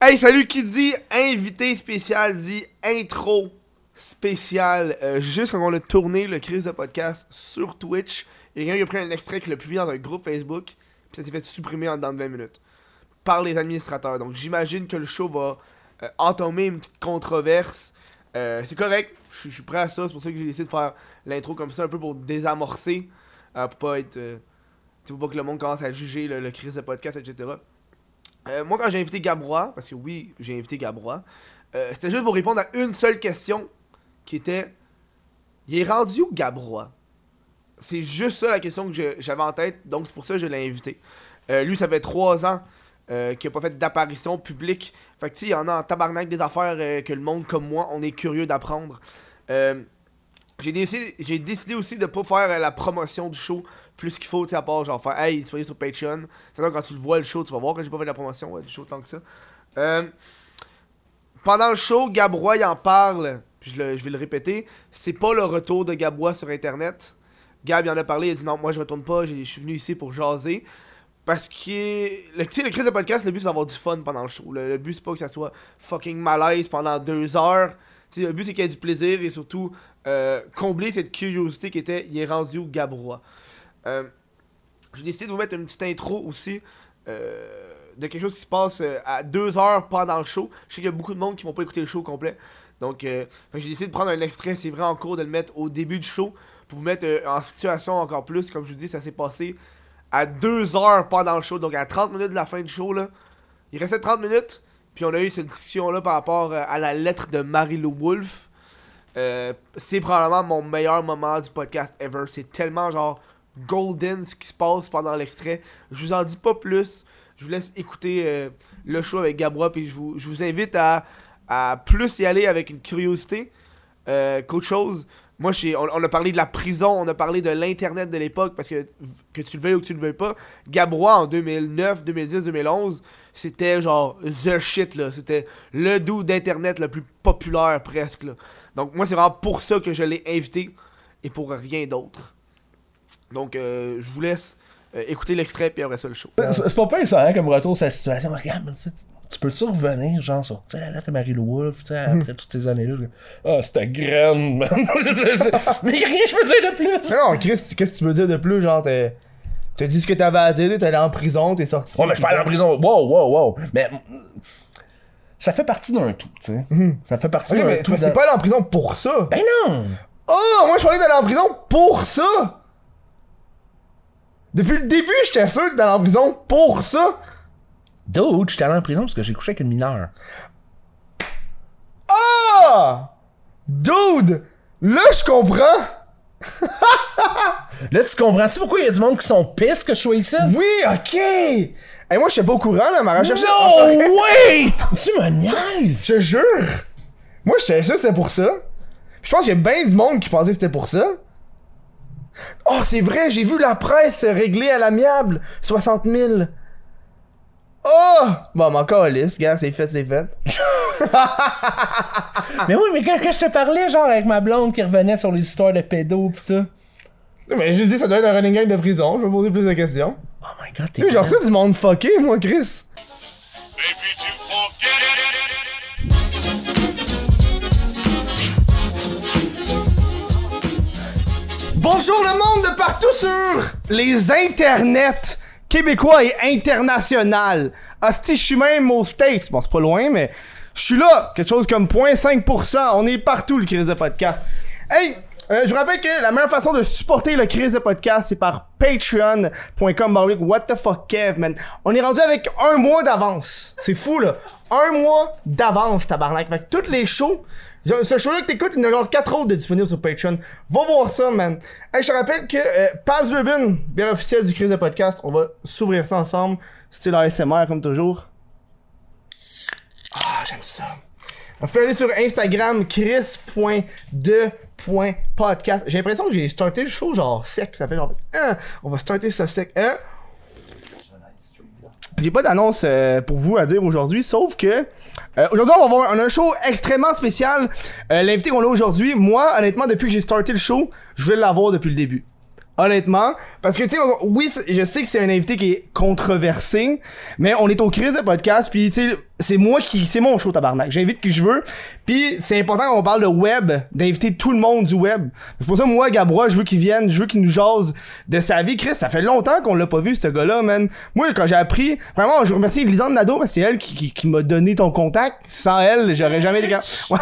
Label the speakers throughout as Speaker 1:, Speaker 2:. Speaker 1: Hey, salut, qui dit invité spécial dit intro spécial. Euh, juste quand on a tourné le crise de podcast sur Twitch, et quelqu'un qui a pris un extrait qui l'a publié dans un groupe Facebook, puis ça s'est fait supprimer en dedans de 20 minutes par les administrateurs. Donc j'imagine que le show va euh, entamer une petite controverse. Euh, c'est correct, je je suis prêt à ça, c'est pour ça que j'ai décidé de faire l'intro comme ça, un peu pour désamorcer, euh, pour pas être. euh, tu sais, pour pas que le monde commence à juger le, le crise de podcast, etc. Euh, moi, quand j'ai invité Gabrois, parce que oui, j'ai invité Gabrois, euh, c'était juste pour répondre à une seule question qui était Il est rendu où Gabrois C'est juste ça la question que je- j'avais en tête, donc c'est pour ça que je l'ai invité. Euh, lui, ça fait trois ans euh, qu'il n'a pas fait d'apparition publique. Fait que tu sais, il y en a en tabarnak des affaires euh, que le monde comme moi, on est curieux d'apprendre. Euh, j'ai décidé, j'ai décidé aussi de pas faire euh, la promotion du show plus qu'il faut, tu sais, à part genre faire Hey, disponible sur Patreon. C'est quand tu le vois le show, tu vas voir que j'ai pas fait de la promotion euh, du show tant que ça. Euh, pendant le show, Gabrois il en parle, puis je, le- je vais le répéter. C'est pas le retour de Gabrois sur internet. Gab il en a parlé, il a dit non, moi je retourne pas, j'ai- je suis venu ici pour jaser. Parce que le, tu sais, le crise de podcast, le but c'est d'avoir du fun pendant le show. Le, le but c'est pas que ça soit fucking malaise pendant deux heures. Tu sais, le but c'est qu'il y ait du plaisir et surtout euh, combler cette curiosité qui était il est rendu où Gabrois. Euh, J'ai décidé de vous mettre une petite intro aussi euh, de quelque chose qui se passe euh, à deux heures pendant le show. Je sais qu'il y a beaucoup de monde qui vont pas écouter le show au complet. Donc, euh, fait que j'ai décidé de prendre un extrait, c'est vrai, en cours, de le mettre au début du show pour vous mettre euh, en situation encore plus. Comme je vous dis, ça s'est passé à 2 heures pendant le show, donc à 30 minutes de la fin du show, là. Il restait 30 minutes, puis on a eu cette discussion-là par rapport euh, à la lettre de Marie-Lou Wolfe. Euh, c'est probablement mon meilleur moment du podcast ever. C'est tellement genre golden ce qui se passe pendant l'extrait. Je vous en dis pas plus. Je vous laisse écouter euh, le show avec Gabrois, puis je vous, je vous invite à, à plus y aller avec une curiosité euh, qu'autre chose. Moi, je suis- on, on a parlé de la prison, on a parlé de l'Internet de l'époque, parce que que tu le veuilles ou que tu le veuilles pas, Gabrois en 2009, 2010, 2011, c'était genre the shit, là. C'était le doux d'Internet le plus populaire presque, là. Donc, moi, c'est vraiment pour ça que je l'ai invité et pour rien d'autre. Donc, euh, je vous laisse euh, écouter l'extrait, puis après ça, le show.
Speaker 2: C'est c'est pas pire ça, hein, comme retour sur la situation. Mais Regarde, mais tu sais, tu- tu peux-tu revenir, genre, sur, tu sais, la lettre à Marie-Lou Wolfe, tu sais,
Speaker 3: Hmm.
Speaker 2: après toutes ces années-là. je- Ah, c'était grande, man. mais y a rien que je peux dire de plus.
Speaker 3: Non, non, Chris, tu- qu'est-ce que tu veux dire de plus? Genre, t'es- t'as dit ce que t'avais à dire, t'es allé en prison, t'es sorti.
Speaker 2: Ouais, mais je parle en prison. Wow, wow, wow. Mais mm, ça fait partie d'un tout, tu sais. Ça fait partie
Speaker 3: Hmm. Ok,
Speaker 2: d'un
Speaker 3: mais
Speaker 2: Euh, tout.
Speaker 3: mais t'es
Speaker 2: dans-
Speaker 3: pas allé en prison pour ça!
Speaker 2: Ben non!
Speaker 3: Oh, moi je parlais d'aller en prison pour ça! Depuis le début, j'étais sûr que t'allais en prison pour ça!
Speaker 2: Dude, j'étais allé en prison parce que j'ai couché avec une mineure.
Speaker 3: Ah! Dude! Là, je comprends!
Speaker 2: Là, tu comprends-tu pourquoi il y a du monde qui sont pisses que je sois ici?
Speaker 3: Oui, ok! Et moi, je suis pas au courant, là, ma recherche.
Speaker 2: No, wait! Tu me niaises!
Speaker 3: Je te jure! Moi, j'étais sûr que c'était pour ça. Je pense qu'il y a bien du monde qui pensait que c'était pour ça. Oh, c'est vrai, j'ai vu la presse se régler à l'amiable. 60 000. Oh! Bon, mais encore liste, gars, c'est fait, c'est fait.
Speaker 2: Mais oui, mais quand, quand je te parlais, genre, avec ma blonde qui revenait sur les histoires de pédos pis tout.
Speaker 3: Mais je dis, ça doit être un running gang de prison. Je vais poser plus de questions.
Speaker 2: Oh my god, t'es.
Speaker 3: Tu sais, genre,
Speaker 2: malade.
Speaker 3: ça, du monde fucké, moi, Chris.
Speaker 4: Baby, you won't get it.
Speaker 3: Bonjour le monde de partout sur les internets québécois et international. Asti, je suis même aux States. Bon, c'est pas loin, mais je suis là. Quelque chose comme 0.5%. On est partout, le Crise de Podcast. Hey, euh, je vous rappelle que la meilleure façon de supporter le Crise de Podcast, c'est par patreon.com. baroblique What the fuck, Kev, man. On est rendu avec un mois d'avance. C'est fou, là. Un mois d'avance, tabarnak. Fait que toutes les shows, je- Ce show-là que t'écoutes, il y en a encore 4 autres de disponibles sur Patreon. Va voir ça, man. Hey, je te rappelle que euh, Pabs Rubin, bien officiel du Crise de Podcast, on va s'ouvrir ça ensemble. Style ASMR, comme toujours. Ah, j'aime ça. On peut aller sur Instagram, chris.de.podcast. J'ai l'impression que j'ai starté le show genre sec. Ça fait genre, hein, on va starter ça sec. Hein? J'ai pas d'annonce euh, pour vous à dire aujourd'hui, sauf que euh, aujourd'hui on va avoir on a un show extrêmement spécial. Euh, L'invité qu'on a aujourd'hui, moi honnêtement depuis que j'ai starté le show, je voulais l'avoir depuis le début. Honnêtement, parce que tu sais, on- oui, c'est- je sais que c'est un invité qui est controversé, mais on est au crise de podcast, puis tu sais, c'est moi qui. C'est mon show, tabarnak. J'invite qui je veux. Puis c'est important qu'on parle de web, d'inviter tout le monde du web. C'est pour ça, moi, Gabrois, je veux qu'il vienne, je veux qu'il nous jase de sa vie. Chris, ça fait longtemps qu'on l'a pas vu, ce gars-là, man. Moi, quand j'ai appris, vraiment, je remercie Lisande Nadeau parce que c'est elle qui, qui, qui m'a donné ton contact. Sans elle, j'aurais jamais été. capable- Ouais.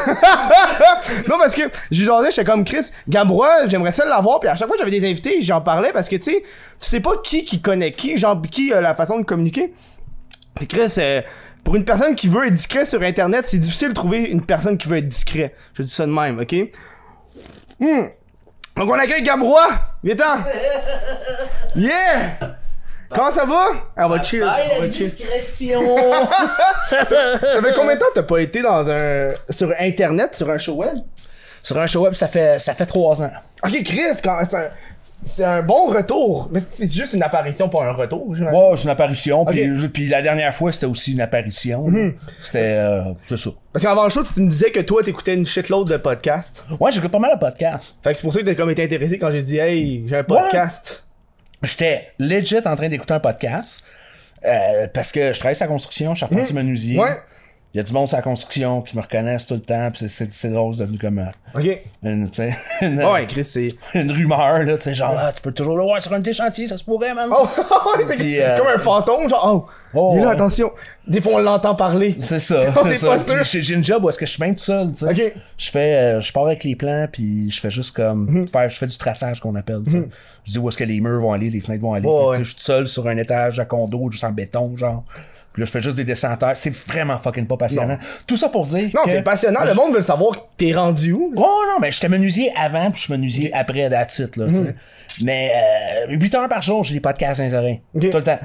Speaker 3: non, parce que j'ai jasé, j'étais comme Chris, Gabrois, j'aimerais ça l'avoir. Puis à chaque fois que j'avais des invités, j'en parlais parce que, tu sais, tu sais pas qui qui connaît qui, genre, qui a la façon de communiquer. Puis Chris, euh, pour une personne qui veut être discret sur Internet, c'est difficile de trouver une personne qui veut être discret. Je dis ça de même, ok? Hmm. Donc on accueille Gabrois! Viens-t'en! Yeah! Comment ça va? Ah, On va chill. on va chill.
Speaker 2: discrétion!
Speaker 3: Ça fait combien de temps que t'as pas été dans un... sur Internet, sur un show web?
Speaker 2: Sur un show web, ça fait, ça fait trois ans.
Speaker 3: Ok, Chris, quand... c'est, un... c'est un bon retour. Mais c'est juste une apparition, pas un retour. j'imagine.
Speaker 2: Ouais, c'est une apparition. Puis,
Speaker 3: Ok. Mhm.
Speaker 2: je- puis la dernière fois, c'était aussi une apparition. C'était. euh, c'est ça.
Speaker 3: Parce qu'avant le show, tu me disais que toi, t'écoutais une shitload de podcasts.
Speaker 2: Ouais, j'écoute pas mal de podcasts.
Speaker 3: Fait que c'est pour ça que t'as comme été intéressé quand j'ai dit, hey, j'ai un podcast.
Speaker 2: J'étais legit en train d'écouter un podcast. euh, parce que je travaille sur la construction, je suis charpentier menuisier.
Speaker 3: Mhm. Ouais.
Speaker 2: Il y a du monde sur la construction qui me reconnaissent tout le temps. Puis c'est- c'est c'est drôle, c'est devenu comme. euh,
Speaker 3: Ok.
Speaker 2: une, tu sais, une-
Speaker 3: Ouais, Chris, c'est.
Speaker 2: une rumeur, là, tu sais, genre, ah, tu peux toujours le voir sur un petit chantier, ça se pourrait, même.
Speaker 3: Oh, c'est
Speaker 2: Puis, euh,
Speaker 3: comme un fantôme, genre, oh,
Speaker 2: Oh,
Speaker 3: il est là,
Speaker 2: ouais.
Speaker 3: attention. Des fois, on l'entend parler.
Speaker 2: C'est ça,
Speaker 3: On
Speaker 2: c'est
Speaker 3: est
Speaker 2: ça.
Speaker 3: Oh, pas
Speaker 2: Puis
Speaker 3: sûr.
Speaker 2: J'ai j'ai une job où est-ce que je suis même tout seul, tu sais.
Speaker 3: Ok.
Speaker 2: Je fais, euh, je pars avec les plans, puis je fais juste comme,
Speaker 3: Mm-hmm.
Speaker 2: faire, je fais du traçage qu'on appelle, tu sais. Je dis où est-ce que les murs vont aller, les fenêtres vont aller.
Speaker 3: Ouais,
Speaker 2: Fait que, tu sais,
Speaker 3: Mm-hmm. ouais.
Speaker 2: Je suis tout seul sur un étage à condo, juste en béton, genre. Puis là, je fais juste des dessins en terre. C'est vraiment fucking pas passionnant. Tout ça pour dire
Speaker 3: Non,
Speaker 2: que-
Speaker 3: c'est passionnant, le monde veut savoir que t'es rendu où.
Speaker 2: Oh non, mais j'étais menuisier avant, puis je suis menuisier après, la titre, là, tu
Speaker 3: Mm.
Speaker 2: sais. Mais euh, 8 heures par jour, j'ai des podcasts dans les oreilles.
Speaker 3: Ok.
Speaker 2: Tout le temps.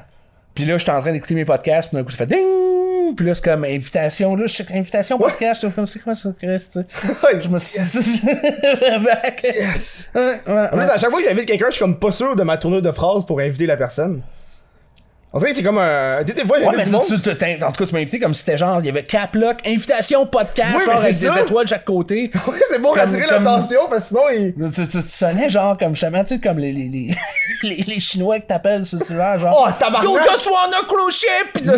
Speaker 2: Puis là, j'étais en train d'écouter mes podcasts, puis d'un coup, ça fait ding! Puis là, c'est comme invitation, là, je sais- invitation podcast, je suis comme, c'est quoi ça, Chris, tu sais? Je me suis. Back.
Speaker 3: Yes.
Speaker 2: Ouais, ouais,
Speaker 3: En
Speaker 2: ouais.
Speaker 3: plus, à chaque fois que j'invite quelqu'un, je suis comme pas sûr de ma tournure de phrase pour inviter la personne. En fait, c'est comme un. Tu sais, Des fois,
Speaker 2: Ouais, mais
Speaker 3: j'invite du
Speaker 2: ça,
Speaker 3: monde.
Speaker 2: tu, tu- t'in- en tout cas, tu m'as invité comme si c'était genre, il y avait Caplock, invitation podcast,
Speaker 3: Oui, mais
Speaker 2: genre
Speaker 3: c'est
Speaker 2: avec
Speaker 3: ça.
Speaker 2: des étoiles de chaque côté.
Speaker 3: C'est pour
Speaker 2: Comme-
Speaker 3: attirer
Speaker 2: comme-
Speaker 3: l'attention, parce que sinon, il.
Speaker 2: Tu, tu- tu sonnais genre comme justement, tu sais, comme les, les, les, les, les Chinois que t'appelles sur celui-là, genre.
Speaker 3: Oh, tabarnak!
Speaker 2: You just wanna cruise ship! Pis Ah,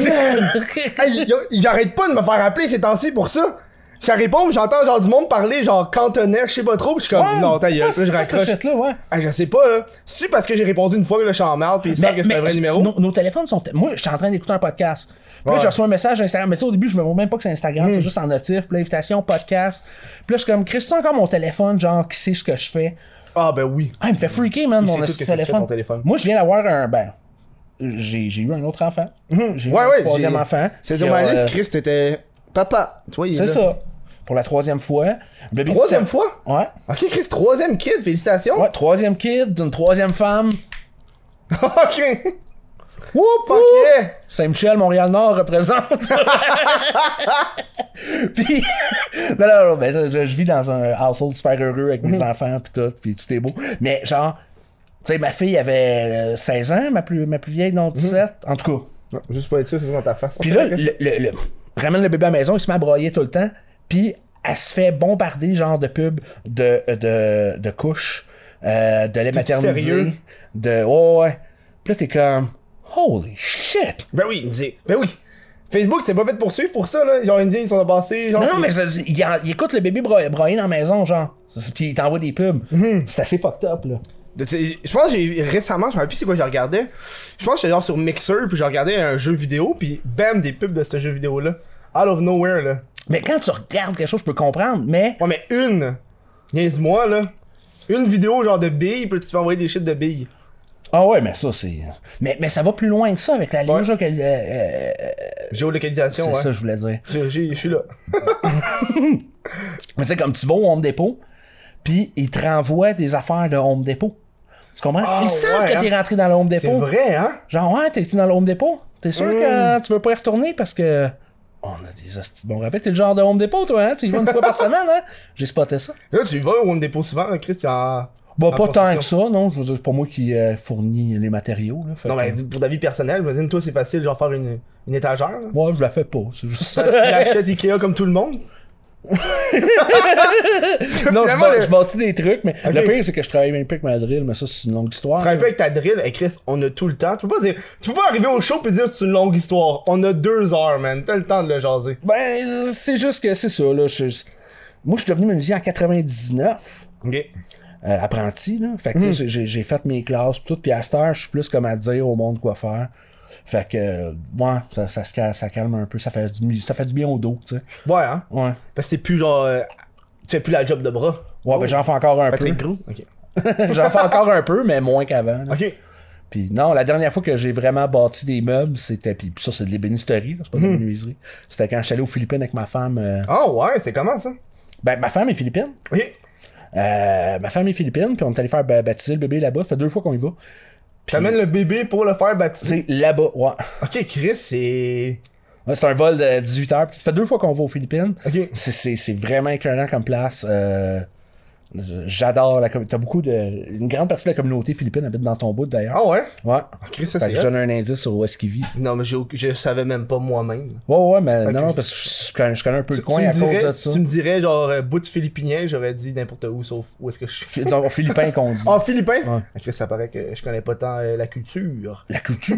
Speaker 2: là, c'est-
Speaker 3: Hey, y- y- J'arrête pas de me faire appeler ces temps-ci pour ça. Ça répond, j'entends genre du monde parler, genre cantonais, je sais pas trop, puis je suis comme,
Speaker 2: Ouais,
Speaker 3: Oh, non, ta gueule,
Speaker 2: c'est
Speaker 3: là, je
Speaker 2: quoi cette
Speaker 3: raccroche.
Speaker 2: shit-là, ouais.
Speaker 3: Ah, je sais pas, là. C'est parce que j'ai répondu une fois que là, je suis en merde, pis ils savent que c'est un vrai numéro.
Speaker 2: Nos, nos téléphones sont. Moi, j'étais en train d'écouter un podcast. Puis là,
Speaker 3: Ouais. Hmm.
Speaker 2: je reçois un message Instagram. Mais tu sais, au début, je me vois même pas que c'est Instagram, c'est juste en notif. Puis là, invitation, podcast. Puis là, je suis comme, Chris, c'est encore mon téléphone, genre, qui sait ce que je fais.
Speaker 3: Ah, ben oui.
Speaker 2: Ah, il me fait freaker, man,
Speaker 3: Il sait
Speaker 2: mon
Speaker 3: tout
Speaker 2: esti
Speaker 3: qu'est-ce que tu fais,
Speaker 2: téléphone.
Speaker 3: ton téléphone.
Speaker 2: Moi, je viens d'avoir un. Ben, j'ai j'ai eu un autre enfant. J'ai eu
Speaker 3: Ouais,
Speaker 2: un
Speaker 3: ouais.
Speaker 2: troisième
Speaker 3: j'ai-
Speaker 2: enfant.
Speaker 3: C'est
Speaker 2: Puis,
Speaker 3: journaliste,
Speaker 2: euh,
Speaker 3: Chris, t'étais. Papa. Tu vois, il est
Speaker 2: C'est
Speaker 3: là.
Speaker 2: ça. Pour la troisième fois. Un bébé de
Speaker 3: Troisième
Speaker 2: sept-
Speaker 3: fois?
Speaker 2: Ouais.
Speaker 3: Ok, Chris, troisième kid, félicitations.
Speaker 2: Ouais, troisième kid, une troisième femme.
Speaker 3: ok.
Speaker 2: Whoop,
Speaker 3: Fuck
Speaker 2: whoop.
Speaker 3: yeah.
Speaker 2: Saint-Michel, Montréal-Nord représente. puis, non, non, non, ben, ça, je, je vis dans un household super heureux avec mes enfants, puis tout, puis tout est beau. Mais genre, tu sais, ma fille avait euh, 16 ans, ma plus, ma plus vieille, non, 17, en tout cas.
Speaker 3: Non, Juste pour être sûr, c'est dans ta face.
Speaker 2: Puis là, le, le- le- ramène le bébé à la maison, il se met à broyer tout le temps, puis elle se fait bombarder, genre, de pub de, de, de couches, euh, de lait
Speaker 3: sérieux?
Speaker 2: maternisé, de... Ouais, ouais. Puis là, t'es comme... Holy shit!
Speaker 3: Ben oui, il dit. Ben oui. Facebook, c'est pas fait pour suivre pour ça, là. Genre, ils me disent, ils sont passés. Genre,
Speaker 2: Non, non, mais ça- il, en- il écoute le bébé bro- broyer dans la maison, genre. C'est- Puis il t'envoie des pubs.
Speaker 3: Mhm.
Speaker 2: C'est assez fucked up, là.
Speaker 3: De- t'sais, Je pense que j'ai récemment, je me rappelle plus c'est quoi que je regardais. Je pense que j'étais genre sur Mixer, puis je regardais un jeu vidéo, puis bam, des pubs de ce jeu vidéo-là. Out of nowhere, là.
Speaker 2: Mais quand tu regardes quelque chose, je peux comprendre, mais.
Speaker 3: Ouais, mais une. Niaise-moi, là. Une vidéo, genre de billes, puis tu te fais envoyer des shit de billes.
Speaker 2: Ah ouais, mais ça, c'est. Mais, mais ça va plus loin que ça avec la ligne, là, que- euh, euh, C'est
Speaker 3: Géolocalisation, ouais.
Speaker 2: ça, que je voulais dire.
Speaker 3: Je je- je suis là.
Speaker 2: Mais tu sais, comme tu vas au Home Depot, puis ils te renvoient des affaires de Home Depot. Tu comprends?
Speaker 3: Ah,
Speaker 2: ils savent
Speaker 3: ouais,
Speaker 2: que t'es
Speaker 3: hein.
Speaker 2: rentré dans le Home
Speaker 3: C'est
Speaker 2: Depot.
Speaker 3: vrai, Hmm. hein?
Speaker 2: Genre, ouais, t'es t'es dans le Home Depot. T'es sûr que tu veux pas y retourner parce que. On a des hosties de bons rappels. T'es le genre de Home Depot, toi, hein? Tu y vas une fois par semaine, hein? J'ai spoté ça.
Speaker 3: Là, tu vas au Home Depot souvent, hein, Chris, en-
Speaker 2: Bah,
Speaker 3: en
Speaker 2: pas tant que
Speaker 3: profession.
Speaker 2: ça, non. Je veux dire, c'est pas moi qui euh, fournis les matériaux. Là, Fait
Speaker 3: Non,
Speaker 2: que-
Speaker 3: mais dis- pour ta vie personnelle, vas-y, toi, c'est facile, genre faire une, une étagère. là.
Speaker 2: Moi, je la fais pas. C'est juste.
Speaker 3: Tu l'achètes Ikea comme tout le monde.
Speaker 2: Non, je,
Speaker 3: Finalement,
Speaker 2: bâ-
Speaker 3: le-
Speaker 2: je bâtis des trucs, mais le
Speaker 3: Ok.
Speaker 2: pire, c'est que je travaille même plus avec ma drill, mais ça, c'est une longue histoire.
Speaker 3: Travaille pas avec ta drill, hey Chris, on a tout le temps. Tu peux pas dire, tu peux pas arriver au show pis dire c'est une longue histoire. On a deux heures, man. T'as le temps de le jaser.
Speaker 2: Ben, c'est juste que c'est ça, là. je- Moi, je suis devenu musicien en 99.
Speaker 3: Ok.
Speaker 2: euh, apprenti, là. Fait que,
Speaker 3: Hmm.
Speaker 2: tu sais, j'ai- j'ai- j'ai fait mes classes, pis tout. Puis à cette heure, je suis plus comme à dire au monde quoi faire. Fait que, euh, ouais, ça, ça, se cal- ça calme un peu. Ça fait du, mi- ça fait du bien au dos, tu sais.
Speaker 3: Ouais, hein.
Speaker 2: Ouais.
Speaker 3: Parce que c'est plus genre, euh, tu fais plus la job de bras.
Speaker 2: Ouais, ben j'en fais encore un
Speaker 3: Oh. Patrick
Speaker 2: peu.
Speaker 3: Grou. Ok.
Speaker 2: j'en fais encore un peu, mais moins qu'avant. là.
Speaker 3: Ok.
Speaker 2: Puis non, la dernière fois que j'ai vraiment bâti des meubles, c'était. Puis ça, c'est de l'ébénisterie, là, c'est pas de
Speaker 3: Hmm.
Speaker 2: la menuiserie. C'était quand je suis allé aux Philippines avec ma femme. euh,
Speaker 3: Ah ouais, c'est comment ça?
Speaker 2: Ben, ma femme est philippine.
Speaker 3: Ok.
Speaker 2: Euh, ma femme est philippine, puis on est allé faire ba- baptiser le bébé là-bas. Ça fait deux fois qu'on y va.
Speaker 3: T'amènes le bébé pour le faire baptiser.
Speaker 2: C'est là-bas, ouais.
Speaker 3: Ok, Chris, c'est.
Speaker 2: Ouais, c'est un vol de 18 heures. Puis ça fait deux fois qu'on va aux Philippines.
Speaker 3: Ok.
Speaker 2: C'est- C'est c'est vraiment éclairant comme place. Euh, J'adore la communauté. T'as beaucoup de. Une grande partie de la communauté philippine habite dans ton bout d'ailleurs.
Speaker 3: Ah ouais?
Speaker 2: Ouais.
Speaker 3: Chris, ça
Speaker 2: Fait
Speaker 3: c'est.
Speaker 2: que je
Speaker 3: hot.
Speaker 2: donne un indice sur où est-ce qu'il vit.
Speaker 3: Non, mais j'ai- je savais même pas moi-même.
Speaker 2: Ouais, ouais, mais
Speaker 3: que-
Speaker 2: non, parce que je- je connais, je connais un peu le coin
Speaker 3: tu,
Speaker 2: à
Speaker 3: me dirais,
Speaker 2: cause de ça.
Speaker 3: tu me dirais, genre, euh, bout de philippinien, j'aurais dit n'importe où sauf où est-ce que je suis.
Speaker 2: Fi- Donc, philippin qu'on dit.
Speaker 3: Ah, philippin?
Speaker 2: Ouais.
Speaker 3: Ah, Chris, ça paraît que je connais pas tant euh, la culture.
Speaker 2: La culture.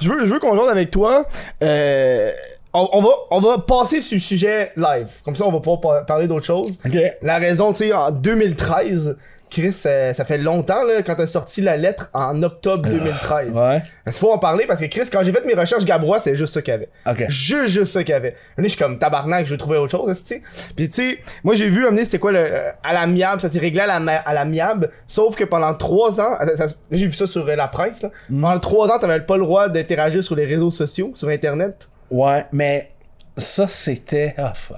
Speaker 3: Je veux, je veux qu'on joue avec toi. Euh, on, on va, on va passer sur le sujet live. Comme ça, on va pouvoir par- parler d'autre chose.
Speaker 2: Ok.
Speaker 3: La raison, tu sais, en 2013, Chris, euh, ça fait longtemps, là, quand t'as sorti la lettre en octobre 2013.
Speaker 2: Euh, Ouais.
Speaker 3: Il faut en parler parce que Chris, quand j'ai fait mes recherches Gabrois, c'est juste ça qu'il y avait.
Speaker 2: Ok.
Speaker 3: Juste, juste ça qu'il y avait. Là, je suis comme tabarnak, je veux trouver autre chose, hein, tu sais. Puis tu sais, moi j'ai vu amener, c'est quoi le. euh, à l'amiable, ça s'est réglé à la ma- à l'amiable. Sauf que pendant trois ans, ah, ça- ça- j'ai vu ça sur euh, la presse, là.
Speaker 2: Hmm.
Speaker 3: Pendant trois ans, t'avais pas le droit d'interagir sur les réseaux sociaux, sur Internet.
Speaker 2: Ouais, mais ça, c'était. Ah, fuck.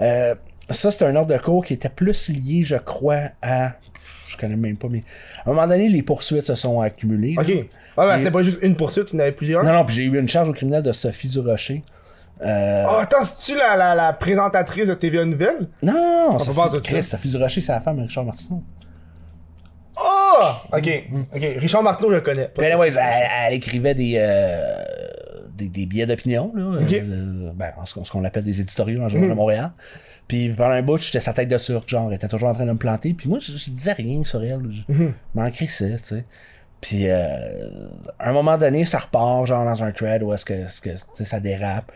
Speaker 2: Euh, ça, c'était un ordre de cours qui était plus lié, je crois, à. Je connais même pas, mais. À un moment donné, les poursuites se sont accumulées.
Speaker 3: Ok. Ouais, ouais,
Speaker 2: Mais-
Speaker 3: c'était pas juste une poursuite, il y en avait plusieurs.
Speaker 2: Non, non, puis j'ai eu une charge au criminel de Sophie Durocher. Euh...
Speaker 3: Oh, attends, c'est-tu la, la, la présentatrice de TVA Nouvelle?
Speaker 2: non, non, non,
Speaker 3: pas
Speaker 2: Sophie,
Speaker 3: de ça.
Speaker 2: Chris, Sophie Durocher, c'est la femme de Richard Martineau.
Speaker 3: Oh! Ok, ok. Richard Martineau, je le connais.
Speaker 2: Puis, anyways, elle, elle écrivait des, euh, des, des billets d'opinion, là.
Speaker 3: Ok.
Speaker 2: euh, ben, en ce qu'on- ce qu'on appelle des éditoriaux dans le journal de Montréal. Puis pendant un bout, j'étais sa tête de turc, genre, elle était toujours en train de me planter. Puis moi, je, je disais rien sur elle. Je m'en crissais, tu sais. Puis euh, à un moment donné, ça repart, genre, dans un thread où est-ce que, est-ce que, tu sais, ça dérape.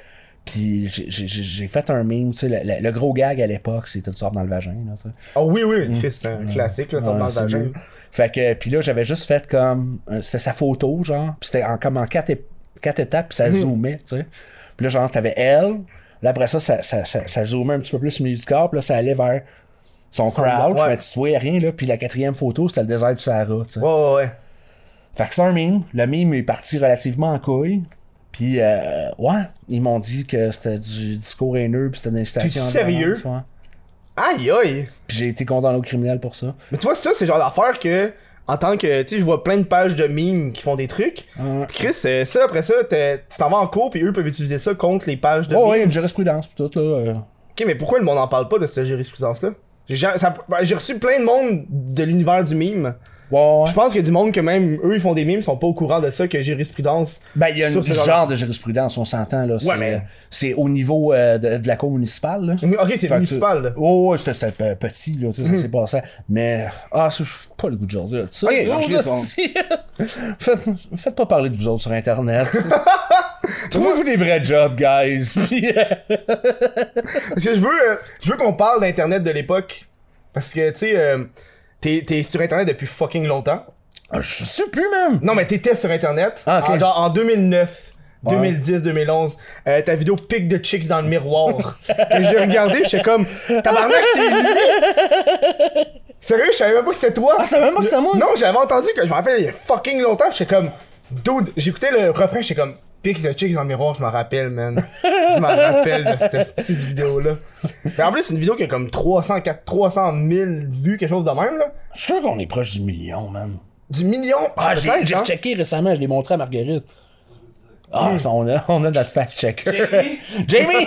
Speaker 2: Puis j'ai- j'ai j'ai fait un meme, tu sais, le, le- le gros gag à l'époque, c'était tu sors dans le vagin, là, tu sais.
Speaker 3: Oh oui, oui, Chris, c'est un classique, là, ça me
Speaker 2: Mm. Ouais,
Speaker 3: dans le
Speaker 2: c'est
Speaker 3: vagin.
Speaker 2: mieux. Fait que, puis là, j'avais juste fait comme. euh, C'était sa photo, genre. Puis c'était en, comme en quatre, ép- quatre étapes, puis ça
Speaker 3: Mhm.
Speaker 2: zoomait, tu sais. Puis là, genre, t'avais elle. Là, après ça ça, ça, ça, ça zoomait un petit peu plus au milieu du corps, puis là, ça allait vers son crowd.
Speaker 3: ouais.
Speaker 2: Mais tu voyais rien, là. Puis la quatrième photo, c'était le désert du Sahara, tu sais.
Speaker 3: Ouais, ouais, ouais.
Speaker 2: Fait que c'est un meme. Le meme est parti relativement en couille. Puis, euh, ouais, ils m'ont dit que c'était du discours haineux, puis c'était une incitation.
Speaker 3: T'es-tu
Speaker 2: à la
Speaker 3: sérieux?
Speaker 2: violence, ouais.
Speaker 3: Aïe, aïe.
Speaker 2: Puis j'ai été condamné au criminel pour ça.
Speaker 3: Mais tu vois, ça, c'est le genre d'affaire que, en tant que, tu sais, je vois plein de pages de mimes qui font des trucs.
Speaker 2: Ah, Ouais.
Speaker 3: Puis Chris, euh, ça, après ça, t'es- tu t'en vas en cours, puis eux peuvent utiliser ça contre les pages de
Speaker 2: Oh,
Speaker 3: mimes.
Speaker 2: ouais, une jurisprudence, puis tout, là. euh,
Speaker 3: Ok, mais pourquoi le monde n'en parle pas de cette jurisprudence-là? J'ai ja- ça- ben, j'ai reçu plein de monde de l'univers du mime.
Speaker 2: ouais, ouais.
Speaker 3: Je pense que du monde que même eux ils font des mimes ils sont pas au courant de ça que jurisprudence.
Speaker 2: Ben, il y a un
Speaker 3: Sur ce
Speaker 2: genre,
Speaker 3: genre
Speaker 2: de jurisprudence, on s'entend, là. C'est, euh,
Speaker 3: mais-
Speaker 2: c'est au niveau euh, de, de la cour municipale, là.
Speaker 3: Ok, c'est
Speaker 2: Fait que
Speaker 3: municipal.
Speaker 2: tu-
Speaker 3: là. Mhm.
Speaker 2: Oh, ouais, c'était, c'était pe- petit, là, tu sais, ça s'est passé. Mais, ah, ça, je suis pas le goût de jaser, là, de ça.
Speaker 3: Ok,
Speaker 2: Oh,
Speaker 3: ok,
Speaker 2: là,
Speaker 3: bon.
Speaker 2: c'est- faites, faites pas parler de vous autres sur Internet. Trouvez-vous des vrais jobs, guys. Puis, euh,
Speaker 3: Parce que je veux, euh, je veux qu'on parle d'internet de l'époque. Parce que tu sais, euh, t'es t'es sur internet depuis fucking longtemps.
Speaker 2: ah, je sais plus, même.
Speaker 3: Non, mais t'étais sur Internet.
Speaker 2: Ah, ok.
Speaker 3: en, genre en 2009.
Speaker 2: Ouais.
Speaker 3: 2010, 2011, euh, ta vidéo pic de chicks dans le miroir. que j'ai regardé, j'étais comme, tabarnak, c'est lui! Sérieux, je savais même pas que c'était toi.
Speaker 2: Ah, je savais même pas que c'était moi.
Speaker 3: Non, j'avais entendu que je me rappelle il y a fucking longtemps, j'étais comme, dude, j'écoutais le refrain, j'étais comme, pic de chicks dans le miroir, je m'en rappelle, man. Je m'en rappelle de cette, petite vidéo-là. Puis en plus, c'est une vidéo qui a comme 300, 400, 300 000 vues, quelque chose de même, là.
Speaker 2: Je suis sûr qu'on est proche du million, man.
Speaker 3: Du million.
Speaker 2: Ah, j'ai,
Speaker 3: peut-être,
Speaker 2: j'ai
Speaker 3: hein.
Speaker 2: checké récemment, je l'ai montré à Marguerite. Ah, ça, on, a, on a notre fact-checker. Jamie!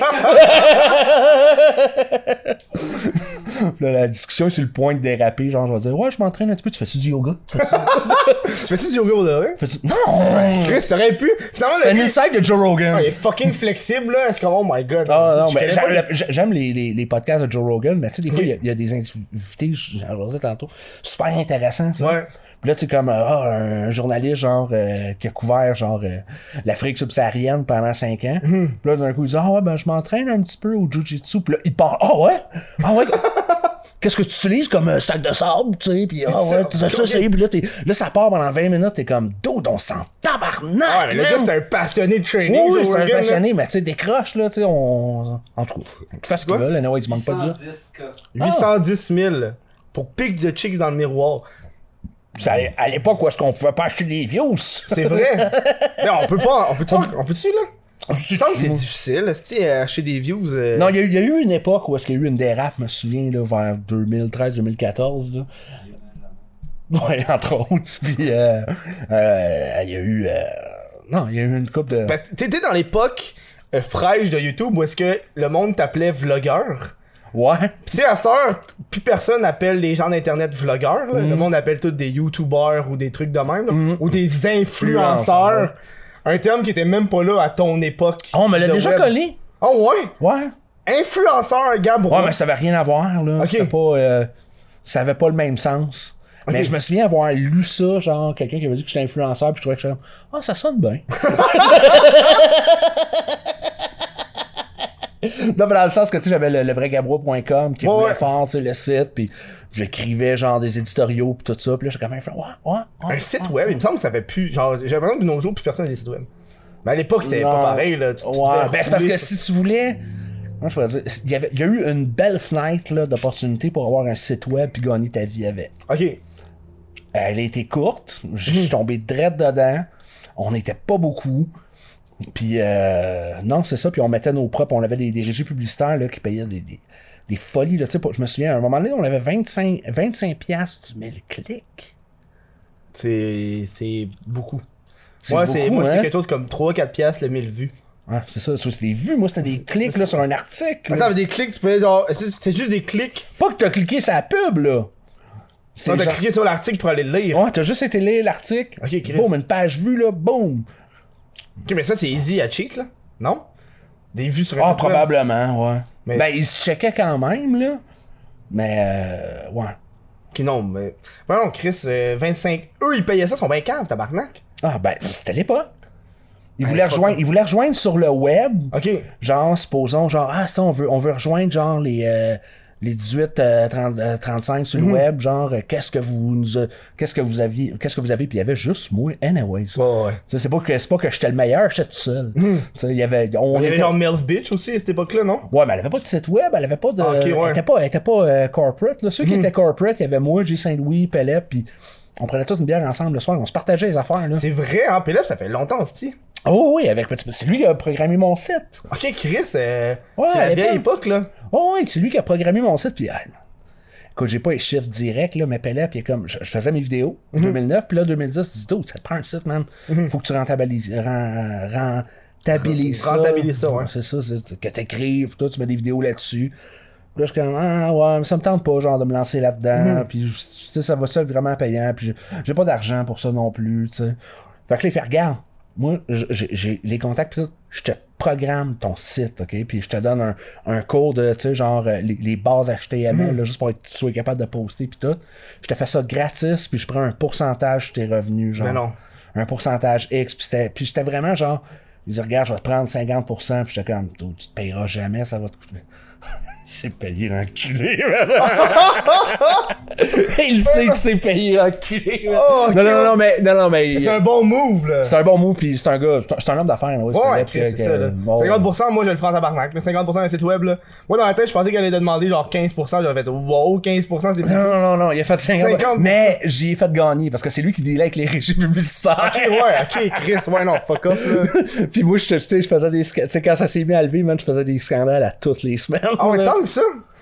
Speaker 2: Puis là, la discussion est sur le point de déraper. Genre, je vais dire, ouais, je m'entraîne un petit peu. Tu fais-tu du yoga? Tu fais-tu-
Speaker 3: Tu fais-tu du yoga au doré?
Speaker 2: fais-tu- Non!
Speaker 3: Chris, t'aurais pu. Finalement,
Speaker 2: C'est
Speaker 3: le
Speaker 2: un
Speaker 3: gars,
Speaker 2: insight de Joe Rogan.
Speaker 3: il est fucking flexible, là. C'est comme, oh my god.
Speaker 2: Ah non,
Speaker 3: Je
Speaker 2: mais
Speaker 3: connais
Speaker 2: j'aime,
Speaker 3: pas le-
Speaker 2: la- j'aime les, les, les podcasts de Joe Rogan, mais tu sais, des fois, il y a- il y, a des invités, j'en disais tantôt, super intéressants, tu sais.
Speaker 3: Ouais.
Speaker 2: Puis là, tu sais, comme euh, ah, un journaliste, genre, euh, qui a couvert, genre, euh, l'Afrique subsaharienne pendant 5 ans. Puis là, d'un coup, il dit, ah ouais, ben, je m'entraîne un petit peu au Jiu-Jitsu. Puis là, il parle, ah ouais? Ah ouais? Qu'est-ce que tu utilises comme un sac de sable, tu sais? Puis ah ouais, tu as ça, c'est. Puis là, t'es- là, ça part pendant 20 minutes, t'es comme, dude, on s'en tabarnak!
Speaker 3: Ah ouais, mais le
Speaker 2: man!
Speaker 3: gars, c'est un passionné de training.
Speaker 2: Oui, oui, c'est
Speaker 3: Joe
Speaker 2: un
Speaker 3: Rogan, là.
Speaker 2: passionné, mais tu sais, décroche, là, tu sais, on. En tout cas, tu fais ce qu'ils veulent, anyway, ils se manquent pas de là.
Speaker 5: 110K.
Speaker 2: Ah.
Speaker 3: 810 000 pour pick the chicks dans le miroir.
Speaker 2: Puis à à l'époque où est-ce qu'on pouvait pas acheter des views.
Speaker 3: C'est vrai. Mais on peut pas. On peut on peut là? Je pense que c'est difficile. Si acheter des views. euh,
Speaker 2: Non, il y, a eu- il y a eu une époque où est-ce qu'il y a eu une dérape, je me souviens, là, vers 2013-2014, là. Ouais, entre autres. Puis, euh, euh, il y a eu. euh, non, il y a eu une coupe de.
Speaker 3: Parce que t'étais dans l'époque euh, fraîche de YouTube où est-ce que le monde t'appelait vlogueur.
Speaker 2: Ouais.
Speaker 3: Pis tu sais, à sœur, plus personne appelle les gens d'internet vlogueurs. là.
Speaker 2: Mm.
Speaker 3: Le monde appelle tous des youtubeurs ou des trucs de même. là. Ou des
Speaker 2: Influenceurs,
Speaker 3: influenceurs. Un terme qui était même pas là à ton époque.
Speaker 2: Oh, on me l'a
Speaker 3: de
Speaker 2: déjà
Speaker 3: web.
Speaker 2: collé.
Speaker 3: Oh ouais!
Speaker 2: Ouais.
Speaker 3: Influenceur, gars, bro.
Speaker 2: Ouais, mais ça avait rien à voir, là.
Speaker 3: Ok.
Speaker 2: C'était pas. euh, ça avait pas le même sens. Mais je me souviens avoir lu ça, genre, quelqu'un qui avait dit que j'étais influenceur, puis je trouvais que j'étais comme, ah, ça sonne bien. non, mais dans le sens que, tu sais, j'avais le, le vraigabrois.com qui
Speaker 3: Ouais,
Speaker 2: voulait
Speaker 3: ouais.
Speaker 2: fort, tu sais, le site, puis j'écrivais, genre, des éditoriaux, puis tout ça, puis là, j'étais comme, influ- ouais, ouais, ouais.
Speaker 3: Un site web, il me semble que ça avait plus. Genre, j'ai l'impression que de nos jours, plus personne n'a des sites web. Mais à l'époque, c'était
Speaker 2: Non.
Speaker 3: pas pareil, là. Tu- tu te
Speaker 2: Ouais,
Speaker 3: fais
Speaker 2: ben, c'est parce
Speaker 3: rouler
Speaker 2: que
Speaker 3: sur-
Speaker 2: si tu voulais. Moi, je pourrais dire, il y, avait, il y a eu une belle fenêtre là, d'opportunité pour avoir un site web puis gagner ta vie avec.
Speaker 3: Ok.
Speaker 2: Elle a été courte. Je suis tombé direct dedans. On n'était pas beaucoup. Puis, euh, non, c'est ça. Puis, on mettait nos propres. On avait des, des régies publicitaires là, qui payaient des, des, des folies. Là. Tu sais, pour- Je me souviens, à un moment donné, on avait 25, 25 piastres du 1000 clics.
Speaker 3: C'est. C'est beaucoup.
Speaker 2: C'est
Speaker 3: Moi, c'est
Speaker 2: beaucoup,
Speaker 3: moi, c'est
Speaker 2: hein?
Speaker 3: quelque chose comme 3-4 piastres le 1000 vues.
Speaker 2: Ouais, Ah, c'est ça. Ça, C'est des vues. Moi, c'était des clics là, sur un article.
Speaker 3: Attends, mais des clics, tu peux genre. C'est c'est juste des clics.
Speaker 2: Pas que t'as cliqué sur la pub, là. C'est
Speaker 3: Non, t'as
Speaker 2: genre-
Speaker 3: cliqué sur l'article pour aller le lire.
Speaker 2: Ouais, t'as juste été lire l'article.
Speaker 3: Ok, Chris.
Speaker 2: boum, une page vue, là, boum.
Speaker 3: Ok, mais ça, c'est easy à cheat, là. Non? Des vues sur un
Speaker 2: Ah,
Speaker 3: site web.
Speaker 2: probablement, ouais.
Speaker 3: Mais-
Speaker 2: Ben, ils se checkaient quand même, là. Mais, euh, ouais.
Speaker 3: Ok, non, mais. Ouais, non, Chris, euh, 25. Eux, ils payaient ça, ils sont bien caves, tabarnak.
Speaker 2: Ah, ben, c'était l'époque. Ils voulaient,
Speaker 3: Ouais, fuck
Speaker 2: rejoindre, ils voulaient rejoindre sur le web.
Speaker 3: Ok.
Speaker 2: Genre, supposons, genre, ah, ça, on veut, on veut rejoindre, genre, les, euh, les 18, euh, 30, euh, 35 sur le
Speaker 3: Mhm.
Speaker 2: web. Genre, euh, qu'est-ce que vous nous a- qu'est-ce que vous aviez, qu'est-ce que vous avez, puis il y avait juste moi, anyways.
Speaker 3: Ouais, ouais.
Speaker 2: Tu sais, C'est pas que, c'est pas que j'étais le meilleur, j'étais tout seul. Tu sais, Il y avait, on
Speaker 3: Il y avait
Speaker 2: était-
Speaker 3: genre Mills Bitch aussi à cette époque-là, non?
Speaker 2: Ouais, mais elle avait pas de site web, elle avait pas de.
Speaker 3: Ah, ok, ouais. Hmm.
Speaker 2: Elle était pas, elle était pas euh, corporate. Là. Ceux qui étaient corporate, il y avait moi, J. Saint-Louis, Pellet, puis on prenait toute une bière ensemble le soir, on se partageait les affaires. Là.
Speaker 3: C'est vrai, hein? Puis là, ça fait longtemps, aussi.
Speaker 2: Oh oui, avec Petit- C'est lui qui a programmé mon site.
Speaker 3: Ok, Chris, euh,
Speaker 2: Ouais,
Speaker 3: c'est la
Speaker 2: elle
Speaker 3: vieille
Speaker 2: est pas-
Speaker 3: époque, là.
Speaker 2: Oh oui, c'est lui qui a programmé mon site, puis. ah, non. Écoute, j'ai pas les chiffres directs, là, mais Pellet, puis comme. Je, je faisais mes vidéos en
Speaker 3: Hmm.
Speaker 2: 2009, puis là, 2010, dis d'autres, ça te prend un site, man. Faut que tu rentabilises. ren- rentabilises ça.
Speaker 3: Rentabilises ça, ouais.
Speaker 2: C'est ça, c'est c'est que t'écrives, toi, tu mets des vidéos là-dessus. Puis Là, je suis comme, ah ouais, mais ça me tente pas, genre, de me lancer
Speaker 3: Mhm.
Speaker 2: là-dedans. Puis, tu sais, ça va ça vraiment payant. Puis, j'ai- j'ai pas d'argent pour ça non plus, tu sais. Fait que là, il fait, regarde, moi, j- j'ai j'ai les contacts, pis tout. Je te programme ton site, OK? Puis, je te donne un, un cours de, tu sais, genre, euh, les, les bases
Speaker 3: Mhm.
Speaker 2: HTML, là, juste pour être, que tu sois capable de poster, puis tout. Je te fais ça gratis, puis je prends un pourcentage de tes revenus, genre.
Speaker 3: Mais non.
Speaker 2: Un pourcentage X, puis c'était- puis j'étais vraiment genre. Il dit, regarde, je vais te prendre 50%, puis j'étais comme, Dude, tu te payeras jamais, ça va te coûter. Il s'est payé l'enculé, Il sait que c'est payé l'enculé,
Speaker 3: Oh, ok,
Speaker 2: Non, non, non, mais, non, non, mais.
Speaker 3: C'est un bon move, là.
Speaker 2: C'est un bon move, puis c'est un gars, c'est un- c'est un homme d'affaires, là, ouais, c'est
Speaker 3: Ouais,
Speaker 2: vrai,
Speaker 3: Chris,
Speaker 2: puis,
Speaker 3: c'est
Speaker 2: euh,
Speaker 3: ça, là.
Speaker 2: bon,
Speaker 3: 50%, moi, je le prends en tabarnak. Mais 50% d'un site web, là. Moi, dans la tête, je pensais qu'elle allait te demander genre 15%. J'aurais fait, wow, 15%, c'est
Speaker 2: Non, non, non, non, il a fait 50.
Speaker 3: 50.
Speaker 2: Mais j'y ai fait gagner, parce que c'est lui qui dealait avec les régies publicitaires.
Speaker 3: Ok, ouais, ok, Chris, ouais, non, fuck off, là.
Speaker 2: puis moi, je, tu sais, je faisais des. sca- Tu sais, quand ça s'est mis à lever, man, je faisais des scandales à toutes les semaines.
Speaker 3: Ah ouais,
Speaker 2: là.
Speaker 3: tant que ça.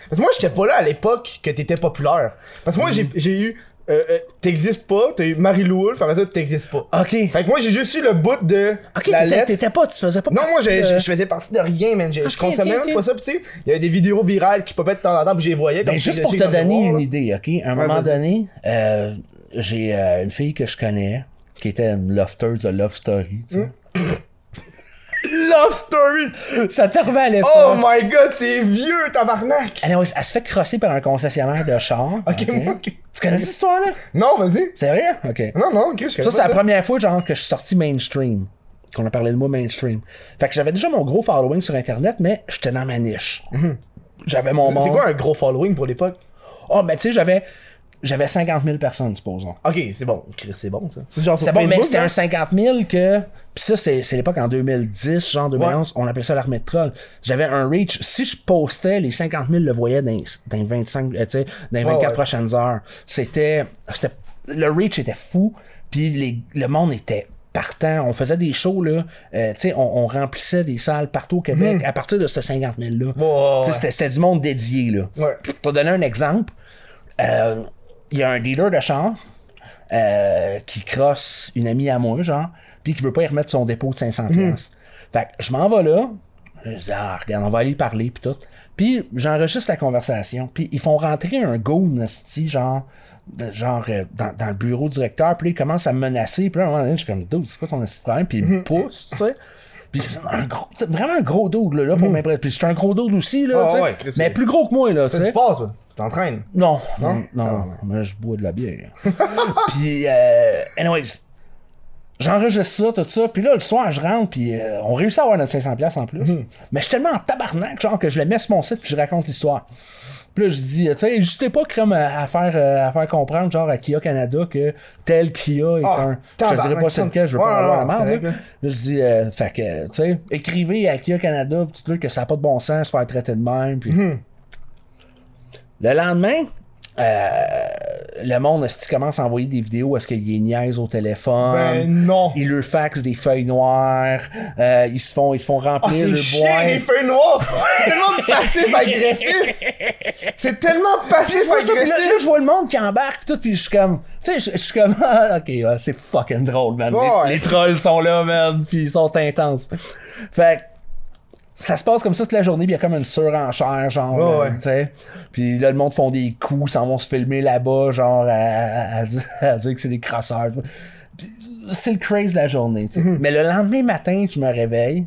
Speaker 3: Parce que moi, j'étais pas là à l'époque que t'étais populaire. Parce que moi, j'ai- j'ai eu euh, euh, t'existes pas, t'as eu Marie-Lou Wolfe, après ça, t'existes pas.
Speaker 2: Ok.
Speaker 3: Fait que moi, j'ai juste eu le bout de
Speaker 2: Ah. Ok,
Speaker 3: la
Speaker 2: t'étais-
Speaker 3: lettre.
Speaker 2: t'étais pas, tu faisais pas
Speaker 3: Non, moi,
Speaker 2: partie
Speaker 3: j'ai-
Speaker 2: de-
Speaker 3: j'ai- je faisais partie de rien, man. J'ai- Je
Speaker 2: Ok,
Speaker 3: consommais
Speaker 2: ok,
Speaker 3: même
Speaker 2: ok.
Speaker 3: pas ça, pis tu sais, il y avait des vidéos virales qui popaient de temps en temps, pis je les voyais.
Speaker 2: Ben,
Speaker 3: comme
Speaker 2: juste
Speaker 3: des
Speaker 2: pour
Speaker 3: filles
Speaker 2: te
Speaker 3: dans le
Speaker 2: donner
Speaker 3: noir,
Speaker 2: une
Speaker 3: là.
Speaker 2: idée, OK? À un
Speaker 3: Ouais,
Speaker 2: moment
Speaker 3: vas-y.
Speaker 2: donné, euh, j'ai euh, une fille que je connais qui était une lofter de Love Story, tu sais.
Speaker 3: Love Story!
Speaker 2: Ça te revient à l'époque.
Speaker 3: Oh my god, c'est vieux, tabarnak!
Speaker 2: Anyways, elle se fait crosser par un concessionnaire de char.
Speaker 3: Ok,
Speaker 2: ok?
Speaker 3: moi, ok.
Speaker 2: Tu connais cette histoire-là?
Speaker 3: Non, vas-y.
Speaker 2: Sérieux? OK.
Speaker 3: Non, non, ok, je connais
Speaker 2: Ça,
Speaker 3: pas
Speaker 2: c'est la première fois, genre, que je suis sorti mainstream. Qu'on a parlé de moi mainstream. Fait que j'avais déjà mon gros following sur Internet, mais j'étais dans ma niche. J'avais mon monde.
Speaker 3: Mhm. C'est quoi un gros following pour l'époque?
Speaker 2: Oh, mais tu sais, j'avais, j'avais 50 000 personnes, supposons.
Speaker 3: Ok, c'est bon. Chris, c'est bon, ça. C'est genre sur
Speaker 2: C'est bon, mais
Speaker 3: Facebook, hein.
Speaker 2: c'était
Speaker 3: là?
Speaker 2: un 50 000 que. Puis ça, c'est, c'est l'époque en 2010, genre 2011, on appelait ça l'armée de trolls. J'avais un reach. Si je postais, les 50 000 le voyaient dans, les- dans les 25, euh, tu sais, dans les 24
Speaker 3: ouais.
Speaker 2: prochaines heures. C'était, c'était. Le reach était fou, puis les- le monde était partant. On faisait des shows, là. euh, tu sais, on, on remplissait des salles partout au Québec à partir de ce 50 000-là.
Speaker 3: Mhm. ouais, ouais.
Speaker 2: c'était, c'était du monde dédié, là.
Speaker 3: Ouais.
Speaker 2: Puis Pour te donner un exemple, euh, il y a un dealer de char euh, qui crosse une amie à moi, genre, puis qui veut pas y remettre son dépôt de 500
Speaker 3: Hmm.
Speaker 2: pièces. Fait que je m'en vais là, je dis, ah, regarde, on va aller y parler, puis tout. Puis j'enregistre la conversation, puis ils font rentrer un goon, esti, genre, de- genre euh, dans, dans le bureau directeur, puis là, il commence à me menacer, puis là, à un moment donné, je suis comme, dude, c'est quoi ton esti de problème, puis il
Speaker 3: Hmm.
Speaker 2: me pousse, tu sais. Puis c'est un gros, c'est vraiment un gros dude, là, là pour m'impressionner. Puis je suis un gros dude aussi, là,
Speaker 3: Hmm. Ah,
Speaker 2: tu sais.
Speaker 3: ouais, Chris,
Speaker 2: mais
Speaker 3: c'est-
Speaker 2: plus gros que moi, là, tu
Speaker 3: C'est du
Speaker 2: sais.
Speaker 3: sport, toi. Tu t'entraînes.
Speaker 2: Non,
Speaker 3: Ah,
Speaker 2: non, non, mais je bois de la bière. puis, euh, anyways, j'enregistre ça, tout ça, puis là, le soir, je rentre, puis euh, on réussit à avoir notre 500$ en plus.
Speaker 3: Mhm.
Speaker 2: Mais je suis tellement en tabarnak, genre, que je le mets sur mon site, puis je raconte l'histoire. Puis là, je dis, euh, tu sais, juste pas comme à, à faire, euh, à faire comprendre, genre, à Kia Canada, que tel Kia est
Speaker 3: Ah,
Speaker 2: un. Je te
Speaker 3: tabarnak,
Speaker 2: dirais pas c'est lequel, je veux
Speaker 3: ouais,
Speaker 2: pas
Speaker 3: ouais,
Speaker 2: avoir la
Speaker 3: ouais,
Speaker 2: merde.
Speaker 3: c'est
Speaker 2: là.
Speaker 3: correct, là.
Speaker 2: Là, je dis, euh, fait que, euh, tu sais, écrivez à Kia Canada, petit truc, que ça n'a pas de bon sens, se faire traiter de même.
Speaker 3: Mhm.
Speaker 2: Puis... Le lendemain, euh, le monde, est-ce qu'il commence à envoyer des vidéos, est-ce qu'il est niaise au téléphone?
Speaker 3: Ben non.
Speaker 2: Ils leur faxent des feuilles noires, euh, ils se font, ils se font
Speaker 3: Ah,
Speaker 2: remplir
Speaker 3: c'est
Speaker 2: le
Speaker 3: chiant, les
Speaker 2: bois.
Speaker 3: feux noirs! C'est tellement passif-agressif! C'est tellement
Speaker 2: Ouais, ça, puis là, là,
Speaker 3: passif-agressif!
Speaker 2: je vois le monde qui embarque, pis tout, pis je suis comme, tu sais, je, je suis comme, ah, ok, ouais, c'est fucking drôle, man. Les-
Speaker 3: Ouais.
Speaker 2: Les, trolls sont là, man, pis ils sont intenses. Fait que, ça se passe comme ça toute la journée, pis il y a comme une surenchère, genre,
Speaker 3: Ouais,
Speaker 2: euh,
Speaker 3: ouais.
Speaker 2: tu sais. Pis là, le monde font des coups, s'en vont se filmer là-bas, genre, à, à- à dire, à dire que c'est des crosseurs. Pis c'est le craze de la journée, tu sais.
Speaker 3: Mhm.
Speaker 2: Mais le lendemain matin, je me réveille,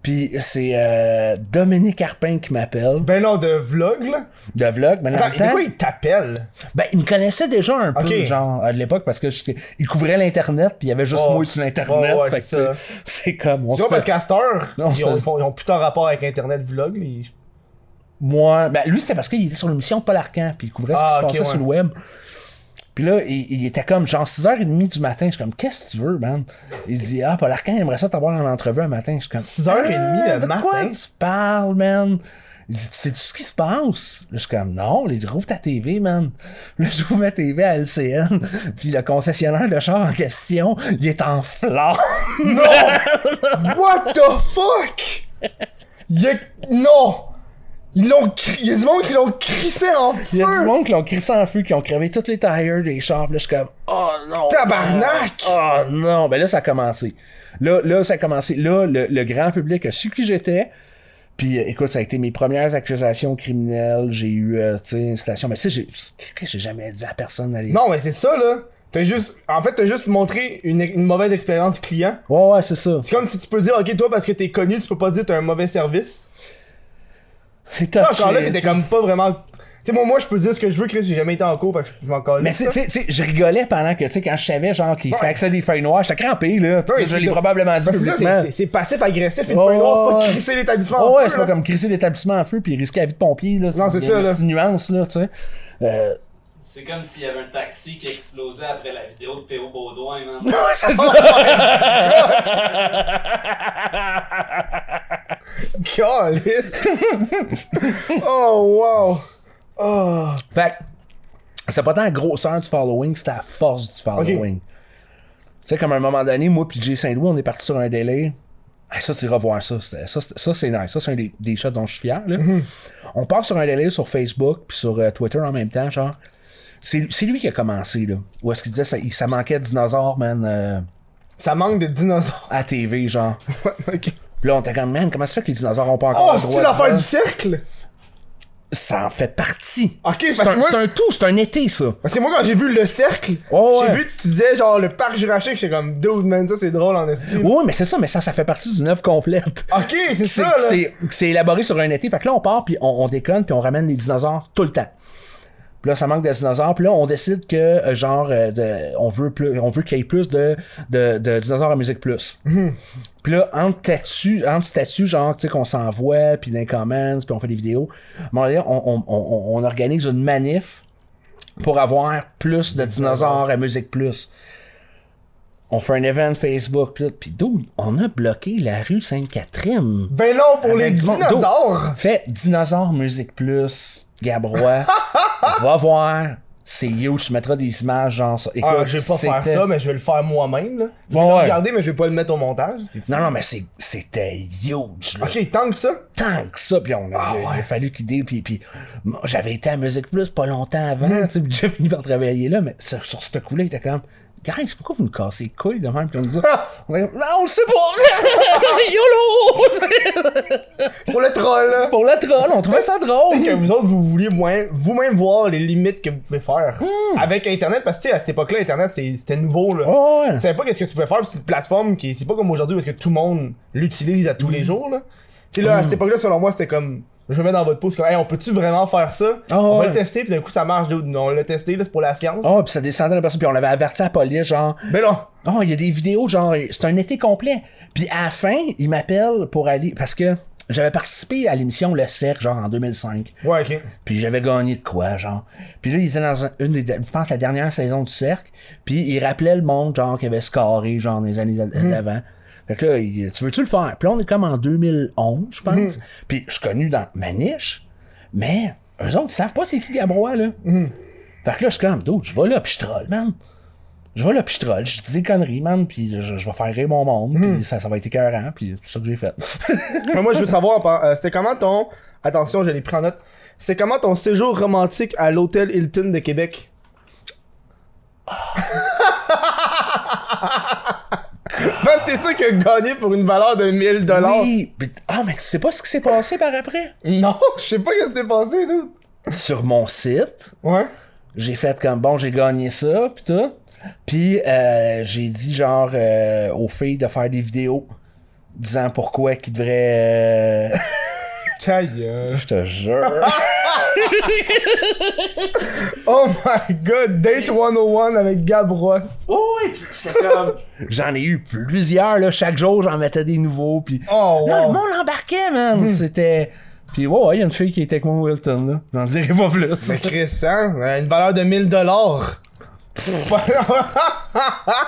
Speaker 2: pis c'est euh, Dominique Carpin qui m'appelle,
Speaker 3: Ben non, de vlog, là.
Speaker 2: de vlog, mais dans
Speaker 3: Attends,
Speaker 2: le
Speaker 3: et
Speaker 2: temps-
Speaker 3: pourquoi ils t'appellent?
Speaker 2: ben, il me connaissait déjà un peu,
Speaker 3: Ok.
Speaker 2: genre, à l'époque, parce que je- il couvrait l'Internet, puis il y avait juste
Speaker 3: Ouais.
Speaker 2: moi sur l'Internet.
Speaker 3: Oh. Ouais, ouais,
Speaker 2: fait
Speaker 3: c'est
Speaker 2: que
Speaker 3: ça.
Speaker 2: c'est- c'est comme, on
Speaker 3: Tu
Speaker 2: se
Speaker 3: vois, parce
Speaker 2: fait...
Speaker 3: qu'à cette heure,
Speaker 2: Non,
Speaker 3: ils ont,
Speaker 2: c'est-
Speaker 3: ils font- ils ont plus tant rapport avec Internet vlog, les...
Speaker 2: Moi, ben, lui, c'est parce qu'il était sur l'émission de Paul Arcand, puis il couvrait ce qui
Speaker 3: Ah,
Speaker 2: se
Speaker 3: ok,
Speaker 2: passait
Speaker 3: ouais.
Speaker 2: sur le web. Puis là, il, il était comme, genre, 6h30 du matin. Je suis comme, qu'est-ce que tu veux, man? Il dit, ah, Paul Arcand aimerait ça t'avoir en entrevue un matin. Je suis comme,
Speaker 3: 6h30
Speaker 2: Ah,
Speaker 3: le
Speaker 2: de quoi
Speaker 3: matin?
Speaker 2: tu parles, man? Il dit, sais-tu ce qui se passe? Là, je suis comme, non. Il dit, rouvre ta TV, man. Là, je rouvre ma TV à LCN. Puis le concessionnaire de char en question, il est en flamme.
Speaker 3: What the fuck? Il y a... Non! Ils l'ont... cri- Il y a du monde qui l'ont crissé en
Speaker 2: Il y a du
Speaker 3: feu!
Speaker 2: monde qui l'ont crissé en feu, qui ont crevé toutes les tires des chars. Puis Là, je suis comme, oh non.
Speaker 3: Tabarnak!
Speaker 2: Oh non, ben là, ça a commencé. Là, là ça a commencé. Là, le, le grand public a su qui j'étais. Puis, euh, écoute, ça a été mes premières accusations criminelles. J'ai eu, euh, tu sais, une station. Mais tu sais, j'ai- Christ, j'ai jamais dit à personne d'aller.
Speaker 3: Non, mais c'est ça, là. T'as juste... En fait, t'as juste montré une, une mauvaise expérience client.
Speaker 2: Ouais, ouais, c'est ça.
Speaker 3: C'est comme si tu peux dire, ok, toi, parce que t'es connu, tu peux pas dire t'as un mauvais service.
Speaker 2: C'est
Speaker 3: Toi,
Speaker 2: top.
Speaker 3: encore là, t'étais comme pas vraiment. Tu sais, moi, moi, je peux dire ce que je veux, Chris, j'ai jamais été en cours, fait que je m'en colle.
Speaker 2: Mais tu sais, tu sais, tu sais, je rigolais pendant que, tu sais, quand je savais, genre, qu'il
Speaker 3: Ouais.
Speaker 2: fait accès à des feuilles noires, j'étais crampé, là. Puis,
Speaker 3: Ouais,
Speaker 2: tu sais, je
Speaker 3: c'est
Speaker 2: l'ai
Speaker 3: ça.
Speaker 2: probablement dit
Speaker 3: Parce que ça,
Speaker 2: publiquement.
Speaker 3: c'est- c'est- c'est passif-agressif, une
Speaker 2: Ouais,
Speaker 3: feuille noire, c'est
Speaker 2: ouais,
Speaker 3: pas
Speaker 2: ouais.
Speaker 3: crisser l'établissement. en
Speaker 2: Oh ouais,
Speaker 3: feu,
Speaker 2: c'est pas
Speaker 3: là.
Speaker 2: comme crisser l'établissement en feu puis risquer la vie de pompier, là.
Speaker 3: Non, c'est
Speaker 2: Il y a
Speaker 3: ça,
Speaker 2: une
Speaker 3: là.
Speaker 2: petite nuance, là, tu sais. Euh,
Speaker 5: C'est comme s'il y avait un taxi qui explosait après la vidéo de P.O. Baudouin, man.
Speaker 2: ouais, c'est ça.
Speaker 3: Calisse. oh, wow. Oh.
Speaker 2: Fait que, c'est pas tant la grosseur du following, c'était la force du following. Tu sais, comme à un moment donné, moi puis Jay Saint-Louis, on est parti sur un délai. Ah, ça, tu revoir ça. c'était- Ça, c'était- ça, c'est nice. Ça, c'est un des, des shots
Speaker 3: Mhm.
Speaker 2: dont je suis fier. là. On part sur un délai sur Facebook puis sur euh, Twitter en même temps, genre. C'est c'est lui qui a commencé, là. Où est-ce qu'il disait ça, il- ça manquait de dinosaures, man, euh,
Speaker 3: Ça manque de dinosaures.
Speaker 2: à TV, genre.
Speaker 3: Ouais, ok.
Speaker 2: Puis là, on était comme, man, comment ça fait que les dinosaures ont pas encore
Speaker 3: Oh,
Speaker 2: le droit
Speaker 3: c'est
Speaker 2: de
Speaker 3: l'affaire
Speaker 2: vote?
Speaker 3: du cercle?
Speaker 2: Ça en fait partie.
Speaker 3: Ok,
Speaker 2: C'est
Speaker 3: parce que
Speaker 2: un,
Speaker 3: moi,
Speaker 2: c'est un tout, c'est un été, ça.
Speaker 3: parce que moi quand j'ai vu le cercle,
Speaker 2: Oh,
Speaker 3: j'ai
Speaker 2: ouais.
Speaker 3: vu que tu disais genre le parc jurassique, j'étais comme dude man, ça c'est drôle en estime.
Speaker 2: Oui, mais c'est ça, mais ça, ça fait partie d'une œuvre complète.
Speaker 3: Ok, c'est
Speaker 2: C'est-
Speaker 3: ça là.
Speaker 2: C'est c'est élaboré sur un été. Fait que là, on part, puis on, on déconne, puis on ramène les dinosaures tout le temps. Puis là, ça manque de dinosaures. Puis là, on décide que, euh, genre, euh, de- on veut, plus- on veut qu'il y ait plus de, de, de dinosaures à musique plus.
Speaker 3: Hmm.
Speaker 2: Puis là, entre statues, entre statues genre, tu sais, qu'on s'envoie, puis dans les comments, puis on fait des vidéos. À un moment donné, on, on- on- on organise une manif pour avoir plus de dinosaures à musique plus. On fait un event Facebook, puis tout. puis dude, on a bloqué la rue Sainte-Catherine.
Speaker 3: Ben non, pour les
Speaker 2: Avec du monde.
Speaker 3: dinosaures!
Speaker 2: Fait Dinosaure Musique Plus, Gabrois, va voir, c'est huge, tu mettras des images genre ça. Écoute,
Speaker 3: Ah, je vais pas faire
Speaker 2: c'était-
Speaker 3: ça, mais je vais le faire moi-même là. Je vais
Speaker 2: Ouais,
Speaker 3: le
Speaker 2: ouais.
Speaker 3: regarder, mais je vais pas le mettre au montage.
Speaker 2: Non, non, mais c'est- c'était huge, là.
Speaker 3: Ok, Ah, tant que ça.
Speaker 2: Tant que ça, puis on a, il a fallu qu'il dé- puis, puis moi, j'avais été à Musique Plus pas longtemps avant,
Speaker 3: Hmm.
Speaker 2: tu sais, puis j'ai fini par travailler là, mais sur, sur ce coup-là, il était comme, guys, pourquoi vous nous cassez les couilles de même, puis on me dit, on, est comme, Non, on le sait pas, YOLO! tu sais.
Speaker 3: Pour le troll là.
Speaker 2: Pour le troll, on trouvait ça drôle.
Speaker 3: Peut-être que vous autres, vous vouliez moins- vous-même voir les limites que vous pouvez faire avec Internet, parce que tu sais, à cette époque-là, Internet, c'est- c'était nouveau. Là.
Speaker 2: Hmm. Ouais, ouais.
Speaker 3: Tu savais pas qu'est-ce que tu pouvais faire, puis c'est une plateforme qui c'est pas comme aujourd'hui, parce que tout le monde l'utilise à tous
Speaker 2: Hmm.
Speaker 3: les jours. Là. Tu sais, là, à cette époque-là, selon moi, c'était comme, je me mets dans votre pouce, comme, hey, on peut-tu vraiment faire ça?
Speaker 2: Ah,
Speaker 3: on va
Speaker 2: ouais.
Speaker 3: le tester, puis d'un coup, ça marche, dude. on l'a testé, là, c'est pour la science.
Speaker 2: Oh, puis ça descendait la personne, puis on l'avait averti à la police, genre,
Speaker 3: Mais non!
Speaker 2: Oh, il y a des vidéos, genre, c'est un été complet. Puis à la fin, il m'appelle pour aller. Parce que j'avais participé à l'émission Le Cercle, genre en 2005.
Speaker 3: Ouais, ok.
Speaker 2: Puis j'avais gagné de quoi, genre. Puis là, il était dans un- une des. Je pense la dernière saison du Cercle. Puis il rappelait le monde, genre, qu'il avait scoré, genre, dans les années a- d'avant. Fait que là, il- tu veux-tu le faire? Puis là, on est comme en 2011, je pense. Puis je suis connu dans ma niche. Mais eux autres, ils savent pas c'est qui Gabrois, là. Fait que là, je suis comme, d'autres, je vais là, puis je troll, man. Je vais là, puis je troll, je dis des conneries, man, puis je, je vais faire rire mon monde, puis ça, ça va être écœurant, puis c'est ça que j'ai fait.
Speaker 3: Mais moi, je veux savoir, euh, c'était comment ton. Attention, je l'ai pris en note. C'était comment ton séjour romantique à l'hôtel Hilton de Québec? Parce que c'est ça qui a gagné pour une valeur de 1000$.
Speaker 2: oui, puis- ah, mais tu sais pas ce qui s'est passé par après?
Speaker 3: Non, je sais pas ce qui s'est passé, dude.
Speaker 2: Sur mon site,
Speaker 3: Ouais.
Speaker 2: j'ai fait comme bon, j'ai gagné ça, pis tout. Puis euh, j'ai dit genre euh, aux filles de faire des vidéos disant pourquoi qu'ils devraient. euh,
Speaker 3: Cailleur.
Speaker 2: Je te jure.
Speaker 3: Oh my god, Date 101 avec Gabrois.
Speaker 5: Oh,
Speaker 2: oui, pis c'est comme. J'en ai eu plusieurs, là. Chaque jour, j'en mettais des nouveaux, puis.
Speaker 3: Oh,
Speaker 2: Là, le
Speaker 3: wow. Hmm.
Speaker 2: monde embarquait, man. C'était. Puis ouais, ouais, il y a une fille qui était avec moi, Wilton, là. J'en dirais pas plus.
Speaker 3: Mais Chris, hein? euh, Une valeur de 1000$.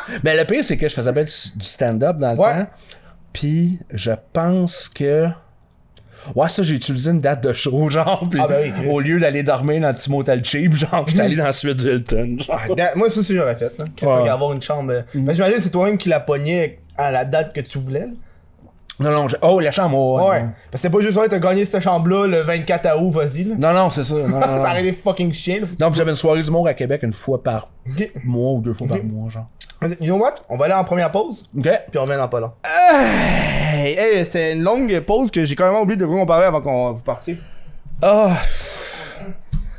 Speaker 2: Mais Ben, le pire, c'est que je faisais bien du, du stand-up dans le
Speaker 3: Ouais.
Speaker 2: temps. Puis je pense que. Ouais, ça, j'ai utilisé une date de show, genre. Puis
Speaker 3: Ah ben oui, Chris.
Speaker 2: au lieu d'aller dormir dans le petit motel cheap, genre, j'étais allé dans la suite du Hilton. genre.
Speaker 3: Da- Moi, c'est ça que j'aurais fait. Là. Quand
Speaker 2: Ouais.
Speaker 3: t'as qu'à avoir une chambre. euh, ben, J'imagine que c'est toi-même qui la pognais à la date que tu voulais. là.
Speaker 2: Non, non, je- oh, la chambre, ouais, ouais,
Speaker 3: Ouais. Parce que c'est pas juste, ouais, t'as gagné cette chambre-là le 24 août, vas-y. Là.
Speaker 2: Non, non, c'est ça. Non, non, non.
Speaker 3: Ça aurait été fucking chiant. là.
Speaker 2: Non, puis j'avais une soirée d'humour à Québec une fois par
Speaker 3: Ok.
Speaker 2: mois ou deux fois par mois, genre.
Speaker 3: You know what? On va aller en première pause,
Speaker 2: Ok.
Speaker 3: puis on revient dans pas long. Hey, hey, c'était une longue pause que j'ai quand même oublié de quoi on parlait avant qu'on vous partiez.
Speaker 2: Ah,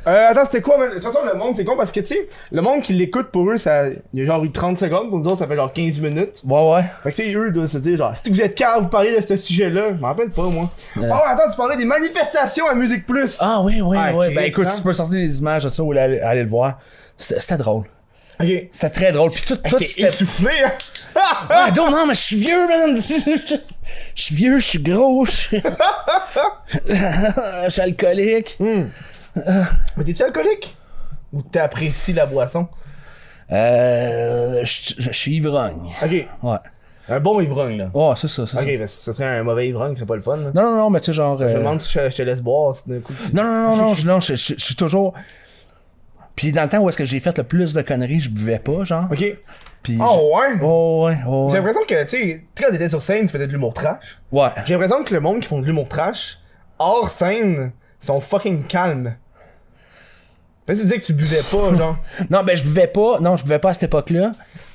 Speaker 3: Euh, attends, c'était quoi, man? De toute façon, le monde, c'est con parce que, tu sais, le monde qui l'écoute pour eux, ça. Il y a genre eu 30 secondes, pour nous autres, ça fait genre 15 minutes.
Speaker 2: ouais, ouais.
Speaker 3: Fait que, tu sais, eux, ils doivent se dire, genre, si vous êtes calme, vous parlez de ce sujet-là. Je m'en rappelle pas, moi. Oh, attends, tu parlais des manifestations à Musique Plus.
Speaker 2: Euh. Ah, oui, oui,
Speaker 3: Ah,
Speaker 2: oui.
Speaker 3: Chris,
Speaker 2: Ben écoute,
Speaker 3: hein.
Speaker 2: tu peux sortir des images de ça ou aller, aller le voir. C'était c'était drôle.
Speaker 3: Ok.
Speaker 2: C'était très drôle. Puis tout, tout,
Speaker 3: T'es
Speaker 2: c'était
Speaker 3: essoufflé, hein?
Speaker 2: Ah, non, non, mais je suis vieux, man! Je suis vieux, je suis gros, je suis. Je suis alcoolique.
Speaker 3: Mais t'es-tu alcoolique? Ou t'apprécies la boisson?
Speaker 2: Euh. Je je suis ivrogne.
Speaker 3: Ok.
Speaker 2: Ouais.
Speaker 3: Un bon ivrogne, là.
Speaker 2: Ouais, c'est ça, c'est
Speaker 3: Ok,
Speaker 2: ça.
Speaker 3: parce que ça serait un mauvais ivrogne, ce serait pas le fun, là.
Speaker 2: Non, non, non, mais tu sais, genre.
Speaker 3: Je
Speaker 2: euh,
Speaker 3: me demande si je, je te laisse boire, c'est d'un coup. tu-
Speaker 2: Non, non, non, non, je, non, je, je- je suis toujours. Puis dans le temps où est-ce que j'ai fait le plus de conneries, je buvais pas, genre.
Speaker 3: Ok.
Speaker 2: Puis.
Speaker 3: Oh, ouais!
Speaker 2: je- Oh, ouais, oh,
Speaker 3: J'ai
Speaker 2: ouais.
Speaker 3: l'impression que, tu sais, tu sais, quand t'étais sur scène, tu faisais de l'humour trash.
Speaker 2: Ouais.
Speaker 3: J'ai l'impression que le monde qui font de l'humour trash, hors scène, sont fucking calmes. Parce que tu disais que tu buvais pas, genre.
Speaker 2: Non, ben je buvais pas. Non, je buvais pas à cette époque-là.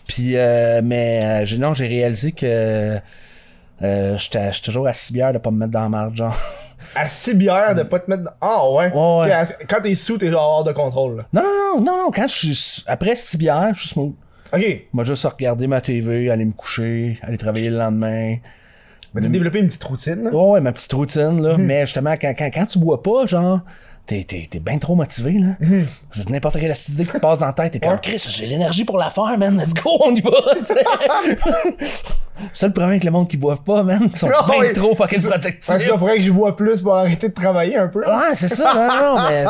Speaker 2: Puis, euh, mais euh, j'ai- non, j'ai réalisé que euh, j'étais j'étais toujours à 6 bières de pas me mettre dans la marde, genre.
Speaker 3: À 6 bières de pas te mettre. dans- Ah ouais.
Speaker 2: Ouais, ouais.
Speaker 3: Ok, à- Quand t'es sous, t'es genre hors de contrôle. là.
Speaker 2: Non, non, non, non, non, quand je suis s- après 6 bières, je suis smooth.
Speaker 3: Ok.
Speaker 2: Moi, juste regarder ma TV, aller me coucher, aller travailler le lendemain.
Speaker 3: Mais t'as développé une petite routine. là.
Speaker 2: Ouais, ouais, ma petite routine, là. Mais justement, quand, quand, quand tu bois pas, genre, t'es, t'es, t'es bien trop motivé, là. C'est n'importe quelle astuce idée qui te passe dans la tête. T'es comme, Chris, j'ai l'énergie pour la faire, man. Let's go, on y va, tu sais. C'est le problème avec le monde qui boivent pas, man. Ils sont
Speaker 3: Ah
Speaker 2: bien
Speaker 3: oui.
Speaker 2: trop fucking
Speaker 3: Parce que
Speaker 2: protectifs.
Speaker 3: là, faudrait que je bois plus pour arrêter de travailler un peu.
Speaker 2: Ouais, c'est ça, non, non, mais.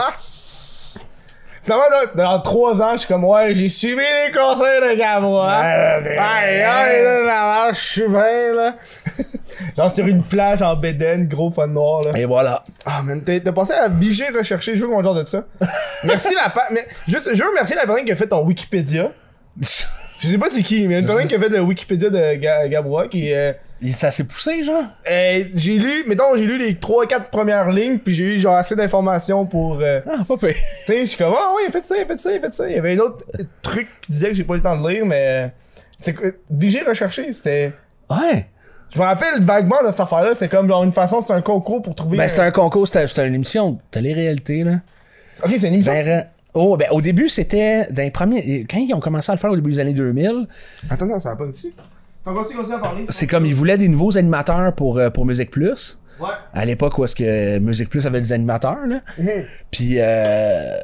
Speaker 3: Finalement, là, dans 3 ans, je suis comme, ouais, j'ai suivi les conseils de Gabrois. Aïe, aïe, là, la vache, je suis bien, là. Genre sur une plage en Bédène, gros fun noir, là.
Speaker 2: Et voilà.
Speaker 3: Ah, man, t'es- t'as passé à viger, rechercher, je veux qu'on genre de ça. Merci la pa- mais juste, je veux remercier la personne qui a fait ton Wikipédia. Je sais pas c'est qui, mais une personne qui a fait le Wikipédia de Ga- Gabrois, qui, euh,
Speaker 2: Il- Ça s'est poussé, genre.
Speaker 3: euh, j'ai lu, mettons, j'ai lu les 3-4 premières lignes, puis j'ai eu genre assez d'informations pour, euh,
Speaker 2: Ah, pas pire.
Speaker 3: tu sais, je suis comme, ah oui, faites ça, faites ça, faites ça. Il y avait un autre truc qui disait que j'ai pas eu le temps de lire, mais. euh, C'est que. Vigé recherché, c'était.
Speaker 2: Ouais.
Speaker 3: Je me rappelle vaguement de cette affaire-là, c'est comme, genre, une façon, c'est un concours pour trouver.
Speaker 2: Ben, c'était un concours, c'était, c'était une émission de télé-réalité, là.
Speaker 3: Ok, c'est une émission.
Speaker 2: Ben, euh, oh, ben, au début, c'était dans les premiers. Quand ils ont commencé à le faire au début des années 2000,
Speaker 3: Attends, attends, ça va pas ici. T'en continues continues à parler.
Speaker 2: c'est comme ils voulaient des nouveaux animateurs pour, euh, pour Musique Plus.
Speaker 3: Ouais.
Speaker 2: À l'époque où est-ce que Musique Plus avait des animateurs, là.
Speaker 3: Mhm.
Speaker 2: Puis, euh,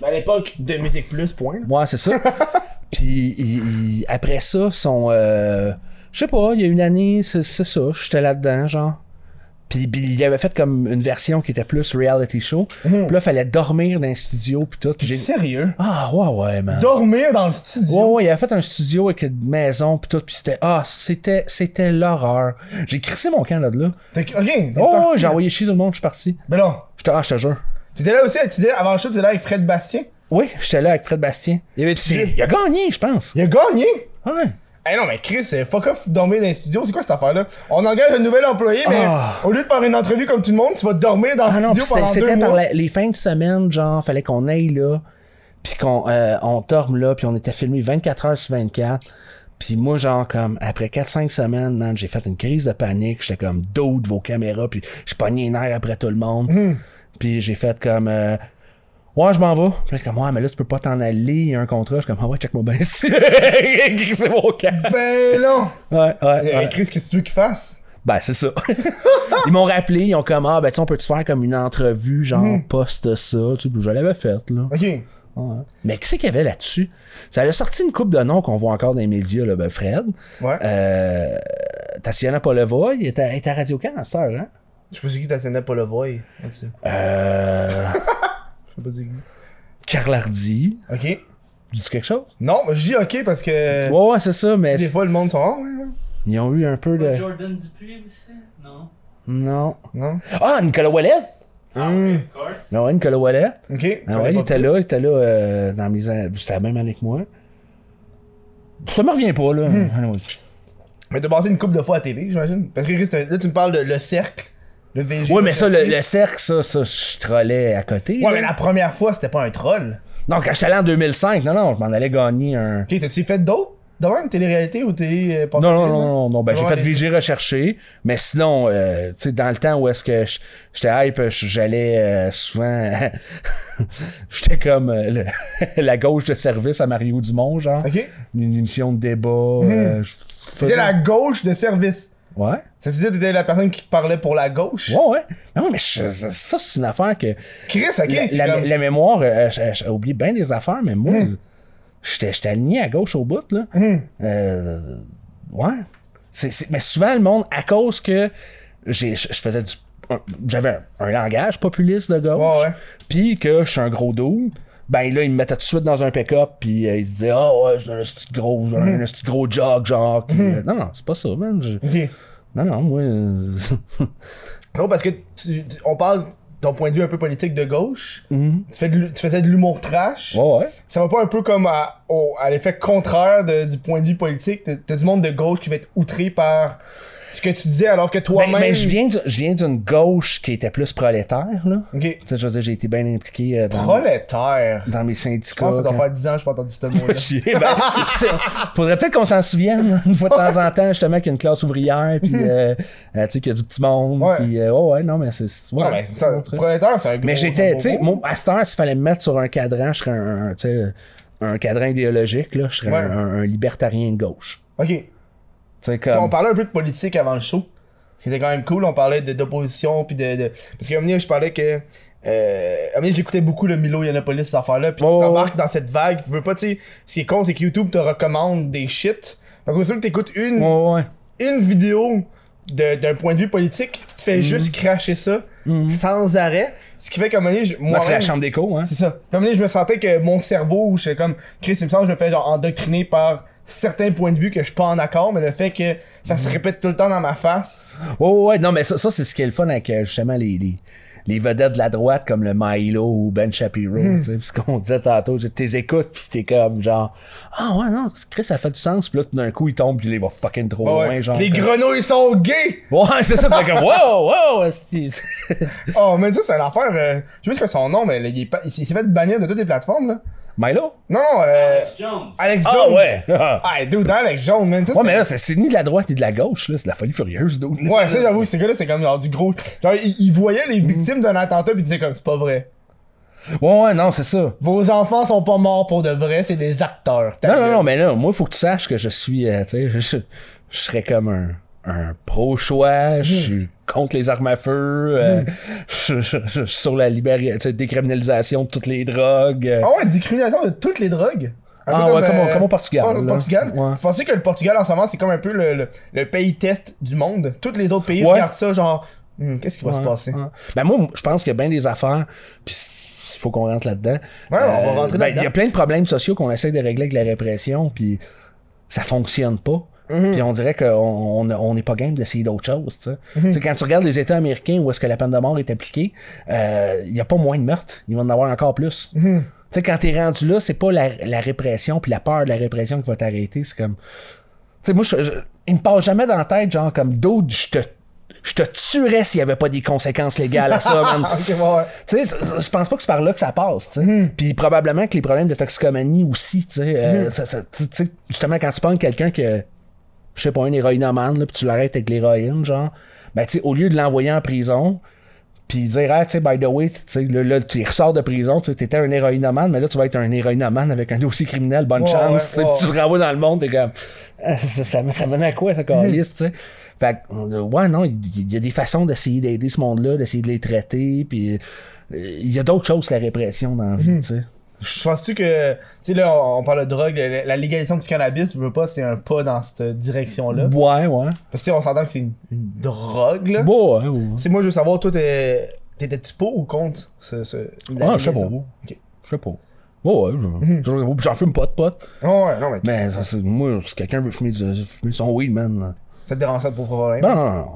Speaker 3: Ben, à l'époque de Musique Plus, point.
Speaker 2: ouais, c'est ça. Puis, ils- ils- après ça, sont. euh, Je sais pas, il y a une année, c'est c'est ça, j'étais là-dedans, genre. Puis, puis il avait fait comme une version qui était plus reality show.
Speaker 3: Mhm.
Speaker 2: Puis là, fallait dormir dans un studio, puis tout. Puis j'ai-
Speaker 3: Sérieux?
Speaker 2: Ah, ouais, ouais, man.
Speaker 3: Dormir dans le studio.
Speaker 2: Ouais, ouais, il avait fait un studio avec une maison pis tout, pis c'était, ah, c'était, c'était l'horreur. J'ai crissé mon camp là-de-là.
Speaker 3: T'es- Ok, t'es
Speaker 2: Oh,
Speaker 3: parti. hein?
Speaker 2: j'ai envoyé chier tout le monde, je suis parti.
Speaker 3: Ben non.
Speaker 2: J'étais, ah, je te jure.
Speaker 3: T'étais là aussi, tu disais, avant le show, t'étais là avec Fred Bastien.
Speaker 2: Oui, j'étais là avec Fred Bastien.
Speaker 3: Il avait
Speaker 2: Pis c'est- il a gagné, je pense.
Speaker 3: Il a gagné!
Speaker 2: Ouais.
Speaker 3: Eh non, mais Chris, euh, fuck off dormir dans les studios, c'est quoi cette affaire-là? On engage un nouvel employé, mais
Speaker 2: Ah.
Speaker 3: au lieu de faire une entrevue comme tout le monde, tu vas dormir dans le
Speaker 2: Ah non,
Speaker 3: studio
Speaker 2: pis c'était,
Speaker 3: pendant deux
Speaker 2: c'était
Speaker 3: mois.
Speaker 2: par la- les fins de semaine, genre, fallait qu'on aille là, pis qu'on euh, on dorme là, pis on était filmé 24 heures sur 24. Pis moi, genre, comme, après 4-5 semaines, man, j'ai fait une crise de panique. J'étais comme, d'autres vos caméras, pis je pognais les nerfs après tout le monde.
Speaker 3: Hmm.
Speaker 2: Puis j'ai fait comme euh, Ouais, je m'en vais. Puis là, c'est comme Ouais, mais là, tu peux pas t'en aller, il y a un contrat. Je suis comme Ah ouais, check mon ben C'est mon camp.
Speaker 3: Ben non!
Speaker 2: Ouais, ouais.
Speaker 3: Eh,
Speaker 2: ouais.
Speaker 3: Chris, qu'est-ce que tu veux qu'il fasse?
Speaker 2: Ben, c'est ça. ils m'ont rappelé, ils ont comme Ah, ben, tu sais, on peut-tu faire comme une entrevue, genre,
Speaker 3: Hmm.
Speaker 2: poste ça, tu sais, puis je l'avais faite, là.
Speaker 3: Ok.
Speaker 2: Ouais. Mais qu'est-ce qu'il y avait là-dessus Ça a sorti une coupe de noms qu'on voit encore dans les médias, là, ben, Fred.
Speaker 3: Ouais.
Speaker 2: Euh, Tatiana Poleva, il était elle était à Radio-Can à cette heure, hein
Speaker 3: Je sais pas c'est qui t'attendait pas le voy. Je sais
Speaker 2: Euh.
Speaker 3: pas c'est qui.
Speaker 2: Carl Hardy.
Speaker 3: Ok.
Speaker 2: Dis-tu quelque chose
Speaker 3: Non, mais je dis ok parce que.
Speaker 2: Ouais, ouais, c'est ça, mais.
Speaker 3: Euh, Des fois, le monde sont. Ah, ouais, ouais.
Speaker 2: Ils ont eu un peu de.
Speaker 5: Jordan Dupuis aussi? Non.
Speaker 2: Non.
Speaker 3: Non?
Speaker 2: Ah, Nicolas Wallet!
Speaker 5: Ah, oui, of course.
Speaker 2: Ah ouais, Nicolas Wallet.
Speaker 3: Ok.
Speaker 2: Ah ouais, il était là, il était là euh, dans mes. an- C'était la même année que moi. Ça me revient pas, là. Ah ouais.
Speaker 3: Mais t'as passé une couple de fois à TV, j'imagine. Parce que Chris, t'as- là, tu me parles de le cercle, le VG.
Speaker 2: Ouais, mais ça, le, le cercle, ça, ça, je trollais à côté. là.
Speaker 3: Ouais, mais la première fois, c'était pas un troll.
Speaker 2: Non, quand j'étais allé en 2005, non, non, je m'en allais gagner un.
Speaker 3: Ok, t'as-tu fait d'autres? De même, télé-réalité ou télé. euh,
Speaker 2: Non, non, non, non, non. Ben,
Speaker 3: Ça
Speaker 2: j'ai
Speaker 3: va
Speaker 2: fait
Speaker 3: aller.
Speaker 2: VG recherché, mais sinon, euh, tu sais, dans le temps où est-ce que j- j'étais hype, j- j'allais euh, souvent. j'étais comme euh, le- la gauche de service à Mario Dumont, genre.
Speaker 3: Ok.
Speaker 2: une émission de débat. euh, je faisais-
Speaker 3: T'étais la gauche de service.
Speaker 2: Ouais.
Speaker 3: Ça veut dire que t'étais la personne qui parlait pour la gauche.
Speaker 2: Ouais, ouais. Non, mais je- ça, ça, c'est une affaire que.
Speaker 3: Chris, ok,
Speaker 2: la,
Speaker 3: c'est
Speaker 2: la-
Speaker 3: comme... Hmm.
Speaker 2: la mémoire, euh, j'ai j'ai oublié bien des affaires, mais moi, j'étais j'étais aligné à gauche au bout, là. Euh, ouais. C'est- c'est- mais souvent, le monde, à cause que j'ai- je je faisais du. un- J'avais un, un langage populiste de gauche,
Speaker 3: Ouais, ouais.
Speaker 2: puis que je suis un gros doux. Ben là, ils me mettaient tout de suite dans un pick-up, puis euh, ils se disaient Ah ouais, c'est un petit gros,
Speaker 3: Hmm.
Speaker 2: un, petit gros jog, genre. puis, euh, non, non, c'est pas ça, man. Je-
Speaker 3: Ok.
Speaker 2: Non, non, moi. euh,
Speaker 3: Non, parce que tu- tu- on parle ton point de vue un peu politique de gauche.
Speaker 2: Mm-hmm.
Speaker 3: tu, fais de l'hu- tu faisais de l'humour trash.
Speaker 2: ouais, ouais.
Speaker 3: Ça va pas un peu comme à, au- à l'effet contraire de- du point de vue politique. T'as t'as du monde de gauche qui va être outré par ce que tu disais alors que
Speaker 2: Ben,
Speaker 3: toi-même.
Speaker 2: ben, je viens du- je viens d'une gauche qui était plus prolétaire, là.
Speaker 3: Ok.
Speaker 2: Tu sais, je veux dire, j'ai été bien impliqué euh, dans,
Speaker 3: Prolétaire.
Speaker 2: dans mes
Speaker 3: Je
Speaker 2: syndicats.
Speaker 3: pense que ça doit
Speaker 2: quand-
Speaker 3: faire 10 ans que je pas entendu ce mot-là.
Speaker 2: Chier, ben, c'est- faudrait peut-être qu'on s'en souvienne une fois de temps en temps, justement, qu'il y a une classe ouvrière, puis euh, euh, tu sais, qu'il y a du petit monde,
Speaker 3: Hmm. Ouais.
Speaker 2: puis euh, ouais, ouais, non, mais c'est. ouais,
Speaker 3: Ouais,
Speaker 2: ouais,
Speaker 3: ça-
Speaker 2: c'est un autre truc.
Speaker 3: prolétaire, c'est un gros-
Speaker 2: Mais
Speaker 3: un
Speaker 2: j'étais,
Speaker 3: gros
Speaker 2: tu sais,
Speaker 3: mot.
Speaker 2: moi, à cette heure, s'il fallait me mettre sur un cadran, je serais un, un, tu sais, un cadran idéologique, là, je serais
Speaker 3: Ouais.
Speaker 2: un, un- un libertarien de gauche.
Speaker 3: Ok. Tu
Speaker 2: Tu sais,
Speaker 3: sais,
Speaker 2: comme.
Speaker 3: On parlait un peu de politique avant le show. C'était quand même cool. On parlait de- d'opposition. Puis de, de- Parce qu'à un moment donné, je parlais que. Euh, à un moment donné, j'écoutais beaucoup le Milo Yiannopoulos, cette affaire-là. Puis
Speaker 2: Ouais,
Speaker 3: t'embarques dans cette vague. Tu veux pas, tu sais. Ce qui est con, c'est que YouTube te recommande des shit. Donc, au sûr que t'écoutes une,
Speaker 2: Ouais, ouais.
Speaker 3: une vidéo de- d'un point de vue politique, tu te
Speaker 2: Mhm.
Speaker 3: fais juste cracher ça sans arrêt. Ce qui fait qu'à un moment donné, je-
Speaker 2: Moi, Mhm. c'est la
Speaker 3: moi-même,
Speaker 2: chambre d'écho, hein.
Speaker 3: C'est ça. Puis à un moment donné, je me sentais que mon cerveau, je suis comme, Chris, il me semble que je me fais genre endoctriner par certains points de vue que je suis pas en accord, mais le fait que ça
Speaker 2: Mhm.
Speaker 3: se répète tout le temps dans ma face.
Speaker 2: Ouais, ouais, ouais. Non, mais ça, ça, c'est ce qui est le fun avec euh, justement les, les, les vedettes de la droite comme le Milo ou Ben Shapiro.
Speaker 3: Hmm.
Speaker 2: tu sais, Puis ce qu'on disait tantôt, tu t'es écoutes, puis t'es comme genre Ah ouais, non, c'est- Chris, ça fait du sens. Puis là, tout d'un coup, il tombe, puis là, il va fucking trop
Speaker 3: Ouais.
Speaker 2: loin. Genre, euh,
Speaker 3: Les
Speaker 2: comme-
Speaker 3: grenouilles sont gays!
Speaker 2: Ouais, c'est ça. Fait comme Wow, wow, hostie.
Speaker 3: Oh, mais ça, c'est une affaire. euh, je sais pas son nom, mais là, il, est pas- il s'est fait bannir de toutes les plateformes, là.
Speaker 2: Milo
Speaker 3: Non, non, euh,
Speaker 5: Alex Jones.
Speaker 3: Alex Jones.
Speaker 2: Ah ouais. ouais,
Speaker 3: Ah, dude, Alex Jones, man. Ça, c'est-
Speaker 2: mais là, c'est- c'est ni de la droite ni de la gauche. là, C'est de la folie furieuse, d'autres.
Speaker 3: Ouais, ça, j'avoue, ces gars-là, c'est comme genre du gros. Genre, ils, ils voyaient
Speaker 2: Mm.
Speaker 3: les victimes d'un attentat puis ils disaient comme, c'est pas vrai.
Speaker 2: Ouais, ouais, non, c'est ça.
Speaker 3: Vos enfants sont pas morts pour de vrai, c'est des acteurs. Ta
Speaker 2: Non, non,
Speaker 3: gueule.
Speaker 2: non, mais là, moi, faut que tu saches que je suis, euh, tu sais, je, je- je serais comme un, un pro-choix,
Speaker 3: Hmm.
Speaker 2: je suis contre les armes à feu, euh, je, je- je- je suis sur la libéri- tu sais, décriminalisation de toutes les drogues. euh.
Speaker 3: Ah ouais, décriminalisation de toutes les drogues. Un
Speaker 2: Ah
Speaker 3: peu euh,
Speaker 2: ouais, comme au- comme au Portugal,
Speaker 3: Por-
Speaker 2: là.
Speaker 3: Portugal.
Speaker 2: Ouais.
Speaker 3: Tu pensais que le Portugal en ce moment, c'est comme un peu le, le, le pays test du monde. Tous les autres pays
Speaker 2: Ouais.
Speaker 3: regardent ça, genre, Hmm, qu'est-ce qui va se
Speaker 2: Ouais,
Speaker 3: passer?
Speaker 2: ouais. Ben moi, je pense qu'il y a bien des affaires, puis il faut qu'on rentre là-dedans.
Speaker 3: Ouais, on va rentrer
Speaker 2: ben,
Speaker 3: là-dedans.
Speaker 2: Il y a plein de problèmes sociaux qu'on essaie de régler avec la répression, puis ça fonctionne pas.
Speaker 3: Mm-hmm.
Speaker 2: Puis on dirait qu'on on- on n'est pas game d'essayer d'autres choses. tu sais.
Speaker 3: Mm-hmm.
Speaker 2: Tu sais, Quand tu regardes les États américains où est-ce que la peine de mort est appliquée, euh, il n'y a pas moins de meurtres. Il va en avoir encore plus.
Speaker 3: Mm-hmm.
Speaker 2: Tu sais, quand t'es rendu là, c'est pas la, la répression puis la peur de la répression qui va t'arrêter. C'est comme. Tu sais, moi, je, je- il me passe jamais dans la tête, genre, comme d'autres, je te, je te tuerais s'il y avait pas des conséquences légales à ça, man.
Speaker 3: Ah, ok, ouais, ouais.
Speaker 2: Tu sais, c- c- je pense pas que c'est par là que ça passe, tu sais. Puis probablement que les problèmes de toxicomanie aussi, tu sais. euh, ça- ça- tu tu sais, justement, quand tu prends quelqu'un que, je sais pas, un héroïnomane, là, puis tu l'arrêtes avec l'héroïne, genre, ben, tu sais, au lieu de l'envoyer en prison, puis dire, ah, tu sais, by the way, tu sais, là, là, tu ressors de prison, tu sais, t'étais un héroïnomane, mais là, tu vas être un héroïnomane avec un dossier criminel, bonne
Speaker 3: Ouais,
Speaker 2: chance,
Speaker 3: ouais,
Speaker 2: tu sais,
Speaker 3: ouais. Hmm.
Speaker 2: puis tu le renvoies dans le monde, t'es comme, Ah, ça, ça, ça menait à quoi, ça, calice, tu sais? Fait que, euh, ouais, non, il il y, a des façons d'essayer d'aider ce monde-là, d'essayer de les traiter, puis euh, il y a d'autres choses que la répression dans la vie,
Speaker 3: Hmm.
Speaker 2: tu sais.
Speaker 3: Tu penses-tu que, tu sais, là, on, on parle de drogue, la, la légalisation du cannabis, je veux pas, c'est un pas dans cette direction-là.
Speaker 2: Ouais, ouais.
Speaker 3: Parce que tu sais, on s'entend que c'est une, une drogue, là.
Speaker 2: Bon, hein, ouais.
Speaker 3: Tu sais, moi, je veux savoir, toi, t'es- t'étais-tu pour ou contre ce. ce la
Speaker 2: Ah, je sais pas.
Speaker 3: légalisation? Ok.
Speaker 2: Je sais pas. Ouais, ouais, je- toujours- j'en fume pas de pote.
Speaker 3: Ouais, Ah ouais, non, mais
Speaker 2: Hmm. Mais ça, c'est- moi, si quelqu'un veut fumer, du- fumer son weed, man.
Speaker 3: ça te dérange pas pour problème.
Speaker 2: Ben, non, non,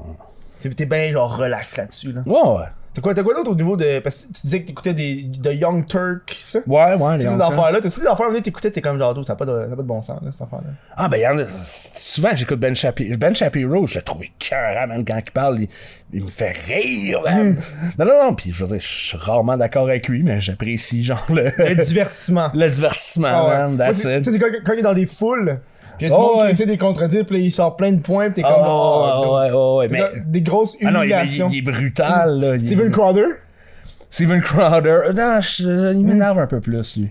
Speaker 3: T'es t'es bien, genre, relax là-dessus, là.
Speaker 2: non. Ouais, ouais.
Speaker 3: T'as quoi, t'as quoi d'autre au niveau de. Parce que tu disais que t'écoutais des, de Young Turk, ça?
Speaker 2: Ouais, ouais, les
Speaker 3: Toutes ces
Speaker 2: longtemps.
Speaker 3: affaires-là, t'as-tu des affaires, mais t'écoutais, t'es comme genre, d'où, ça n'a pas, de- ça a pas de bon sens, là, cette affaire-là.
Speaker 2: Ah, ben, il y en a- souvent, j'écoute Ben Shapiro. Ben Shapiro, je le trouve écœurant, man, quand il parle. Il, il me fait rire, man. Non, non, non. Puis, je veux dire, je suis rarement d'accord avec lui, mais j'apprécie, genre, le,
Speaker 3: Le divertissement.
Speaker 2: le divertissement,
Speaker 3: Ah ouais.
Speaker 2: man.
Speaker 3: Moi,
Speaker 2: That's
Speaker 3: c'est-
Speaker 2: it.
Speaker 3: Tu sais, c'est quand, quand il est dans des foules, pis y'a du
Speaker 2: Oh,
Speaker 3: monde
Speaker 2: ouais.
Speaker 3: qui essaie de les contredire, pis là, il sort plein de points, pis t'es comme.
Speaker 2: Ah,
Speaker 3: oh,
Speaker 2: ouais, ouais, ouais, ouais,
Speaker 3: t'es
Speaker 2: mais.
Speaker 3: comme Des grosses
Speaker 2: Ah non, il, il-
Speaker 3: humiliations.
Speaker 2: il est brutal, là. il-
Speaker 3: Steven Crowder?
Speaker 2: Steven Crowder. Euh, Non, je- je- il m'énerve un peu plus, lui.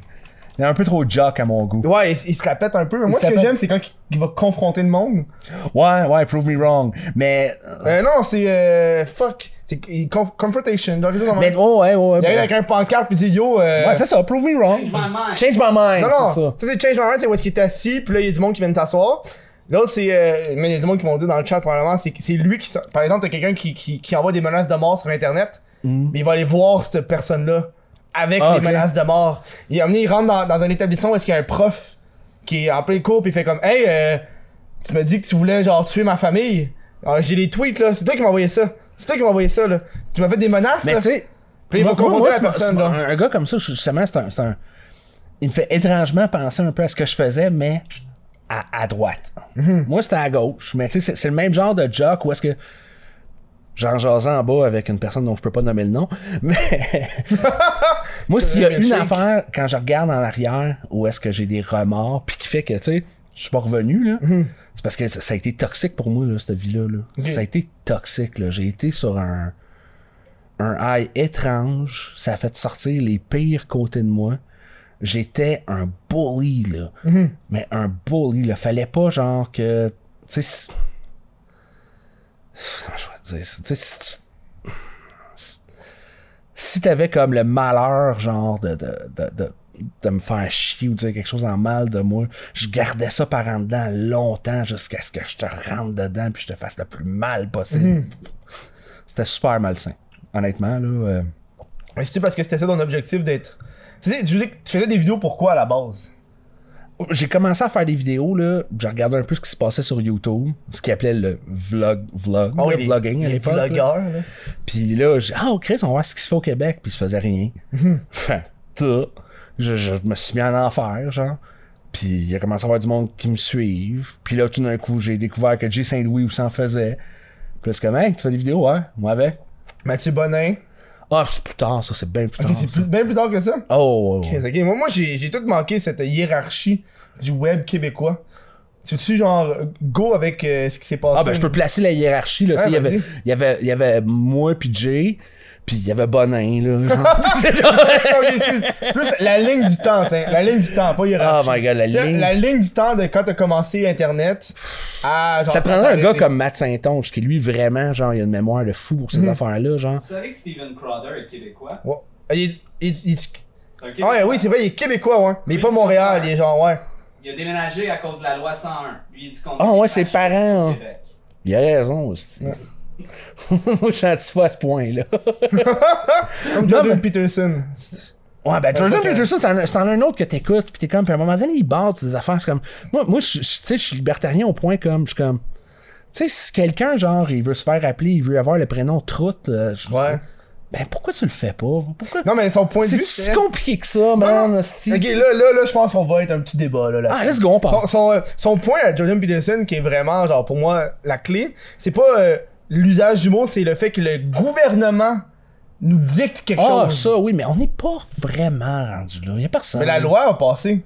Speaker 2: Il est un peu trop jock à mon goût.
Speaker 3: Ouais, il, il se répète un peu, mais moi,
Speaker 2: se
Speaker 3: ce que
Speaker 2: répète.
Speaker 3: j'aime, c'est quand il, il va confronter le monde.
Speaker 2: Ouais, ouais, prove me wrong. Mais.
Speaker 3: Euh, non, c'est. Euh, fuck. C'est il- conf- confrontation. Genre, quelque chose dans le
Speaker 2: Mais,
Speaker 3: même-
Speaker 2: oh, ouais, ouais.
Speaker 3: il arrive
Speaker 2: ouais.
Speaker 3: avec un pancarte, pis il dit, yo. euh,
Speaker 2: Ouais, c'est ça, prove me wrong.
Speaker 5: Change my mind.
Speaker 2: Change my mind,
Speaker 3: Non,
Speaker 2: c'est
Speaker 3: non,
Speaker 2: ça.
Speaker 3: ça c'est Change My Mind, c'est où est-ce qu'il est assis, puis là, il y a du monde qui vient de t'asseoir. Là, c'est. euh, mais il y a du monde qui vont dire dans le chat, probablement, c'est c'est lui qui. s- Par exemple, t'as quelqu'un qui, qui, qui envoie des menaces de mort sur Internet, mais il va aller voir cette personne-là avec
Speaker 2: Mm. Ah,
Speaker 3: les
Speaker 2: ok.
Speaker 3: menaces de mort. Il, à un moment donné, il rentre dans, dans un établissement où est-ce qu'il y a un prof qui est en plein cours, puis il fait comme Hey, euh, tu me dis que tu voulais, genre, tuer ma famille. Ah, J'ai les tweets, là. C'est toi qui m'as envoyé ça. C'est toi qui m'as envoyé ça, là. Tu m'as fait des menaces,
Speaker 2: Mais
Speaker 3: là.
Speaker 2: tu sais,
Speaker 3: Puis il
Speaker 2: moi-
Speaker 3: va confronter
Speaker 2: moi,
Speaker 3: la
Speaker 2: c'est mon-
Speaker 3: personne,
Speaker 2: c'est mon-
Speaker 3: là.
Speaker 2: un, un gars comme ça, je- justement, c'est un, c'est un- Il me fait étrangement penser un peu à ce que je faisais, mais à, à droite.
Speaker 3: Mm-hmm.
Speaker 2: Moi, c'était à gauche. Mais tu sais, c'est- c'est le même genre de joke où est-ce que. J'en jasais en bas avec une personne dont je peux pas nommer le nom. Mais. Moi, s'il y a
Speaker 3: le
Speaker 2: une
Speaker 3: chic.
Speaker 2: affaire, quand je regarde en arrière, où est-ce que j'ai des remords, puis qui fait que, tu sais, je suis pas revenu, là. C'est parce que ça, ça a été toxique pour moi, là, cette vie-là. là. Ça a été toxique, là. J'ai été sur un. Un high étrange. Ça a fait sortir les pires côtés de moi j'étais un bully, là. Mais un bully, là. Fallait pas, genre, que. Tu sais. si- Comment Ah, je vais dire ça? Tu sais, si tu- si- Si t'avais comme le malheur, genre, de, de, de, de, de me faire chier ou dire quelque chose en mal de moi, je gardais ça par en dedans longtemps jusqu'à ce que je te rentre dedans puis je te fasse le plus mal possible.
Speaker 3: Mhm.
Speaker 2: C'était super malsain. Honnêtement, là. euh,
Speaker 3: Mais c'est Ben, parce que c'était ça ton objectif d'être. Tu sais, tu veux dire que tu faisais des vidéos pourquoi à la base
Speaker 2: j'ai commencé à faire des vidéos là, j'ai regardé un peu ce qui se passait sur YouTube, ce qu'ils appelait le vlog vlog,
Speaker 3: Ah oui,
Speaker 2: le
Speaker 3: les-
Speaker 2: vlogging à
Speaker 3: les
Speaker 2: l'époque. là.
Speaker 3: vlogueurs, là.
Speaker 2: Puis là, j'ai ah oh, Chris, on va voir ce qui se fait au Québec, puis je faisais rien.
Speaker 3: Mhm.
Speaker 2: Fait tout. Je, je me suis mis en enfer, genre. Puis il y a commencé à avoir du monde qui me suivent. Puis là, tout d'un coup, j'ai découvert que J. Saint-Louis s'en faisait. Puis là, c'est comme, Hey, tu fais des vidéos, hein? Moi avec.
Speaker 3: Mathieu Bonin.
Speaker 2: Ah, c'est plus tard, ça, c'est bien plus tard.
Speaker 3: Ok, c'est
Speaker 2: Ah, ça.
Speaker 3: plus- bien plus tard que ça.
Speaker 2: Oh, ouais, ouais.
Speaker 3: Ok, ok. Moi, moi j'ai j'ai tout manqué cette hiérarchie du web québécois. Tu veux-tu, genre, go avec euh, ce qui s'est passé?
Speaker 2: Ah ben je peux placer la hiérarchie là, tu sais, il y
Speaker 3: Ouais,
Speaker 2: avait
Speaker 3: vas-y.
Speaker 2: il y avait il y avait moi puis Jay, puis il y avait Bonin là. genre.
Speaker 3: Ok, excuse. Plus la ligne du temps, tiens. La ligne du temps, pas
Speaker 2: oh
Speaker 3: hiérarchie.
Speaker 2: my god, la
Speaker 3: Tu sais,
Speaker 2: ligne.
Speaker 3: La ligne du temps de quand t'as commencé Internet à genre.
Speaker 2: Ça prendrait un
Speaker 3: t'as
Speaker 2: gars
Speaker 3: arrêté.
Speaker 2: comme Matt Saint-Onge qui lui vraiment genre il a une mémoire de fou pour ces affaires-là genre.
Speaker 5: Vous savez que Steven Crowder est québécois?
Speaker 3: Ouais. Ah, il est- il est- il est-
Speaker 5: C'est un
Speaker 3: Ah
Speaker 5: québécois.
Speaker 3: ouais, oui, c'est vrai, il est québécois, ouais. Mais il est pas Montréal, il est genre, ouais.
Speaker 5: Il a déménagé à cause de la loi 101. Lui, il dit qu'on.
Speaker 2: Ah
Speaker 5: est
Speaker 2: ouais,
Speaker 5: des
Speaker 2: ses
Speaker 5: fascistes
Speaker 2: parents,
Speaker 5: au
Speaker 2: hein.
Speaker 5: Québec.
Speaker 2: Il a raison aussi. Moi je suis antifa à ce point là.
Speaker 3: Comme Jordan Peterson.
Speaker 2: Ouais, ben Jordan
Speaker 3: que-
Speaker 2: Peterson, c'en a- c'en a un autre que t'écoutes, pis t'es comme, pis à un moment donné, il barre des affaires, je suis comme, moi, moi je, je- tu sais, je suis libertarien au point comme, je suis comme, tu sais, si quelqu'un, genre, il veut se faire appeler, il veut avoir le prénom Troute, euh, je-
Speaker 3: Ouais.
Speaker 2: ben pourquoi tu le fais pas? Pourquoi?
Speaker 3: Non, mais son point de
Speaker 2: C'est
Speaker 3: vue.
Speaker 2: si compliqué que ça, man, hostie.
Speaker 3: Ok, là, là, là, je pense qu'on va être un petit débat, là. là
Speaker 2: Ah, let's go, on part.
Speaker 3: Son, son, euh, son point à Jordan Peterson, qui est vraiment, genre, pour moi, la clé, c'est pas euh, l'usage du mot, c'est le fait que le gouvernement nous dicte quelque
Speaker 2: Ah,
Speaker 3: chose.
Speaker 2: ça, oui, mais on n'est pas vraiment rendu là. Y a personne.
Speaker 3: Mais la loi a passé.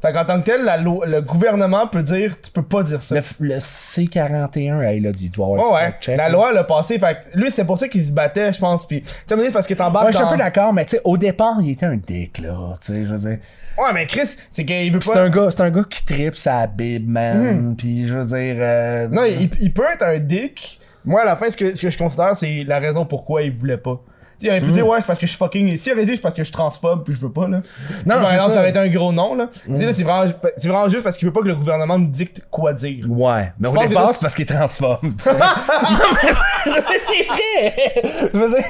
Speaker 3: Fait qu'en tant que tel, la loi- le gouvernement peut dire, tu peux pas dire ça.
Speaker 2: Le, f- le C41, hey, là, il doit avoir
Speaker 3: Ouais,
Speaker 2: du
Speaker 3: ouais.
Speaker 2: fact-check,
Speaker 3: La
Speaker 2: là.
Speaker 3: loi l'a passé. Fait que lui, c'est pour ça qu'il se battait, je pense. Puis, tu sais, mais c'est parce que t'embarques
Speaker 2: Ouais, je suis un
Speaker 3: dans-
Speaker 2: peu d'accord, mais tu sais, au départ, il était un dick, là, tu sais, je veux dire.
Speaker 3: Ouais, mais Chris, c'est qu'il veut
Speaker 2: Pis c'est
Speaker 3: pas.
Speaker 2: un gars, c'est un gars qui tripe sa bib, man. Puis je veux dire, euh,
Speaker 3: Mhm. Non, il, il peut être un dick. Moi, à la fin, ce que, ce que je considère, c'est la raison pourquoi il voulait pas. Tu sais, il
Speaker 2: Mm.
Speaker 3: aurait pu dire, ouais, c'est parce que je suis fucking. Si il aurait dit, c'est parce que je suis transphobe, puis je veux pas, là.
Speaker 2: Non,
Speaker 3: Par
Speaker 2: c'est
Speaker 3: exemple,
Speaker 2: ça. Mm.
Speaker 3: ça aurait été un gros nom, là. Tu sais, là, c'est vraiment, c'est vraiment juste parce qu'il veut pas que le gouvernement nous dicte quoi dire.
Speaker 2: ouais, mais
Speaker 3: pense
Speaker 2: au
Speaker 3: que
Speaker 2: départ,
Speaker 3: là,
Speaker 2: c'est parce qu'il transforme. tu sais. Non, mais c'est vrai. Je veux dire,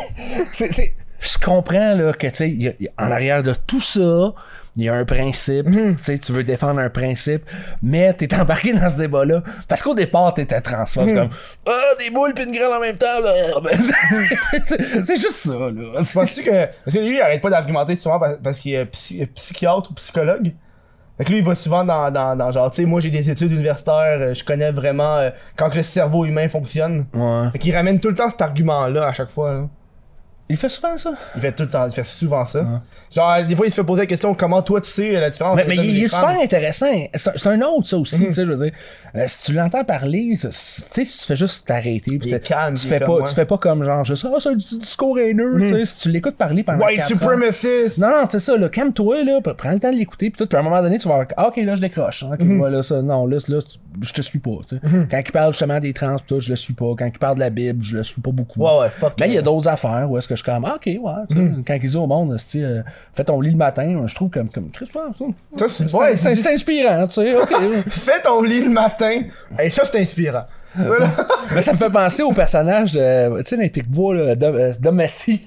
Speaker 2: c'est- c'est- je comprends là que tu sais, il y a- il y a- en arrière de tout ça. Il y a un principe, tu sais, tu veux défendre un principe, mais t'es embarqué dans ce débat-là. Parce qu'au départ, t'étais transphobe, comme, ah, des boules pis une grande en même temps, là. Ben, c'est c'est juste ça, là.
Speaker 3: Penses-tu que. Parce que lui, il arrête pas d'argumenter souvent parce, parce qu'il est psy- euh, psychiatre ou psychologue. Fait que lui, il va souvent dans, dans, dans genre, tu sais, moi j'ai des études universitaires, euh, je connais vraiment euh, quand que le cerveau humain fonctionne.
Speaker 2: Ouais.
Speaker 3: Fait qu'il ramène tout le temps cet argument-là à chaque fois. là.
Speaker 2: Il fait souvent ça.
Speaker 3: Il fait tout le temps, il fait souvent ça. Genre, des fois, il se fait poser la question comment toi tu sais la différence
Speaker 2: Mais,
Speaker 3: entre
Speaker 2: mais
Speaker 3: les hommes et
Speaker 2: il, il
Speaker 3: les
Speaker 2: est
Speaker 3: femmes?
Speaker 2: super intéressant. C'est un- c'est un autre, ça
Speaker 3: Mhm.
Speaker 2: aussi, tu sais, je veux dire. Euh, si tu l'entends parler, c'est- c'est- tu sais, si tu fais juste t'arrêter, pis
Speaker 3: Il est
Speaker 2: t'es-
Speaker 3: calme,
Speaker 2: tu
Speaker 3: il est
Speaker 2: fais
Speaker 3: comme
Speaker 2: pas,
Speaker 3: moi. Mhm.
Speaker 2: tu fais pas comme genre, juste, ah, c'est du discours haineux, tu sais, si tu l'écoutes parler pendant
Speaker 3: White
Speaker 2: quatre heures.
Speaker 3: supremacist
Speaker 2: Non, non, c'est ça, là, calme-toi, là, pr- prends le temps de l'écouter, pis tout, puis à un moment donné, tu vas avoir, ah, ok, là, je décroche, ok,
Speaker 3: Mhm.
Speaker 2: voilà, ça, non, là, là, tu- je te suis pas, tu sais. Quand il parle justement des trans, pis tout, je le suis pas. Quand il parle de la Bible, je le suis pas beaucoup.
Speaker 3: Ouais, ouais, fuck. Mhm.
Speaker 2: Mais il y a
Speaker 3: ouais.
Speaker 2: d'autres affaires où est-ce que je suis comme, ah, ok, ouais, tu sais, quand ils disent au monde, tu euh, fais ton lit le matin, je trouve comme, comme, Chris, ouais, ça,
Speaker 3: Ça, c'est
Speaker 2: Ouais,
Speaker 3: ouais,
Speaker 2: c'est c'est inspirant, tu sais. ok.
Speaker 3: Fais ton lit le matin. Et ça, c'est inspirant. Ça, là.
Speaker 2: Mais ça me fait penser au personnage de, tu sais, dans Picbois, là, Dom, euh, Dom Massy.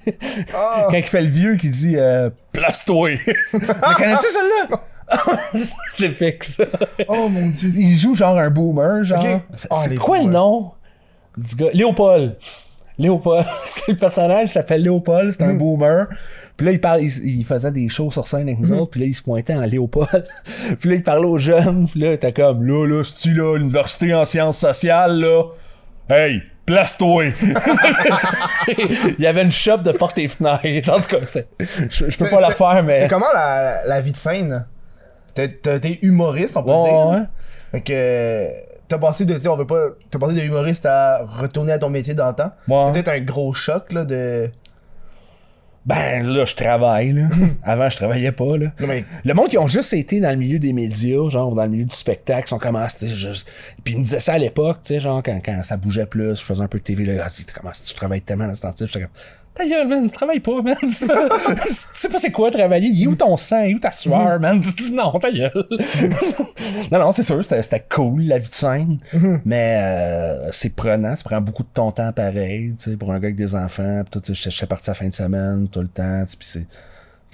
Speaker 3: Ah.
Speaker 2: Quand il fait le vieux qui dit euh, Place-toi. Vous connaissez celle-là? c'est épique, ça.
Speaker 3: oh mon dieu.
Speaker 2: Il joue genre un boomer, genre.
Speaker 3: Ok.
Speaker 2: C'est
Speaker 3: Ah,
Speaker 2: c'est
Speaker 3: les
Speaker 2: quoi le
Speaker 3: boomers.
Speaker 2: nom du gars? Léopold. Léopold, c'était le personnage, il s'appelle Léopold,
Speaker 3: Hmm.
Speaker 2: c'est un boomer. Puis là, il, parle, il, il faisait des shows sur scène
Speaker 3: Hmm.
Speaker 2: avec nous autres, puis là, il se pointait en Léopold. puis là, il parlait aux jeunes, puis là, il était comme, là, là, c'est-tu là, l'université en sciences sociales, là? Hey, place-toi! il y avait une shop de portes et fenêtres. En tout cas, c'est- je, je peux pas la faire, mais.
Speaker 3: C'est comment la, la vie de scène? T'es- T'es t'es humoriste, on peut
Speaker 2: Ouais,
Speaker 3: dire.
Speaker 2: ouais, ouais.
Speaker 3: Fait que t'as passé de dire on veut pas. T'as passé de humoriste à retourner à ton métier d'antan.
Speaker 2: Ouais.
Speaker 3: C'est peut-être un gros choc là de.
Speaker 2: Ben là, je travaille, là. Avant, je travaillais pas, là.
Speaker 3: Hmm. Non, mais-
Speaker 2: Le monde qui ont juste été dans le milieu des médias, genre dans le milieu du spectacle, ils sont comme, ah, c'était juste- Puis ils me disaient ça à l'époque, tu sais, genre quand, quand ça bougeait plus, je faisais un peu de TV, là, ah, c'est- comment tu travailles tellement dans ce temps-ci, j'étais comme, ta gueule, man, tu travailles pas, man. tu sais pas c'est quoi travailler, il est où ton sang, il est où ta sueur, man. Non, ta gueule. non, non, c'est sûr, c'était c'était cool, la vie de scène, mais euh, c'est prenant, ça prend beaucoup de ton temps pareil, tu sais, pour un gars avec des enfants, pis tout, tu sais, j'étais- j'étais parti à la fin de semaine, tout le temps, tu sais, puis c'est.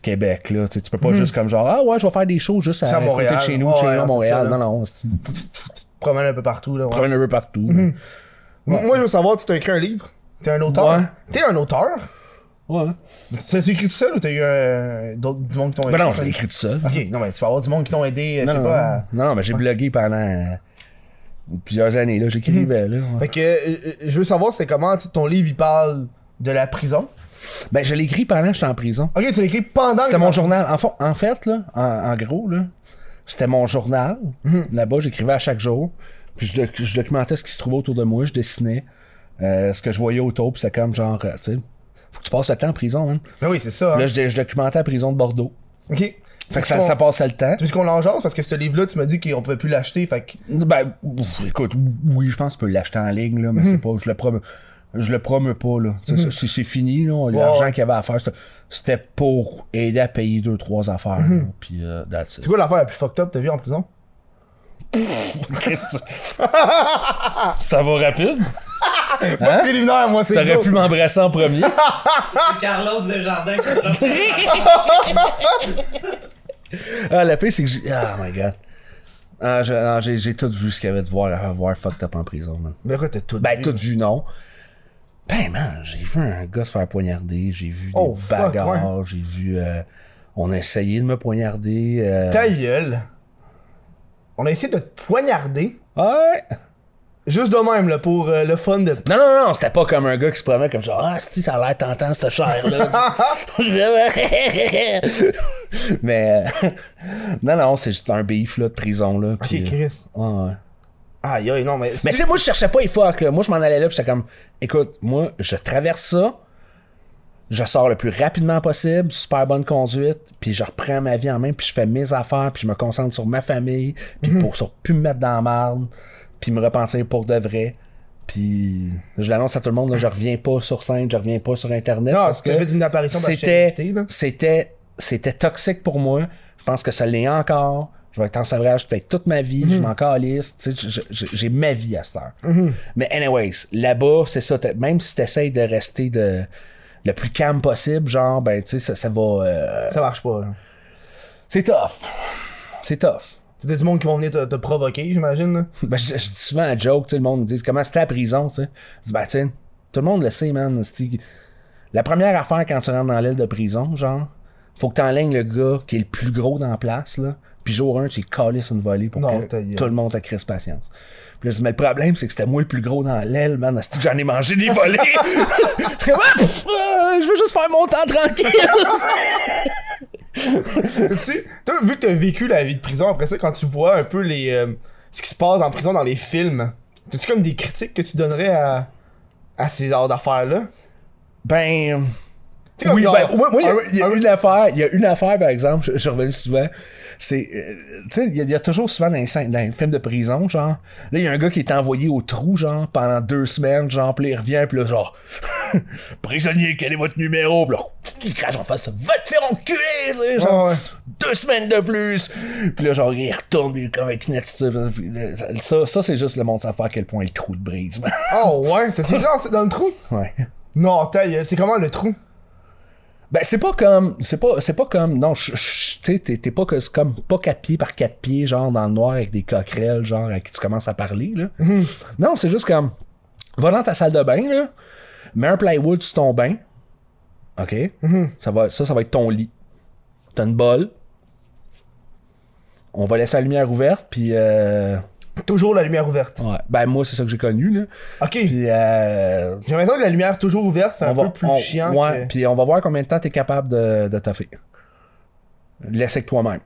Speaker 2: Québec, là. Tu sais, tu peux pas juste comme genre, ah ouais, je vais faire des shows juste à,
Speaker 3: Hmm. C'est à
Speaker 2: côté
Speaker 3: Montréal.
Speaker 2: de chez nous,
Speaker 3: Ouais,
Speaker 2: chez
Speaker 3: ouais,
Speaker 2: nous, à
Speaker 3: c'est
Speaker 2: Montréal.
Speaker 3: ça, là.
Speaker 2: non, non, c'est Hmm.
Speaker 3: Tu te promènes un peu partout là. ouais.
Speaker 2: promène un peu partout.
Speaker 3: M- Moi je veux savoir, tu t'as écrit un livre? T'es un auteur?
Speaker 2: Ouais.
Speaker 3: T'es un auteur?
Speaker 2: Ouais.
Speaker 3: hein. Tu l'as écrit tout seul ou t'as eu euh, d'autres du monde qui t'ont
Speaker 2: Ben non, je l'ai écrit tout seul.
Speaker 3: Ok, non mais tu vas avoir du monde qui t'ont aidé, euh, Ah, je
Speaker 2: Non,
Speaker 3: sais
Speaker 2: non,
Speaker 3: pas. à-
Speaker 2: non, non, mais j'ai blogué pendant euh, plusieurs années, là. J'écrivais, là. ouais.
Speaker 3: Fait que euh, euh, je veux savoir c'est comment tu- ton livre il parle de la prison.
Speaker 2: Ben, je l'ai écrit pendant que j'étais en prison.
Speaker 3: Ok, tu l'écris pendant.
Speaker 2: C'était
Speaker 3: que-
Speaker 2: mon journal. En, fa- en fait, là, en, en gros, là, c'était mon journal.
Speaker 3: Hmm.
Speaker 2: Là-bas, j'écrivais à chaque jour. Puis je, doc- je documentais ce qui se trouvait autour de moi. Je dessinais euh, ce que je voyais autour. Puis c'était comme genre, euh, tu sais, faut que tu passes le temps en prison, hein.
Speaker 3: Ben oui, c'est ça. hein.
Speaker 2: Là, je, je documentais la prison de Bordeaux.
Speaker 3: Ok.
Speaker 2: Fait que ça, ça passait le temps.
Speaker 3: Tu veux qu'on l'enjase parce que ce livre-là, tu m'as dit qu'on pouvait plus l'acheter, fait que.
Speaker 2: Ben, ouf, écoute, oui, je pense que tu peux l'acheter en ligne, là, mais c'est pas, je le promeux, je le promeux pas, là. Tu sais, C'est c'est fini, là. L'argent
Speaker 3: ouais.
Speaker 2: qu'il y avait à faire, c'était- c'était pour aider à payer deux, trois affaires, là, Puis, euh, that's it.
Speaker 3: C'est quoi l'affaire la plus fucked up que t'as vu en prison?
Speaker 2: Christ. ça va rapide?
Speaker 3: Préliminaire, moi, c'est
Speaker 2: Hein? T'aurais
Speaker 3: go.
Speaker 2: pu m'embrasser en premier.
Speaker 5: C'est Carlos Desjardins qui prend-
Speaker 2: Ah, la pire, c'est que j'ai. Ah, my god. Ah, je- ah, j'ai j'ai tout vu ce qu'il y avait de voir à voir fucked up en prison, man.
Speaker 3: Mais quoi, t'as tout
Speaker 2: Ben,
Speaker 3: vu?
Speaker 2: tout vu, non. Ben, man, j'ai vu un gars se faire poignarder, j'ai vu
Speaker 3: Oh,
Speaker 2: des
Speaker 3: fuck,
Speaker 2: bagarres, j'ai vu. euh, on a essayé de me poignarder. euh,
Speaker 3: Ta gueule. On a essayé de te poignarder.
Speaker 2: Ouais!
Speaker 3: Juste de même, là, pour euh, le fun de.
Speaker 2: Non, non, non, c'était pas comme un gars qui se promet comme genre, ah, si, ça a l'air tentant, cette chair-là.
Speaker 3: Ah,
Speaker 2: Mais. euh, non, non, c'est juste un beef, là, de prison, là.
Speaker 3: Ok,
Speaker 2: puis, euh,
Speaker 3: Chris.
Speaker 2: ouais, ouais.
Speaker 3: Aïe, aïe, non, mais.
Speaker 2: Mais tu sais, moi, je cherchais pas les fuck, là. Moi, je m'en allais là, pis j'étais comme, écoute, moi, je traverse ça, je sors le plus rapidement possible, super bonne conduite, puis je reprends ma vie en main, puis je fais mes affaires, puis je me concentre sur ma famille, puis pour sur plus me mettre dans la marde, puis me repentir pour de vrai. Puis je l'annonce à tout le monde, là, je reviens pas sur scène, je reviens pas sur Internet.
Speaker 3: Non,
Speaker 2: parce
Speaker 3: tu t'avais
Speaker 2: que
Speaker 3: dit une apparition parce que j'étais
Speaker 2: c'était,
Speaker 3: invité, là.
Speaker 2: c'était, c'était toxique pour moi. Je pense que ça l'est encore. Je vais être en sevrage peut-être toute ma vie.
Speaker 3: Mhm.
Speaker 2: Je m'en calisse. Tu sais, je- je- J'ai ma vie à cette heure. Mais anyways, là-bas, c'est ça. t'as- Même si t'essayes de rester de le plus calme possible, genre, ben, tu sais, ça, ça va... euh,
Speaker 3: Ça marche pas, là.
Speaker 2: C'est tough. C'est tough.
Speaker 3: C'était du monde qui vont venir te, te provoquer, j'imagine, là.
Speaker 2: Ben, je, je dis souvent à joke, tu sais, le monde me dit comment c'était à la prison, tu sais. Je dis, ben, tu sais, tout le monde le sait, man. c'est- La première affaire quand tu rentres dans l'aile de prison, genre, faut que t'enlignes le gars qui est le plus gros dans la place, là. Puis jour 1, tu lui calisses une volée pour
Speaker 3: Non, ta
Speaker 2: que
Speaker 3: gueule.
Speaker 2: tout le monde te crisse patience. Puis là, je dis, mais le problème, c'est que c'était moi le plus gros dans l'aile, man. C'est que j'en ai mangé des volées. Je dis, Ah, pff, euh, je veux juste faire mon temps tranquille.
Speaker 3: tu sais, toi, vu que t'as vécu la vie de prison, après ça, quand tu vois un peu les. euh, ce qui se passe en prison dans les films, t'as-tu comme des critiques que tu donnerais à. à ces genres d'affaires-là?
Speaker 2: ben.
Speaker 3: Tu sais, comme
Speaker 2: oui,
Speaker 3: genre-
Speaker 2: ben, moi, moi, il y a-
Speaker 3: un-
Speaker 2: il y, a une affaire, il y a une affaire, par exemple, je, je reviens souvent, c'est, euh, tu sais, il y, a- il y a toujours souvent dans les, scènes- dans les films de prison, genre, là, il y a un gars qui est envoyé au trou, genre, pendant deux semaines, genre, puis là, il revient, puis là, genre, prisonnier, quel est votre numéro, puis là, il crache en face, va te faire enculer, tu sais, genre,
Speaker 3: Ouais, ouais.
Speaker 2: deux semaines de plus. Puis là, genre, il retourne, puis comme avec une attitude, hein, puis là, ça, ça, c'est juste le monde savoir à quel point le trou de brise, man.
Speaker 3: Oh, ouais, t'as-tu déjà dans le trou?
Speaker 2: ouais.
Speaker 3: Non, ta gueule, c'est comment le trou?
Speaker 2: Ben c'est pas comme c'est pas c'est pas comme non je- je- tu sais t'es t'es pas que c'est comme pas quatre pieds par quatre pieds genre dans le noir avec des coquerelles genre à qui tu commences à parler là. Non c'est juste comme va dans ta salle de bain là. Mets un plywood sur ton bain. OK? ça, va, ça, ça va être ton lit. T'as une bol. On va laisser la lumière ouverte, puis... euh,
Speaker 3: Toujours la lumière ouverte.
Speaker 2: ouais. Ben, moi, c'est ça que j'ai connu, là.
Speaker 3: Ok. J'ai
Speaker 2: Puis... euh,
Speaker 3: l'impression que la lumière toujours ouverte, c'est un
Speaker 2: on va,
Speaker 3: peu plus
Speaker 2: on-
Speaker 3: chiant.
Speaker 2: ouais,
Speaker 3: que-
Speaker 2: puis on va voir combien de temps t'es capable de, de taffer. Laisse avec toi-même.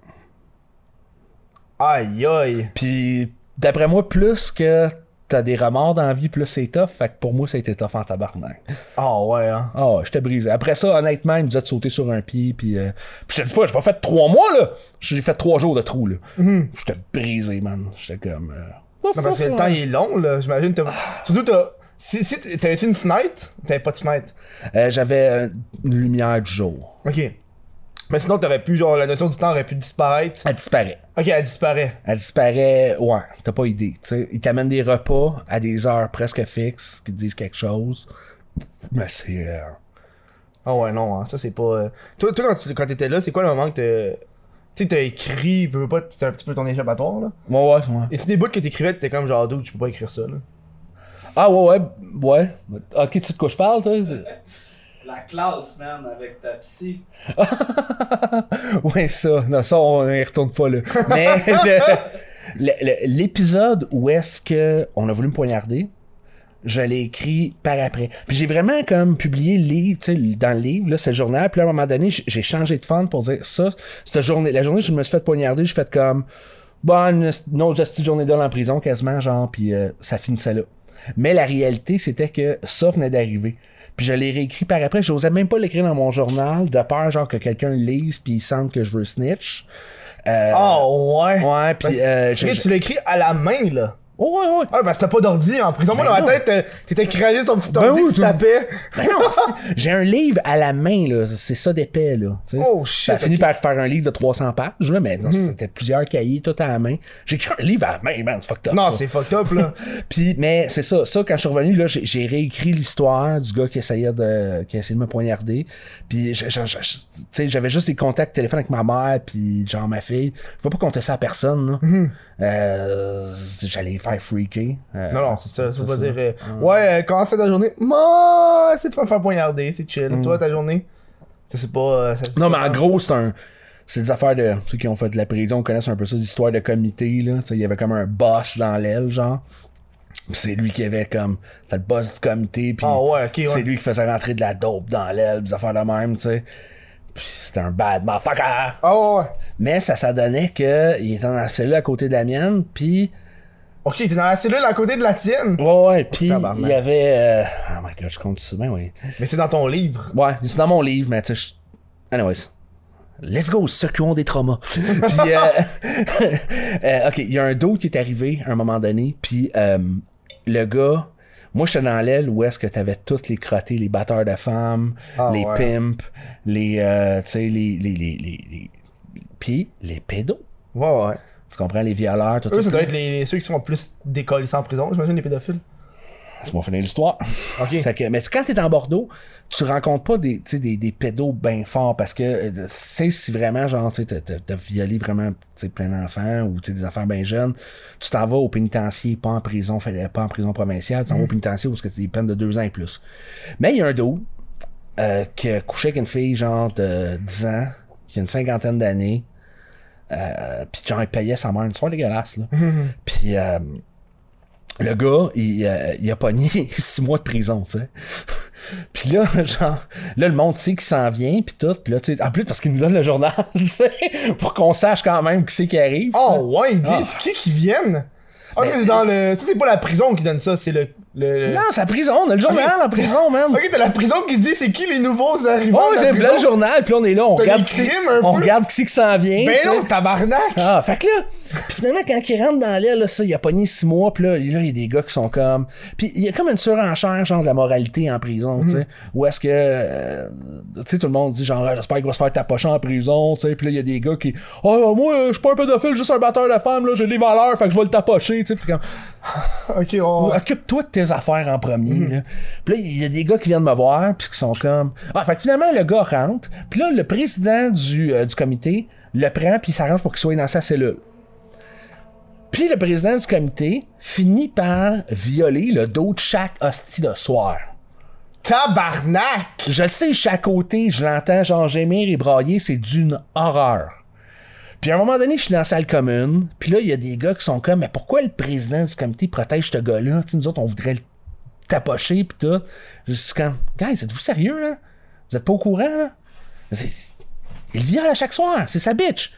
Speaker 3: Aïe aïe.
Speaker 2: Puis, d'après moi, plus que t'as des remords dans la vie, plus c'est tough. Fait que pour moi, ça a été tough en tabarnak.
Speaker 3: Ah ouais, hein.
Speaker 2: Ah, j'étais brisé. Après ça, honnêtement, il nous a sauté sur un pied. Puis, euh, puis je te dis pas, j'ai pas fait trois mois, là. J'ai fait trois jours de trou, là.
Speaker 3: Mm-hmm.
Speaker 2: J'étais brisé, man. J'étais comme. euh,
Speaker 3: Non, parce que le temps il est long, là. J'imagine. t'as- Surtout, t'as. Si, si t- t'avais-tu une fenêtre T'avais pas de fenêtre.
Speaker 2: Euh, J'avais euh, une lumière du jour.
Speaker 3: Ok. Mais sinon, t'aurais pu, genre, la notion du temps aurait pu disparaître.
Speaker 2: Elle disparaît.
Speaker 3: Ok, elle disparaît.
Speaker 2: Elle disparaît, ouais, t'as pas idée. tu sais. Ils t'amènent des repas à des heures presque fixes qui te disent quelque chose. Mais c'est. euh,
Speaker 3: Ah ouais, non, hein, ça c'est pas. euh, Toi, toi, quand, tu, quand t'étais là, c'est quoi le moment que t'as. Tu sais, t'as écrit, veux veux pas, c'est un petit peu ton échappatoire, là.
Speaker 2: Ouais, ouais, ouais.
Speaker 3: Et tu des bouts que t'écrivais, t'étais comme genre, d'où tu peux pas écrire ça, là.
Speaker 2: Ah, ouais, ouais, ouais. Ok, tu sais de quoi je parle, toi
Speaker 5: La classe, man, avec ta psy.
Speaker 2: Ouais, ça. Non, ça, on y retourne pas, là. Mais le- le- le- l'épisode où est-ce que on a voulu me poignarder, je l'ai écrit par après. Puis j'ai vraiment comme publié le livre, tu sais, dans le livre, là, ce journal. Puis là, à un moment donné, j- j'ai changé de fente pour dire ça, cette journée, la journée où je me suis fait poignarder, j'ai fait comme, bonne, une autre petite journée d'ol en prison, quasiment, genre, puis euh, ça finissait là. Mais la réalité, c'était que ça venait d'arriver. Puis je l'ai réécrit par après. J'osais même pas l'écrire dans mon journal, de peur, genre, que quelqu'un le lise, puis il sente que je veux snitch. Euh,
Speaker 3: Ah ouais.
Speaker 2: Ouais, puis,
Speaker 3: Parce-
Speaker 2: euh, je-
Speaker 3: Ok,
Speaker 2: je-
Speaker 3: tu l'as écrit à la main, là.
Speaker 2: Oh, ouais, ouais.
Speaker 3: Ah, parce que t'as pas d'ordi en prison. Moi,
Speaker 2: Ben
Speaker 3: dans ma
Speaker 2: non.
Speaker 3: tête, euh, t'étais crasé sur mon petit
Speaker 2: Ben
Speaker 3: ordi,
Speaker 2: oui,
Speaker 3: tu
Speaker 2: tout-
Speaker 3: tapais.
Speaker 2: Ben non, c'est- j'ai un livre à la main, là. C'est ça d'épais, là. tu sais.
Speaker 3: Oh, shit,
Speaker 2: Ça finit
Speaker 3: ok. Mhm.
Speaker 2: par faire un livre de 300 pages, là, mais non, c'était plusieurs cahiers, tout à la main. J'ai écrit un livre à la main, man, c'est fucked up.
Speaker 3: Non,
Speaker 2: ça.
Speaker 3: c'est fucked up, là.
Speaker 2: Puis, mais c'est ça, ça, quand je suis revenu, là, j'ai, j'ai réécrit l'histoire du gars qui essayait de, qui essayait de me poignarder. Puis, je- je- je- je- tu sais, j'avais juste des contacts téléphone avec ma mère, puis genre ma fille. Je vais pas compter ça à personne, là.
Speaker 3: Mhm.
Speaker 2: Euh, j'allais les faire freaker. Euh,
Speaker 3: Non, non, c'est ça. Ça veut pas dire. euh,
Speaker 2: Ah.
Speaker 3: Ouais, euh, comment fait ta journée Moi, c'est de te faire poignarder, c'est chill. Toi, ta journée Ça, c'est pas. euh, ça-
Speaker 2: Mm. Non, mais en gros, c'est un. C'est des affaires de. Ceux qui ont fait de la prison connaissent un peu ça, des histoires de comité, là. Tu sais, il y avait comme un boss dans l'aile, genre. Puis c'est lui qui avait comme. T'as le boss du comité, puis.
Speaker 3: Ah ouais, ok, ouais.
Speaker 2: C'est lui qui faisait rentrer de la dope dans l'aile, des affaires de même, tu sais. Puis c'était un bad motherfucker!
Speaker 3: Ah ouais, ouais.
Speaker 2: Mais ça, ça donnait que. Il était dans la cellule à côté de la mienne, puis.
Speaker 3: Ok, t'es dans la cellule à côté de la tienne.
Speaker 2: Ouais, ouais, puis
Speaker 3: tabarnak.
Speaker 2: il y avait. euh, Oh my god, je compte ça, ben oui.
Speaker 3: Mais c'est dans ton livre.
Speaker 2: Ouais, c'est dans mon livre, mais tu sais, je- Anyways. Let's go, secouons des traumas. puis, euh, euh, ok, il y a un dos qui est arrivé à un moment donné, puis euh, le gars, moi j'étais dans l'aile où est-ce que t'avais tous les crottés, les batteurs de femmes,
Speaker 3: Ah,
Speaker 2: les
Speaker 3: ouais.
Speaker 2: pimps, les, euh, tu sais, les, les, les, les, les- puis les pédos.
Speaker 3: Ouais, ouais.
Speaker 2: Tu comprends, les violeurs, tout
Speaker 3: Eux, ça
Speaker 2: ça.
Speaker 3: doit être les, les- ceux qui sont plus décollés en prison, j'imagine, les pédophiles.
Speaker 2: C'est mon finir l'histoire.
Speaker 3: Ok.
Speaker 2: Fait que- mais quand t'es en Bordeaux, tu rencontres pas des, tu sais, des, des pédos bien forts parce que euh, c'est si vraiment, genre, tu sais, t'as- t'as t'as violé vraiment tu sais, plein d'enfants ou tu sais, des affaires bien jeunes, tu t'en vas au pénitencier, pas en prison, fait- pas en prison provinciale, tu t'en vas au pénitencier où c'est des peines de deux ans et plus. Mais il y a un dos euh, qui a couché avec une fille, genre, de 10 ans, qui a une cinquantaine d'années, euh, puis genre, il payait sa mère une soirée dégueulasse, là.
Speaker 3: Mhm.
Speaker 2: Puis. euh, le gars, il, euh, il a pogné six mois de prison, tu sais. Puis là, genre, là, le monde sait qu'il s'en vient, puis tout. Puis là, tu sais, en plus, parce qu'il nous donne le journal, tu sais, pour qu'on sache quand même qui c'est qui arrive. tu sais.
Speaker 3: Oh ouais, ils disent qui qui viennent Ah, ça, c'est dans le. Ça, c'est pas la prison qui donne ça, c'est le. le...
Speaker 2: Non, c'est la prison, on a le journal en prison, même.
Speaker 3: Ok, t'as la prison qui dit c'est qui les nouveaux arrivants.
Speaker 2: Oh,
Speaker 3: de la
Speaker 2: j'ai
Speaker 3: prison?
Speaker 2: le journal, puis on est là, on
Speaker 3: T'as
Speaker 2: regarde
Speaker 3: les
Speaker 2: qui, c'est-
Speaker 3: crimes un
Speaker 2: on
Speaker 3: peu.
Speaker 2: regarde qui c'est qui s'en vient.
Speaker 3: Ben
Speaker 2: tu sais.
Speaker 3: non, tabarnak
Speaker 2: Ah, fait que là, pis finalement, quand il rentre dans l'air, là, ça, il a pogné six mois, pis là, là, il y a des gars qui sont comme. Pis il y a comme une surenchère, genre, de la moralité en prison, tu sais. Où est-ce que. euh, tu sais, tout le monde dit, genre, Ah, j'espère qu'il va se faire tapocher en prison, tu sais. Pis là, il y a des gars qui. Oh, moi, euh, je suis pas un pédophile, juste un batteur de femmes, là, j'ai des valeurs, fait que je vais le tapocher, tu sais. Pis t'es comme.
Speaker 3: Ok, on.
Speaker 2: Ouais, Occupe-toi de tes affaires en premier. là. Puis là, il y a des gars qui viennent me voir, puis qui sont comme. Ah, fait que finalement, le gars rentre, puis là, le président du, euh, du comité le prend, puis il s'arrange pour qu'il soit dans sa cellule. Puis le président du comité finit par violer le dos de chaque hostie de soir.
Speaker 6: Tabarnak!
Speaker 2: Je le sais, je suis à côté, je l'entends genre gémir et brailler, c'est d'une horreur. Puis à un moment donné, je suis dans la salle commune, puis là, il y a des gars qui sont comme, mais pourquoi le président du comité protège ce gars-là? Tu sais, nous autres, on voudrait le tapocher, puis tout. Je suis comme, guys, êtes-vous sérieux, là? Vous êtes pas au courant, là? C'est- Il viole à chaque soir, c'est sa bitch!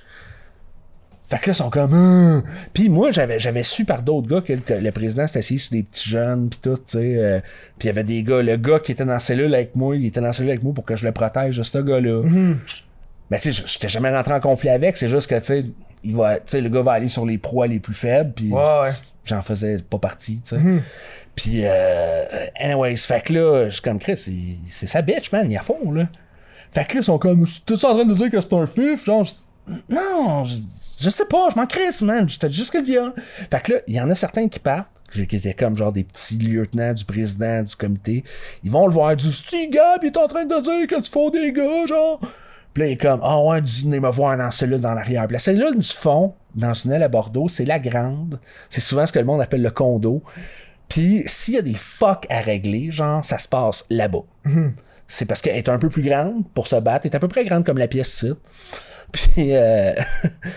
Speaker 2: Fait que là, ils sont comme. Hum. Puis moi, j'avais, j'avais su par d'autres gars que le, le président s'était assis sur des petits jeunes, puis tout, tu sais. euh, puis il y avait des gars, le gars qui était dans la cellule avec moi, il était dans la cellule avec moi pour que je le protège de ce gars-là.
Speaker 6: Mm-hmm.
Speaker 2: Mais tu sais, je- j'étais jamais rentré en conflit avec, c'est juste que, tu sais, il va, tu sais, le gars va aller sur les proies les plus faibles, puis
Speaker 6: Ouais, Mm-hmm. ouais.
Speaker 2: j'en faisais pas partie, tu sais. Puis, euh, anyways, fait que là, je suis comme Chris, il- c'est sa bitch, man, il y a fond, là. Fait que là, ils sont comme, tout ça en train de dire que c'est un fif, genre, je- non, je, je sais pas, je m'en crisse, man, j'étais juste que le viol. Fait que là, il y en a certains qui partent, qui qui étaient comme genre des petits lieutenants du président du comité. Ils vont le voir, du Sti Gab, il est en train de dire que tu fous des gars, genre. Puis là, il est comme, ah ouais, du venez me voir dans celle-là, dans l'arrière. Puis la cellule du fond, dans le tunnel à Bordeaux, c'est la grande. C'est souvent ce que le monde appelle le condo. Puis s'il y a des fucks à régler, genre, ça se passe là-bas. C'est parce qu'elle est un peu plus grande pour se battre. Elle est à peu près grande comme la pièce site. Puis, euh,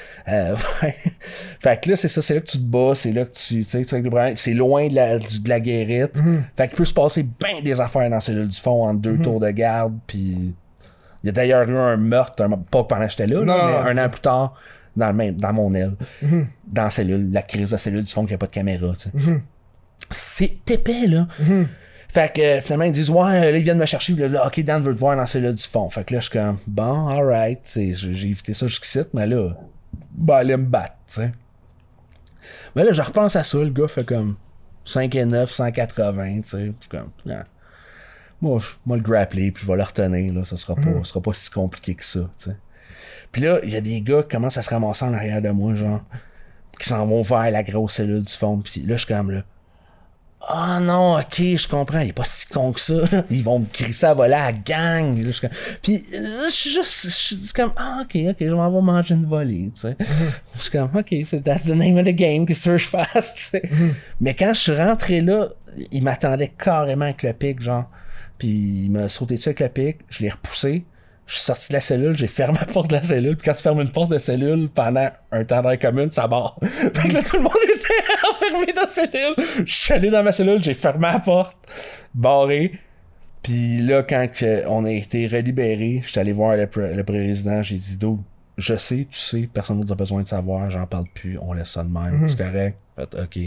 Speaker 2: euh, ouais. Fait que là, c'est ça, c'est là que tu te bats, c'est là que tu, tu sais, tu règles le problème. c'est loin de la, du- de la guérite.
Speaker 6: Mhm.
Speaker 2: Fait qu'il peut se passer bien des affaires dans celle du fond entre deux tours de garde, puis il y a d'ailleurs eu un meurtre, un- pas pendant que j'étais là, là,
Speaker 6: Non,
Speaker 2: mais
Speaker 6: non, Mhm.
Speaker 2: un an plus tard, dans, le même, dans mon aile, dans la cellule, la crise de la cellule du fond, qu'il n'y a pas de caméra. tu sais. C'est épais, là.
Speaker 6: Mhm.
Speaker 2: Fait que euh, finalement, ils disent Ouais, là, ils viennent me chercher. Là, là, ok, Dan veut te voir dans celle-là du fond. Fait que là, je suis comme Bon, alright. tu sais, J'ai j'ai évité ça jusqu'ici, mais là, bah, allez me battre, tu sais. Mais là, je repense à ça. Le gars fait comme 5 et 9, 180, tu sais. Je suis comme Ah. Moi, je- moi, le grappler, puis je vais le retenir, là. Ça sera pas, ça sera pas si compliqué que ça, tu sais. Puis là, il y a des gars qui commencent à se ramasser en arrière de moi, genre, qui s'en vont vers la grosse cellule du fond. Puis là, je suis comme là. Ah non, ok, je comprends, il est pas si con que ça. là. Ils vont me crisser à voler à la gang. Là, je suis comme- Puis là, je suis juste, je suis comme, ah ok, ok, je m'en vais manger une volée, tu sais. je suis comme, ok, c'est that's the name of the game, qu'est-ce que tu veux que je fasse, tu sais. Mais quand je suis rentré là, ils m'attendaient carrément avec le pic, genre. Puis il m'a sauté dessus avec le pic, je l'ai repoussé. Je suis sorti de la cellule, j'ai fermé la porte de la cellule, puis quand tu fermes une porte de cellule pendant un temps d'air commune, ça barre. Fait que là, tout le monde était enfermé dans la cellule. Je suis allé dans ma cellule, j'ai fermé la porte, barré. Puis là, quand que on a été relibéré, je suis allé voir le, pré- le président, j'ai dit, Dude, je sais, tu sais, personne d'autre a besoin de savoir, j'en parle plus, on laisse ça de même, c'est correct. Fait, ok.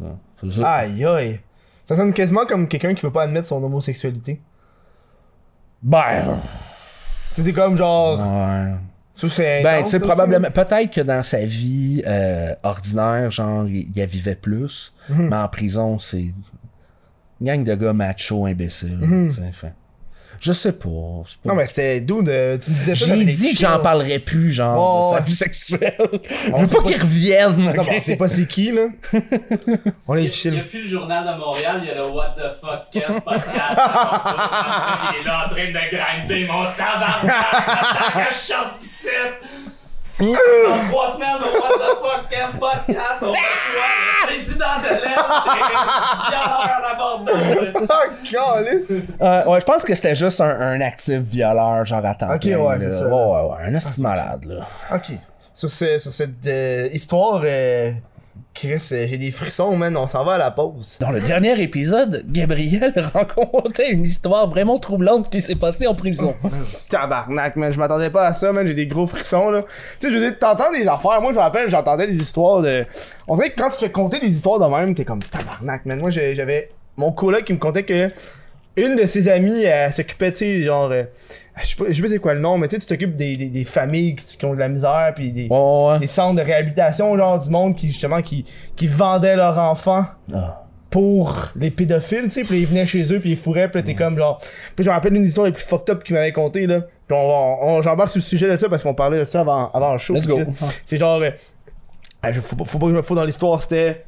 Speaker 2: Ça, c'est ça.
Speaker 6: Aïe aïe.
Speaker 3: Ça sonne quasiment comme quelqu'un qui veut pas admettre son homosexualité.
Speaker 2: Ben,
Speaker 3: Tu sais, c'est comme genre.
Speaker 2: ouais.
Speaker 3: ça, c'est
Speaker 2: Ben, tu
Speaker 3: intense,
Speaker 2: sais,
Speaker 3: ça,
Speaker 2: probablement. Peut-être que dans sa vie euh, ordinaire, genre, il il y vivait plus.
Speaker 3: Mhm.
Speaker 2: Mais en prison, c'est. une Gang de gars macho, imbéciles. tu sais, fait. Je sais pas. c'est pas-
Speaker 3: Mhm. Non, mais c'était d'où de. Tu me disais ça.
Speaker 2: J'ai
Speaker 3: avec des
Speaker 2: dit que j'en
Speaker 3: chiens.
Speaker 2: parlerais plus, genre,
Speaker 3: Oh,
Speaker 2: de sa
Speaker 3: ouais.
Speaker 2: vie sexuelle. Je veux
Speaker 3: sait
Speaker 2: pas
Speaker 3: pas-
Speaker 2: qu'il revienne.
Speaker 3: Non,
Speaker 2: ok?
Speaker 3: mais on sait pas c'est qui, là. On est
Speaker 5: Il n'y a
Speaker 3: chill.
Speaker 5: plus le journal de Montréal, il y a le What the fuck Kev podcast. il est là en train de grinder mon tabarnak quand je sors d'ici. Dans trois semaines, le What the fuck Kev podcast, on reçoit le président de l'Est, violeur à Bordeaux.
Speaker 3: Ah, calice!
Speaker 2: Euh, ouais, je pense que c'était juste un, un actif violeur, genre, à temps
Speaker 3: Ok,
Speaker 2: plein,
Speaker 3: ouais,
Speaker 2: là.
Speaker 3: c'est ça. Ah,
Speaker 2: Ouais, ouais, ouais, Un hostie de malade, là.
Speaker 3: Ok. Sur, ce- sur cette euh, histoire, euh, Chris, euh, j'ai des frissons, man. On s'en va à la pause.
Speaker 2: Dans le dernier épisode, Gabriel racontait une histoire vraiment troublante qui s'est passée en prison.
Speaker 3: Tabarnak, man. Je m'attendais pas à ça, man. J'ai des gros frissons, là. Tu sais, je veux dire, t'entends des affaires. Moi, je me rappelle, j'entendais des histoires de. On dirait que quand tu te fais conter des histoires de même, t'es comme tabarnak, man. Moi, j'ai- j'avais mon coloc qui me contait que. Une de ses amies, elle s'occupait, tu sais, genre. euh, je sais pas, je sais pas c'est quoi le nom, mais tu sais, tu t'occupes des, des, des familles qui, qui ont de la misère, puis des,
Speaker 2: Ouais, ouais, ouais.
Speaker 3: des centres de réhabilitation, genre du monde qui, justement, qui, qui vendait leurs enfants.
Speaker 2: Ah.
Speaker 3: pour les pédophiles, tu sais, puis ils venaient chez eux, puis ils fourraient, puis là, t'es comme genre. Puis je me rappelle une histoire les plus fucked up qu'ils m'avaient conté là. Puis on, va- on- j'embarque sur le sujet de ça parce qu'on parlait de ça avant, avant le show.
Speaker 2: Let's go.
Speaker 3: puis que- C'est genre, euh, ah, je- faut, pas- faut pas que je me fous dans l'histoire, c'était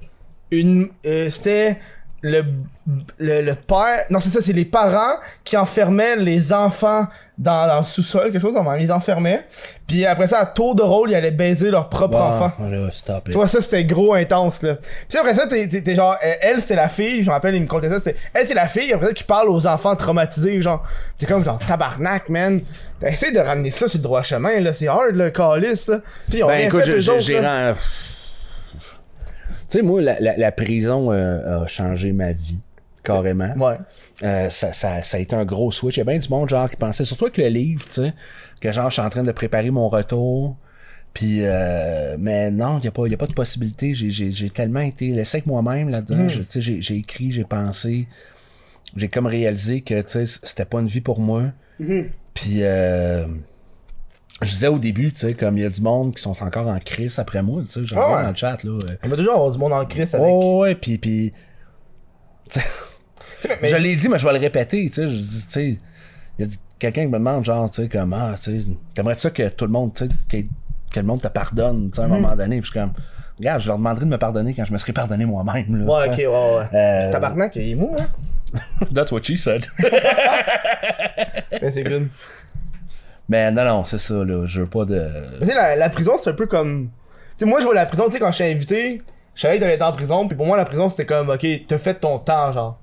Speaker 3: une, euh, c'était le, le, le père. Non, c'est ça, c'est les parents qui enfermaient les enfants dans, dans le sous-sol, quelque chose, on les enfermait. Puis après ça, à tour de rôle, ils allaient baiser leur propre enfant.
Speaker 2: Bon, là, stop.
Speaker 3: Tu vois, ça, c'était gros, intense, là. Puis après ça, t'es, t'es- t'es genre, euh, elle, c'est la fille, je me rappelle, il me contait ça, c'est, elle, c'est la fille, après ça, qui parle aux enfants traumatisés, genre, t'es comme, genre, tabarnak, man. Essaye de ramener ça sur le droit chemin, là, c'est hard, le calice, là. Puis on
Speaker 2: Ben écoute, je-
Speaker 3: fait, eux
Speaker 2: je-
Speaker 3: autres,
Speaker 2: j'ai
Speaker 3: là.
Speaker 2: ren- Tu sais, moi, la, la- la prison euh, a changé ma vie, carrément.
Speaker 3: Ouais.
Speaker 2: Euh, ça, ça- ça a été un gros switch. Il y a bien du monde genre qui pensait, surtout avec le livre, tu sais, que genre je suis en train de préparer mon retour. Puis, euh, mais non, il n'y a, pas- y a pas de possibilité. J'ai- J'ai j'ai tellement été laissé avec moi-même
Speaker 3: Hmm.
Speaker 2: là-dedans. Je- tu sais, J'ai j'ai écrit, j'ai pensé. J'ai comme réalisé que tu sais, c'était pas une vie pour moi.
Speaker 3: Hmm.
Speaker 2: Puis, euh, je disais au début, tu sais, comme il y a du monde qui sont encore en crise après moi, tu sais, j'en
Speaker 3: Ah
Speaker 2: vois
Speaker 3: ouais.
Speaker 2: dans le chat, là. euh,
Speaker 3: Il va toujours avoir du monde en crise avec.
Speaker 2: Ouais, Oh, ouais, puis, puis tu sais, je l'ai dit, mais je vais le répéter, tu sais, je dis, tu sais, il y a du- quelqu'un qui me demande, genre, tu sais, comment, tu sais, t'aimerais ça que tout le monde, tu sais, que, que le monde te pardonne, tu sais, à un moment donné, puis je suis comme, regarde, je leur demanderai de me pardonner quand je me serai pardonné moi-même, là,
Speaker 3: Ouais,
Speaker 2: tu
Speaker 3: ok,
Speaker 2: sais.
Speaker 3: ouais, ouais.
Speaker 2: Euh,
Speaker 3: Tabarnak, il est mou, hein.
Speaker 2: That's what she said. ben,
Speaker 3: Mais c'est good.
Speaker 2: mais non, non, c'est ça, là, je veux pas de...
Speaker 3: Mais tu sais, la, la prison, c'est un peu comme. Tu sais, moi, je vois la prison, tu sais, quand je suis invité, je savais que t'allais être en prison, puis pour moi, la prison, c'était comme, ok, t'as fait ton temps, genre.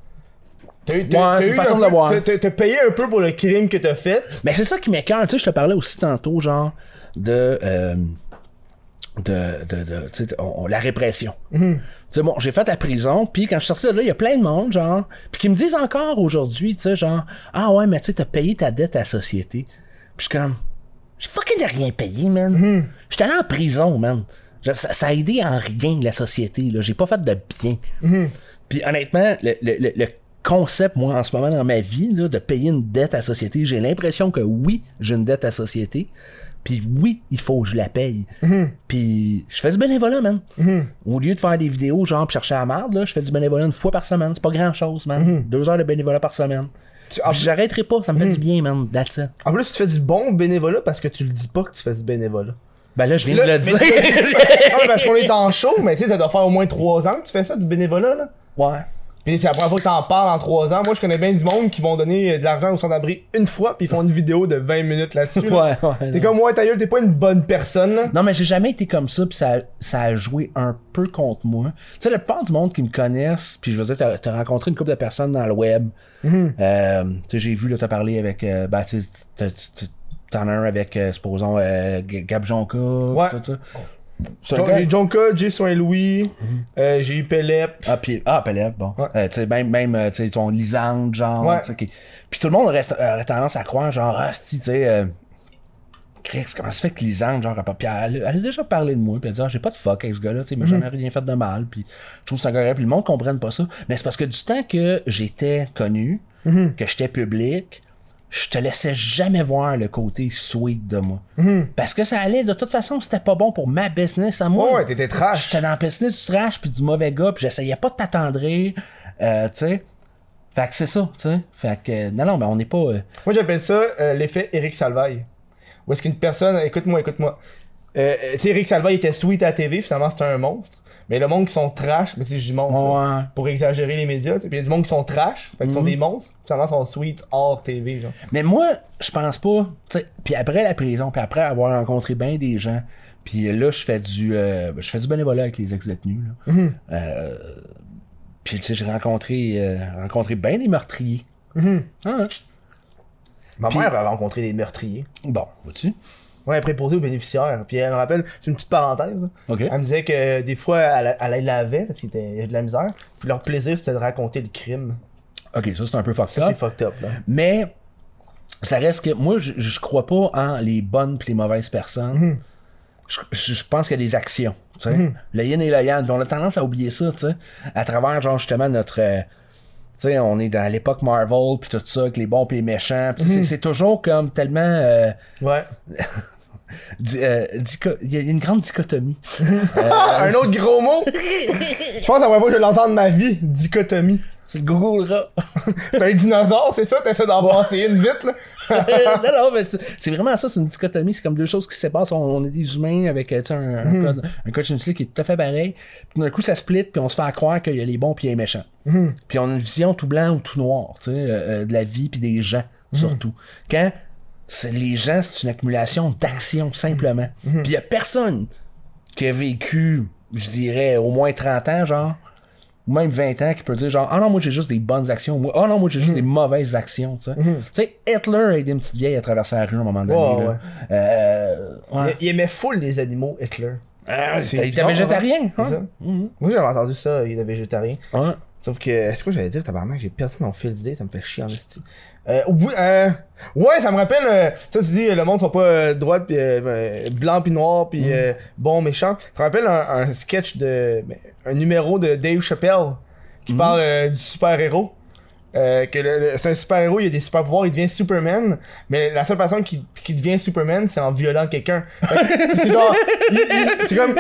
Speaker 3: T'as eu,
Speaker 2: Ouais,
Speaker 3: t'as,
Speaker 2: c'est
Speaker 3: t'as
Speaker 2: une
Speaker 3: eu
Speaker 2: façon
Speaker 3: un
Speaker 2: de le
Speaker 3: peu-
Speaker 2: voir.
Speaker 3: t'as- T'as, t'as payé un peu pour le crime que t'as fait.
Speaker 2: Mais c'est ça qui m'écœure, tu sais, je te parlais aussi tantôt, genre, de. euh, de, de, de- tu sais, de- on- on- la répression. Tu sais, bon, j'ai fait la prison, puis quand je suis sorti de là, il y a plein de monde, genre, puis qui me disent encore aujourd'hui, tu sais, genre, ah ouais, mais tu sais, t'as payé ta dette à la société. Puis je suis comme, j'ai fucking rien payé, man. J'étais allé en prison, man. Je- ça, ça a aidé en rien la société, là. J'ai pas fait de bien. Puis honnêtement, le, le- le- le concept, moi, en ce moment dans ma vie, là, de payer une dette à la société, j'ai l'impression que oui, j'ai une dette à la société. Puis oui, il faut que je la paye.
Speaker 3: Mhm.
Speaker 2: Puis je fais du bénévolat, man. Au lieu de faire des vidéos, genre, pis chercher à marde, là, je fais du bénévolat une fois par semaine. C'est pas grand-chose, man.
Speaker 3: Mhm.
Speaker 2: Deux heures de bénévolat par semaine.
Speaker 3: Tu- en,
Speaker 2: Puis J'arrêterai pas, ça me fait
Speaker 3: Mhm.
Speaker 2: du bien, man. That's it.
Speaker 3: en plus, tu fais du bon bénévolat parce que tu le dis pas que tu fais du bénévolat.
Speaker 2: Ben là, je viens
Speaker 3: Là,
Speaker 2: de le
Speaker 3: mais
Speaker 2: dire.
Speaker 3: tu fais- non, mais parce qu'on est en show, mais tu sais, ça doit faire au moins 3 ans que tu fais ça, du bénévolat, là.
Speaker 2: ouais.
Speaker 3: Puis c'est la première fois que t'en parles en 3 ans. Moi, je connais bien du monde qui vont donner euh, de l'argent au centre-abri une fois, puis ils font une vidéo de 20 minutes là-dessus. là.
Speaker 2: Ouais, ouais.
Speaker 3: T'es
Speaker 2: non.
Speaker 3: comme, ouais, ta gueule, t'es pas une bonne personne, là.
Speaker 2: Non, mais j'ai jamais été comme ça, puis ça, ça a joué un peu contre moi. Tu sais, la plupart du monde qui me connaissent, puis je veux dire, t'as, t'as rencontré une couple de personnes dans le web.
Speaker 3: Mhm.
Speaker 2: Euh, tu sais, j'ai vu, là, t'as parlé avec, euh, bah, tu sais, t'as- tu- tu- t'en as un avec, euh, supposons, euh, G- Gab Jonka,
Speaker 3: Ouais.
Speaker 2: tout ça. C'est un
Speaker 3: Jo-
Speaker 2: gars- Mhm.
Speaker 3: J'ai Jonka, J. Saint-Louis, euh, j'ai eu Pelep.
Speaker 2: Ah, puis, ah, Pellet, bon.
Speaker 3: Ouais.
Speaker 2: Euh, tu sais, même, même, euh, tu sais, ton Lisande, genre,
Speaker 3: Ouais.
Speaker 2: tu sais, qui- Puis tout le monde aurait, aurait tendance à croire, genre, ah, c'ti, tu sais, euh, Chris, comment ça fait que Lisande, genre, elle, a- puis elle, elle a déjà parlé de moi, puis elle dit, ah, j'ai pas de fuck avec ce gars-là, tu
Speaker 3: Mhm.
Speaker 2: sais, mais j'en ai rien fait de mal, puis je trouve ça correct, puis le monde comprenne pas ça. Mais c'est parce que du temps que j'étais connu,
Speaker 3: Mhm.
Speaker 2: que j'étais public, je te laissais jamais voir le côté sweet de moi.
Speaker 3: Mhm.
Speaker 2: Parce que ça allait, de toute façon, c'était pas bon pour ma business à moi.
Speaker 3: Oh, Ouais, ouais, t'étais trash.
Speaker 2: Ah, J'étais dans le business du trash puis du mauvais gars, puis j'essayais pas de t'attendrir, euh, tu sais. Fait que c'est ça, tu sais. Fait que, euh, non, non, mais on n'est pas... euh,
Speaker 3: Moi, j'appelle ça euh, l'effet Eric Salvaille. Où est-ce qu'une personne. Écoute-moi, écoute-moi. Euh, euh, tu sais, Eric Salvaille était sweet à la TV, finalement, c'était un monstre. Mais le monde qui sont trash, mais c'est du monde, ça,
Speaker 2: Ouais. Mhm.
Speaker 3: Pour exagérer les médias, tu sais. Puis il y a du monde qui sont trash, fait qu'ils sont des monstres, finalement, ils sont sweet hors TV, genre.
Speaker 2: Mais moi, je pense pas, tu sais. Puis après la prison, puis après avoir rencontré bien des gens, puis euh, là, je fais du euh, je fais du bénévolat avec les ex-détenus, là.
Speaker 3: Mhm.
Speaker 2: Euh, puis, tu sais, j'ai rencontré, euh, rencontré bien des meurtriers.
Speaker 3: Mhm.
Speaker 2: Hein, hein.
Speaker 3: Ma
Speaker 2: Puis-
Speaker 3: mère avait rencontré des meurtriers.
Speaker 2: Bon, vois-tu?
Speaker 3: Ouais, elle préposait aux bénéficiaires. Puis elle me rappelle, c'est une petite parenthèse.
Speaker 2: OK.
Speaker 3: Elle me disait que des fois, elle, elle les lavait parce qu'il était- il y avait de la misère. Puis leur plaisir, c'était de raconter le crime.
Speaker 2: OK, ça, c'est un peu fucked
Speaker 3: Ça,
Speaker 2: up.
Speaker 3: c'est fucked up, là.
Speaker 2: Mais ça reste que moi, je, je crois pas en les bonnes et les mauvaises personnes. Je, je- je pense qu'il y a des actions. tu sais. Le yin et le yang. Puis on a tendance à oublier ça, tu sais. À travers, genre, justement, notre. euh, tu sais, on est dans l'époque Marvel, puis tout ça, avec les bons puis les méchants. Puis c'est- c'est toujours comme tellement. euh,
Speaker 3: Ouais.
Speaker 2: Di- euh, dico- Il y a une grande dichotomie.
Speaker 3: Ah, Un autre gros mot. Je pense que la première fois que je l'entends de ma vie, dichotomie.
Speaker 2: C'est le Google
Speaker 3: C'est un dinosaure, c'est ça? T'essaies d'en passer une vite, là?
Speaker 2: non, non, mais c'est c'est vraiment ça, c'est une dichotomie. C'est comme deux choses qui se séparent. On, on est des humains avec euh, tu sais, un, un code, un code génétique qui est tout à fait pareil. Puis d'un coup, ça split, puis on se fait à croire qu'il y a les bons puis les méchants. Puis on a une vision tout blanc ou tout noir, tu sais, euh, euh, de la vie puis des gens, surtout. Quand c'est- les gens, c'est une accumulation d'actions, simplement. Puis il y a personne qui a vécu, je dirais, au moins 30 ans, genre, ou même 20 ans, qui peut dire genre, ah non, moi j'ai juste des bonnes actions, moi, ah non, moi j'ai juste des mauvaises actions, tu sais. Tu sais, Hitler a aidé une petite vieille à traverser la rue à un moment donné.
Speaker 3: Ouais,
Speaker 2: là.
Speaker 3: ouais.
Speaker 2: Euh, ouais.
Speaker 3: Il aimait full les animaux, Hitler.
Speaker 2: Ah,
Speaker 3: c'est
Speaker 2: t'es- t'es
Speaker 3: bizarre,
Speaker 2: végétarien,
Speaker 3: C'est
Speaker 2: hein?
Speaker 3: ça? Moi, j'avais entendu ça, il était végétarien.
Speaker 2: Ouais.
Speaker 3: Sauf que, est-ce que j'allais dire, tabarnak, j'ai perdu mon fil d'idée, ça me fait chier en esti. Euh, au bout- euh, ouais, ça me rappelle, euh, ça tu dis, euh, le monde sont pas euh, droite pis euh, euh, blanc pis noir pis euh, bon méchant. Ça me rappelle un, un sketch de, ben, un numéro de Dave Chappelle qui parle euh, du super héros. Euh, que le- le- c'est un super héros, il a des super pouvoirs, il devient Superman, mais la seule façon qu'il qu'il devient Superman, c'est en violant quelqu'un. Fait que C'est genre, il- il- c'est comme,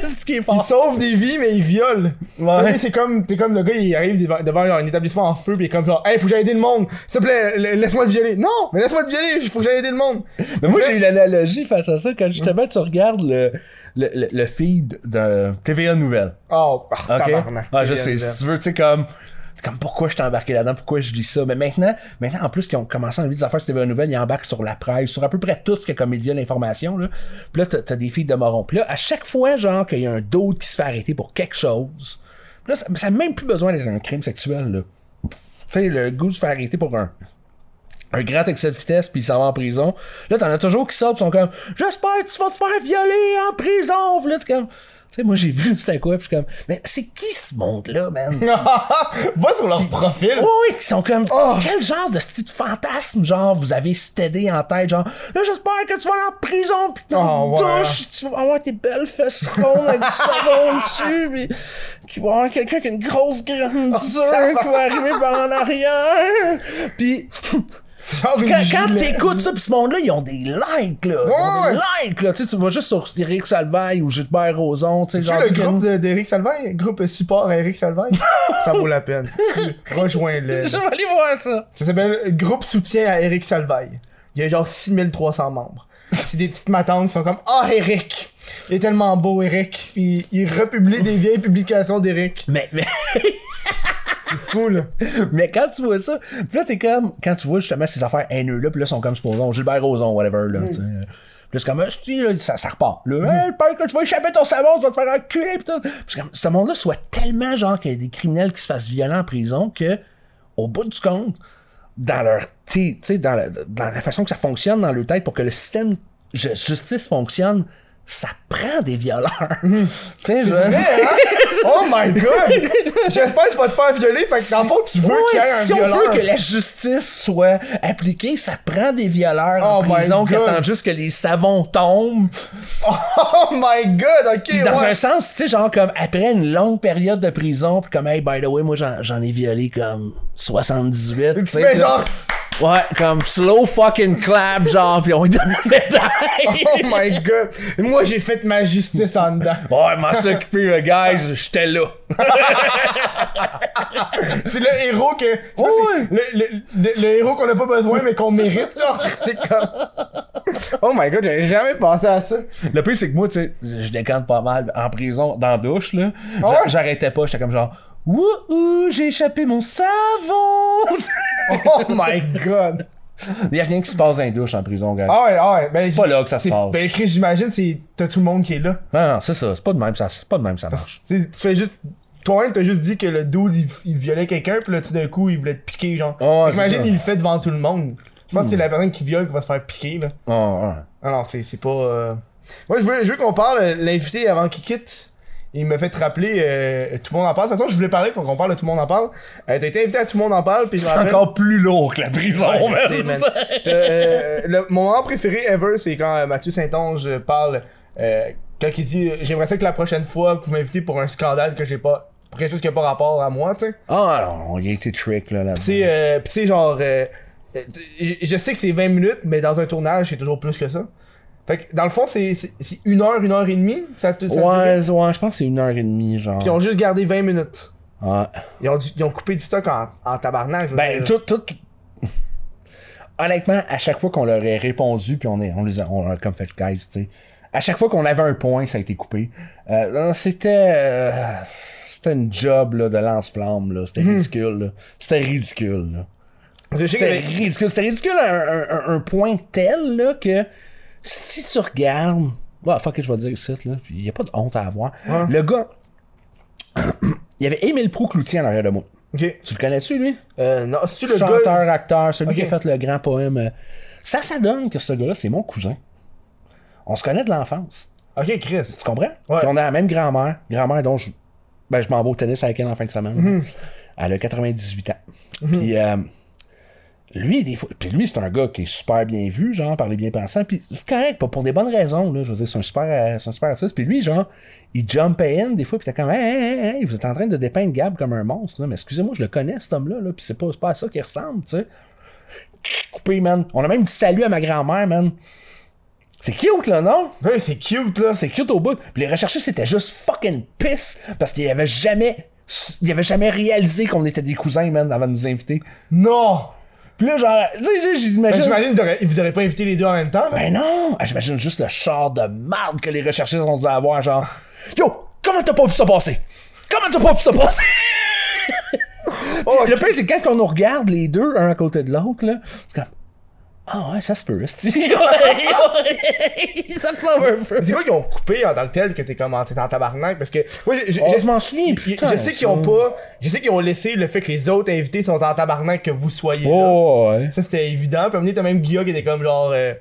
Speaker 2: C'est ce qui est
Speaker 3: il sauve des vies, mais il viole. Tu sais, C'est comme, t'es comme le gars, il arrive devant, devant un établissement en feu, pis il est comme genre, hey, faut que j'aille aider le monde. S'il te plaît, la- laisse-moi te violer. Non, mais laisse-moi te violer, faut que j'aille aider le monde.
Speaker 2: Mais moi, j'ai eu l'analogie face à ça quand justement tu regardes le, le, le, le feed de TVA Nouvelle.
Speaker 3: Oh, ah,
Speaker 2: Ok?
Speaker 3: tabarnak.
Speaker 2: Ah, je
Speaker 3: Quelle
Speaker 2: sais,
Speaker 3: nouvelle.
Speaker 2: si tu veux, tu sais, comme. c'est Comme pourquoi je t'ai embarqué là-dedans, pourquoi je lis ça. Mais maintenant, maintenant en plus qu'ils ont commencé à enlever des affaires sur TVA Nouvelle, ils embarquent sur la presse, sur à peu près tout ce que Comédia l'information. Là. Puis là, t'as, t'as des filles de moron. Puis là, à chaque fois, genre, qu'il y a un d'autre qui se fait arrêter pour quelque chose, puis là, ça, ça a même plus besoin d'être un crime sexuel. Là. Tu sais, le goût de se faire arrêter pour un, un grand excès de vitesse puis il s'en va en prison. Là, t'en as toujours qui sortent pis sont comme J'espère que tu vas te faire violer en prison! Puis là, t'es comme. Tu sais, moi j'ai vu c'était quoi, pis je suis comme Mais c'est qui ce monde-là, man?
Speaker 3: Va sur leur profil.
Speaker 2: Oui, oui, qui sont comme
Speaker 3: Oh!
Speaker 2: Quel genre de style de fantasme, genre, vous avez stédé en tête, genre Là, j'espère que tu vas aller en prison, pis
Speaker 3: Oh, ouais.
Speaker 2: douche, tu vas avoir tes belles fesses rondes avec du savon dessus, pis tu vas avoir quelqu'un qui a une grosse
Speaker 3: Oh,
Speaker 2: grande dure qui va arriver par en arrière. Pis
Speaker 3: Genre des
Speaker 2: quand,
Speaker 3: gilets.
Speaker 2: quand t'écoutes ça, pis ce monde-là, ils ont des likes, là. Ils ont
Speaker 3: Ouais.
Speaker 2: des likes, là. Tu sais, tu vas juste sur Eric Salvaille ou Gilbert Rozon, tu sais,
Speaker 3: Tu
Speaker 2: genre.
Speaker 3: sais, le groupe de- d'Éric Salvaille, groupe support à Éric Salvaille, ça vaut la peine. Tu- Rejoins-le.
Speaker 2: Je vais aller voir ça.
Speaker 3: Ça s'appelle Groupe soutien à Eric Salvaille. Il y a genre 6300 membres. C'est des petites matantes qui sont comme Ah, Eric Il est tellement beau, Eric. Puis il republie des vieilles publications d'Eric.
Speaker 2: Mais, mais,
Speaker 3: C'est fou, là.
Speaker 2: mais quand tu vois ça, pis là, t'es comme, quand tu vois justement ces affaires haineux-là, pis là, sont comme, supposons, Gilbert Rozon, whatever, là, tu sais. Pis là, c'est comme, Ah, c'ti, là, ça, ça repart. Là, Hey, peur que tu vas échapper ton savon, tu vas te faire enculer, pis tout. Pis c'est comme, ce monde-là soit tellement, genre, qu'il y a des criminels qui se fassent violents en prison que, au bout du compte, dans leur t- tu sais, dans, la- dans la façon que ça fonctionne dans leur tête pour que le système de justice fonctionne, ça prend des violeurs. Tu sais, je veux dire-
Speaker 3: Oh my god J'espère que tu vas te faire violer. Fait que dans le fond, tu veux
Speaker 2: Ouais,
Speaker 3: qu'il y ait un
Speaker 2: si
Speaker 3: violeur.
Speaker 2: on veut que la justice soit appliquée, ça prend des violeurs en
Speaker 3: Oh my
Speaker 2: prison qui
Speaker 3: God.
Speaker 2: attendent juste que les savons tombent.
Speaker 3: Oh my god, ok.
Speaker 2: Puis dans
Speaker 3: ouais.
Speaker 2: un sens, tu sais, genre comme après une longue période de prison, puis comme hey by the way, moi j'en j'en ai violé comme 78.
Speaker 3: Tu
Speaker 2: tu sais,
Speaker 3: fais
Speaker 2: comme-
Speaker 3: genre
Speaker 2: Ouais, comme slow fucking clap, genre, puis on lui donne une médaille.
Speaker 3: Oh my god Moi, j'ai fait ma justice en dedans.
Speaker 2: Ouais, m'en suis occupé, euh, guys, j'étais là.
Speaker 3: C'est le héros que. tu vois,
Speaker 2: Oh, Ouais,
Speaker 3: c'est le, le- le- le héros qu'on n'a pas besoin, mais qu'on mérite, là. C'est comme. Oh my god, j'avais jamais pensé à ça.
Speaker 2: Le pire, c'est que moi, tu sais, je décante pas mal en prison, dans la douche, là. j'a-
Speaker 3: Ah ouais?
Speaker 2: J'arrêtais pas, j'étais comme genre, wouhou, j'ai échappé mon savon!
Speaker 3: Oh my god.
Speaker 2: Il y a rien qui se passe dans les douches en prison, gars.
Speaker 3: Ah ouais, ah ouais. Ben,
Speaker 2: c'est pas là que ça se
Speaker 3: c'est-
Speaker 2: passe.
Speaker 3: Ben, Chris, j'imagine, c'est. T'as tout le monde qui est là.
Speaker 2: Non, non, c'est ça, c'est pas de même, ça, c'est pas de même, ça marche.
Speaker 3: Tu sais, tu fais juste. Toi-même, t'as juste dit que le dude, il, il violait quelqu'un, puis là, tout d'un coup, il voulait te piquer, genre.
Speaker 2: Oh, ouais, c'est
Speaker 3: J'imagine,
Speaker 2: ça. Hmm.
Speaker 3: il le fait devant tout le monde. Je pense que c'est la personne qui viole qui va se faire piquer, là.
Speaker 2: Oh, ouais.
Speaker 3: Ah non, c'est c'est pas. euh, Moi, je veux, je veux qu'on parle, euh, l'invité avant qu'il quitte. Il me fait te rappeler euh, Tout le monde en parle. De toute façon, je voulais parler pour qu'on parle de Tout le monde en parle. Euh, T'as été invité à Tout le monde en parle. puis je me
Speaker 2: C'est
Speaker 3: rappelle-
Speaker 2: encore plus lourd que la prison,
Speaker 3: Ouais,
Speaker 2: man.
Speaker 3: je sais, man. Euh, le, mon moment préféré ever, c'est quand euh, Mathieu Saint-Onge parle. euh, quand il dit euh, J'aimerais ça que la prochaine fois que vous m'invitez pour un scandale que j'ai pas. pour quelque chose qui a pas rapport à moi, tu sais.
Speaker 2: Ah, non, il a été trick, là, là
Speaker 3: Pis c'est, euh, pis c'est genre. euh, euh, je, je sais que c'est 20 minutes, mais dans un tournage, c'est toujours plus que ça. Fait que dans le fond, c'est c'est- c'est une heure, une heure et demie. Ça, te- ça te
Speaker 2: Ouais,
Speaker 3: fait?
Speaker 2: ouais, je pense que c'est une heure et demie, genre.
Speaker 3: Puis ils ont juste gardé 20 minutes.
Speaker 2: Ouais.
Speaker 3: Ils ont, dû- ils ont coupé du stock en, en tabarnak. je veux
Speaker 2: Ben,
Speaker 3: dire.
Speaker 2: tout, tout. Honnêtement, à chaque fois qu'on leur a répondu, puis on, est, on les a, on a comme fait guys, tu sais. À chaque fois qu'on avait un point, ça a été coupé. Euh, non, c'était. euh, c'était une job là, de lance-flamme, là. C'était ridicule, là. C'était ridicule, là.
Speaker 3: Je sais que-
Speaker 2: C'était ridicule. C'était ridicule à un, un- un- un point tel là, que si tu regardes. bah fuck it, je vais te dire ça, là. Il n'y a pas de honte à avoir. Le gars. il y avait Émile Pro Cloutier en arrière de moi.
Speaker 3: Ok.
Speaker 2: Tu le connais-tu, lui?
Speaker 3: Euh, non, c'est le
Speaker 2: Chanteur,
Speaker 3: gars.
Speaker 2: acteur, celui
Speaker 3: Ok.
Speaker 2: qui a fait le grand poème. euh, Ça, ça donne que ce gars-là, c'est mon cousin. On se connaît de l'enfance.
Speaker 3: Ok, Chris.
Speaker 2: Tu comprends?
Speaker 3: Ouais.
Speaker 2: Puis on a la même grand-mère. Grand-mère dont je, ben, je m'en vais au tennis avec elle en fin de semaine. Elle a 98 ans. Puis euh, lui, des fois. Puis lui, c'est un gars qui est super bien vu, genre, par les bien-pensants. Puis c'est correct, pas pour des bonnes raisons, là. Je veux dire, c'est un super, euh, c'est un super artiste. Puis lui, genre, il jump in des fois, puis t'es comme, hey, hey, hey, hey, vous êtes en train de dépeindre Gab comme un monstre, là. Mais excusez-moi, je le connais, cet homme-là, là. Puis c'est pas, c'est pas à ça qu'il ressemble, tu sais. Coupé, man. On a même dit salut à ma grand-mère, man. C'est cute, là, non?
Speaker 3: Ouais, c'est cute, là.
Speaker 2: c'est cute au bout. Puis les recherchistes c'était juste fucking piss parce qu'ils avaient jamais ils avaient jamais réalisé qu'on était des cousins man avant de nous inviter.
Speaker 3: Non!
Speaker 2: Puis là genre tu sais
Speaker 3: Ben,
Speaker 2: j'imagine
Speaker 3: J'imagine que vous n'auriez pas invité les deux en même temps. là.
Speaker 2: ben non, Ah, j'imagine juste le char de marde que les recherchistes ont dû avoir genre yo, comment t'as pas vu ça passer Comment t'as pas vu ça passer
Speaker 3: Oh,
Speaker 2: Le pire, c'est quand on nous regarde les deux, un à côté de l'autre, là, c'est comme. Ah ouais, ça se peut, esti. Ça me semble un peu.
Speaker 3: C'est quoi qu'ils ont coupé en tant que tel que t'es comme en, t'es en tabarnak parce que moi je, je-
Speaker 2: Oh,
Speaker 3: je-
Speaker 2: je m'en souviens,
Speaker 3: je-
Speaker 2: putain,
Speaker 3: je sais qu'ils ont
Speaker 2: ça.
Speaker 3: pas je sais qu'ils ont laissé le fait que les autres invités sont en tabarnak que vous soyez là.
Speaker 2: Oh, ouais.
Speaker 3: Ça c'était évident. Puis à un moment donné, t'as même Guilla qui était comme genre euh,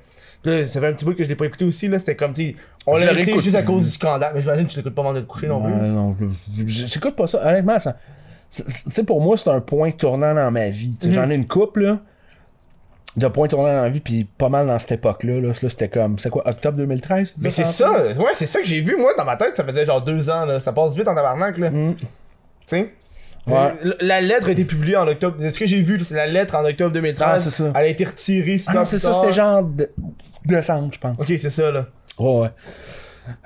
Speaker 3: pis là, ça fait un petit bout que je l'ai pas écouté aussi là, c'était comme tu sais, on
Speaker 2: Je
Speaker 3: l'a
Speaker 2: le
Speaker 3: écouté
Speaker 2: réécoute.
Speaker 3: juste à cause du scandale, mais j'imagine que tu l'écoutes pas avant de te coucher non plus.
Speaker 2: Ouais, non, je- je- j'écoute pas ça. Honnêtement, ça. c'est- c'est- Tu sais, pour moi, c'est un point tournant dans ma vie. Tu sais, J'en ai une couple, là, de points tournants dans ma vie, puis pas mal dans cette époque-là. Là, Là, c'était comme, c'est quoi, octobre 2013? tu
Speaker 3: Mais
Speaker 2: disais
Speaker 3: c'est ça, ouais, c'est ça que j'ai vu moi dans ma tête, ça faisait genre deux ans là, ça passe vite en tabarnak là. Tu sais
Speaker 2: Mm. Ouais.
Speaker 3: Euh, La lettre a été publiée en octobre. Ce que j'ai vu, c'est la lettre en octobre 2013.
Speaker 2: Ah, c'est ça.
Speaker 3: Elle a été retirée. six
Speaker 2: Ah non,
Speaker 3: ans
Speaker 2: c'est
Speaker 3: plus
Speaker 2: ça,
Speaker 3: tard.
Speaker 2: c'était genre de... décembre, je pense.
Speaker 3: Ok, c'est ça, là.
Speaker 2: Ouais, ouais.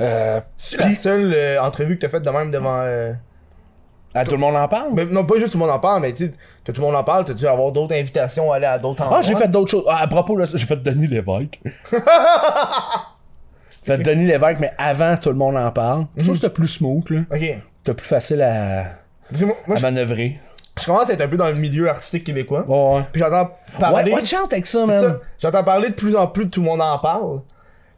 Speaker 2: Euh,
Speaker 3: C'est la seule euh, entrevue que t'as faite de même devant. euh,
Speaker 2: ah, tout le monde en parle?
Speaker 3: mais non, pas juste tout le monde en parle, mais tu sais, que tout le monde en parle, t'as dû avoir d'autres invitations à aller à d'autres endroits.
Speaker 2: Ah, j'ai fait d'autres choses. Ah, à propos, là, j'ai fait Denis Lévesque. fait Denis Lévesque, mais avant, tout le monde en parle. Je trouve que c'était plus smooth, là.
Speaker 3: Ok.
Speaker 2: C'était plus facile à,
Speaker 3: Parce que Moi, moi,
Speaker 2: à
Speaker 3: je,
Speaker 2: manœuvrer.
Speaker 3: je commence à être un peu dans le milieu artistique québécois.
Speaker 2: Ouais, ouais.
Speaker 3: Puis j'entends
Speaker 2: Ouais,
Speaker 3: parler.
Speaker 2: watch out avec ça,
Speaker 3: c'est
Speaker 2: man.
Speaker 3: ça, J'entends parler de plus en plus de tout le monde en parle.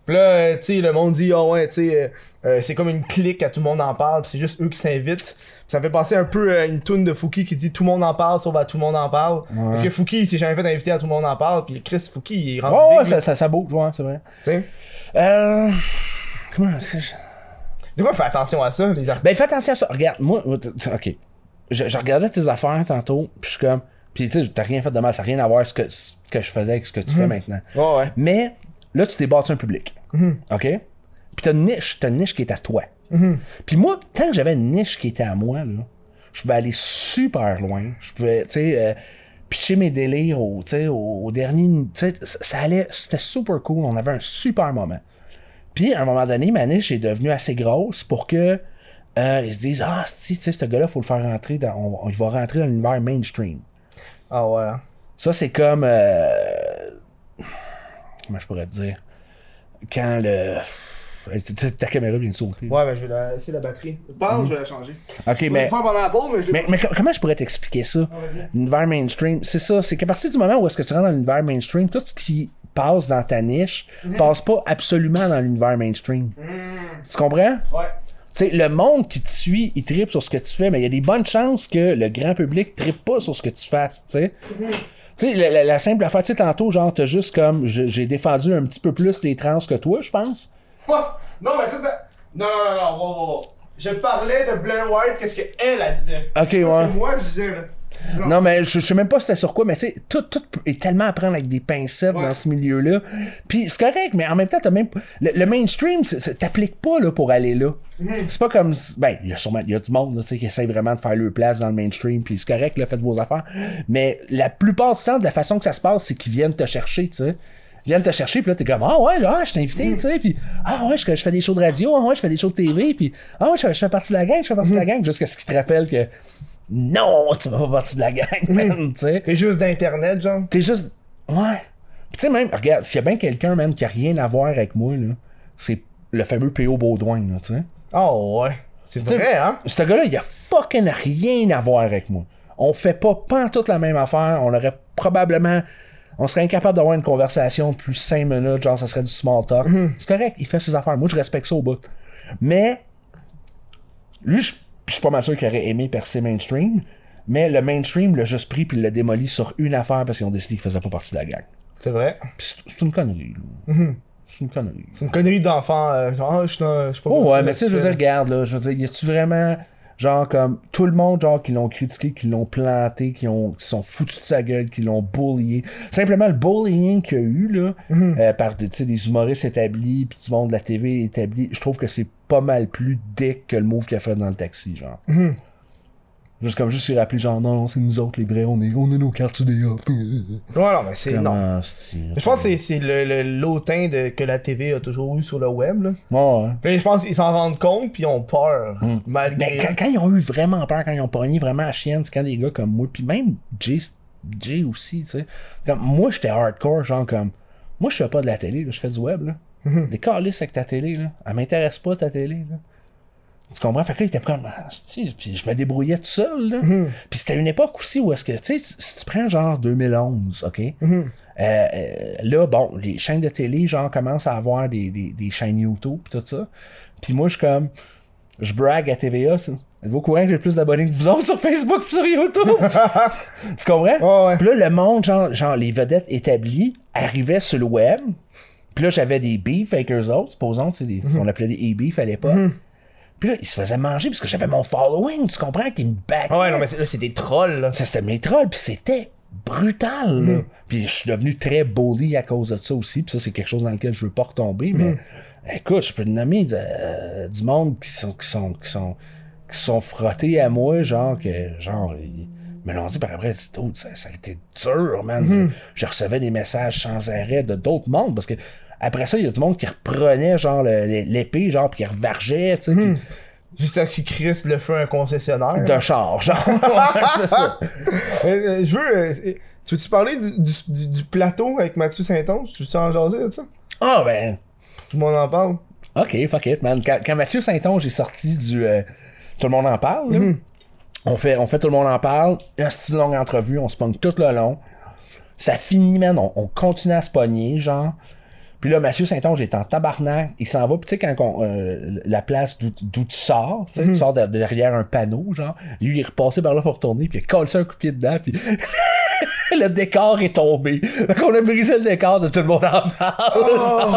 Speaker 3: Puis là, euh, tu sais, le monde dit, ah ouais, tu sais, euh, euh, c'est comme une clique à tout le monde en parle, puis c'est juste eux qui s'invitent. Puis ça me fait penser un peu euh, à une toune de Fouki qui dit tout le monde en parle, sauf à tout le monde en parle. Parce que Fouki, il s'est jamais fait inviter à tout le monde en parle, puis Chris Fouki, il est rendu.
Speaker 2: Ouais, ouais,
Speaker 3: big,
Speaker 2: ça,
Speaker 3: là,
Speaker 2: ça, ça bouge, ouais, c'est vrai.
Speaker 3: tu sais.
Speaker 2: Euh. Comment c'est. je-
Speaker 3: De quoi, fais attention à ça, les artistes.
Speaker 2: Ben, fais attention à ça. Regarde, moi. moi, t- t- Ok. Je, je regardais tes affaires tantôt, puis je suis comme. Puis, tu sais, t'as rien fait de mal, ça n'a rien à voir avec ce que, ce que je faisais avec ce que tu fais maintenant.
Speaker 3: Mhm. Ouais, Mhm. ouais.
Speaker 2: Mais, là, tu t'es bâti un public. Ok? Puis, t'as une niche. T'as une niche qui est à toi.
Speaker 3: Mhm.
Speaker 2: Puis, moi, tant que j'avais une niche qui était à moi, là, je pouvais aller super loin. Je pouvais, tu sais. euh, pitcher mes délires au, tu sais, au, au dernier. tu sais, Ça ça allait. C'était super cool. On avait un super moment. Puis, à un moment donné, ma niche est devenue assez grosse pour que euh, ils se disent Ah, si, tu sais, ce gars-là, faut le faire rentrer dans. on- on- il va rentrer dans l'univers mainstream.
Speaker 3: Ah ouais.
Speaker 2: Ça, c'est comme. euh, Comment je pourrais te dire Quand le. Ta- Ta caméra vient de sauter.
Speaker 3: Ouais, ben je vais la... c'est la batterie. Pardon, je vais la changer.
Speaker 2: Ok, mais.
Speaker 3: faire pendant la pause, Eh. mais je
Speaker 2: Mais, mais co- comment je pourrais t'expliquer ça? L'univers mainstream, c'est ça, c'est qu'à partir du moment où est-ce que tu rentres dans l'univers mainstream, tout ce qui passe dans ta niche passe pas absolument dans l'univers mainstream. Tu comprends?
Speaker 3: Ouais.
Speaker 2: Tu sais, le monde qui te suit, il tripe sur ce que tu fais, mais il y a des bonnes chances que le grand public tripe pas sur ce que tu fasses, tu sais. Tu sais, la, la- la simple affaire, tu sais, tantôt, genre, t'as juste comme, je- j'ai défendu un petit peu plus les trans que toi, je pense.
Speaker 3: Non, mais ça, ça. Non, non, non, non, wow, wow, wow. Je parlais de Blair White, qu'est-ce qu'elle, elle elle disait.
Speaker 2: Ok, ouais.
Speaker 3: Parce que moi, je disais, là.
Speaker 2: Non, mais je, je sais même pas c'était sur quoi, mais tu sais, tout, tout est tellement à prendre avec des pincettes dans ce milieu-là. Puis c'est correct, mais en même temps, t'as même. p- Le, le mainstream, c'est- c'est- t'appliques pas là, pour aller là. C'est pas comme. si- Ben, il y a sûrement il y a du monde là, tu sais, qui essaie vraiment de faire leur place dans le mainstream, puis c'est correct, là, faites vos affaires. Mais la plupart du temps, de la façon que ça se passe, c'est qu'ils viennent te chercher, tu sais. viennent te chercher, puis là, t'es comme, ah ouais, ah, je t'ai invité, tu sais, puis ah ouais, je, je fais des shows de radio, ah ouais, je fais des shows de TV, puis ah ouais, je, fais- je fais partie de la gang, je fais partie de la gang, jusqu'à ce qu'ils te rappellent que non, tu vas pas partie de la gang, man, tu sais.
Speaker 7: T'es juste d'internet, genre.
Speaker 2: T'es juste, ouais. Puis tu sais, même, regarde, s'il y a bien quelqu'un, man, qui a rien à voir avec moi, là, c'est le fameux P.O. Baudouin, là, tu sais.
Speaker 7: Oh ouais. C'est
Speaker 2: Tu sais,
Speaker 7: vrai, hein?
Speaker 2: Ce gars-là, il a fucking rien à voir avec moi. On fait pas pantoute la même affaire. On aurait probablement. On serait incapable d'avoir une conversation de plus 5 minutes, genre ça serait du small talk. C'est correct, il fait ses affaires. Moi, je respecte ça au bout. Mais. Lui, je je suis pas mal sûr qu'il aurait aimé percer mainstream. Mais le mainstream l'a juste pris puis l'a démoli sur une affaire parce qu'ils ont décidé qu'il faisait pas partie de la gang.
Speaker 7: C'est vrai.
Speaker 2: Puis c'est- c'est une connerie. là. C'est une connerie.
Speaker 7: C'est une connerie d'enfant. euh, genre, ah, je suis dans- je suis pas.
Speaker 2: Oh ouais,
Speaker 7: bon,
Speaker 2: mais tu sais, je veux dire, regarde, là, je veux dire, y a-tu vraiment, genre, comme, tout le monde, genre, qui l'ont critiqué, qui l'ont planté, qui, ont, qui sont foutus de sa gueule, qui l'ont bullyé. Simplement, le bullying qu'il y a eu, là, euh, par, des- tu sais, des humoristes établis, puis du monde de la TV établi, je trouve que c'est pas mal plus dick que le move qu'il a fait dans le taxi, genre. Juste comme, juste s'y rappeler, genre, non, c'est nous autres, les vrais, on est, on a euh, nos cartes UDA.
Speaker 7: Ouais, non, mais c'est.
Speaker 2: Comme,
Speaker 7: Non.
Speaker 2: euh, c'est-
Speaker 7: Je pense que c'est- c'est le- le- l'autain de- que la TV a toujours eu sur le web, là.
Speaker 2: Ouais, ouais.
Speaker 7: Puis je pense qu'ils s'en rendent compte, puis ils ont peur.
Speaker 2: Ben,
Speaker 7: Malgré.
Speaker 2: quand, quand ils ont eu vraiment peur, quand ils ont pogné vraiment à chienne, c'est quand des gars comme moi, puis même Jay, Jay aussi, tu sais. Comme, moi, j'étais hardcore, genre comme. Moi, je fais pas de la télé, là, je fais du web, là. Des câlisses avec ta télé, là. Elle m'intéresse pas, ta télé, là. Tu comprends? Fait que là, il était comme. Ah, c'ti, Puis je me débrouillais tout seul, là. Puis c'était une époque aussi où est-ce que, tu sais, si tu prends genre 2011, OK? Euh, euh, là, bon, les chaînes de télé, genre, commencent à avoir des, des, des chaînes YouTube, pis tout ça. Puis moi, je suis comme je brague à TVA, ça. Êtes-vous au courant que j'ai plus d'abonnés que vous autres sur Facebook pis sur YouTube? tu
Speaker 7: Ouais,
Speaker 2: comprends?
Speaker 7: ouais.
Speaker 2: Puis là, le monde, genre, genre, les vedettes établies arrivaient sur le web. Puis là, j'avais des beefs avec eux autres, supposons, tu sais, des-
Speaker 7: Mhm.
Speaker 2: on appelait des e-beefs à l'époque. Puis là, ils se faisaient manger parce que j'avais mon following, tu comprends, qui me back.
Speaker 7: Ah Ouais, non, mais c'est- là, c'est des trolls, là.
Speaker 2: Ça, c'était mes trolls, puis c'était brutal, là. Puis je suis devenu très bully à cause de ça aussi, puis ça, c'est quelque chose dans lequel je veux pas retomber, mais écoute, je peux te nommer de- euh, du monde qui sont, qui sont, qui sont, qui sont frottés à moi, genre, que, genre, ils me l'ont dit par après, ils disent, Dude, ça, ça a été dur, man. Je, je recevais des messages sans arrêt de d'autres mondes, parce que après ça, il y a du monde qui reprenait, genre, le- le- l'épée, genre, puis qui revargeait, tu sais, puis-
Speaker 7: Juste à ce qu'ils crissent le feu à un concessionnaire.
Speaker 2: d'un char, genre. Ouais, c'est ça.
Speaker 7: Euh, euh, je veux. euh, euh, tu veux-tu parler du, du- du- du plateau avec Mathieu Saint-Onge? Tu veux-tu en jaser de ça?
Speaker 2: Ah, ben...
Speaker 7: Tout le monde en parle.
Speaker 2: OK, fuck it, man. Quand, quand Mathieu Saint-Onge est sorti du euh, Tout le monde en parle, là, on, fait, on fait Tout le monde en parle, une style longue entrevue, on se pogne tout le long. Ça finit, man, on, on continue à se pogner, genre. Puis là, Mathieu Saint-Onge est en tabarnak, il s'en va, puis tu sais, quand qu'on, euh, la place d'où d'où tu sors, tu sais, tu sors de- derrière un panneau, genre, lui, il est repassé par là pour tourner, puis il a collé ça un coup de pied dedans, puis le décor est tombé. Donc, on a brisé le décor de Tout le monde en parle.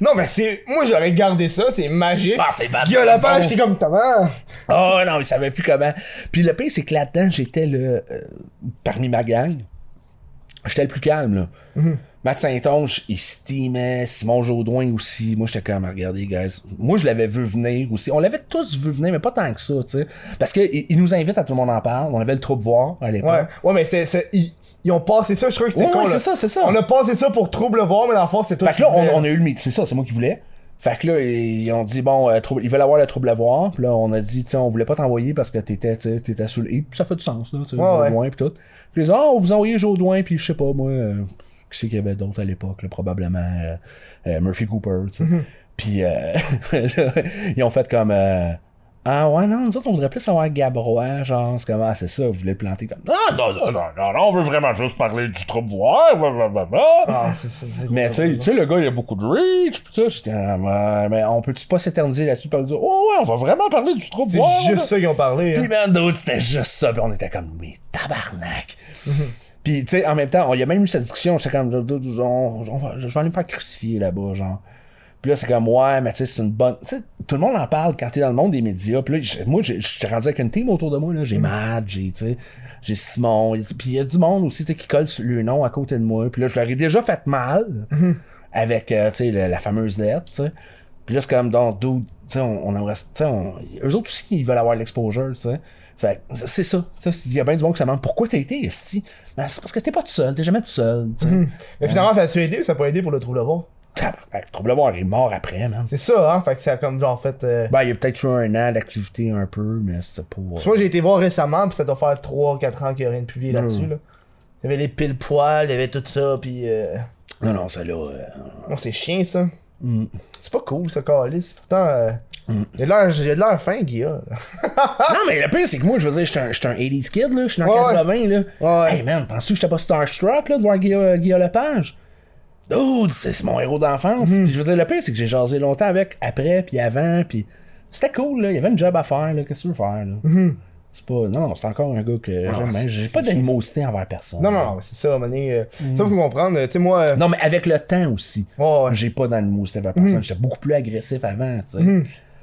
Speaker 7: Non, mais c'est. Moi, j'aurais gardé ça, c'est magique.
Speaker 2: Ah, c'est pas
Speaker 7: Il y a la page,
Speaker 2: bon.
Speaker 7: j'étais comme comment?
Speaker 2: Oh non, il savait plus comment. Puis le pire, c'est que là-dedans, j'étais le. euh, parmi ma gang, j'étais le plus calme, là.
Speaker 7: Mhm.
Speaker 2: Matt Saint-Onge, il steamait. Simon Jaudoin aussi. Moi, j'étais quand même, regardez, guys. Moi, je l'avais vu venir aussi. On l'avait tous vu venir, mais pas tant que ça, tu sais. Parce qu'il il nous invite à tout le monde en parle. On avait le troupe voir à l'époque.
Speaker 7: Ouais, ouais, mais c'est. c'est- ils, ils ont passé ça, je crois que c'était
Speaker 2: Ouais,
Speaker 7: con,
Speaker 2: ouais,
Speaker 7: là.
Speaker 2: c'est ça, c'est ça.
Speaker 7: On a passé ça pour trouble voir, mais dans le fond, c'est toi.
Speaker 2: Fait que là, on, on a eu le meeting, c'est ça, c'est moi qui voulais. Fait que là, ils ont dit, bon, euh, trouble- ils veulent avoir le trouble à voir. Puis là, on a dit, tu sais, on voulait pas t'envoyer parce que t'étais, tu sais, t'étais sous le. Et ça fait du sens, là, tu sais,
Speaker 7: Ouais, ouais.
Speaker 2: Jaudoin, puis tout. Puis ils ont dit, ah, on vous envoyez Jaudoin, puis je sais pas, moi, euh, qui c'est qu'il y avait d'autres à l'époque, là, probablement euh, euh, Murphy Cooper, tu sais.
Speaker 7: Mhm.
Speaker 2: Puis euh, là, ils ont fait comme. euh, ah ouais, non, nous autres, on voudrait plus avoir Gabrois, genre, c'est comme, ah, c'est ça, vous voulez planter comme. Ah, non, non, non, non, non, on veut vraiment juste parler du trouble voir, blablabla.
Speaker 7: Ah, c'est ça. c'est-
Speaker 2: Mais tu sais,
Speaker 7: hein.
Speaker 2: tu sais, le gars, il a beaucoup de reach, pis tout. J'étais, ah, ouais, mais on peut-tu pas s'éterniser là-dessus par dire, oh ouais, on va vraiment parler du trouble.
Speaker 7: C'est
Speaker 2: voir,
Speaker 7: juste
Speaker 2: là.
Speaker 7: ça qu'ils ont parlé.
Speaker 2: Pis
Speaker 7: hein.
Speaker 2: man, dude, c'était juste ça, pis on était comme, mais tabarnak. Pis tu sais, en même temps, on- il y a même eu cette discussion, j'étais comme, on, on va- je vais aller me faire crucifier là-bas, genre. Pis là, c'est comme, ouais, mais tu sais, c'est une bonne. Tu sais, tout le monde en parle quand t'es dans le monde des médias. Pis là, j'ai- moi, j'ai- je suis rendu avec une team autour de moi, là. J'ai Matt, j'ai, tu sais, j'ai Simon. Pis il y a du monde aussi, tu sais, qui colle sur le nom à côté de moi. Pis là, je leur ai déjà fait mal avec, euh, tu sais, le- la fameuse lettre, tu sais. Puis là, c'est comme, donc, dude, tu sais, on, on aimerait- tu sais, on- eux autres aussi, ils veulent avoir l'exposure, tu sais. Fait que c'est ça. Tu sais, Il y a bien du monde qui se demande pourquoi t'as été, esti? Ben, c'est parce que t'es pas tout seul, t'es jamais tout seul, tu sais.
Speaker 7: Mais finalement, ça a-tu aidé ou ça a pas aidé pour le trouble voir
Speaker 2: Tabarnak, Trouble-Voir est mort après, man.
Speaker 7: C'est ça, hein? Fait que ça a comme genre fait. euh,
Speaker 2: Ben, il y a peut-être eu un an d'activité un peu, mais c'était pas. euh,
Speaker 7: Parce que Moi, j'ai été voir récemment, puis ça doit faire 3-4 ans qu'il n'y a rien de publié
Speaker 2: Hmm.
Speaker 7: là-dessus. Là. Il y avait les pile poils, il y avait tout ça, puis. Euh...
Speaker 2: Non, non, ça là. euh,
Speaker 7: Non, c'est chiant, ça.
Speaker 2: Hmm.
Speaker 7: C'est pas cool, ça, Calis. Pourtant, euh... il y a de l'air- il y a de l'air fin, Guilla. là.
Speaker 2: Non, mais le pire, c'est que moi, je veux dire, j'étais un, j'étais un 80s kid, là. Je suis dans
Speaker 7: Ah! Ouais,
Speaker 2: 80, là.
Speaker 7: Ouais.
Speaker 2: Hey, man, penses-tu que j'étais pas starstruck, là, de voir Guilla, Guilla Lepage? Dude, c'est c'est mon héros d'enfance.
Speaker 7: Mm.
Speaker 2: Puis je veux dire, le pire, c'est que j'ai jasé longtemps avec, après, puis avant, puis c'était cool, là. Il y avait une job à faire, là. Qu'est-ce que tu veux faire, là?
Speaker 7: Mm-hmm.
Speaker 2: C'est pas. Non, non, c'est encore un gars que j'aime bien. J'ai pas d'animosité envers personne.
Speaker 7: Non, non, non, c'est ça, mané. Euh... Ça, faut comprendre. euh, Tu sais, moi. euh,
Speaker 2: Hmm. Non, mais avec le temps aussi.
Speaker 7: Ouais, Hmm. ouais.
Speaker 2: J'ai pas d'animosité envers personne. J'étais beaucoup plus agressif avant, tu sais.
Speaker 7: Hmm.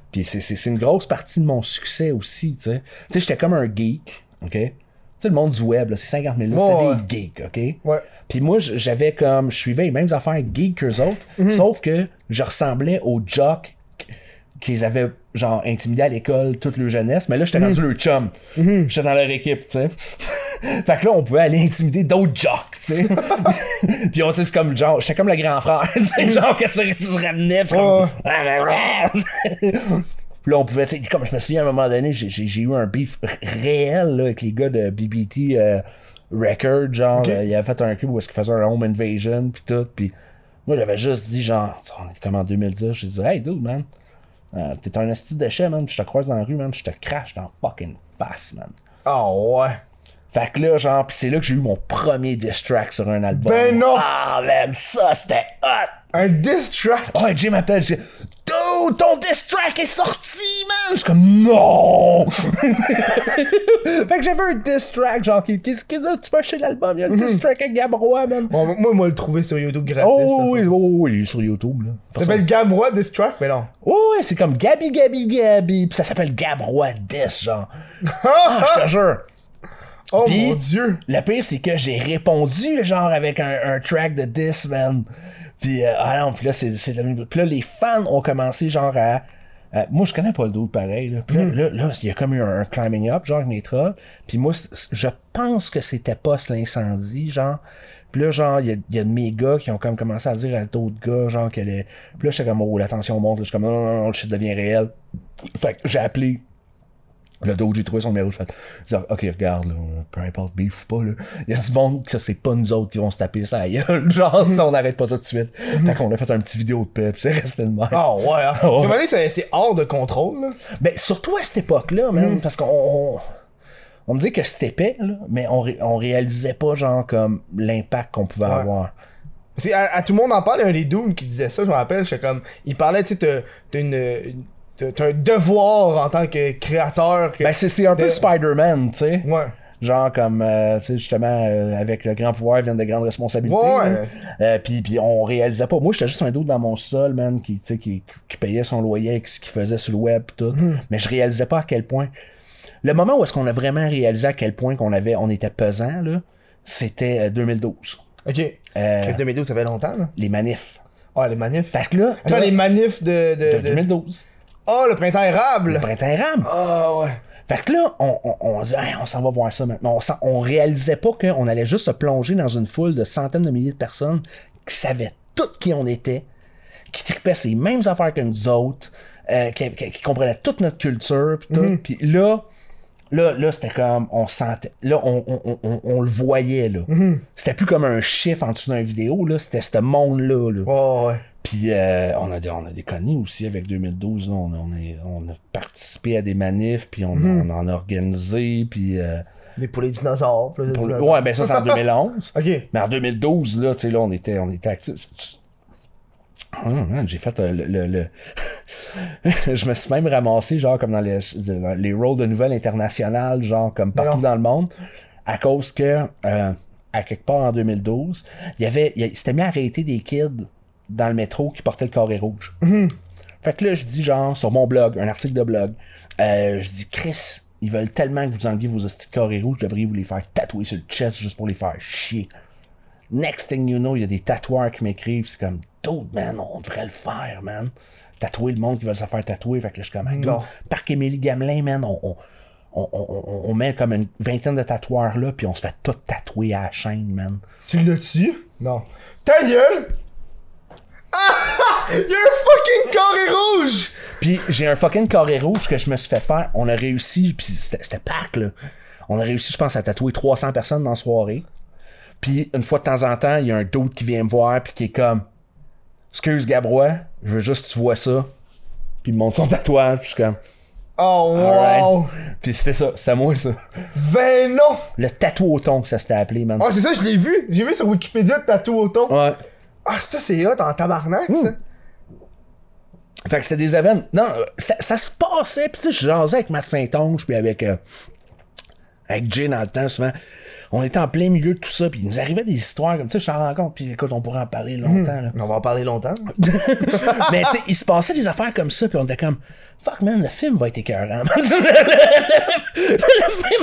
Speaker 2: Puis c'est- c'est c'est une grosse partie de mon succès aussi, tu sais. Tu sais, j'étais comme un geek, OK? Tu sais, le monde du web, là, c'est 50 000 là,
Speaker 7: Ouais,
Speaker 2: c'était des geeks, OK?
Speaker 7: Ouais.
Speaker 2: Puis moi, j- j'avais comme... Je suivais les mêmes affaires geeks qu'eux autres,
Speaker 7: Mhm.
Speaker 2: sauf que je ressemblais aux jocks qu'ils avaient, genre, intimidés à l'école toute leur jeunesse, mais là,
Speaker 7: Mhm.
Speaker 2: j'étais rendu leur chum. J'étais dans leur équipe, tu sais. fait que là, on pouvait aller intimider d'autres jocks, tu sais. Puis on, tu sais, c'est comme, genre, j'étais comme le grand frère, tu sais, genre, que tu, tu ramenais, puis comme... Puis là, on pouvait, tu sais, comme je me souviens à un moment donné, j'ai- j'ai j'ai eu un beef r- réel là, avec les gars de BBT euh, Record. Genre, euh, il avait fait un cube où est-ce qu'il faisait un home invasion, puis tout. Puis moi, j'avais juste dit, genre, tu sais, on est comme en 2010, j'ai dit, hey, dude, man, euh, t'es un esti de déchet, man, puis je te croise dans la rue, man, je te crache dans la fucking face, man.
Speaker 7: Ah, ouais.
Speaker 2: Fait que là, genre, pis c'est là que j'ai eu mon premier diss track sur un album.
Speaker 7: Ben non!
Speaker 2: Ah, man, ça, c'était hot!
Speaker 7: Un diss track.
Speaker 2: Ah, Jim m'appelle, je dis, Dude, ton diss track est sorti, man! Je suis comme, non! fait que j'avais un diss track, genre, qui, qui, qui- là, tu peux acheter l'album, il y a un diss track avec Gabrois, man!
Speaker 7: Bon, moi, moi, le trouver sur YouTube gratis.
Speaker 2: Oh,
Speaker 7: Mhm. ça.
Speaker 2: oui, oui, oui, il est sur YouTube, là.
Speaker 7: Ça s'appelle Gamrois Diss Track, mais non.
Speaker 2: Ouais, ouais, c'est comme Gabi, Gabi, Gabi, pis ça s'appelle Gabrois Diss, genre. Ah, je te jure!
Speaker 7: Oh
Speaker 2: Puis-
Speaker 7: mon dieu!
Speaker 2: Le pire, c'est que j'ai répondu, genre, avec un, un track de This, man. Puis, euh, ah non, puis là, c'est, c'est devenu- Puis là, les fans ont commencé, genre, à. à- moi, je connais pas le dos pareil, là. Puis là, là, là, il y a comme eu un, un climbing up, genre, avec mes trolls. Puis moi, c- c- je pense que c'était post l'incendie, genre. Puis là, genre, il y a, il y a de mes gars qui ont comme commencé à dire à d'autres gars, genre, que les. Puis là, j'étais comme, oh, la tension monte, là. Je suis comme, non, non, non, le shit devient réel. Fait que j'ai appelé. Le dos, j'ai trouvé son numéro, je fais, je dis, ok, regarde, là, peu importe, beef ou pas, là. Il y a du monde que ça, c'est pas nous autres qui vont se taper ça ailleurs. Genre, si on n'arrête pas ça tout de suite. Fait qu'on a fait un petit vidéo de paix, puis c'est resté le même.
Speaker 7: Ah, ouais, hein.
Speaker 2: Oh.
Speaker 7: Tu vois, mané, c'est c'est hors de contrôle, là.
Speaker 2: Ben, surtout à cette époque-là, man, parce qu'on. on- on me dit que c'était épais, là, mais on, ré- on réalisait pas, genre, comme l'impact qu'on pouvait avoir.
Speaker 7: C'est- À, à tout le monde en parle, il y a un des dudes qui disait ça, je me rappelle, j'étais comme. Il parlait, tu sais, t'as- t'as une- une- t'as- t'as un devoir en tant que créateur. Que...
Speaker 2: Ben, c'est c'est un peu
Speaker 7: de-
Speaker 2: Spider-Man, tu sais.
Speaker 7: Ouais.
Speaker 2: Genre comme, euh, tu sais, justement, euh, avec le grand pouvoir viennent de grandes responsabilités.
Speaker 7: Ouais,
Speaker 2: là.
Speaker 7: ouais.
Speaker 2: Euh, puis, puis on réalisait pas. Moi, j'étais juste un doute dans mon sol, man, qui, tu sais, qui, qui payait son loyer avec ce qu'il faisait sur le web, tout.
Speaker 7: Hmm.
Speaker 2: Mais je réalisais pas à quel point. Le moment où est-ce qu'on a vraiment réalisé à quel point qu'on avait, on était pesant, là, c'était euh, 2012.
Speaker 7: Ok.
Speaker 2: Euh,
Speaker 7: Crise de Médou, ça fait longtemps, là.
Speaker 2: les manifs.
Speaker 7: Ah, les manifs.
Speaker 2: Fait que là,
Speaker 7: Attends,
Speaker 2: toi, euh,
Speaker 7: les manifs euh, de.
Speaker 2: de
Speaker 7: de, de-
Speaker 2: 2012.
Speaker 7: Oh, le printemps
Speaker 2: Le
Speaker 7: érable!
Speaker 2: printemps érable.
Speaker 7: Ah, ouais.
Speaker 2: Fait que là, on, on, on dit, Hey, on s'en va voir ça maintenant. On, s'en- on réalisait pas qu'on allait juste se plonger dans une foule de centaines de milliers de personnes qui savaient tout qui on était, qui tripaient ces mêmes affaires que nous autres, euh, qui, qui- qui comprenaient toute notre culture, puis tout. Puis là, là, là, c'était comme, on sentait, là, on, on- on- on- on le voyait, là. C'était plus comme un chiffre en dessous d'une vidéo, là. C'était ce monde-là, là.
Speaker 7: Ouais, ouais.
Speaker 2: Puis euh, on, a des, on a déconné aussi avec 2012. là. on, a- on est- on a participé à des manifs, puis on, on en a organisé. Puis, euh,
Speaker 7: Des poulets dinosaures. pis là, des
Speaker 2: pour le-
Speaker 7: dinosaures.
Speaker 2: ouais, ben ça, c'est en 2011.
Speaker 7: Ok.
Speaker 2: Mais en 2012, là, tu sais, là, on était, on était actifs. Hum, man, j'ai fait euh, le. le- le- je me suis même ramassé, genre, comme dans les, de- dans les rôles de nouvelles internationales, genre, comme partout dans le monde, à cause que, euh, à quelque part en 2012, il y avait. il y a- il s'était mis à arrêter des kids dans le métro qui portaient le carré rouge. Fait que là, je dis, genre, sur mon blog, un article de blog, euh, je dis, Chris, ils veulent tellement que vous enleviez vos hosties de carré rouge, devriez vous les faire tatouer sur le chest juste pour les faire chier. Next thing you know, il y a des tatoueurs qui m'écrivent. C'est comme, dude, man, on devrait le faire, man. Tatouer le monde qui veut se faire tatouer. Fait que là, je suis comme, non. Parc Émilie Gamelin, man, on, on, on, on- on- on met comme une vingtaine de tatoueurs là, puis on se fait tout tatouer à la chaîne, man.
Speaker 3: Tu l'as tué? Non. Ta gueule! Ah! Il y a un fucking carré rouge!
Speaker 2: Puis j'ai un fucking carré rouge que je me suis fait faire. On a réussi, puis c'était c'était pack, là. On a réussi, je pense, à tatouer 300 personnes dans la soirée. Puis une fois de temps en temps, il y a un d'autre qui vient me voir, puis qui est comme Excuse Gabrois, je veux juste que tu vois ça. Puis il me montre son tatouage, puis je suis comme
Speaker 3: Oh wow!
Speaker 2: Alright. Puis c'était ça, c'est moi ça.
Speaker 3: Ben non!
Speaker 2: Le tatou au thon, ça s'était appelé, man.
Speaker 3: Ah, c'est ça, je l'ai vu! J'ai vu sur Wikipédia le tatou au thon.
Speaker 2: Ouais.
Speaker 3: Ah, ça, c'est hot en tabarnak, ça!
Speaker 2: Fait que c'était des événements. Non, euh, ça, ça se passait. Puis tu sais, je jasais avec Matt Saint-Onge, puis avec, euh, avec Jay dans le temps, souvent. On était en plein milieu de tout ça, puis il nous arrivait des histoires comme ça, je t'en rends compte, puis écoute, on pourrait en parler longtemps, là.
Speaker 3: On va en parler longtemps.
Speaker 2: Mais tu sais, il se passait des affaires comme ça, puis on était comme, fuck man, le film va être écœurant. man. le, le- le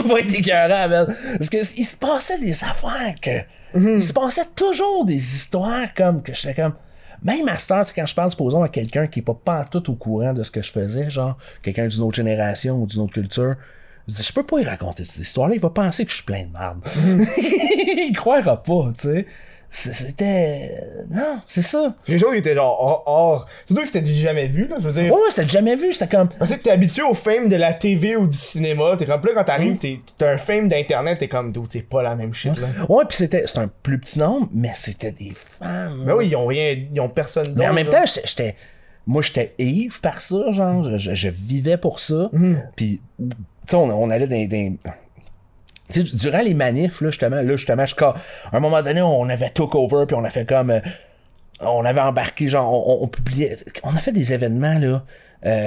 Speaker 2: film va être écœurant, man. Parce que il se passait des affaires que. Il se passait toujours des histoires comme que j'étais comme. Même à cette heure, tu sais, quand je parle, supposons, à quelqu'un qui est pas pantoute au courant de ce que je faisais, genre quelqu'un d'une autre génération ou d'une autre culture, je dis, je peux pas lui raconter cette histoire-là, il va penser que je suis plein de merde. il croira pas, tu sais. C'est- C'était. Non, c'est ça.
Speaker 3: C'est quelque chose qui était genre hors. hors- Surtout que c'était du jamais vu, là, je veux dire.
Speaker 2: Ouais, ouais, c'était jamais vu. C'était comme.
Speaker 3: Parce que t'es habitué au fame de la TV ou du cinéma, t'es comme, plus quand t'arrives, t'es- t'as un fame d'internet, t'es comme, d'où c'est pas la même shit, là.
Speaker 2: Ouais, puis c'était c'est un plus petit nombre, mais c'était des fans.
Speaker 3: Ben oui, ils ont rien, ils ont personne d'autre.
Speaker 2: Mais en même
Speaker 3: là.
Speaker 2: temps, j'étais- j'étais. Moi, j'étais Yves par ça, genre. Je, je- je vivais pour ça.
Speaker 3: Mm.
Speaker 2: Puis, tu sais, on, on allait dans. dans- Tu sais, durant les manifs, là, justement, là, justement, je, ca- à un moment donné, on avait took over, puis on a fait comme. euh, on avait embarqué, genre, on, on- on publiait. On a fait des événements, là.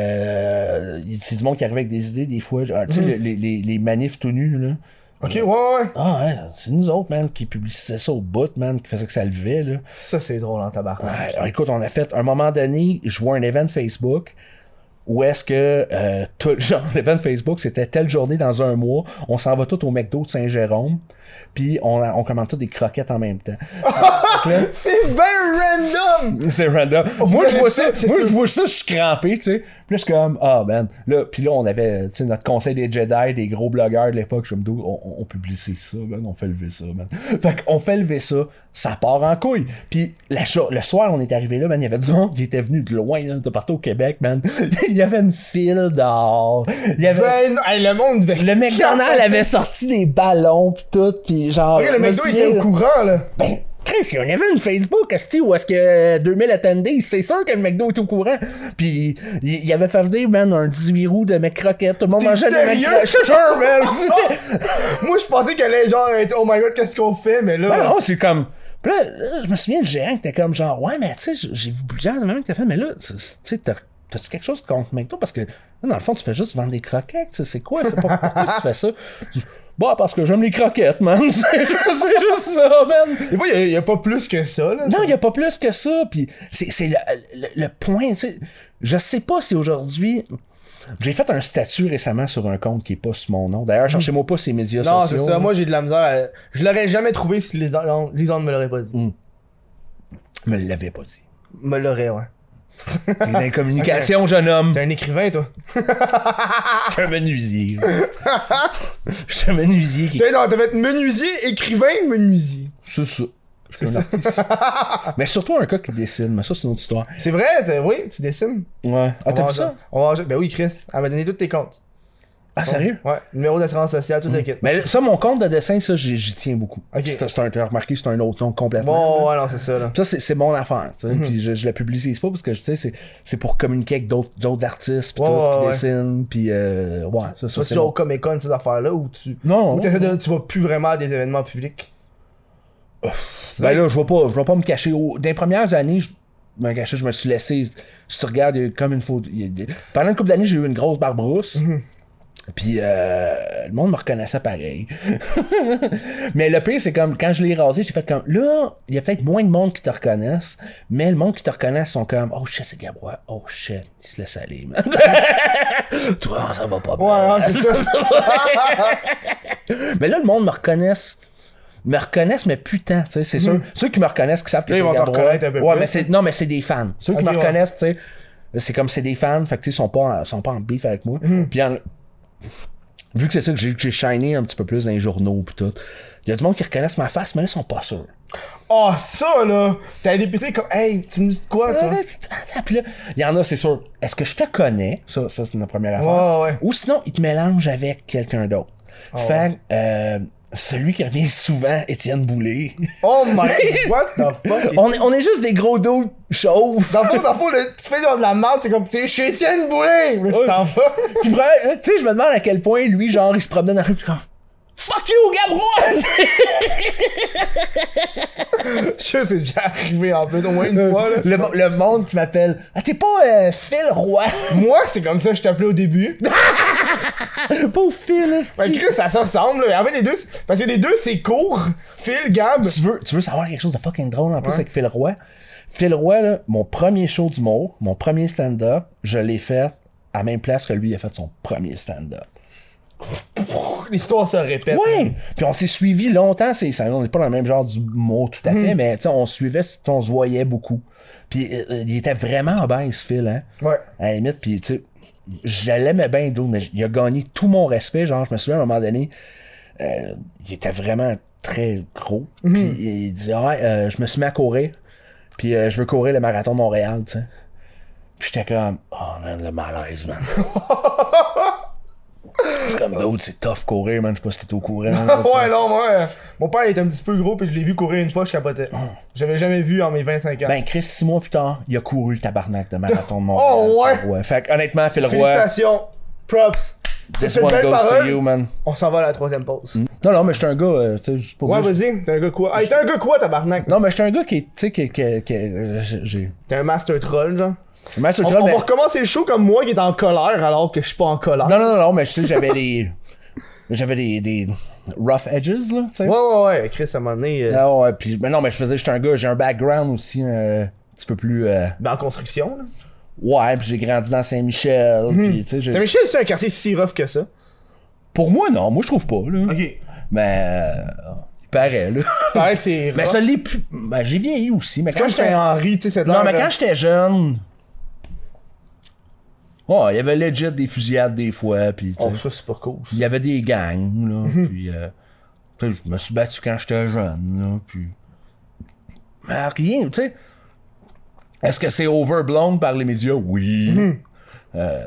Speaker 2: Euh, c'est du monde qui arrivait avec des idées, des fois. genre,
Speaker 3: Mm.
Speaker 2: Tu sais, le- les, les, les manifs tout nus, là.
Speaker 3: Ok, ouais, ouais.
Speaker 2: Ah ouais, c'est nous autres, man, qui publicissaient ça au bout, man, qui faisait que ça levait, là.
Speaker 3: Ça, c'est drôle en tabarnak.
Speaker 2: Ouais, alors, écoute, on a fait, à un moment donné, je vois un événement Facebook où est-ce que, euh, tout, genre, l'événement Facebook, c'était telle journée dans un mois, on s'en va tout au McDo de Saint-Jérôme, puis on, a- on commande tous des croquettes en même temps.
Speaker 3: C'est ben random!
Speaker 2: C'est random. moi, je vois ça,
Speaker 3: c'est
Speaker 2: moi, je vois ça, je suis crampé, tu sais. Puis là, je suis comme, ah, man. Là, puis là, on avait, tu sais, notre conseil des Jedi, des gros blogueurs de l'époque, je me dis, on, on- on publicise ça, man, on fait lever ça, man. Fait qu'on fait lever ça, ça part en couille. Puis la cho- le soir, on est arrivé là, man, il y avait du monde qui était venu de loin, là, de partout au Québec, man. il y avait une file dehors. Il y avait...
Speaker 3: Ben, non. Hey, le monde devait.
Speaker 2: Le McDonald's avait sorti des ballons pis tout, pis genre...
Speaker 3: Ok, le
Speaker 2: je me
Speaker 3: McDo
Speaker 2: souviens,
Speaker 3: était au
Speaker 2: là,
Speaker 3: courant, là.
Speaker 2: ben, Chris, il y a un event Facebook, esti, où est-ce que euh, 2000 attendaient, c'est sûr que le McDo est au courant. Puis, il, il avait fait venir, man, un 18 roues de McCroquettes, tout le monde
Speaker 3: T'es
Speaker 2: mangeait des
Speaker 3: sérieux?
Speaker 2: McCroquettes. Je te jure, man! tu sais.
Speaker 3: Moi, je pensais que les gens étaient, oh my god, qu'est-ce qu'on fait, mais là.
Speaker 2: Ben non, c'est comme... Puis là, là, je me souviens du gérant qui était comme genre, ouais, mais tu sais, j'ai- j'ai vu plusieurs événements que t'as fait, mais là, c'est- c'est- tu sais, t'as- t'as-tu quelque chose contre McDo? Parce que, là, dans le fond, tu fais juste vendre des croquettes, tu sais, c'est quoi? C'est pas pourquoi tu fais ça? Je dis, Bah, parce que j'aime les croquettes, man! C'est juste- c'est juste ça, man!
Speaker 3: Des fois, il y a- il y, a pas plus que ça, là.
Speaker 2: Non, il n'y a pas plus que ça. Puis c'est c'est le, le- le point. tu sais. Je sais pas si aujourd'hui. J'ai fait un statut récemment sur un compte qui est pas sous mon nom. D'ailleurs, cherchez-moi pas ces médias
Speaker 3: Non, c'est
Speaker 2: sociaux.
Speaker 3: ça. Moi, j'ai de la misère. à- Je l'aurais jamais trouvé si les gens, les gens ne me l'auraient pas dit.
Speaker 2: me l'avais pas dit.
Speaker 3: Me l'aurait, ouais.
Speaker 2: T'es dans la communication, jeune homme.
Speaker 3: T'es un écrivain, toi.
Speaker 2: Je suis un menuisier. Je suis un menuisier qui.
Speaker 3: T'es non, t'as fait menuisier, écrivain, menuisier.
Speaker 2: C'est ça. Je suis un artiste. Mais surtout un cas qui dessine. Mais ça, c'est une autre histoire.
Speaker 3: C'est vrai, t'as- oui, tu dessines.
Speaker 2: Ouais. Ah,
Speaker 3: On va
Speaker 2: t'as
Speaker 3: en-
Speaker 2: vu ça?
Speaker 3: On va en- Ben oui, Chris. Elle m'a donné tous tes comptes.
Speaker 2: Ah, sérieux?
Speaker 3: Ouais, Hmm. Ben, numéro d'assurance sociale, tout le kit.
Speaker 2: Mais ça, mon compte de dessin, ça, j'y j'y tiens beaucoup.
Speaker 3: Ok.
Speaker 2: C'est c'est un, t'as remarqué, c'est un autre nom complètement.
Speaker 3: Bon, ouais, non, c'est ça, là.
Speaker 2: Ça, c'est, c'est mon affaire, tu
Speaker 3: Mhm.
Speaker 2: sais. Puis je, je la publicise pas parce que, tu sais, c'est, c'est pour communiquer avec d'autres, d'autres artistes, puis
Speaker 3: Ouais,
Speaker 2: tout, qui
Speaker 3: ouais, ouais.
Speaker 2: dessinent, puis euh, ouais, ça,
Speaker 3: Tu
Speaker 2: ça,
Speaker 3: vas
Speaker 2: c'est
Speaker 3: toujours
Speaker 2: mon-
Speaker 3: au Comic Con, ces affaires-là, où tu.
Speaker 2: Non,
Speaker 3: Ou
Speaker 2: non.
Speaker 3: t'essaies de- tu vas plus vraiment à des événements publics.
Speaker 2: Ben là, je vais pas, je vais pas me cacher. Au- Dans les premières années, je me cachais, je me suis laissé. Je te regarde il y a comme une faute. il y a des- Pendant une couple d'années, j'ai eu une grosse barbe rousse. Puis euh, le monde me reconnaissait pareil. mais le pire, c'est comme quand je l'ai rasé, j'ai fait comme là, il y a peut-être moins de monde qui te reconnaissent, mais le monde qui te reconnaissent sont comme oh shit, c'est Gabrois, oh shit, il se laisse aller. man. Toi, ça va pas bien.
Speaker 3: Ouais, ouais, c'est ça.
Speaker 2: Mais là, le monde me reconnaisse. me reconnaissent, mais putain, tu sais, c'est sûr. Ceux qui me reconnaissent, qui savent que
Speaker 3: Mhm.
Speaker 2: c'est
Speaker 3: Là, ils vont te
Speaker 2: Gabrois.
Speaker 3: reconnaître un peu
Speaker 2: ouais,
Speaker 3: plus.
Speaker 2: mais c'est non, mais c'est des fans. Ceux qui
Speaker 3: Ok,
Speaker 2: me
Speaker 3: ouais.
Speaker 2: reconnaissent, tu sais, c'est comme c'est des fans, fait que tu sais, ils sont pas en- sont pas en beef avec moi.
Speaker 3: Mhm.
Speaker 2: Puis en- vu que c'est ça que j'ai que j'ai shiné un petit peu plus dans les journaux pis tout. Il y a du monde qui reconnaissent ma face, mais là, ils sont pas sûrs.
Speaker 3: Ah, ça, là! T'as député comme, hey, tu me dis de quoi, Ah, toi?
Speaker 2: Ah, Puis là, il y en a, c'est sûr. Est-ce que je te connais? Ça, ça c'est ma première affaire.
Speaker 3: Ouais, Ah, ouais.
Speaker 2: Ou sinon, ils te mélangent avec quelqu'un d'autre. fait que, euh, celui qui revient souvent, Étienne Boulay.
Speaker 3: Oh my, what the fuck?
Speaker 2: on, est, on est juste des gros dos chauves.
Speaker 3: Dans le fond, dans le fond, là, tu fais genre de la merde, t'es comme, t'es chez Étienne Boulay! Mais tu t'en vas!
Speaker 2: Puis vraiment, tu sais, je me demande à quel point lui, genre, il se promenait dans la rue pis comme Fuck you, Gabrois!
Speaker 3: Je sais, c'est déjà arrivé en plus, au moins une fois, là.
Speaker 2: Euh, le, mo- le monde qui m'appelle Ah, t'es pas euh, Phil Roy?
Speaker 3: Moi, c'est comme ça que je t'appelais au début.
Speaker 2: pas Phil, esti.
Speaker 3: Ben, Chris, ça se ressemble, là. En fait, les deux, c'est- parce que les deux, c'est court. Phil, Gab.
Speaker 2: tu veux, tu veux savoir quelque chose de fucking drôle en plus avec Phil Roy? Phil Roy, là, mon premier show d'humour, mon premier stand-up, je l'ai fait à la même place que lui a fait son premier stand-up.
Speaker 3: L'histoire se répète.
Speaker 2: Ouais! Puis on s'est suivi longtemps, c'est, ça, on n'est pas dans le même genre d'humour tout à
Speaker 3: Hmm.
Speaker 2: fait, mais tu sais, on se suivait, on se voyait beaucoup. Puis euh, euh, il était vraiment en baisse, Phil, hein?
Speaker 3: Ouais.
Speaker 2: à la limite, puis tu sais, je l'aimais bien, Dude, mais il a gagné tout mon respect, genre, je me souviens, à un moment donné, euh, il était vraiment très gros,
Speaker 3: Hmm.
Speaker 2: puis il disait, ouais, euh, je me suis mis à courir, puis euh, je veux courir le marathon de Montréal, tu sais. Puis j'étais comme, oh man, le malaise, man. c'est comme d'autres, c'est tough courir, man, je sais pas si t'étais au courant. là, tu sais.
Speaker 3: Ouais, non, moi, euh, mon père il était un petit peu gros, puis je l'ai vu courir une fois, je capotais. J'avais jamais vu en mes 25 ans.
Speaker 2: Oh. Ben, Chris, six mois plus tard, il a couru le tabarnak de marathon de Montréal.
Speaker 3: Oh, ouais.
Speaker 2: Phil Roy. Fait que, honnêtement, Phil Roy,
Speaker 3: Félicitations. Props.
Speaker 2: this
Speaker 3: C'est une
Speaker 2: one
Speaker 3: belle
Speaker 2: goes to
Speaker 3: parole.
Speaker 2: you, man.
Speaker 3: On s'en va à la troisième pause.
Speaker 2: Non, non, mais j'étais un gars, euh, tu sais, juste pour
Speaker 3: Ouais,
Speaker 2: dire,
Speaker 3: vas-y, t'es un gars quoi? Hey, t'es un gars quoi, tabarnak?
Speaker 2: Non, mais j'étais un gars qui, est- tu sais, qui, qui, qui- euh, j'ai- j'ai.
Speaker 3: T'es un master troll, genre.
Speaker 2: Mais sur
Speaker 3: On,
Speaker 2: le troll,
Speaker 3: on
Speaker 2: mais-
Speaker 3: va recommencer le show comme moi qui est en colère alors que je suis pas en colère.
Speaker 2: Non, non, non, non, mais je sais, j'avais des. J'avais des, des rough edges, là, tu sais.
Speaker 3: Ouais, ouais, ouais, Chris, à un moment donné, euh,
Speaker 2: Ah ouais, puis, mais non, mais je faisais, j'étais un gars, j'ai un background aussi, euh, un petit peu plus. euh,
Speaker 3: ben, en construction, là.
Speaker 2: Mm. Ouais, puis j'ai grandi dans Saint-Michel, puis, tu sais, j'ai-
Speaker 3: Saint-Michel, c'est un quartier si rough que ça.
Speaker 2: Pour moi, non, moi, je trouve pas, là.
Speaker 3: Ok.
Speaker 2: Mais. euh, il paraît, là.
Speaker 3: Pareil que c'est.
Speaker 2: mais
Speaker 3: rough.
Speaker 2: ça l'est plus. Ben, j'ai vieilli aussi, mais quand
Speaker 3: Comme
Speaker 2: j'étais.
Speaker 3: Saint-Henri, tu sais, c'est de
Speaker 2: Non,
Speaker 3: l'air,
Speaker 2: mais
Speaker 3: euh,
Speaker 2: quand j'étais jeune. Ouais, il y avait legit des fusillades des fois, puis. tu sais.
Speaker 3: Oh, ça, c'est pas cool. ça.
Speaker 2: Il y avait des gangs, là.
Speaker 3: Mhm.
Speaker 2: puis, euh, tu sais, je me suis battu quand j'étais jeune, là. Puis. Mais rien, tu sais. Est-ce que c'est overblown par les médias? Oui.
Speaker 3: Mhm.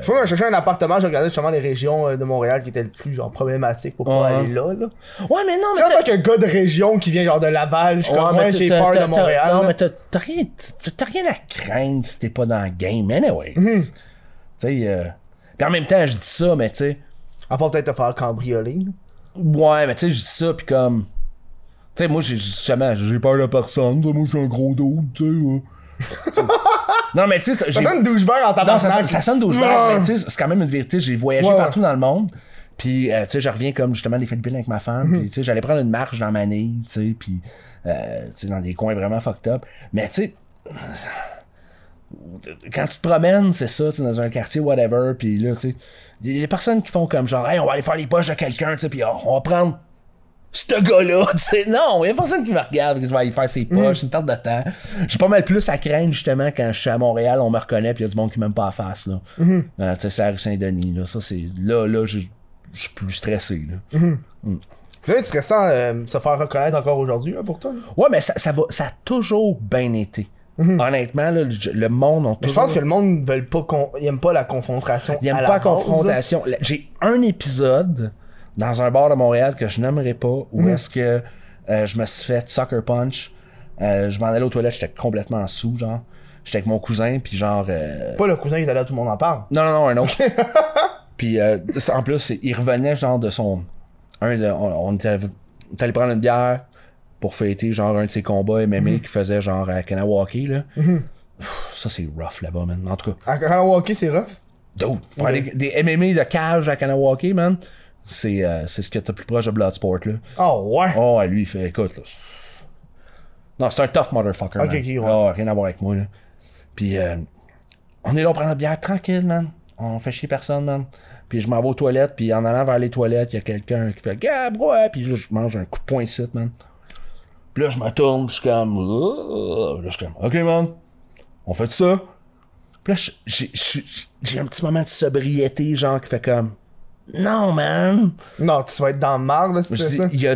Speaker 3: Faut que je cherchais un appartement, j'ai regardé justement les régions euh, de Montréal qui étaient le plus genre problématiques pour pouvoir
Speaker 2: Ouais.
Speaker 3: aller là, là.
Speaker 2: Ouais, mais non,
Speaker 3: Tu
Speaker 2: mais.
Speaker 3: sais, en
Speaker 2: t'as-
Speaker 3: tant que gars de région qui vient genre de Laval, je suis
Speaker 2: Ouais,
Speaker 3: comme
Speaker 2: mais
Speaker 3: moi,
Speaker 2: t'as-
Speaker 3: j'ai
Speaker 2: t'as-
Speaker 3: peur de
Speaker 2: t'as- t'as-
Speaker 3: Montréal.
Speaker 2: Non,
Speaker 3: là.
Speaker 2: mais t'as t'as rien, t'as- t'as rien à craindre si t'es pas dans le game, anyway.
Speaker 3: Mhm.
Speaker 2: Tu sais. euh, Puis en même temps, je dis ça, mais tu sais.
Speaker 3: À part peut-être te faire cambrioler. là.
Speaker 2: Ouais, mais tu sais, je dis ça, puis comme. Tu sais, moi, j'ai j'ai jamais. J'ai peur de personne. tu sais, Moi, je suis un gros dos, tu sais. ouais. Tu sais. non, mais tu sais, c'est- j'ai-
Speaker 3: Ça donne une douchebag en
Speaker 2: Non, ça,
Speaker 3: tabarnak.
Speaker 2: sonne- ça sonne douchebag, mais tu sais, c'est quand même une vérité. J'ai voyagé
Speaker 3: Ouais, ouais.
Speaker 2: partout dans le monde. Puis, euh, tu sais, je reviens comme justement des Philippines avec ma femme.
Speaker 3: Mhm.
Speaker 2: Puis, tu sais, j'allais prendre une marche dans Manille, tu sais, puis, euh, tu sais, dans des coins vraiment fucked up. Mais, tu sais, quand tu te promènes, c'est ça, tu sais, dans un quartier, whatever. Puis là, tu sais, il y a des personnes qui font comme genre, hey, on va aller faire les poches de quelqu'un, tu sais, puis oh, on va prendre ce gars-là, tu sais. Non, il y a personne qui me regarde, que je vais aller faire ses poches, c'est une perte de temps. J'ai pas mal plus à craindre, justement, quand je suis à Montréal, on me reconnaît, puis il y a du monde qui m'aime pas à face, là. Euh, tu sais, c'est la rue Saint-Denis, là. Ça, c'est. Là, là, je je suis plus stressé, là.
Speaker 3: Tu sais, tu serais sans euh, se faire reconnaître encore aujourd'hui là, pour toi. là.
Speaker 2: Ouais, mais ça, ça va, ça a toujours bien été. Honnêtement, là, le, le monde, on
Speaker 3: Je pense que le monde veut pas qu'on il aime pas la confrontation.
Speaker 2: Il
Speaker 3: à
Speaker 2: aime
Speaker 3: la
Speaker 2: pas la
Speaker 3: base, là.
Speaker 2: confrontation. La- J'ai un épisode dans un bar de Montréal que je nommerai pas où
Speaker 3: Mm.
Speaker 2: est-ce que euh, je me suis fait sucker punch. Euh, je m'en allais aux toilettes, j'étais complètement sous, genre. J'étais avec mon cousin, puis genre. euh,
Speaker 3: Pas le cousin qui est allé à tout le monde en parle.
Speaker 2: Non, non, non, un autre. puis euh, ça, en plus, il revenait genre de son. Un de- on, on était on était allé prendre une bière pour fêter genre un de ses combats MMA
Speaker 3: Mm-hmm.
Speaker 2: qu'il faisait genre à Kanawaki, là. Pff, Ça, c'est rough là-bas, man. En tout cas,
Speaker 3: À Kanawaki, c'est rough.
Speaker 2: D'autres. Faire des, des MMA de cage à Kanawaki, man, c'est euh, c'est ce que t'as plus proche de Bloodsport, là.
Speaker 3: Oh, ouais.
Speaker 2: Oh, ouais, lui, il fait, écoute, là. c'est- Non, c'est un tough motherfucker,
Speaker 3: Ok,
Speaker 2: man.
Speaker 3: ok, ouais.
Speaker 2: Ah, rien à voir avec moi, là. Puis, euh, on est là, on prend la bière tranquille, man. On fait chier personne, man. Puis je m'en vais aux toilettes, puis en allant vers les toilettes, il y a quelqu'un qui fait Gabrois, puis je, je mange un coup de poing ici, man. Puis là, je me tourne, je suis comme. Là, je suis comme, OK, man, on fait ça. Puis là, je- j'ai- j'ai j'ai un petit moment de sobriété, genre, qui fait comme. Non, man!
Speaker 3: Non, tu vas être dans le marre, là, si tu
Speaker 2: Je
Speaker 3: fais
Speaker 2: dis,
Speaker 3: ça.
Speaker 2: il y a.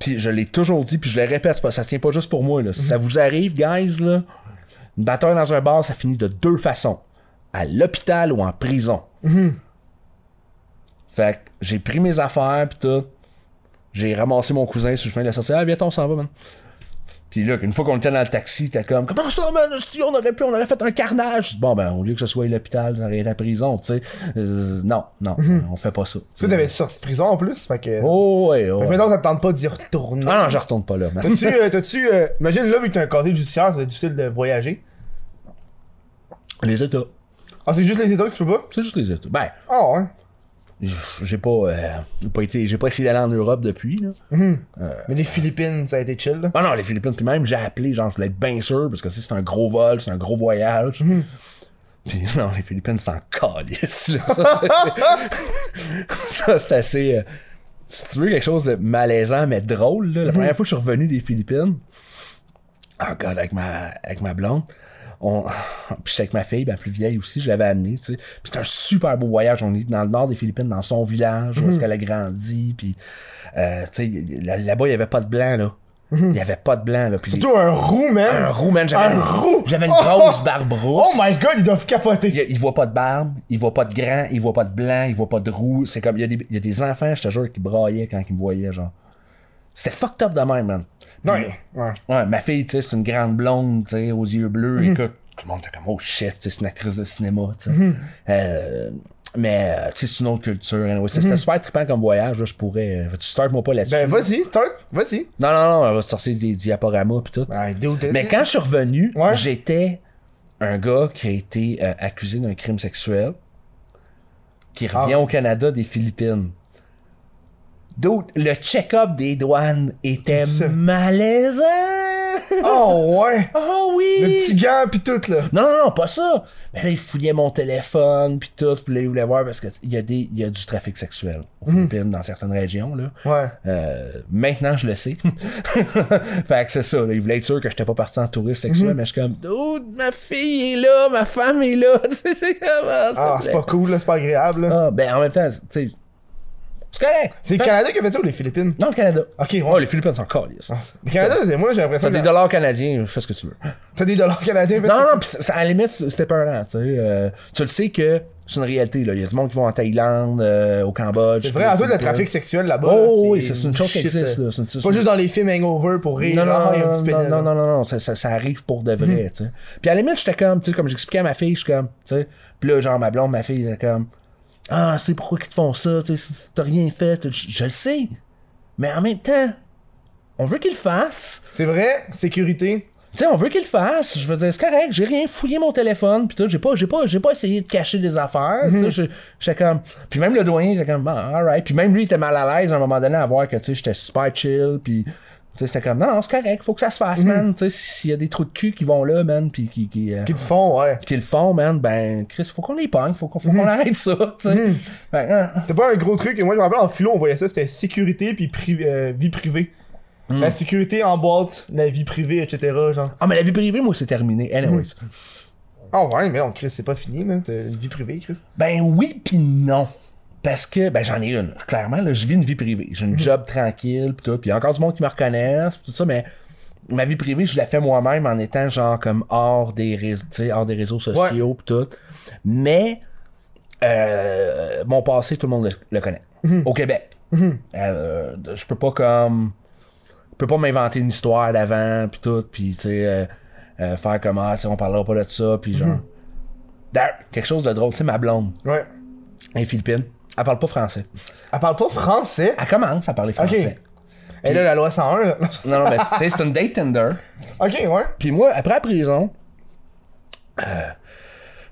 Speaker 2: Puis je l'ai toujours dit, puis je le répète, c'est pas, ça se tient pas juste pour moi. Là. Si
Speaker 3: Mhm.
Speaker 2: ça vous arrive, guys, là, une bataille dans un bar, ça finit de deux façons. À l'hôpital ou en prison.
Speaker 3: Mhm.
Speaker 2: Fait que j'ai pris mes affaires, puis tout. J'ai ramassé mon cousin sur le chemin de la sortie. Ah, viens, on s'en va, man. Puis là, une fois qu'on était dans le taxi, t'es comme, comment ça, man, hostie, on aurait pu, on aurait fait un carnage. Je dis, Bon, ben, au lieu que ce soit l'hôpital, ça aurait été la prison, tu sais. Euh, non, non, on fait pas ça.
Speaker 3: Tu Mhm. t'avais sorti de prison en plus, fait que.
Speaker 2: Oh, ouais, ouais.
Speaker 3: Fait que maintenant, ça te tente pas d'y retourner.
Speaker 2: Ah non, je retourne pas là. man.
Speaker 3: T'as-tu. euh, t'as-tu, euh, imagine, là, vu que t'as un casier judiciaire, c'est difficile de voyager.
Speaker 2: Les États.
Speaker 3: Ah, c'est juste les États que tu peux pas?
Speaker 2: C'est juste les États. Ben,
Speaker 3: Ah, ouais.
Speaker 2: j'ai pas, euh, j'ai pas été, j'ai pas essayé d'aller en Europe depuis. Là.
Speaker 3: Mais les Philippines, ça a été chill, là.
Speaker 2: Ah non, les Philippines, puis même j'ai appelé, genre je voulais être bien sûr parce que tu sais, c'est un gros vol, c'est un gros voyage. Puis non, les Philippines c'est en calice. là. Ça, c'est- Ça, c'est assez. euh, si tu veux quelque chose de malaisant mais drôle,
Speaker 3: Mhm.
Speaker 2: là, la première fois que je suis revenu des Philippines, oh god, avec ma, avec ma blonde. On... Puis j'étais avec ma fille, ma plus vieille aussi, je l'avais amenée, tu sais. Puis c'était un super beau voyage. On est dans le nord des Philippines, dans son village,
Speaker 3: Mhm.
Speaker 2: où est-ce qu'elle a grandi. Puis, euh, tu sais, là- là-bas, il n'y avait pas de blanc, là. Il n'y avait pas de blanc, là. Puis les-
Speaker 3: Toi, un roux,
Speaker 2: un
Speaker 3: man.
Speaker 2: roux, man. J'avais
Speaker 3: Mhm. Un
Speaker 2: une-
Speaker 3: roux!
Speaker 2: J'avais une
Speaker 3: Oh!
Speaker 2: grosse barbe rousse.
Speaker 3: Oh my god, ils doivent capoter.
Speaker 2: Il, il voit pas de barbe, il voit pas de grand, il voit pas de blanc, il voit pas de roux. C'est comme, il y, a des, il y a des enfants, je te jure, qui braillaient quand ils me voyaient, genre. C'était fucked up de même, man.
Speaker 3: Non, mais- ouais.
Speaker 2: Ouais, ma fille, tu sais, c'est une grande blonde, tu sais, aux yeux bleus.
Speaker 3: Mhm.
Speaker 2: Écoute, tout le monde était comme, oh shit, tu sais, c'est une actrice de cinéma, tu sais.
Speaker 3: Mhm.
Speaker 2: Euh, mais, euh, tu sais, c'est une autre culture. hein. Ouais, c'est- C'était super trippant comme voyage, là, je pourrais. Tu start-moi pas là-dessus.
Speaker 3: Mhm. Ben, vas-y, start. Vas-y.
Speaker 2: Non, non, non, on va sortir des diaporamas pis tout.
Speaker 3: Ben, dude, t'es-
Speaker 2: Mais quand je suis revenu,
Speaker 3: Ouais.
Speaker 2: j'étais un gars qui a été euh, accusé d'un crime sexuel, qui
Speaker 3: Ah.
Speaker 2: revient au Canada des Philippines. D'autres, le check-up des douanes était
Speaker 3: sais.
Speaker 2: malaisant!
Speaker 3: Oh, ouais.
Speaker 2: Oh
Speaker 3: Le petit
Speaker 2: oui!
Speaker 3: gant pis tout, là.
Speaker 2: Non, non, non, pas ça! Mais là, il fouillait mon téléphone, puis tout, puis là, il voulait voir parce qu'il y, a des- il y a du trafic sexuel aux Philippines, dans certaines régions, là.
Speaker 3: Mhm. Ouais.
Speaker 2: Euh, maintenant, je le sais. fait que c'est ça. Là, il voulait être sûr que j'étais pas parti en touriste sexuel,
Speaker 3: Mhm.
Speaker 2: mais je suis comme, dude, ma fille est là, ma femme est là. Tu sais, c'est comme, ah, s'il te
Speaker 3: Ah, c'est
Speaker 2: plaît.
Speaker 3: pas cool, là, c'est pas agréable, là.
Speaker 2: Ah, ben, en même temps, tu sais, c'est correct.
Speaker 3: C'est le Canada qui a fait ça ou les Philippines?
Speaker 2: Non, le Canada.
Speaker 3: Ok, ouais.
Speaker 2: Oh, les Philippines sont calices.
Speaker 3: Le Canada, c'est moi, j'ai l'impression
Speaker 2: T'as
Speaker 3: que
Speaker 2: des dollars canadiens, fais ce que tu veux.
Speaker 3: t'as des dollars canadiens. parce
Speaker 2: Non,
Speaker 3: que-
Speaker 2: non, pis ça- à la limite, c'était peurant, tu sais. euh, tu le sais que c'est une réalité, là. Il y a du monde qui vont en Thaïlande, euh, au Cambodge.
Speaker 3: C'est vrai, en tout, le trafic sexuel là-bas. là,
Speaker 2: Oh, oui, c'est une chose qui
Speaker 3: shit,
Speaker 2: existe,
Speaker 3: là.
Speaker 2: là. C'est une- c'est
Speaker 3: C'est pas
Speaker 2: une-
Speaker 3: juste dans les films hangover pour rire.
Speaker 2: Non, non,
Speaker 3: ah, il y a
Speaker 2: non,
Speaker 3: un petit Hmm.
Speaker 2: non,
Speaker 3: pénis,
Speaker 2: non,
Speaker 3: là.
Speaker 2: non, non, non, ça, ça, ça arrive pour de vrai, tu sais. Puis à la limite, j'étais comme, tu sais, comme j'expliquais à ma fille, je suis comme, tu sais, puis là, genre, ma blonde, ma fille, elle était comme, ah, c'est pourquoi qu'ils te font ça, tu sais, si t'as rien fait, je, je le sais, mais en même temps, on veut qu'ils le fassent,
Speaker 3: C'est vrai, sécurité.
Speaker 2: tu sais, on veut qu'ils le fassent, je veux dire, c'est correct, j'ai rien fouillé mon téléphone, puis tout, j'ai pas, j'ai pas, j'ai pas essayé de cacher des affaires, tu sais, je- j'étais comme, puis même le doyen, il était comme, ah, alright, puis même lui, il était mal à l'aise à un moment donné à voir que, tu sais, j'étais super chill, puis... Tu sais, c'était comme, non, non, c'est correct, faut que ça se fasse, man. Tu sais, s'il y a des trous de cul qui vont là, man, pis qui, qui, euh,
Speaker 3: Qu'ils le font, ouais.
Speaker 2: qui le font, man, ben, Chris, faut qu'on les pogne, faut qu'on faut qu'on arrête ça, tu sais. Ben, hein.
Speaker 3: C'est pas un gros truc. Et moi, je me rappelle en philo, on voyait ça, c'était sécurité puis pri- euh, vie privée.
Speaker 2: Hmm.
Speaker 3: La sécurité en boîte, la vie privée, etc. Genre.
Speaker 2: Ah, mais la vie privée, moi, c'est terminé, anyways.
Speaker 3: Ah ouais, mais non, Chris, c'est pas fini, là. T'as une vie privée, Chris.
Speaker 2: Ben oui, pis non. Parce que, ben, j'en ai une. Clairement, là, je vis une vie privée. J'ai une job tranquille, pis tout. Pis y a encore du monde qui me reconnaissent, pis tout ça, mais ma vie privée, je la fais moi-même en étant, genre, comme hors des, réseaux, tu sais, hors des réseaux sociaux, pis tout. Mais, euh, mon passé, tout le monde le, le connaît. Au Québec. Euh, je peux pas comme. Je peux pas m'inventer une histoire d'avant, puis tout, puis tu sais, euh, euh, faire comme, ah, tu sais, on parlera pas de ça, puis genre. D'ailleurs, quelque chose de drôle, tu sais, ma blonde,
Speaker 3: Ouais.
Speaker 2: elle est philippine, elle parle pas français.
Speaker 3: Elle parle pas français.
Speaker 2: Elle commence à parler français.
Speaker 3: Et là, la loi 101, là.
Speaker 2: Non, non, mais tu sais, c'est une date Tinder.
Speaker 3: ok, ouais.
Speaker 2: Puis moi, après la prison, euh,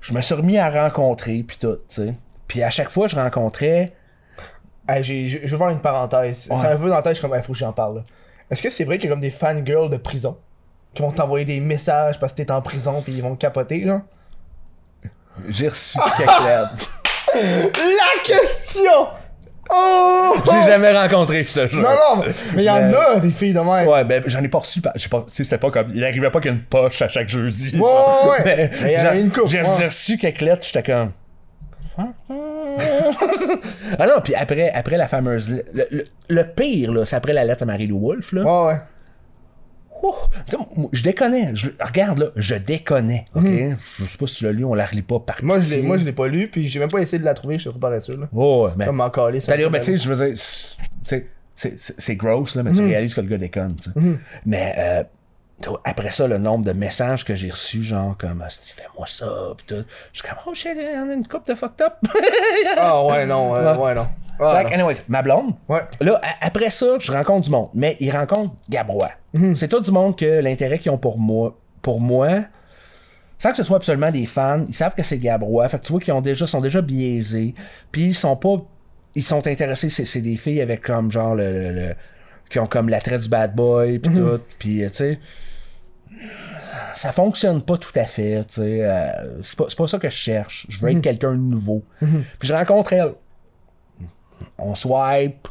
Speaker 2: je me suis remis à rencontrer, puis tout, tu sais. Puis à chaque fois, je rencontrais.
Speaker 3: Ah, j'ai, j'ai- je vais faire une parenthèse.
Speaker 2: Ouais.
Speaker 3: Ça me veut dans la tête, je suis comme, il faut que j'en parle. là. Est-ce que c'est vrai qu'il y a comme des fangirls de prison qui vont t'envoyer des messages parce que t'es en prison puis ils vont capoter, genre?
Speaker 2: J'ai reçu quelques lettres.
Speaker 3: La question
Speaker 7: Oh!
Speaker 2: Je l'ai jamais rencontré, je te jure.
Speaker 7: Non, non, mais- mais il y en
Speaker 2: Mais-
Speaker 7: a des filles de même.
Speaker 2: Ouais, ben j'en ai pas reçu. par- j'ai pas- Tu sais, c'était pas comme. Il arrivait pas qu'une poche à chaque jeudi.
Speaker 7: Ouais,
Speaker 2: genre.
Speaker 7: ouais, ouais. Mais il y en a
Speaker 2: genre,
Speaker 7: une couple,
Speaker 2: J'ai
Speaker 7: ouais.
Speaker 2: j'ai reçu quelques lettres, j'étais comme. ah non, puis après, après la fameuse. le- Le, le- le pire, là, c'est après la lettre à Marie-Lou Wolfe, là.
Speaker 7: Ouais, ouais.
Speaker 2: Ouh, tu sais, moi, je déconnais. Je, regarde, là, je déconnais. OK? Je sais pas si tu l'as lu, on la relit pas par
Speaker 7: Hmm. Moi, je
Speaker 2: pitié.
Speaker 7: l'ai, moi, je l'ai pas lu, puis j'ai même pas essayé de la trouver, je suis trop paresseux, là.
Speaker 2: Oh, ouais, mais.
Speaker 7: Comme encore les.
Speaker 2: T'as l'air, mais tu sais, je veux dire, c'est- tu sais, c'est- c'est c'est gross, là, mais tu réalises que le gars déconne, tu sais. Mais euh, tu vois, après ça, le nombre de messages que j'ai reçus, genre, comme, Ah, si, fais-moi ça, pis tout. Je suis comme, oh shit, on a une coupe de fucked up.
Speaker 7: Ah, ouais, non, euh,
Speaker 2: Ouais.
Speaker 7: ouais, non. Ah,
Speaker 2: Fait que, anyways, ma blonde,
Speaker 7: Ouais.
Speaker 2: là, a- après ça, je rencontre du monde, mais ils rencontrent Gabrois.
Speaker 7: Mhm.
Speaker 2: C'est tout du monde que l'intérêt qu'ils ont pour moi, pour moi, sans que ce soit absolument des fans, ils savent que c'est Gabrois. Fait que tu vois qu'ils ont déjà, sont déjà biaisés, puis ils sont pas, ils sont intéressés, c'est, c'est des filles avec comme genre le, le- le- qui ont comme l'attrait du bad boy, puis
Speaker 7: Mhm.
Speaker 2: tout, puis euh, tu sais. Ça fonctionne pas tout à fait, tu sais. euh, c'est, pas, c'est pas ça que je cherche. Je veux
Speaker 7: Mhm.
Speaker 2: être quelqu'un de nouveau. Puis je rencontre elle on swipe,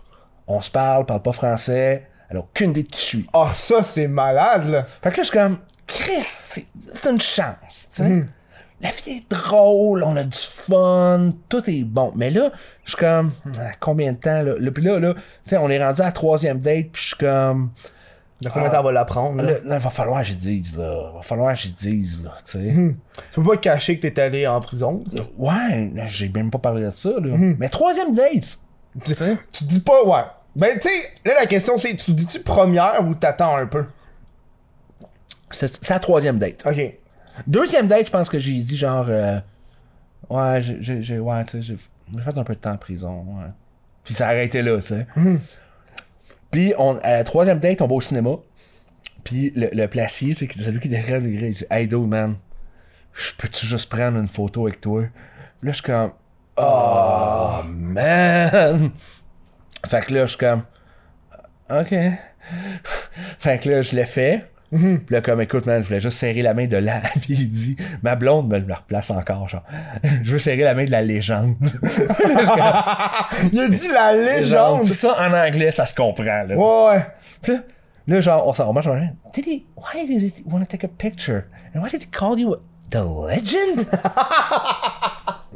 Speaker 2: on se parle, parle pas français, elle a aucune idée de qui je suis.
Speaker 7: Ah, ça, c'est malade, là.
Speaker 2: Fait que là, je suis comme, Chris, c'est c'est une chance, tu sais. La vie est drôle, on a du fun, tout est bon. Mais là, je suis comme, Ah, combien de temps, là? Là, Puis là, là, tu sais, on est rendu à la troisième date, puis je suis comme,
Speaker 7: Dans combien de temps elle va
Speaker 3: Ah.
Speaker 7: l'apprendre, là?
Speaker 2: là, là, va falloir que j'y dise, là. Va falloir que j'y dise, là, tu sais.
Speaker 7: Tu peux pas cacher que t'es allé en prison. tu sais.
Speaker 2: Ouais, là, j'ai même pas parlé de ça, là. Mais troisième date! Tu sais?
Speaker 7: Tu dis pas, ouais. Ben, tu sais, là, la question, c'est, tu dis-tu première ou t'attends un peu?
Speaker 2: C'est c'est la troisième date.
Speaker 7: Ok.
Speaker 2: Deuxième date, je pense que j'ai dit genre. euh, ouais, j'ai- j'ai. j'ai- Ouais, tu sais, j'ai j'ai fait un peu de temps en prison. Ouais. Puis ça a arrêté là, tu sais. Puis, on, à la troisième date, on va au cinéma. Puis le, le placier, tu sais, qui- celui qui derrière le gré, il dit Hey, dude, man, je peux-tu juste prendre une photo avec toi Puis là, je suis comme Oh, man Fait que là, je suis comme Ok. fait que là, je l'ai fait.
Speaker 7: Mhm.
Speaker 2: Puis là, comme écoute, man, je voulais juste serrer la main de la. Puis il dit, ma blonde, ben, je me la replace encore, genre. je veux serrer la main de la légende.
Speaker 7: Il a dit la légende!
Speaker 2: Puis ça, en anglais, ça se comprend, là.
Speaker 7: Ouais, ouais.
Speaker 2: Puis là, là, genre, on s'en remarche, on regarde. Did he, why did he want to take a picture? And why did he call you the legend?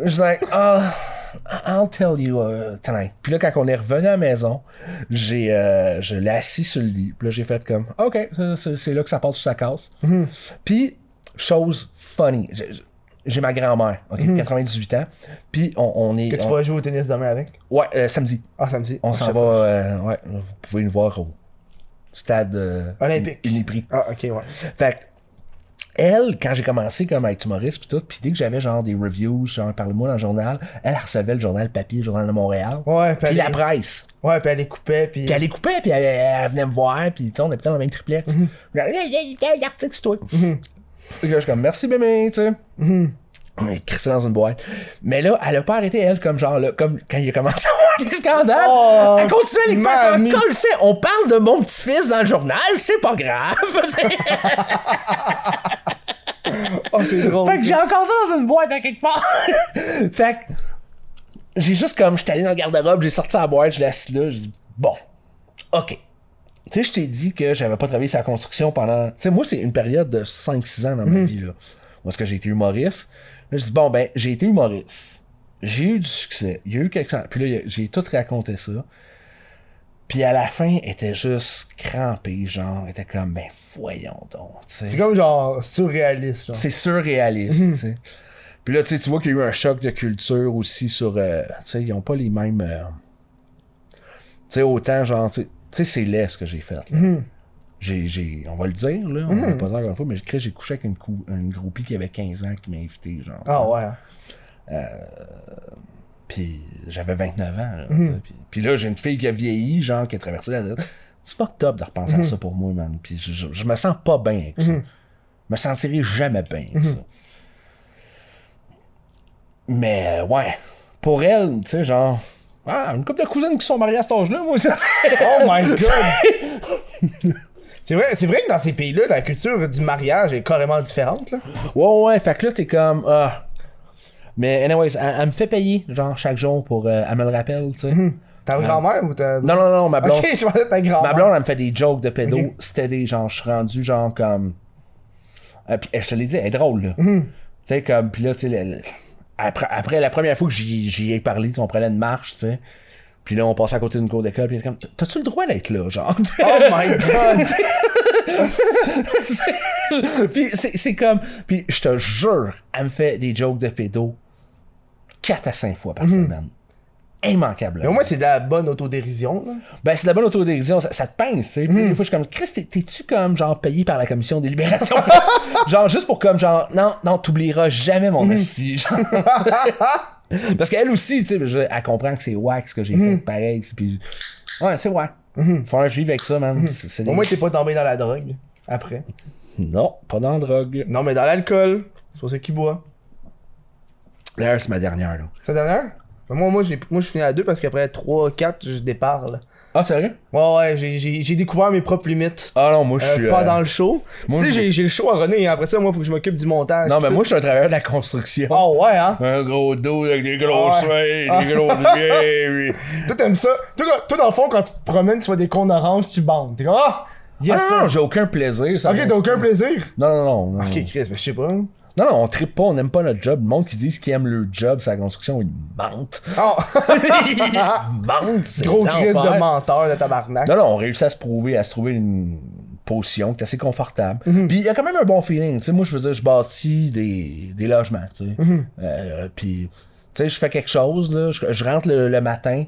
Speaker 2: It's like, uh, I'll tell you uh, tonight. Puis là, quand on est revenu à la maison, j'ai, euh, je l'ai assis sur le lit. Puis là, j'ai fait comme, OK, ça, c'est c'est là que ça part sous sa casse.
Speaker 7: Mm-hmm.
Speaker 2: Puis, chose funny, j'ai- j'ai ma grand-mère, OK, 98 ans. Puis, on, on est...
Speaker 7: Mm-hmm. Que tu
Speaker 2: on-
Speaker 7: vas jouer au tennis demain avec?
Speaker 2: ouais, euh, samedi.
Speaker 7: Ah, samedi.
Speaker 2: On
Speaker 7: Ah, je
Speaker 2: s'en
Speaker 7: sais
Speaker 2: va,
Speaker 7: pas.
Speaker 2: euh, ouais, vous pouvez nous voir au stade euh,
Speaker 7: Olympique.
Speaker 2: Uniprix.
Speaker 7: Ah, ok, ouais.
Speaker 2: Fait que, elle, quand j'ai commencé comme à être humoriste pis tout, puis dès que j'avais genre des reviews, genre parle-moi dans le journal, elle recevait le journal papier, le journal de Montréal,
Speaker 7: Ouais, puis
Speaker 2: puis
Speaker 7: elle,
Speaker 2: la presse.
Speaker 7: ouais, puis elle les coupait, puis.
Speaker 2: Puis elle les coupait, puis elle, elle venait me voir, puis tu sais, on habitait dans le même triplex.
Speaker 7: Mhm.
Speaker 2: Genre, Hey, hey, hey, l'article, c'est toi. Fait que là, je suis comme, merci bébé, tu sais.
Speaker 7: Mhm.
Speaker 2: On est crissé dans une boîte. Mais là, elle a pas arrêté, elle, comme genre, là, comme quand il a commencé à avoir des scandales.
Speaker 7: Oh,
Speaker 2: elle continuait les personnes.
Speaker 7: mamie.
Speaker 2: Colle, c'est- on parle de mon petit-fils dans le journal, c'est pas grave.
Speaker 7: Oh, c'est drôle.
Speaker 2: Fait que j'ai encore ça dans une boîte à quelque part. fait que j'ai juste comme, j'étais allé dans le garde-robe, j'ai sorti la boîte, je l'ai assis là, j'ai dit, bon, ok. Tu sais, je t'ai dit que j'avais pas travaillé sur la construction pendant. Tu sais, moi, c'est une période de 5-6 ans dans
Speaker 7: Mhm.
Speaker 2: ma vie, là. Où est-ce que j'ai été humoriste? Là, je dis, bon, ben, j'ai été humoriste. J'ai eu du succès. Il y a eu quelque chose. Puis là, il y a- j'ai tout raconté ça. Puis à la fin, elle était juste crampée, genre, elle était comme, ben, voyons donc, tu sais.
Speaker 7: C'est comme genre surréaliste, genre.
Speaker 2: C'est surréaliste, tu sais. Puis là, tu sais, tu vois qu'il y a eu un choc de culture aussi sur... euh, tu sais, ils ont pas les mêmes... euh, tu sais, autant genre... Tu sais- tu sais, c'est laid ce que j'ai fait. là. J'ai, j'ai- on va le dire, là, on va pas dire encore une fois, mais je crée, j'ai couché avec une, cou- une groupie qui avait 15 ans qui m'a invité, genre. tu sais.
Speaker 7: Ah, ouais.
Speaker 2: Puis j'avais 29 ans, là, tu sais, puis, puis là, j'ai une fille qui a vieilli, genre, qui a traversé la... C'est fucked up de repenser à ça pour moi, man. Puis je, je- je me sens pas bien avec ça. Je me sentirai jamais bien avec ça. Mais euh, ouais, pour elle, tu sais, genre... Ah, une couple de cousines qui sont mariées à cet âge-là, moi, ça...
Speaker 7: Oh my god! c'est vrai, c'est vrai que dans ces pays-là, la culture du mariage est carrément différente, là.
Speaker 2: Ouais, ouais, fait que là, t'es comme. Ah. Mais, anyways, elle, elle me fait payer, genre, chaque jour pour. euh, elle me le rappelle, tu sais.
Speaker 3: Ta grand-mère ou ta.
Speaker 2: Non, non, non, ma blonde.
Speaker 3: Ok, je pensais ta grand-mère.
Speaker 2: Ma blonde, elle me fait des jokes de pédo.
Speaker 3: Ah, Ok.
Speaker 2: C'était des genre, je suis rendu genre comme. Euh, puis, je te l'ai dit, elle est drôle, là.
Speaker 3: Mhm.
Speaker 2: Tu sais, comme, puis là, tu sais, le- le- après, après la première fois que j'y j'y ai parlé, tu sais, on prenait une marche, tu sais. Puis là, on passait à côté d'une cour d'école, puis elle était comme, t'as-tu le droit d'être là, genre?
Speaker 3: Oh my god!
Speaker 2: puis c'est c'est comme. Puis je te jure, elle me fait des jokes de pédo 4 à 5 fois par semaine. Immanquable.
Speaker 3: Mhm. Mais au moins, c'est de la bonne autodérision, là.
Speaker 2: Ben, c'est de la bonne autodérision, ça, ça te pince, tu sais. Puis
Speaker 3: Hmm.
Speaker 2: Des fois, je suis comme, Chris, t'es- t'es-tu comme, genre, payé par la commission des libérations? genre, juste pour comme, genre, non, non, t'oublieras jamais
Speaker 3: Hmm.
Speaker 2: mon esti. genre. Parce qu'elle aussi, tu sais, je- elle comprend que c'est whack ce que j'ai
Speaker 3: Hmm.
Speaker 2: fait, pareil. Puis, ouais, c'est whack. Faut que je vive avec ça, man. C'est- c'est des-
Speaker 3: Hmm. Au moins, t'es pas tombé dans la drogue après.
Speaker 2: Non, pas dans la drogue.
Speaker 3: Non, mais dans l'alcool. C'est pour ça qu'il boit.
Speaker 2: D'ailleurs, c'est ma dernière, là.
Speaker 3: C'est la dernière? Mais Ben, Moi, moi, j'ai- moi je finis à deux parce qu'après 3-4, je dépare, là.
Speaker 2: Ah, sérieux?
Speaker 3: Ouais, ouais, j'ai- j'ai j'ai découvert mes propres limites.
Speaker 2: Ah non, moi, je
Speaker 3: Euh,
Speaker 2: suis.
Speaker 3: pas
Speaker 2: euh,
Speaker 3: dans le show.
Speaker 2: moi,
Speaker 3: tu sais,
Speaker 2: j'ai-
Speaker 3: j'ai- j'ai le show à René. hein. Après ça, moi, faut que je m'occupe du montage.
Speaker 2: Non, mais
Speaker 3: Tout-
Speaker 2: moi, je suis un travailleur de la construction.
Speaker 3: Oh, ouais, hein?
Speaker 2: Un gros dos avec des gros
Speaker 3: Ouais.
Speaker 2: seins,
Speaker 3: Ah.
Speaker 2: des gros pieds. puis-
Speaker 3: Toi, t'aimes ça. Toi, quand- toi, dans le fond, quand tu te promènes, tu vois des cônes oranges, tu bandes. T'es comme, ah! Yes,
Speaker 2: Ah, non,
Speaker 3: sir.
Speaker 2: non, j'ai aucun plaisir. ça
Speaker 3: Ok,
Speaker 2: mon-
Speaker 3: t'as aucun plaisir?
Speaker 2: Non, non, non. non.
Speaker 3: Ok, Chris, mais je sais pas.
Speaker 2: Non, non, on tripe pas, on n'aime pas notre job. Le monde qui dit qu'ils aiment leur job, sa construction, ils mentent.
Speaker 3: Oh!
Speaker 2: ils mentent, c'est
Speaker 3: Gros Chris
Speaker 2: l'enfer.
Speaker 3: de menteur de tabarnak.
Speaker 2: Non, non, on réussit à se prouver, à se trouver une potion qui est assez confortable.
Speaker 3: Mhm.
Speaker 2: Puis il y a quand même un bon feeling. Tu sais, moi, je veux dire, je bâtis des, des logements, tu sais.
Speaker 3: Mhm.
Speaker 2: Euh, puis, tu sais, je fais quelque chose, là. Je, je rentre le, le matin.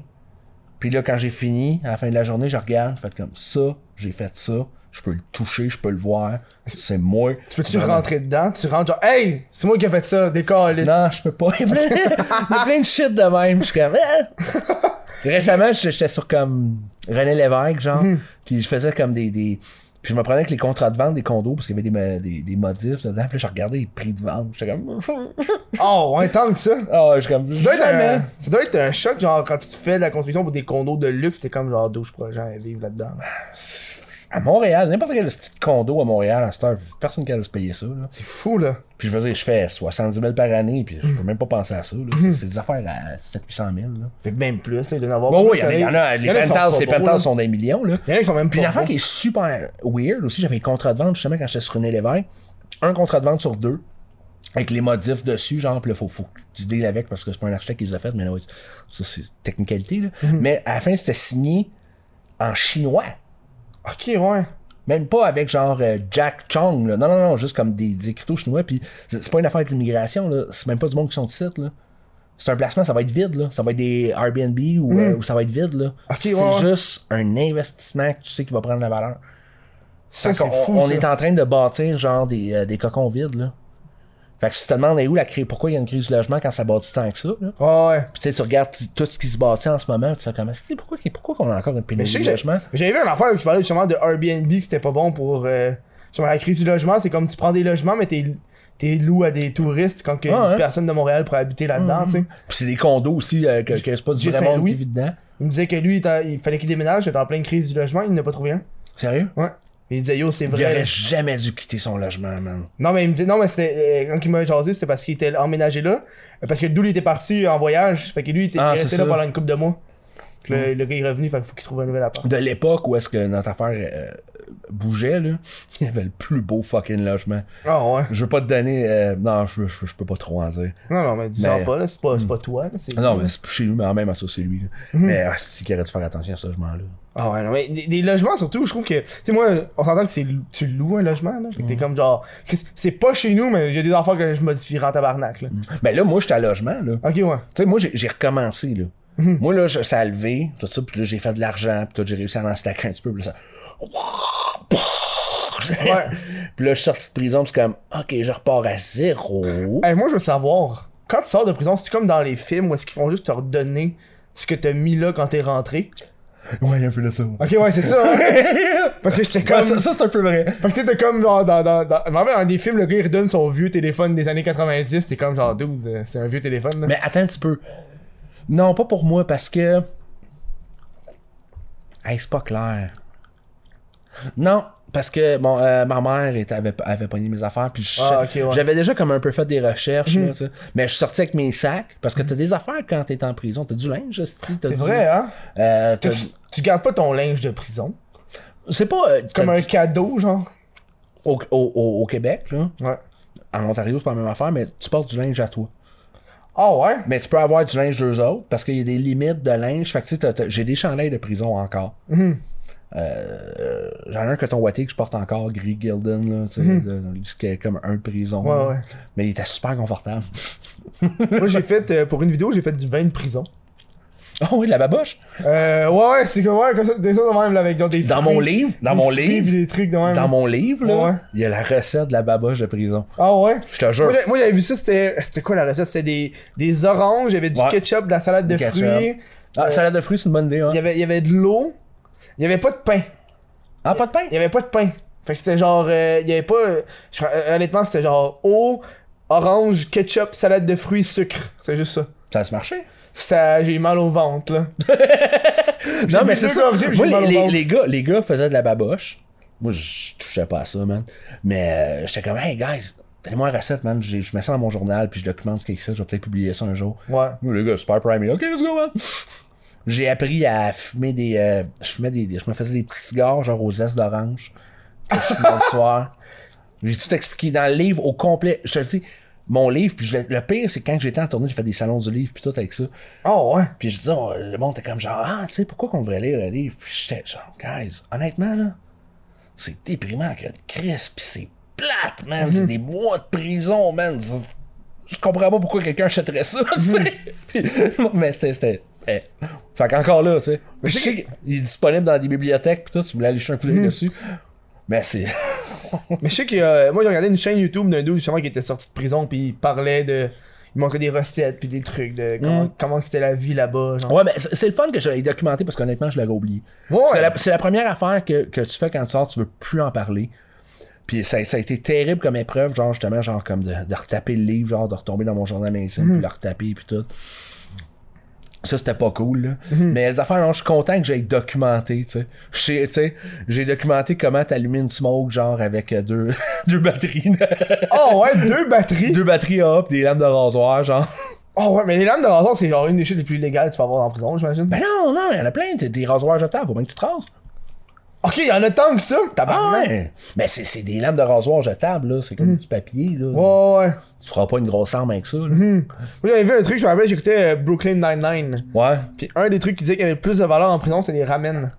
Speaker 2: Puis là, quand j'ai fini, à la fin de la journée, je regarde, je fais comme ça, j'ai fait ça. Je peux le toucher, je peux le voir. C'est moi.
Speaker 3: Tu peux-tu rentrer dedans? Tu rentres genre, hey, c'est moi qui ai fait ça, décolle.
Speaker 2: Non, je peux pas. Il y a plein- il y a plein de shit de même. Je suis comme. Ah! Récemment, j'- j'étais sur comme René Lévesque, genre.
Speaker 3: Hmm.
Speaker 2: Puis je faisais comme des. des... Puis je me prenais avec les contrats de vente des condos parce qu'il y avait des, ma- des, des modifs dedans. Puis là, je regardais les prix de vente. J'étais comme.
Speaker 3: Oh, ouais, tant que ça.
Speaker 2: Ah, ouais, je suis comme.
Speaker 3: Ça doit, être
Speaker 2: jamais.
Speaker 3: un, ça doit être un choc, genre, quand tu fais de la construction pour des condos de luxe, t'es comme genre 12 gens à vivre là-dedans.
Speaker 2: À Montréal, n'importe quel petit condo à Montréal, à cette heure, personne qui a se payer ça. Là.
Speaker 3: C'est fou, là.
Speaker 2: Puis je veux dire, je fais 70 000 par année, puis je peux même pas penser à ça.
Speaker 3: Hmm.
Speaker 2: là. C'est c'est des affaires à 700 000. Là.
Speaker 3: Fait que même plus, là, il doit y en avoir.
Speaker 2: Bon, oui,
Speaker 3: plus,
Speaker 2: il y en a. Les
Speaker 3: il y en a qui sont
Speaker 2: penthouses,
Speaker 3: pas
Speaker 2: les
Speaker 3: beaux, là.
Speaker 2: penthouses sont des millions. Là.
Speaker 3: Il y en a qui sont même
Speaker 2: Puis une
Speaker 3: pas.
Speaker 2: affaire
Speaker 3: beaux.
Speaker 2: qui est super weird aussi, j'avais un contrat de vente justement quand j'étais sur René Lévesque. Un contrat de vente sur deux. Avec les modifs dessus, genre, pis là, faut, faut que tu deals avec parce que c'est pas un architecte qui les a fait, mais là, ouais, ça, c'est technicalité, là.
Speaker 3: Mhm.
Speaker 2: Mais à la fin, c'était signé en chinois.
Speaker 3: Ok, ouais.
Speaker 2: Même pas avec genre euh, Jack Chong, là. Non, non, non, juste comme des, des écriteaux chinois, puis c'est c'est pas une affaire d'immigration, là. C'est même pas du monde qui sont de site, là. C'est un placement, ça va être vide, là. Ça va être des Airbnb ou, euh, ou ça va être vide, là.
Speaker 3: Mhm. Ok,
Speaker 2: c'est
Speaker 3: ouais, ouais.
Speaker 2: juste un investissement que tu sais qui va prendre la valeur. Fait
Speaker 3: Ça, c'est
Speaker 2: qu'on- on,
Speaker 3: fou. ça.
Speaker 2: est en train de bâtir genre des, euh, des cocons vides là. Fait que si tu te demandes est où la crise, pourquoi il y a une crise du logement quand ça bâtit tant que ça, là.
Speaker 3: Ouais, ouais.
Speaker 2: Puis tu sais, tu regardes t- tout ce qui se bâtit en ce moment, tu fais comme Asti, pourquoi, pourquoi qu'on a encore une
Speaker 3: Mais
Speaker 2: pénurie
Speaker 3: je sais que
Speaker 2: de logement?
Speaker 3: j'ai- j'avais vu un affaire qui parlait justement de Airbnb que c'était pas bon pour. Euh, justement, la crise du logement, c'est comme tu prends des logements, mais t'es t'es loues à des touristes quand que
Speaker 2: Ah, ouais. Mm-hmm.
Speaker 3: personne de Montréal pourrait habiter là-dedans, tu sais.
Speaker 2: Puis c'est des condos aussi euh, que, que c'est pas du
Speaker 3: J'ai
Speaker 2: vrai monde
Speaker 3: Saint-Louis.
Speaker 2: qui vit dedans.
Speaker 3: Il me disait que lui, il, était- il fallait qu'il déménage, il était en pleine crise du logement, il n'a pas trouvé un.
Speaker 2: Sérieux?
Speaker 3: Ouais. Il disait yo, c'est
Speaker 2: Il
Speaker 3: vrai.
Speaker 2: aurait jamais dû quitter son logement, man.
Speaker 3: Non, mais il me dit, non, mais c'était, euh, quand il m'a jasé, c'était parce qu'il était emménagé là. euh, Parce que le doux, il était parti en voyage. Fait que lui, il était
Speaker 2: Ah, c'est
Speaker 3: resté là
Speaker 2: ça. Mm.
Speaker 3: pendant une couple de mois. Puis le, le gars est revenu, fait qu'il faut qu'il trouve un nouvel appart.
Speaker 2: De l'époque où est-ce que notre affaire euh, bougeait, là, il y avait le plus beau fucking logement.
Speaker 3: Ah ouais.
Speaker 2: Je veux pas te donner. euh, non, je, je, je peux pas trop en dire.
Speaker 3: Non, non, mais dis-en
Speaker 2: Mais-
Speaker 3: pas, là, c'est pas, c'est pas toi, là. c'est-
Speaker 2: Ben, mm. Ah Non, mais c'est plus chez lui, mais en même à ça, c'est lui. là. Mais ah, c'est qu'il aurait dû faire attention à ce logement-là.
Speaker 3: Ah ouais, non, mais des, des logements surtout, je trouve que. Tu sais, moi, on s'entend que c'est, tu loues un logement, là. Fait que t'es comme genre. Chris, C'est pas chez nous, mais j'ai des affaires que je modifierai en tabarnak, là.
Speaker 2: Ben là, moi, j'étais à logement, là.
Speaker 3: Ok, ouais.
Speaker 2: Tu sais, moi, j'ai j'ai recommencé, là. Moi, là, je- ça a levé, tout ça, puis là, j'ai fait de l'argent, puis tout, j'ai réussi à m'en stacker un petit peu, puis là, ça...
Speaker 3: Ouais.
Speaker 2: puis là, je suis sorti de prison, puis c'est comme, OK, je repars à zéro.
Speaker 3: Hey, moi, je veux savoir, quand tu sors de prison, c'est comme dans les films où est-ce qu'ils font juste te redonner ce que t'as mis là quand t'es rentré.
Speaker 2: Ouais, un peu de ça.
Speaker 3: Ok, ouais, c'est ça. hein. Parce que j'étais comme.
Speaker 2: ça, ça, c'est un peu vrai.
Speaker 3: Fait que t'étais comme genre dans. dans, dans... Vraiment, dans des films, le gars il redonne son vieux téléphone des années 90. T'es comme genre, dude, euh, c'est un vieux téléphone. Là.
Speaker 2: Mais attends un petit peu. Non, pas pour moi, parce que. Hey, c'est pas clair. Non, Parce que bon, euh, ma mère était, avait, avait pogné mes affaires, puis je-
Speaker 3: Ah, ok, ouais. Mhm.
Speaker 2: j'avais déjà comme un peu fait des recherches, là, tu sais. mais je sortais avec mes sacs, parce que t'as des affaires quand t'es en prison, t'as du linge, hostie, t'as
Speaker 3: C'est
Speaker 2: du-
Speaker 3: vrai, hein?
Speaker 2: Euh, t'as-
Speaker 3: Tu, tu gardes pas ton linge de prison.
Speaker 2: c'est pas euh,
Speaker 3: Comme
Speaker 2: t'as-
Speaker 3: un cadeau, genre.
Speaker 2: au, au- au- au Québec, là,
Speaker 3: Ouais.
Speaker 2: en Ontario, c'est pas la même affaire, mais tu portes du linge à toi.
Speaker 3: Ah ouais?
Speaker 2: Mais tu peux avoir du linge d'eux autres parce qu'il y a des limites de linge. Fait que tu sais, t'as- t'as- j'ai des chandails de prison encore.
Speaker 3: Mhm.
Speaker 2: Euh, J'en ai un coton ouaté que je porte encore, gris Gildan, là, tu sais, de- qui est comme un de prison.
Speaker 3: Mhm. Ouais,
Speaker 2: là.
Speaker 3: ouais.
Speaker 2: Mais il était super confortable.
Speaker 3: Moi, j'ai fait, euh, pour une vidéo, j'ai fait du vin de prison.
Speaker 2: Oh oui, de la baboche.
Speaker 3: Euh, ouais, ouais, c'est comme, ouais, comme ça, des choses de même, là, avec genre, des
Speaker 2: Dans
Speaker 3: fruits,
Speaker 2: mon livre, dans
Speaker 3: des
Speaker 2: mon
Speaker 3: fruits,
Speaker 2: livre,
Speaker 3: puis des trucs de même.
Speaker 2: dans mon livre, là,
Speaker 3: Ouais.
Speaker 2: il y a la recette de la baboche de prison.
Speaker 3: Ah ouais?
Speaker 2: Je te jure.
Speaker 3: Moi, j'a- moi, j'avais vu ça, c'était c'était quoi la recette? C'était des, des oranges, il y avait du
Speaker 2: Ouais.
Speaker 3: ketchup, de la salade de
Speaker 2: Du ketchup.
Speaker 3: fruits,
Speaker 2: Ah, salade de fruits, c'est une bonne idée. Hein?
Speaker 3: il y avait, il y avait de l'eau, il y avait pas de pain.
Speaker 2: Ah, pas de pain?
Speaker 3: Il y avait pas de pain. Fait que c'était genre, euh, il y avait pas. euh, je- euh, honnêtement, c'était genre eau, orange, ketchup, salade de fruits, sucre. C'est juste ça.
Speaker 2: Ça a se marché.
Speaker 3: Ça, j'ai eu mal au ventre, là.
Speaker 2: Non, mais
Speaker 3: mis
Speaker 2: c'est
Speaker 3: deux
Speaker 2: ça.
Speaker 3: gorgées, puis
Speaker 2: Moi,
Speaker 3: j'ai mal
Speaker 2: les,
Speaker 3: au
Speaker 2: les-
Speaker 3: ventre.
Speaker 2: les gars, les gars faisaient de la baboche. Moi, je touchais pas à ça, man. Mais euh, j'étais comme, hey, guys, donnez-moi la recette, man. J'ai- Je mets ça dans mon journal, puis je documente ce qu'il y a que ça. Je vais peut-être publier ça un jour.
Speaker 3: Ouais.
Speaker 2: Moi, les gars, super primé. Ok, let's go, man. J'ai appris à fumer des, euh, je fumais des, des- Je me faisais des petits cigares, genre aux zestes d'orange, que je fumais le soir. J'ai tout expliqué dans le livre au complet. Je te dis, mon livre, puis je le- le pire, c'est quand j'étais en tournée, j'ai fait des salons du livre, puis tout avec ça.
Speaker 3: Oh ouais.
Speaker 2: Puis je dis, on- le monde était comme genre, ah, tu sais, pourquoi qu'on devrait lire le livre? Puis j'étais genre, guys, honnêtement, là, c'est déprimant que le Christ, pis c'est plate, man, c'est des mois de prison, man. C'est- Je comprends pas pourquoi quelqu'un achèterait ça, tu sais. Puis, mais c'était, c'était, eh. Fait qu'encore là, tu sais. Je sais qu'il est disponible dans des bibliothèques, pis tout, si vous voulez aller jeter un coup d'œil dessus. Mais c'est.
Speaker 3: Mais je sais que euh, moi j'ai regardé une chaîne YouTube d'un dude justement qui était sorti de prison puis il parlait de il montrait des recettes puis des trucs de
Speaker 2: Mm.
Speaker 3: comment comment c'était la vie là-bas genre.
Speaker 2: Ouais, mais c'est c'est le fun que j'avais documenté parce qu'honnêtement, je l'avais oublié.
Speaker 3: Ouais,
Speaker 2: C'est
Speaker 3: ouais.
Speaker 2: la, c'est la première affaire que, que tu fais quand tu sors, tu veux plus en parler. Puis ça, ça a été terrible comme épreuve, genre justement, genre comme de, de retaper le livre, genre de retomber dans mon journal intime, puis le retaper, puis tout. Ça, c'était pas cool, là. Mais les affaires, non, je suis content que j'aille documenté, tu sais. Je sais. tu sais, J'ai documenté comment t'allumes une smoke, genre, avec euh, deux, deux batteries.
Speaker 3: Oh ouais, deux batteries.
Speaker 2: deux batteries hop, des lames de rasoir, genre.
Speaker 3: Oh ouais, mais les lames de rasoir c'est genre une des choses les plus légales que tu peux avoir en prison, j'imagine.
Speaker 2: Ben non, non, il y en a plein, t'as des rasoirs jetables, faut bien que tu te rases.
Speaker 3: OK, il y en a tant que ça.
Speaker 2: Ah
Speaker 3: Tabarnak.
Speaker 2: ouais! Mais c'est c'est des lames de rasoir jetables, là. C'est comme du papier, là.
Speaker 3: Hmm. Ouais Hmm. ouais.
Speaker 2: Tu feras pas une grosse arme avec ça, là.
Speaker 3: Moi j'avais vu un truc, je me rappelle, j'écoutais euh, Brooklyn Nine-Nine.
Speaker 2: Ouais,
Speaker 3: Puis un des trucs qui disait qu'il y avait le plus de valeur en prison, c'est les ramen.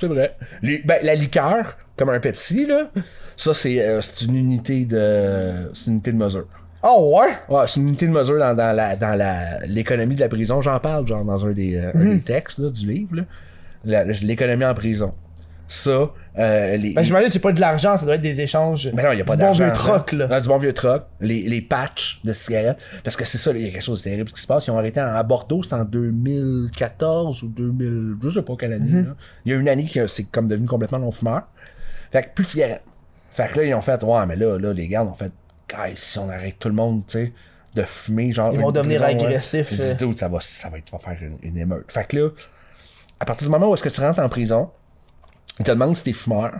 Speaker 2: c'est vrai. Les- ben, la liqueur, comme un Pepsi, là, ça, c'est euh, c'est une unité de. C'est une unité de mesure.
Speaker 3: Oh ouais.
Speaker 2: Ouais, c'est une unité de mesure dans, dans la dans la- l'économie de la prison. J'en parle, genre, dans un des, euh, un
Speaker 3: Hmm.
Speaker 2: des textes là, du livre, là. La- L'économie en prison. Ça, euh, les.
Speaker 3: Ben j'imagine que c'est pas de l'argent, ça doit être des échanges.
Speaker 2: Mais non, il n'y a pas
Speaker 3: du bon
Speaker 2: d'argent.
Speaker 3: vieux
Speaker 2: hein.
Speaker 3: troc là.
Speaker 2: Ouais, du bon vieux troc. Les, les patchs de cigarettes. Parce que c'est ça, il y a quelque chose de terrible qui se passe. Ils ont arrêté en- à Bordeaux, c'était en 2014 ou 2000, je sais pas quelle année.
Speaker 3: Mhm.
Speaker 2: là. Il y a une année que c'est comme devenu complètement non-fumeur. Fait que plus de cigarettes. Fait que là, ils ont fait, ouais, mais là, là les gardes ont fait, guys, si on arrête tout le monde, tu sais, de fumer, genre.
Speaker 3: Ils vont
Speaker 2: une
Speaker 3: devenir
Speaker 2: prison,
Speaker 3: agressifs,
Speaker 2: hein. Ils se
Speaker 3: euh.
Speaker 2: disent, Dude, ça va, ça va, être- tu vas faire une, une émeute. Fait que là, à partir du moment où est-ce que tu rentres en prison, ils te demandent si t'es fumeur,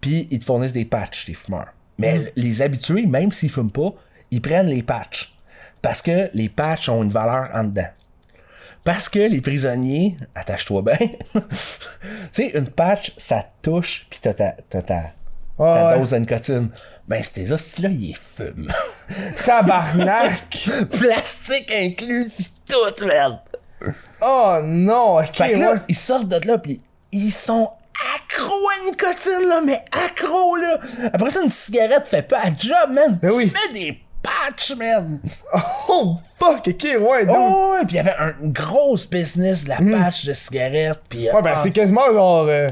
Speaker 2: puis ils te fournissent des patchs, tes fumeurs. Mais l- les habitués, même s'ils fument pas, ils prennent les patchs. Parce que les patchs ont une valeur en dedans. Parce que les prisonniers, attache-toi bien, tu sais, une patch, ça te touche, puis t'as ta, t'as ta, ta
Speaker 3: Ouais, ouais.
Speaker 2: dose de nicotine. Ben, ces hosties-là, ils fument.
Speaker 3: Tabarnak.
Speaker 2: Plastique inclus, pis tout, merde.
Speaker 3: Oh non, ok,
Speaker 2: Fait que
Speaker 3: ouais.
Speaker 2: là, ils sortent de là, pis ils sont accros à nicotine, là, mais accros, là. Après ça, une cigarette fait pas de job, man.
Speaker 3: Ben oui.
Speaker 2: Tu mets des patchs, man.
Speaker 3: Oh fuck, ok, ouais, donc.
Speaker 2: Oh, ouais, pis il y avait un gros business de la patch de cigarette, ah, pis...
Speaker 3: Mm. Ouais, ben c'est quasiment genre. euh,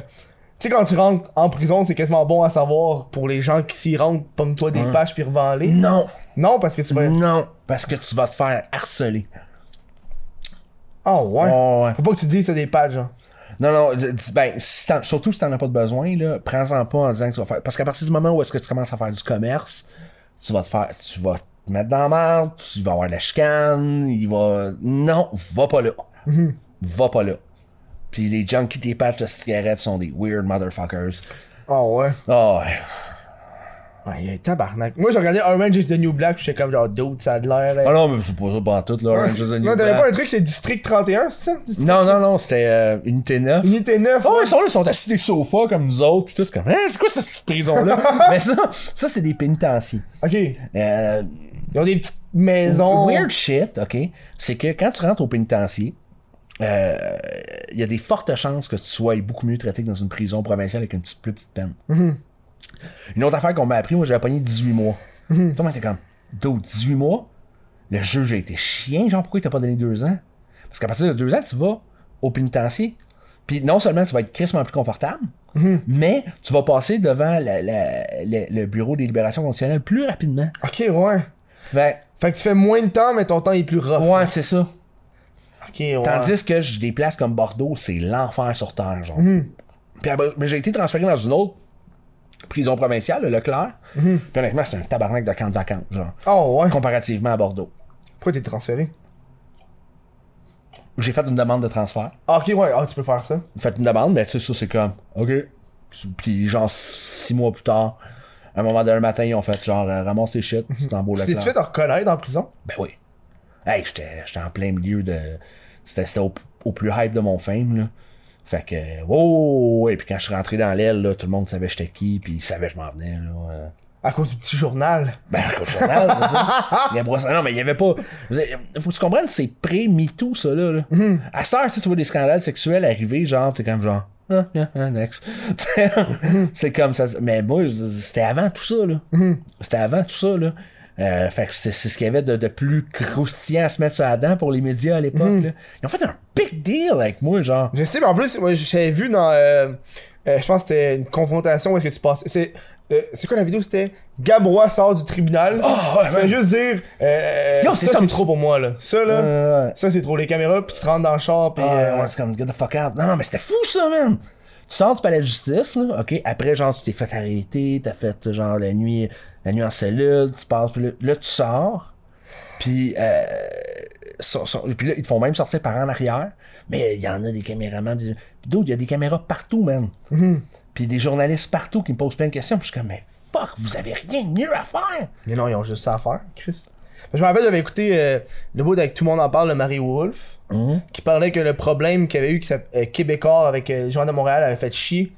Speaker 3: tu sais, quand tu rentres en prison, c'est quasiment bon à savoir pour les gens qui s'y rentrent, pomme-toi des pages puis revends-les.
Speaker 2: Non,
Speaker 3: Non, parce que tu vas.
Speaker 2: non, parce que tu vas te faire harceler.
Speaker 3: Oh ouais.
Speaker 2: Oh, ouais.
Speaker 3: Faut pas que tu dises c'est des pages, hein. genre.
Speaker 2: Non, non, d- d- ben, si t'en- surtout si t'en as pas de besoin, là, prends-en pas en disant que tu vas faire. Parce qu'à partir du moment où est-ce que tu commences à faire du commerce, tu vas te faire. Tu vas te mettre dans la merde, tu vas avoir de la chicane, il va. Non, va pas là.
Speaker 3: Mhm.
Speaker 2: Va pas là. Puis les junkies des patchs de cigarettes sont des weird motherfuckers.
Speaker 3: Ah ouais.
Speaker 2: Ah ouais.
Speaker 3: Ouais, il y a un tabarnak. Moi, j'ai regardé Orange is the New Black, puis j'étais comme genre, dude, ça a de l'air.
Speaker 2: Ah
Speaker 3: hein.
Speaker 2: non, mais c'est pas ça pas en tout, là. Orange is the New
Speaker 3: non, t'avais
Speaker 2: Black.
Speaker 3: pas un truc, c'est District 31, c'est ça? District-
Speaker 2: Non, non, non, c'était euh, Unité 9.
Speaker 3: Unité 9.
Speaker 2: Oh,
Speaker 3: ouais.
Speaker 2: ils sont là, ils sont assis des sofas comme nous autres, pis tout, comme, hein, c'est quoi cette petite prison-là? Mais ça, ça, c'est des pénitenciers.
Speaker 3: Ok.
Speaker 2: Euh,
Speaker 3: Ils ont des petites maisons.
Speaker 2: Weird shit, ok, c'est que quand tu rentres au pénitencier, euh, il y a des fortes chances que tu sois beaucoup mieux traité que dans une prison provinciale avec une petite, plus petite peine. Une autre affaire qu'on m'a appris, moi j'avais pogné 18 mois. Toi, t'es comme, d'autres 18 mois, le juge a été chien, genre pourquoi il t'a pas donné 2 ans? Parce qu'à partir de 2 ans, tu vas au pénitencier. Puis non seulement tu vas être crissement plus confortable, mais tu vas passer devant la- la- le- le bureau des libérations conditionnelles plus rapidement.
Speaker 3: Ok, ouais.
Speaker 2: Fait
Speaker 3: Fait que tu fais moins de temps, mais ton temps est plus rough.
Speaker 2: ouais, c'est ça.
Speaker 3: Ok, ouais.
Speaker 2: Tandis que j'ai des places comme Bordeaux, c'est l'enfer sur terre, genre. Puis après, mais j'ai été transféré dans une autre prison provinciale, le Leclerc. Puis honnêtement, c'est un tabarnak de camp de vacances, genre.
Speaker 3: Oh, ouais.
Speaker 2: Comparativement à Bordeaux.
Speaker 3: Pourquoi t'es transféré?
Speaker 2: J'ai fait une demande de transfert.
Speaker 3: Ah, ok, ouais. Ah, tu peux faire ça.
Speaker 2: Fait une demande, mais tu sais, ça, c'est comme, OK. Puis genre, six mois plus tard, à un moment d'un matin, ils ont fait genre, euh, ramasse tes shit, c'est en beau
Speaker 3: Tu t'es-tu
Speaker 2: Leclerc.
Speaker 3: fait te reconnaître en prison?
Speaker 2: Ben oui. Hey, j'étais j'étais en plein milieu de. C'était c'était au, au plus hype de mon fame, là. Fait que. Oh, et puis quand je suis rentré dans l'aile, là, tout le monde savait j'étais qui, puis ils savaient que je m'en venais, là. euh.
Speaker 3: À cause du petit journal.
Speaker 2: Ben, comme journal, c'est ça. Il y a brosse- Non, mais il y avait pas. vous savez, Faut que tu comprennes, c'est pré-MeToo, ça, là. là. À cette heure, si tu vois des scandales sexuels arriver, genre, t'es comme genre. Ah, ah, ah, next. c'est comme ça. Mais moi, c'était avant tout ça, là. C'était avant tout ça, là. Euh, fait que c'est c'est ce qu'il y avait de, de plus croustillant à se mettre sur la dent pour les médias à l'époque. là. Ils ont fait un big deal avec moi, genre.
Speaker 3: Je sais, mais en plus, moi, j'avais vu dans. euh, euh, je pense que c'était une confrontation où est-ce que tu passes. C'est. euh, c'est quoi la vidéo C'était Gabrois sort du tribunal.
Speaker 2: Oh, ouais,
Speaker 3: tu fais
Speaker 2: man.
Speaker 3: juste dire. euh,
Speaker 2: Yo, c'est
Speaker 3: ça,
Speaker 2: ça,
Speaker 3: c'est
Speaker 2: mais-
Speaker 3: trop pour moi, là. Ça, là.
Speaker 2: Euh, ouais.
Speaker 3: Ça, c'est trop. Les caméras, puis tu rentres dans le char, puis.
Speaker 2: Ah,
Speaker 3: euh,
Speaker 2: ouais, c'est comme, get the fuck out. Non, non, mais c'était fou, ça, man. Tu sors du palais de justice, là, ok? Après, genre, tu t'es fait arrêter, t'as fait, genre, la nuit, la nuit en cellule, tu passes, puis là, là, tu sors, puis, euh, so- so- puis là, ils te font même sortir par en arrière, mais il y en a des caméramans, puis d'autres, il y a des caméras partout, man.
Speaker 3: Mm-hmm.
Speaker 2: Puis des journalistes partout qui me posent plein de questions, puis je suis comme, mais fuck, vous avez rien de mieux à faire!
Speaker 3: Mais non, ils ont juste ça à faire, Chris. Je me rappelle, j'avais écouté euh, le bout avec Tout le monde en parle de Marie Wolf,
Speaker 2: Mhm.
Speaker 3: qui parlait que le problème qu'il y avait eu, que ça- euh, Québécois avec euh, les gens de Montréal avait fait chier.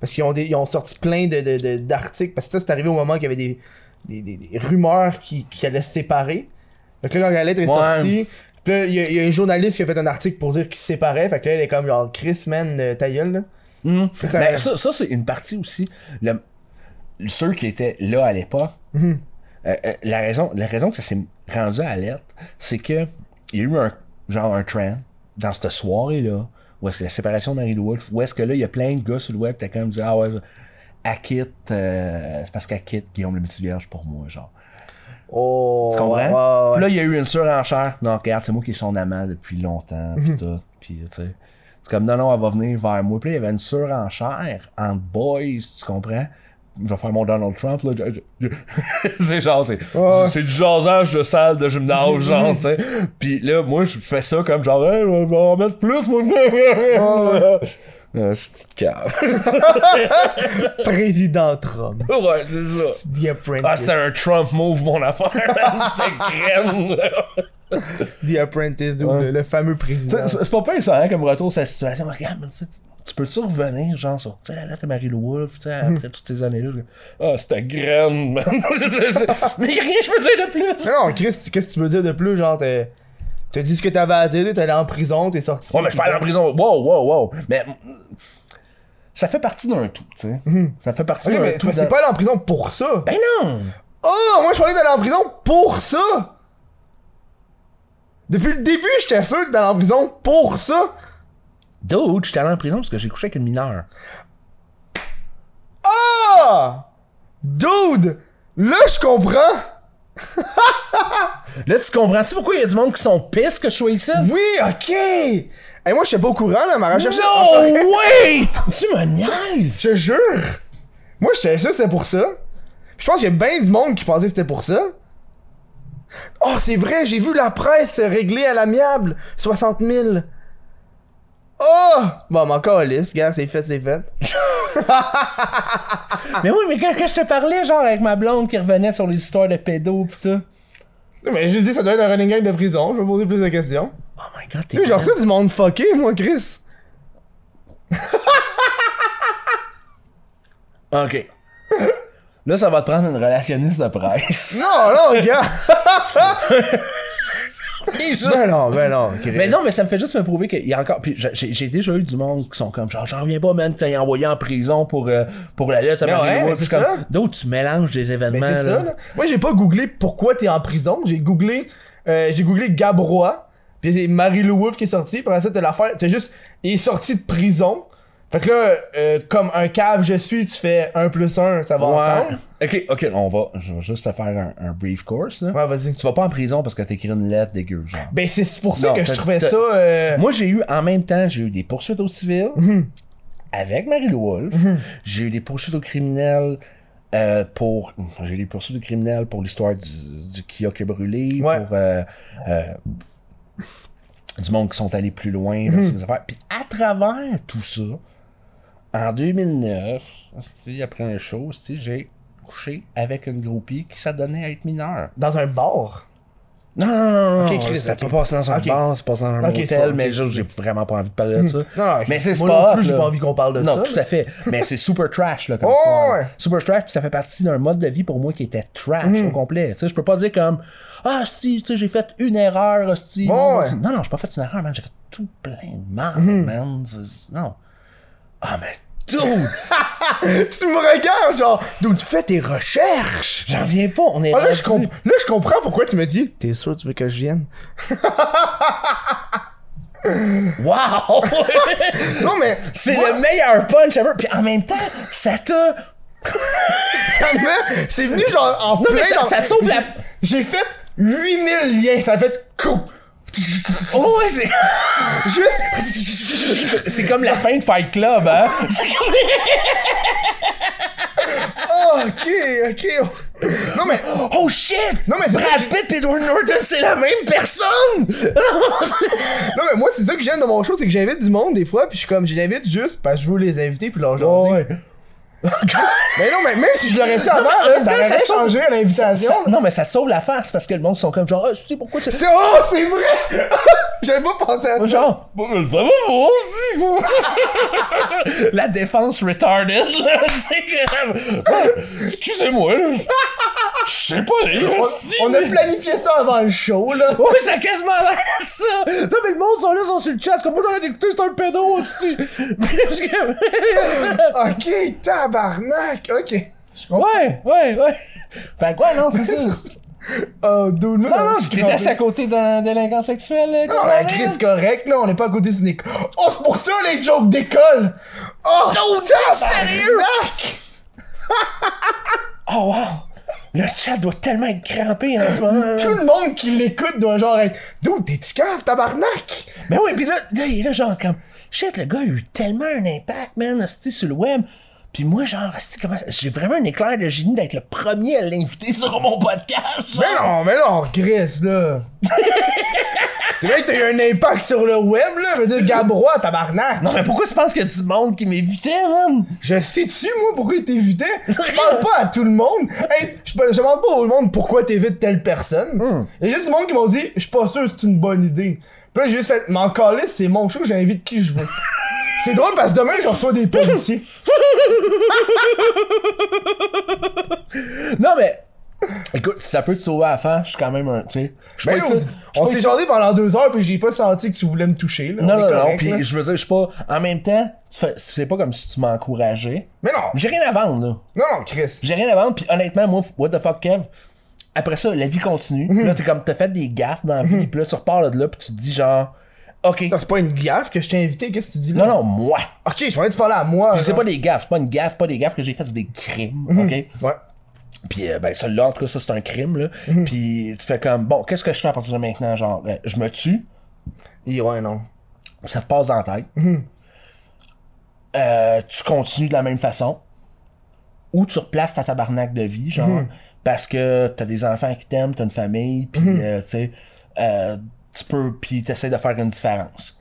Speaker 3: Parce qu'ils ont, des- ils ont sorti plein de, de- de- d'articles. Parce que ça, c'est arrivé au moment qu'il y avait des, des, des- des rumeurs qui, qui allaient se séparer. Donc là, quand Galette
Speaker 2: Ouais.
Speaker 3: est sortie, puis là, il y, a- il y a un journaliste qui a fait un article pour dire qu'il se séparait. Fait que là, elle est comme genre Chris, man, euh, ta gueule, là. Ça-
Speaker 2: Ben, ça, ça, c'est une partie aussi. Le, ceux qui étaient là à l'époque, euh, euh, la, raison, la raison que ça s'est rendu à l'alerte, c'est que il y a eu un genre un trend dans cette soirée-là, où est-ce que la séparation de Marie Lou Wolfe, où est-ce que là, il y a plein de gars sur le web qui étaient comme disant Ah ouais, elle quitte, euh, c'est parce qu'elle quitte Guillaume le Petit Vierge pour moi, genre.
Speaker 3: Oh,
Speaker 2: Tu comprends?
Speaker 3: ouais, ouais, ouais.
Speaker 2: Puis là, il y a eu une surenchère. Non, regarde, c'est moi qui suis son amant depuis longtemps.
Speaker 3: Mhm.
Speaker 2: Puis tout. Puis, tu sais. C'est comme, non, non, elle va venir vers moi. Puis là, il y avait une surenchère entre boys, tu comprends? Je vais faire mon Donald Trump, là. c'est genre, c'est c'est du jasage de salle de gymnase, genre, tu sais. Puis là, moi, je fais ça comme genre, hey, on va en mettre plus, moi. Euh, c'est une cave.
Speaker 3: Président Trump.
Speaker 2: ouais, c'est ça.
Speaker 3: The Apprentice.
Speaker 2: Ah, c'était un Trump move, mon affaire. c'était graine, là.
Speaker 3: The Apprentice, dude,
Speaker 2: Ouais.
Speaker 3: le, le fameux président.
Speaker 2: C'est- C'est c'est pas pire ça, hein, comme retour sur la situation. Mais Regarde, mais tu sais, tu- tu peux-tu revenir, genre, sur, tu sais, là, t'as Marie-Lou Wolfe, tu sais,
Speaker 3: Hmm.
Speaker 2: après toutes ces années-là. là. Ah, c'était graine, man. mais y'a rien que je peux dire de plus.
Speaker 3: Non, non, Chris, tu- qu'est-ce que tu veux dire de plus? Genre, t'es- t'as dit ce que t'avais à dire, t'es allé en prison, t'es sorti.
Speaker 2: Ouais, mais je parle en prison. Wow, wow, wow. Mais mm, ça fait partie d'un tout, tu sais. Ça fait partie
Speaker 3: Hmm. Ok,
Speaker 2: d'un
Speaker 3: mais
Speaker 2: tout.
Speaker 3: mais t'es
Speaker 2: dans-
Speaker 3: pas allé en prison pour ça!
Speaker 2: Ben non!
Speaker 3: Oh, moi je parlais d'aller en prison pour ça! Depuis le début, j'étais sûr que t'allais en prison pour ça!
Speaker 2: Dude, j'étais allé en prison parce que j'ai couché avec une mineure.
Speaker 3: Ah! Dude! Là, je comprends!
Speaker 2: Là, tu comprends-tu pourquoi il y a du monde qui sont pisses que je sois ici?
Speaker 3: Oui, ok! Et moi, je suis pas au courant, là, ma recherche. Ah,
Speaker 2: No, wait! Tu me niaises!
Speaker 3: Je te jure! Moi, j'étais sûr que c'était pour ça. Je pense qu'il y a bien du monde qui pensait que c'était pour ça. Oh, c'est vrai, j'ai vu la presse régler à l'amiable 60 000. Oh! Bon, mais encore liste, gars, c'est fait, c'est fait.
Speaker 2: Mais oui, mais quand, quand je te parlais, genre, avec ma blonde qui revenait sur les histoires de pédos pis tout.
Speaker 3: Mais je dis, ça doit être un running gag de prison, je vais poser plus de questions.
Speaker 2: Oh my god, t'es.
Speaker 3: Tu sais, j'ai
Speaker 2: bien.
Speaker 3: reçu du monde fucké, moi, Chris.
Speaker 2: Ok. Là, ça va te prendre une relationniste de presse.
Speaker 3: Non, non, gars! Ben non, ben non, Chris.
Speaker 2: Mais non, mais ça me fait juste me prouver qu'il y a encore. Puis j'ai- j'ai j'ai déjà eu du monde qui sont comme genre, j'en reviens pas, man, t'es envoyé en prison pour, euh, pour la lettre à
Speaker 3: Mais
Speaker 2: Marie
Speaker 3: ouais,
Speaker 2: Roy.
Speaker 3: mais
Speaker 2: Puis
Speaker 3: c'est
Speaker 2: comme-
Speaker 3: ça.
Speaker 2: D'autres, tu mélanges des événements.
Speaker 3: Mais Ben, c'est ça,
Speaker 2: là.
Speaker 3: là. Moi, j'ai pas googlé pourquoi t'es en prison. J'ai googlé, euh, j'ai googlé Gabrois. Puis c'est Marie-Lou Wolfe qui est sortie. Puis après ça, t'as l'affaire. T'as juste, il est sorti de prison. Fait que là, euh, comme un cave je suis, tu fais 1 plus 1, ça va
Speaker 2: Ouais.
Speaker 3: ensemble.
Speaker 2: Ok, ok, on va. Je vais juste te faire un, un brief course, là.
Speaker 3: Ouais, vas-y.
Speaker 2: Tu vas pas en prison parce que t'écris une lettre dégueu, genre.
Speaker 3: Ben, c'est pour ça
Speaker 2: Non,
Speaker 3: que je
Speaker 2: t'as-
Speaker 3: trouvais
Speaker 2: t'as-
Speaker 3: ça. euh,
Speaker 2: Moi, j'ai eu en même temps, j'ai eu des poursuites au civil avec Marie-Lou Wolfe. J'ai eu des poursuites au criminel euh, pour. J'ai eu des poursuites au criminel pour l'histoire du, du kiosque brûlé,
Speaker 3: Ouais.
Speaker 2: pour. euh, euh, du monde qui sont allés plus loin dans ces affaires. Puis à travers tout ça, en 2009, hostie, après un show, hostie, j'ai couché avec une groupie qui s'adonnait à être mineure.
Speaker 3: Dans un bar.
Speaker 2: Non, non, non, non.
Speaker 3: Ok, Chris,
Speaker 2: ça
Speaker 3: ok.
Speaker 2: peut passer dans un
Speaker 3: Ok.
Speaker 2: bar, c'est passé dans un
Speaker 3: Ok, c'est
Speaker 2: hôtel,
Speaker 3: pas-
Speaker 2: mais
Speaker 3: ok.
Speaker 2: juste, j'ai vraiment pas envie de parler de ça.
Speaker 3: Non, non, ok.
Speaker 2: Mais c'est
Speaker 3: Moi
Speaker 2: pas
Speaker 3: non
Speaker 2: hot,
Speaker 3: plus, j'ai
Speaker 2: là.
Speaker 3: pas envie qu'on parle de ça.
Speaker 2: Non, tout à fait. Mais c'est super trash, là, comme
Speaker 3: Ouais,
Speaker 2: ça.
Speaker 3: ouais.
Speaker 2: Super trash, puis ça fait partie d'un mode de vie pour moi qui était trash
Speaker 3: Hmm.
Speaker 2: au complet. Tu sais, je peux pas dire comme, ah, si, tu sais, j'ai fait une erreur, hostie.
Speaker 3: Ouais,
Speaker 2: Non,
Speaker 3: ouais. Hmm.
Speaker 2: non, Non, non, j'ai pas fait une erreur, man. J'ai fait tout plein de merde, man. C'est- Non. Ah, mais dude,
Speaker 3: Tu me regardes, genre, d'où tu fais tes recherches.
Speaker 2: j'en viens pas. On est
Speaker 3: Ah, là, je
Speaker 2: rendu-
Speaker 3: comp- là, je comprends pourquoi tu me dis, t'es sûr que tu veux que je vienne?
Speaker 2: Wow!
Speaker 3: Non, mais.
Speaker 2: c'est le meilleur punch ever. Puis en même temps, ça t'a.
Speaker 3: Finalement, c'est venu genre en
Speaker 2: Non, mais
Speaker 3: plein
Speaker 2: ça,
Speaker 3: dans-
Speaker 2: ça te sauve la.
Speaker 3: J'ai fait 8000 liens, ça a fait coup.
Speaker 2: Oh, ouais, c'est.
Speaker 3: Juste
Speaker 2: C'est comme la fin de Fight Club, hein?
Speaker 3: Ah, OK, OK. Non mais
Speaker 2: Oh shit!
Speaker 3: non mais c'est ça que
Speaker 2: Brad Pitt et Edward Norton, c'est la même personne!
Speaker 3: j'ai- non mais moi c'est ça que j'aime de mon show, c'est que j'invite du monde des fois puis je suis comme j'invite juste parce que je veux les inviter puis leur jaser. Mais non mais même si je l'aurais su avant
Speaker 2: en
Speaker 3: là,
Speaker 2: même temps,
Speaker 3: ça aurait
Speaker 2: ça
Speaker 3: rien
Speaker 2: sauve-
Speaker 3: changé à l'invitation.
Speaker 2: Ça- non, mais ça sauve la face parce que le monde sont comme genre, ah, tu sais pourquoi tu.
Speaker 3: C'est oh, c'est vrai. J'avais pas pensé à ça.
Speaker 2: Genre, Bon, mais ça va moi aussi, moi! La défense retarded, là, tu sais, que- Ah, Excusez-moi, là, je je sais pas lire,
Speaker 3: On,
Speaker 2: Oh, si,
Speaker 3: on a
Speaker 2: mais-
Speaker 3: planifié ça avant le show là.
Speaker 2: Oui, ça a quasiment l'air de ça! Non, mais le monde sont là, sont sur le chat, comme moi j'aurais d'écouter, c'est un pédo aussi! Mais je- Ah,
Speaker 3: OK, tabarnak. OK.
Speaker 2: ouais, ouais, ouais! Fait quoi, non, c'est ça!
Speaker 3: Oh, dude,
Speaker 2: Non, non, tu t'étais à côté d'un délinquant sexuel, euh, là,
Speaker 3: Non, la crise correcte, là, on n'est pas à côté d'une école. Oh, c'est pour ça les jokes d'école! Oh! Non, sérieux!
Speaker 2: Oh, wow! Le chat doit tellement être crampé en ce moment.
Speaker 3: Tout le monde qui l'écoute doit genre être. Dude, t'es-tu cave, tabarnak?
Speaker 2: Mais oui, pis là, là, il est là, genre, comme, shit, le gars a eu tellement un impact, man, hostie, sur le web. Puis moi, genre, hostie, comment. J'ai vraiment un éclair de génie d'être le premier à l'inviter sur mon podcast. genre.
Speaker 3: Mais non, mais non, Chris, là! tu vois que t'as eu un impact sur le web, là? Je veux dire, Gabrois, tabarnak!
Speaker 2: Non, mais pourquoi tu penses qu'il y a du monde qui m'évitait, man?
Speaker 3: Je sais-tu, moi, pourquoi il t'évitait? Je parle pas à tout le monde. Hey, je parle- je demande pas au monde pourquoi t'évites telle
Speaker 2: Hmm.
Speaker 3: personne. Il y a juste du monde qui m'ont dit, je suis pas sûr que c'est une bonne idée. Puis là, j'ai juste fait, mais encore là, c'est mon show, j'invite qui je veux. c'est drôle parce que demain, je reçois des policiers.
Speaker 2: Non, mais. Écoute, si ça peut te sauver à la fin, je suis quand même un. Tu sais. Je suis
Speaker 3: Ben,
Speaker 2: pas
Speaker 3: on-
Speaker 2: ici- je
Speaker 3: on
Speaker 2: suis pas
Speaker 3: s'est
Speaker 2: ici-
Speaker 3: jardé pendant deux heures, puis j'ai pas senti que tu voulais me toucher. Là.
Speaker 2: Non,
Speaker 3: On est
Speaker 2: non, non,
Speaker 3: correct, là.
Speaker 2: puis je veux dire, je suis pas. En même temps, tu fais- c'est pas comme si tu m'encourageais.
Speaker 3: Mais non,
Speaker 2: J'ai rien à vendre, là.
Speaker 3: non, non, Chris.
Speaker 2: J'ai rien à vendre, puis honnêtement, moi, what the fuck, Kev? Après ça, la vie continue.
Speaker 3: Mhm.
Speaker 2: Là, t'es comme, t'as fait des gaffes dans la vie, puis là, tu repars de là, puis tu te dis genre, OK.
Speaker 3: Non, C'est pas une gaffe que je t'ai invité, qu'est-ce que tu dis là?
Speaker 2: Non, non, moi.
Speaker 3: Ok, je pensais que tu parlais à moi.
Speaker 2: Puis c'est
Speaker 3: genre.
Speaker 2: pas des gaffes, c'est pas une gaffe, pas des gaffes que j'ai faites, c'est des crimes,
Speaker 3: Mhm.
Speaker 2: OK?
Speaker 3: Ouais.
Speaker 2: Puis euh, ben, celle-là, en tout cas, ça, c'est un crime, là.
Speaker 3: Mhm.
Speaker 2: Puis tu fais comme, bon, qu'est-ce que je fais à partir de maintenant? Genre, euh, je me tue,
Speaker 3: Et ouais, non.
Speaker 2: ça te passe dans la tête. Euh, tu continues de la même façon. Ou tu replaces ta tabarnak de vie, genre, parce que t'as des enfants qui t'aiment, t'as une famille, puis euh, tu sais, euh, tu peux, puis t'essaies de faire une différence.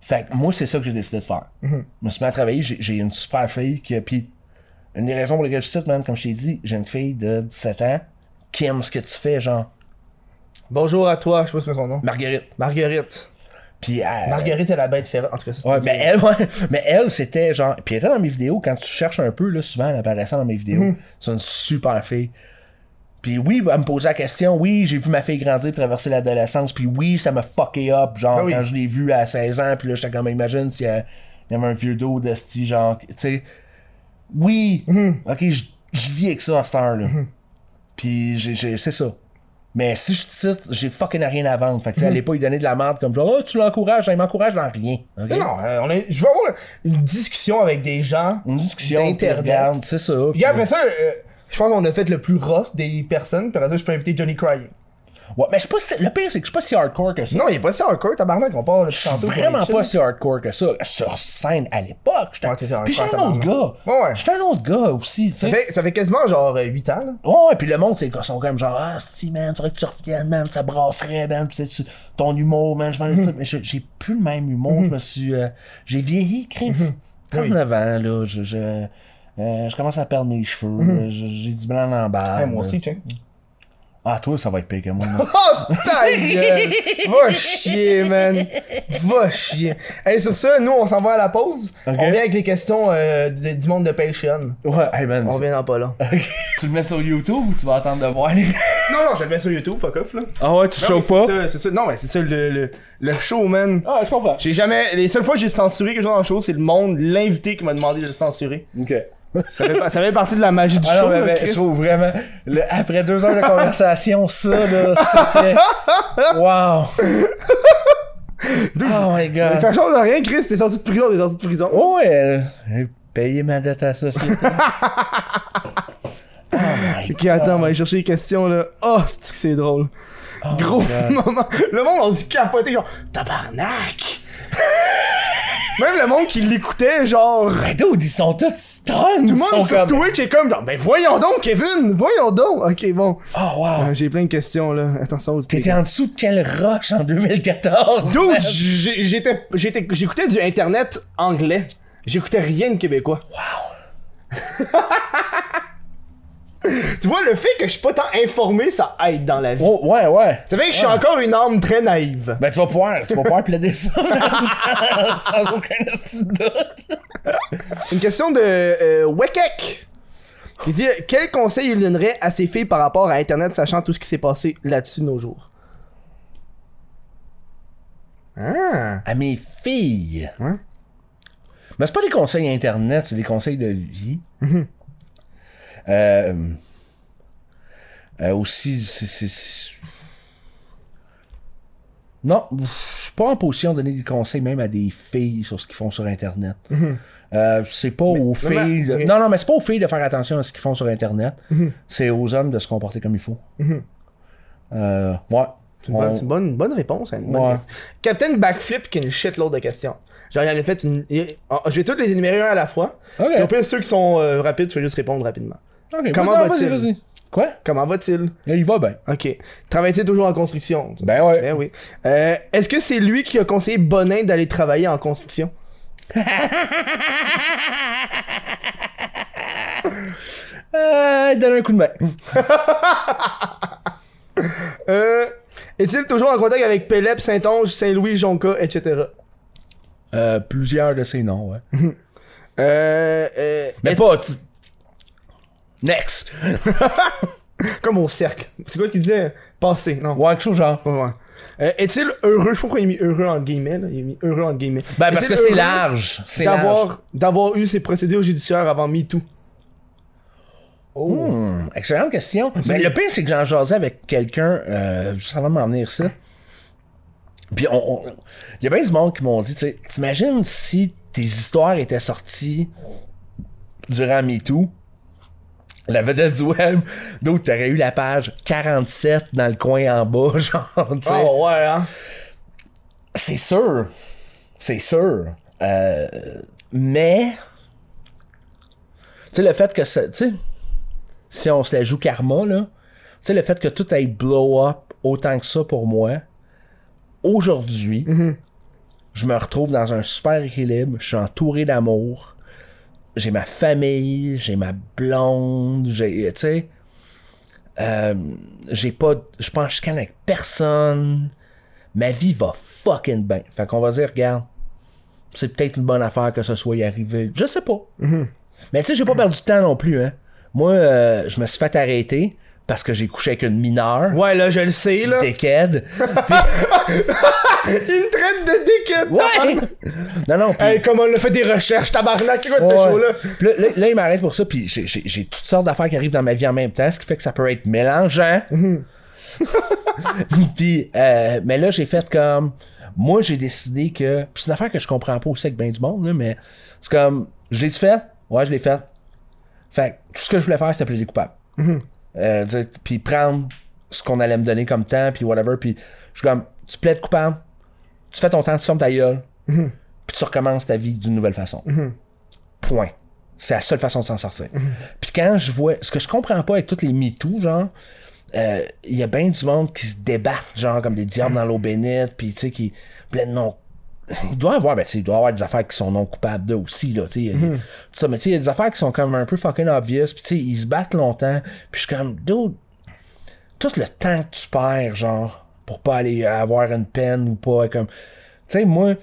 Speaker 2: Fait que moi, c'est ça que j'ai décidé de faire. Je me suis mis à travailler, j'ai j'ai une super fille qui. Puis, une des raisons pour lesquelles je suis ici, man, comme je t'ai dit, j'ai une fille de 17 ans qui aime ce que tu fais, genre
Speaker 3: Bonjour à toi, je sais pas ce que son nom.
Speaker 2: Marguerite.
Speaker 3: Marguerite.
Speaker 2: Puis, euh, elle-
Speaker 3: Marguerite est la bête féroce. En tout cas, ça, c'est
Speaker 2: Ouais,
Speaker 3: une-
Speaker 2: mais elle, ouais. Mais elle, c'était genre. Puis elle était dans mes vidéos, quand tu cherches un peu, là, souvent, elle apparaissait dans mes vidéos. C'est une super fille. Puis oui, elle me posait la question. Oui, j'ai vu ma fille grandir, traverser l'adolescence. Puis oui, ça m'a fucké up. Genre,
Speaker 3: oui.
Speaker 2: quand je l'ai vue à 16 ans, puis là, j'étais comme, imagine si elle- il y avait un vieux dos de style, genre, tu sais. Oui, ok, je je vis avec ça à cette heure-là. Puis j'ai- j'ai- c'est ça. Mais si je cite, j'ai fucking rien à vendre. Fait que, tu sais, allez pas lui donner de la merde comme genre, oh, tu l'encourages, elle m'encourage dans rien. ok?
Speaker 3: Mais Non, euh, on est... je veux avoir une discussion avec des gens.
Speaker 2: Une discussion
Speaker 3: D'internet.
Speaker 2: d'Internet, c'est ça.
Speaker 3: Puis après ça, euh, je pense qu'on a fait le plus rough des personnes. Puis après ça, je peux inviter Johnny Crying.
Speaker 2: Ouais, mais je suis pas si- le pire, c'est que je suis pas si hardcore que ça.
Speaker 3: Non, il est pas si hardcore, tabarnak. On parle
Speaker 2: je suis vraiment pas si hardcore que ça. Sur scène à l'époque, j'étais.
Speaker 3: Ouais, t'étais
Speaker 2: puis j'étais un
Speaker 3: hardcore,
Speaker 2: autre gars.
Speaker 3: Ouais, ouais.
Speaker 2: J'étais un autre gars aussi, tu sais.
Speaker 3: Ça fait, ça fait quasiment genre 8 ans, là.
Speaker 2: Ouais, ouais, puis le monde, c'est ils sont comme genre, ah, si, man, faudrait que tu reviennes, man, ça brasserait, man, pis c'est- ton humour, man, je m'en ça. Mais je- j'ai plus le même humour,
Speaker 3: Mhm.
Speaker 2: je me suis. euh, j'ai vieilli, Chris. 39 ans, là, je. Je, euh, je commence à perdre mes cheveux, euh, je- j'ai du blanc dans la barbe.
Speaker 3: Ouais, Mhm. moi aussi, tiens.
Speaker 2: Ah, toi, ça va être pire que moi. non?
Speaker 3: Oh, ta gueule! Va chier, man! Va chier! Hey, sur ça, nous, on s'en va à la pause.
Speaker 2: Ok.
Speaker 3: On vient avec les questions euh, d- du monde de Patreon.
Speaker 2: ouais, hey, man.
Speaker 3: On
Speaker 2: c'est-
Speaker 3: revient dans pas long.
Speaker 2: tu le mets sur YouTube ou tu vas attendre de voir les.
Speaker 3: non, non, je le mets sur YouTube, fuck off, là.
Speaker 2: Ah ouais, tu
Speaker 3: Non, mais c'est ça, c'est ça. Non, mais c'est ça, le, le, le show, man.
Speaker 2: Ah, je comprends.
Speaker 3: J'ai jamais. Les seules fois que j'ai censuré quelque chose dans le show, c'est le monde, l'invité qui m'a demandé de le censurer.
Speaker 2: Ok.
Speaker 3: Ça fait, ça fait partie de la magie du
Speaker 2: Ah
Speaker 3: show,
Speaker 2: non, mais,
Speaker 3: là,
Speaker 2: mais
Speaker 3: Chris.
Speaker 2: je trouve vraiment, le- après deux heures de conversation, ça, là, c'était. Wow! Oh my
Speaker 3: Mais
Speaker 2: god!
Speaker 3: Ça change rien, Chris. T'es sorti de prison, t'es sorti de prison.
Speaker 2: Oh, elle. J'ai payé ma dette à la société.
Speaker 3: Ok, attends, on va aller chercher les questions là. Oh, c'est que c'est drôle.
Speaker 2: Oh,
Speaker 3: Gros moment. Le monde, on dit capoter, genre, tabarnak! Même le monde qui l'écoutait, genre.
Speaker 2: Ben, dude, ils sont tous stunned!
Speaker 3: Tout
Speaker 2: ils
Speaker 3: le
Speaker 2: sont
Speaker 3: monde sur
Speaker 2: comme-
Speaker 3: Twitch est comme, genre, ben voyons donc, Kevin! Voyons donc! Ok, bon.
Speaker 2: Oh wow!
Speaker 3: Euh, J'ai plein de questions là. Attention,
Speaker 2: T'étais en dessous de quelle roche en 2014?
Speaker 3: Dude, j'ai- j'étais, j'étais, j'écoutais du internet anglais. J'écoutais rien de québécois. Wow. tu vois, le fait que je suis pas tant informé, ça aide dans la vie.
Speaker 2: Oh, ouais, ouais!
Speaker 3: Ça fait que je suis encore une âme très naïve.
Speaker 2: Ben, tu vas pouvoir, tu vas pouvoir plaider ça, man, sans aucun esti de doute! Ben.
Speaker 3: Une question de euh, Wekek. Il dit Quel conseil il donnerait à ses filles par rapport à Internet, sachant tout ce qui s'est passé là-dessus de nos jours Ah
Speaker 2: à mes filles.
Speaker 3: Ouais.
Speaker 2: Mais c'est pas des conseils internet, c'est des conseils de vie.
Speaker 3: Mm-hmm.
Speaker 2: Euh, euh, aussi, c'est- c'est. Non, je suis pas en position de donner des conseils même à des filles sur ce qu'ils font sur Internet.
Speaker 3: Mm-hmm.
Speaker 2: Euh, c'est pas aux filles. de-
Speaker 3: ok.
Speaker 2: Non, non, mais c'est pas aux filles de faire attention à ce qu'ils font sur Internet.
Speaker 3: Mm-hmm.
Speaker 2: C'est aux hommes de se comporter comme il faut. Euh, ouais.
Speaker 3: C'est une bonne-
Speaker 2: On-
Speaker 3: c'est une bonne, bonne réponse. hein, une bonne
Speaker 2: Ouais.
Speaker 3: question. Captain Backflip qui a une shitload de questions. Genre, il en a fait une. il- ah, Je vais toutes les énumérer un à la fois.
Speaker 2: Ok.
Speaker 3: Et au pire, ceux qui sont euh, rapides, je vais juste répondre rapidement.
Speaker 2: Ok,
Speaker 3: Comment
Speaker 2: vas-y,
Speaker 3: va-t-il?
Speaker 2: vas-y. Quoi?
Speaker 3: Comment va-t-il
Speaker 2: Il va bien.
Speaker 3: Ok. Travaille-t-il toujours en construction
Speaker 2: Ben ouais.
Speaker 3: Ben oui. Euh, Est-ce que c'est lui qui a conseillé Bonin d'aller travailler en construction
Speaker 2: Euh, donne un coup de main.
Speaker 3: Euh, Est-il toujours en contact avec Pélep, Saint-Onge, Saint-Louis, Jonca, etc.
Speaker 2: Euh, plusieurs de ces noms, ouais.
Speaker 3: Euh, euh,
Speaker 2: Mais pas. tu- Next!
Speaker 3: comme au cercle. C'est quoi qu'il disait Passé, non.
Speaker 2: Ouais, quelque chose genre.
Speaker 3: Pas vraiment. Euh, Est-il heureux Je sais pas pourquoi il a mis heureux entre guillemets. là. Il a mis heureux entre guillemets.
Speaker 2: Ben, parce
Speaker 3: Est-il
Speaker 2: que c'est
Speaker 3: heureux
Speaker 2: large. C'est large.
Speaker 3: D'avoir, d'avoir eu ses procédures judiciaires avant MeToo.
Speaker 2: Hmm, excellente question. Ben, le pire, c'est que j'en jasais avec quelqu'un, euh, juste avant de m'en venir ça. Puis, on. on- Il y a bien du monde qui m'ont dit, tu sais, t'imagines si tes histoires étaient sorties durant MeToo? La vedette du web, d'autres, t'aurais eu la page 47 dans le coin en bas, genre, tu sais.
Speaker 3: ouais, hein.
Speaker 2: C'est sûr. C'est sûr. Euh, mais. Tu sais, le fait que ça. Tu sais, si on se la joue karma, là. Tu sais, le fait que tout aille blow up autant que ça pour moi, aujourd'hui, Je me retrouve dans un super équilibre. Je suis entouré d'amour. J'ai ma famille, j'ai ma blonde, j'ai, tu sais, euh, j'ai pas, je pense que je canne avec personne. Ma vie va fucking bien. Fait qu'on va dire, regarde, c'est peut-être une bonne affaire que ce soit arrivé. Je sais pas. Mais tu sais, j'ai pas perdu de temps non plus, hein. Moi, euh, je me suis fait arrêter parce que j'ai couché avec une mineure.
Speaker 8: Ouais, là, je le sais, là.
Speaker 2: Décade.
Speaker 8: Une traite de dickhead.
Speaker 2: Ouais! non, non, puis-
Speaker 8: Hey, comment on l'a fait des recherches, tabarnak, c'est quoi ce
Speaker 2: Ouais.
Speaker 8: show-là?
Speaker 2: Puis là, là, là, il m'arrête pour ça, puis j'ai- j'ai j'ai toutes sortes d'affaires qui arrivent dans ma vie en même temps, ce qui fait que ça peut être mélangeant.
Speaker 8: Mm-hmm.
Speaker 2: puis, euh, mais là, j'ai fait comme. Moi, j'ai décidé que. puis c'est une affaire que je comprends pas aussi avec bien du monde, là, mais c'est comme. Je l'ai-tu fait? Ouais, je l'ai fait. Fait que tout ce que je voulais faire, c'était plaider coupable.
Speaker 8: Mm-hmm.
Speaker 2: Euh, dire- puis prendre ce qu'on allait me donner comme temps, puis whatever. Puis je suis comme, tu plaides coupable, tu fais ton temps, tu fermes ta gueule,
Speaker 8: Mm-hmm.
Speaker 2: puis tu recommences ta vie d'une nouvelle façon. Point. C'est la seule façon de s'en sortir. Puis quand je vois, ce que je comprends pas avec toutes les MeToo, genre, euh, il y a bien du monde qui se débattent, genre, comme des diables dans l'eau bénite, puis tu sais, qui. plein de non. Il doit y avoir, ben, tu sais, il doit y avoir des affaires qui sont non coupables d'eux aussi, là, tu sais. il y a- tout ça, mais tu sais, il y a des affaires qui sont comme un peu fucking obvious, puis tu sais, ils se battent longtemps, puis je suis comme, dude, tout le temps que tu perds, genre, pour pas aller avoir une peine ou pas, comme. Tu sais, moi,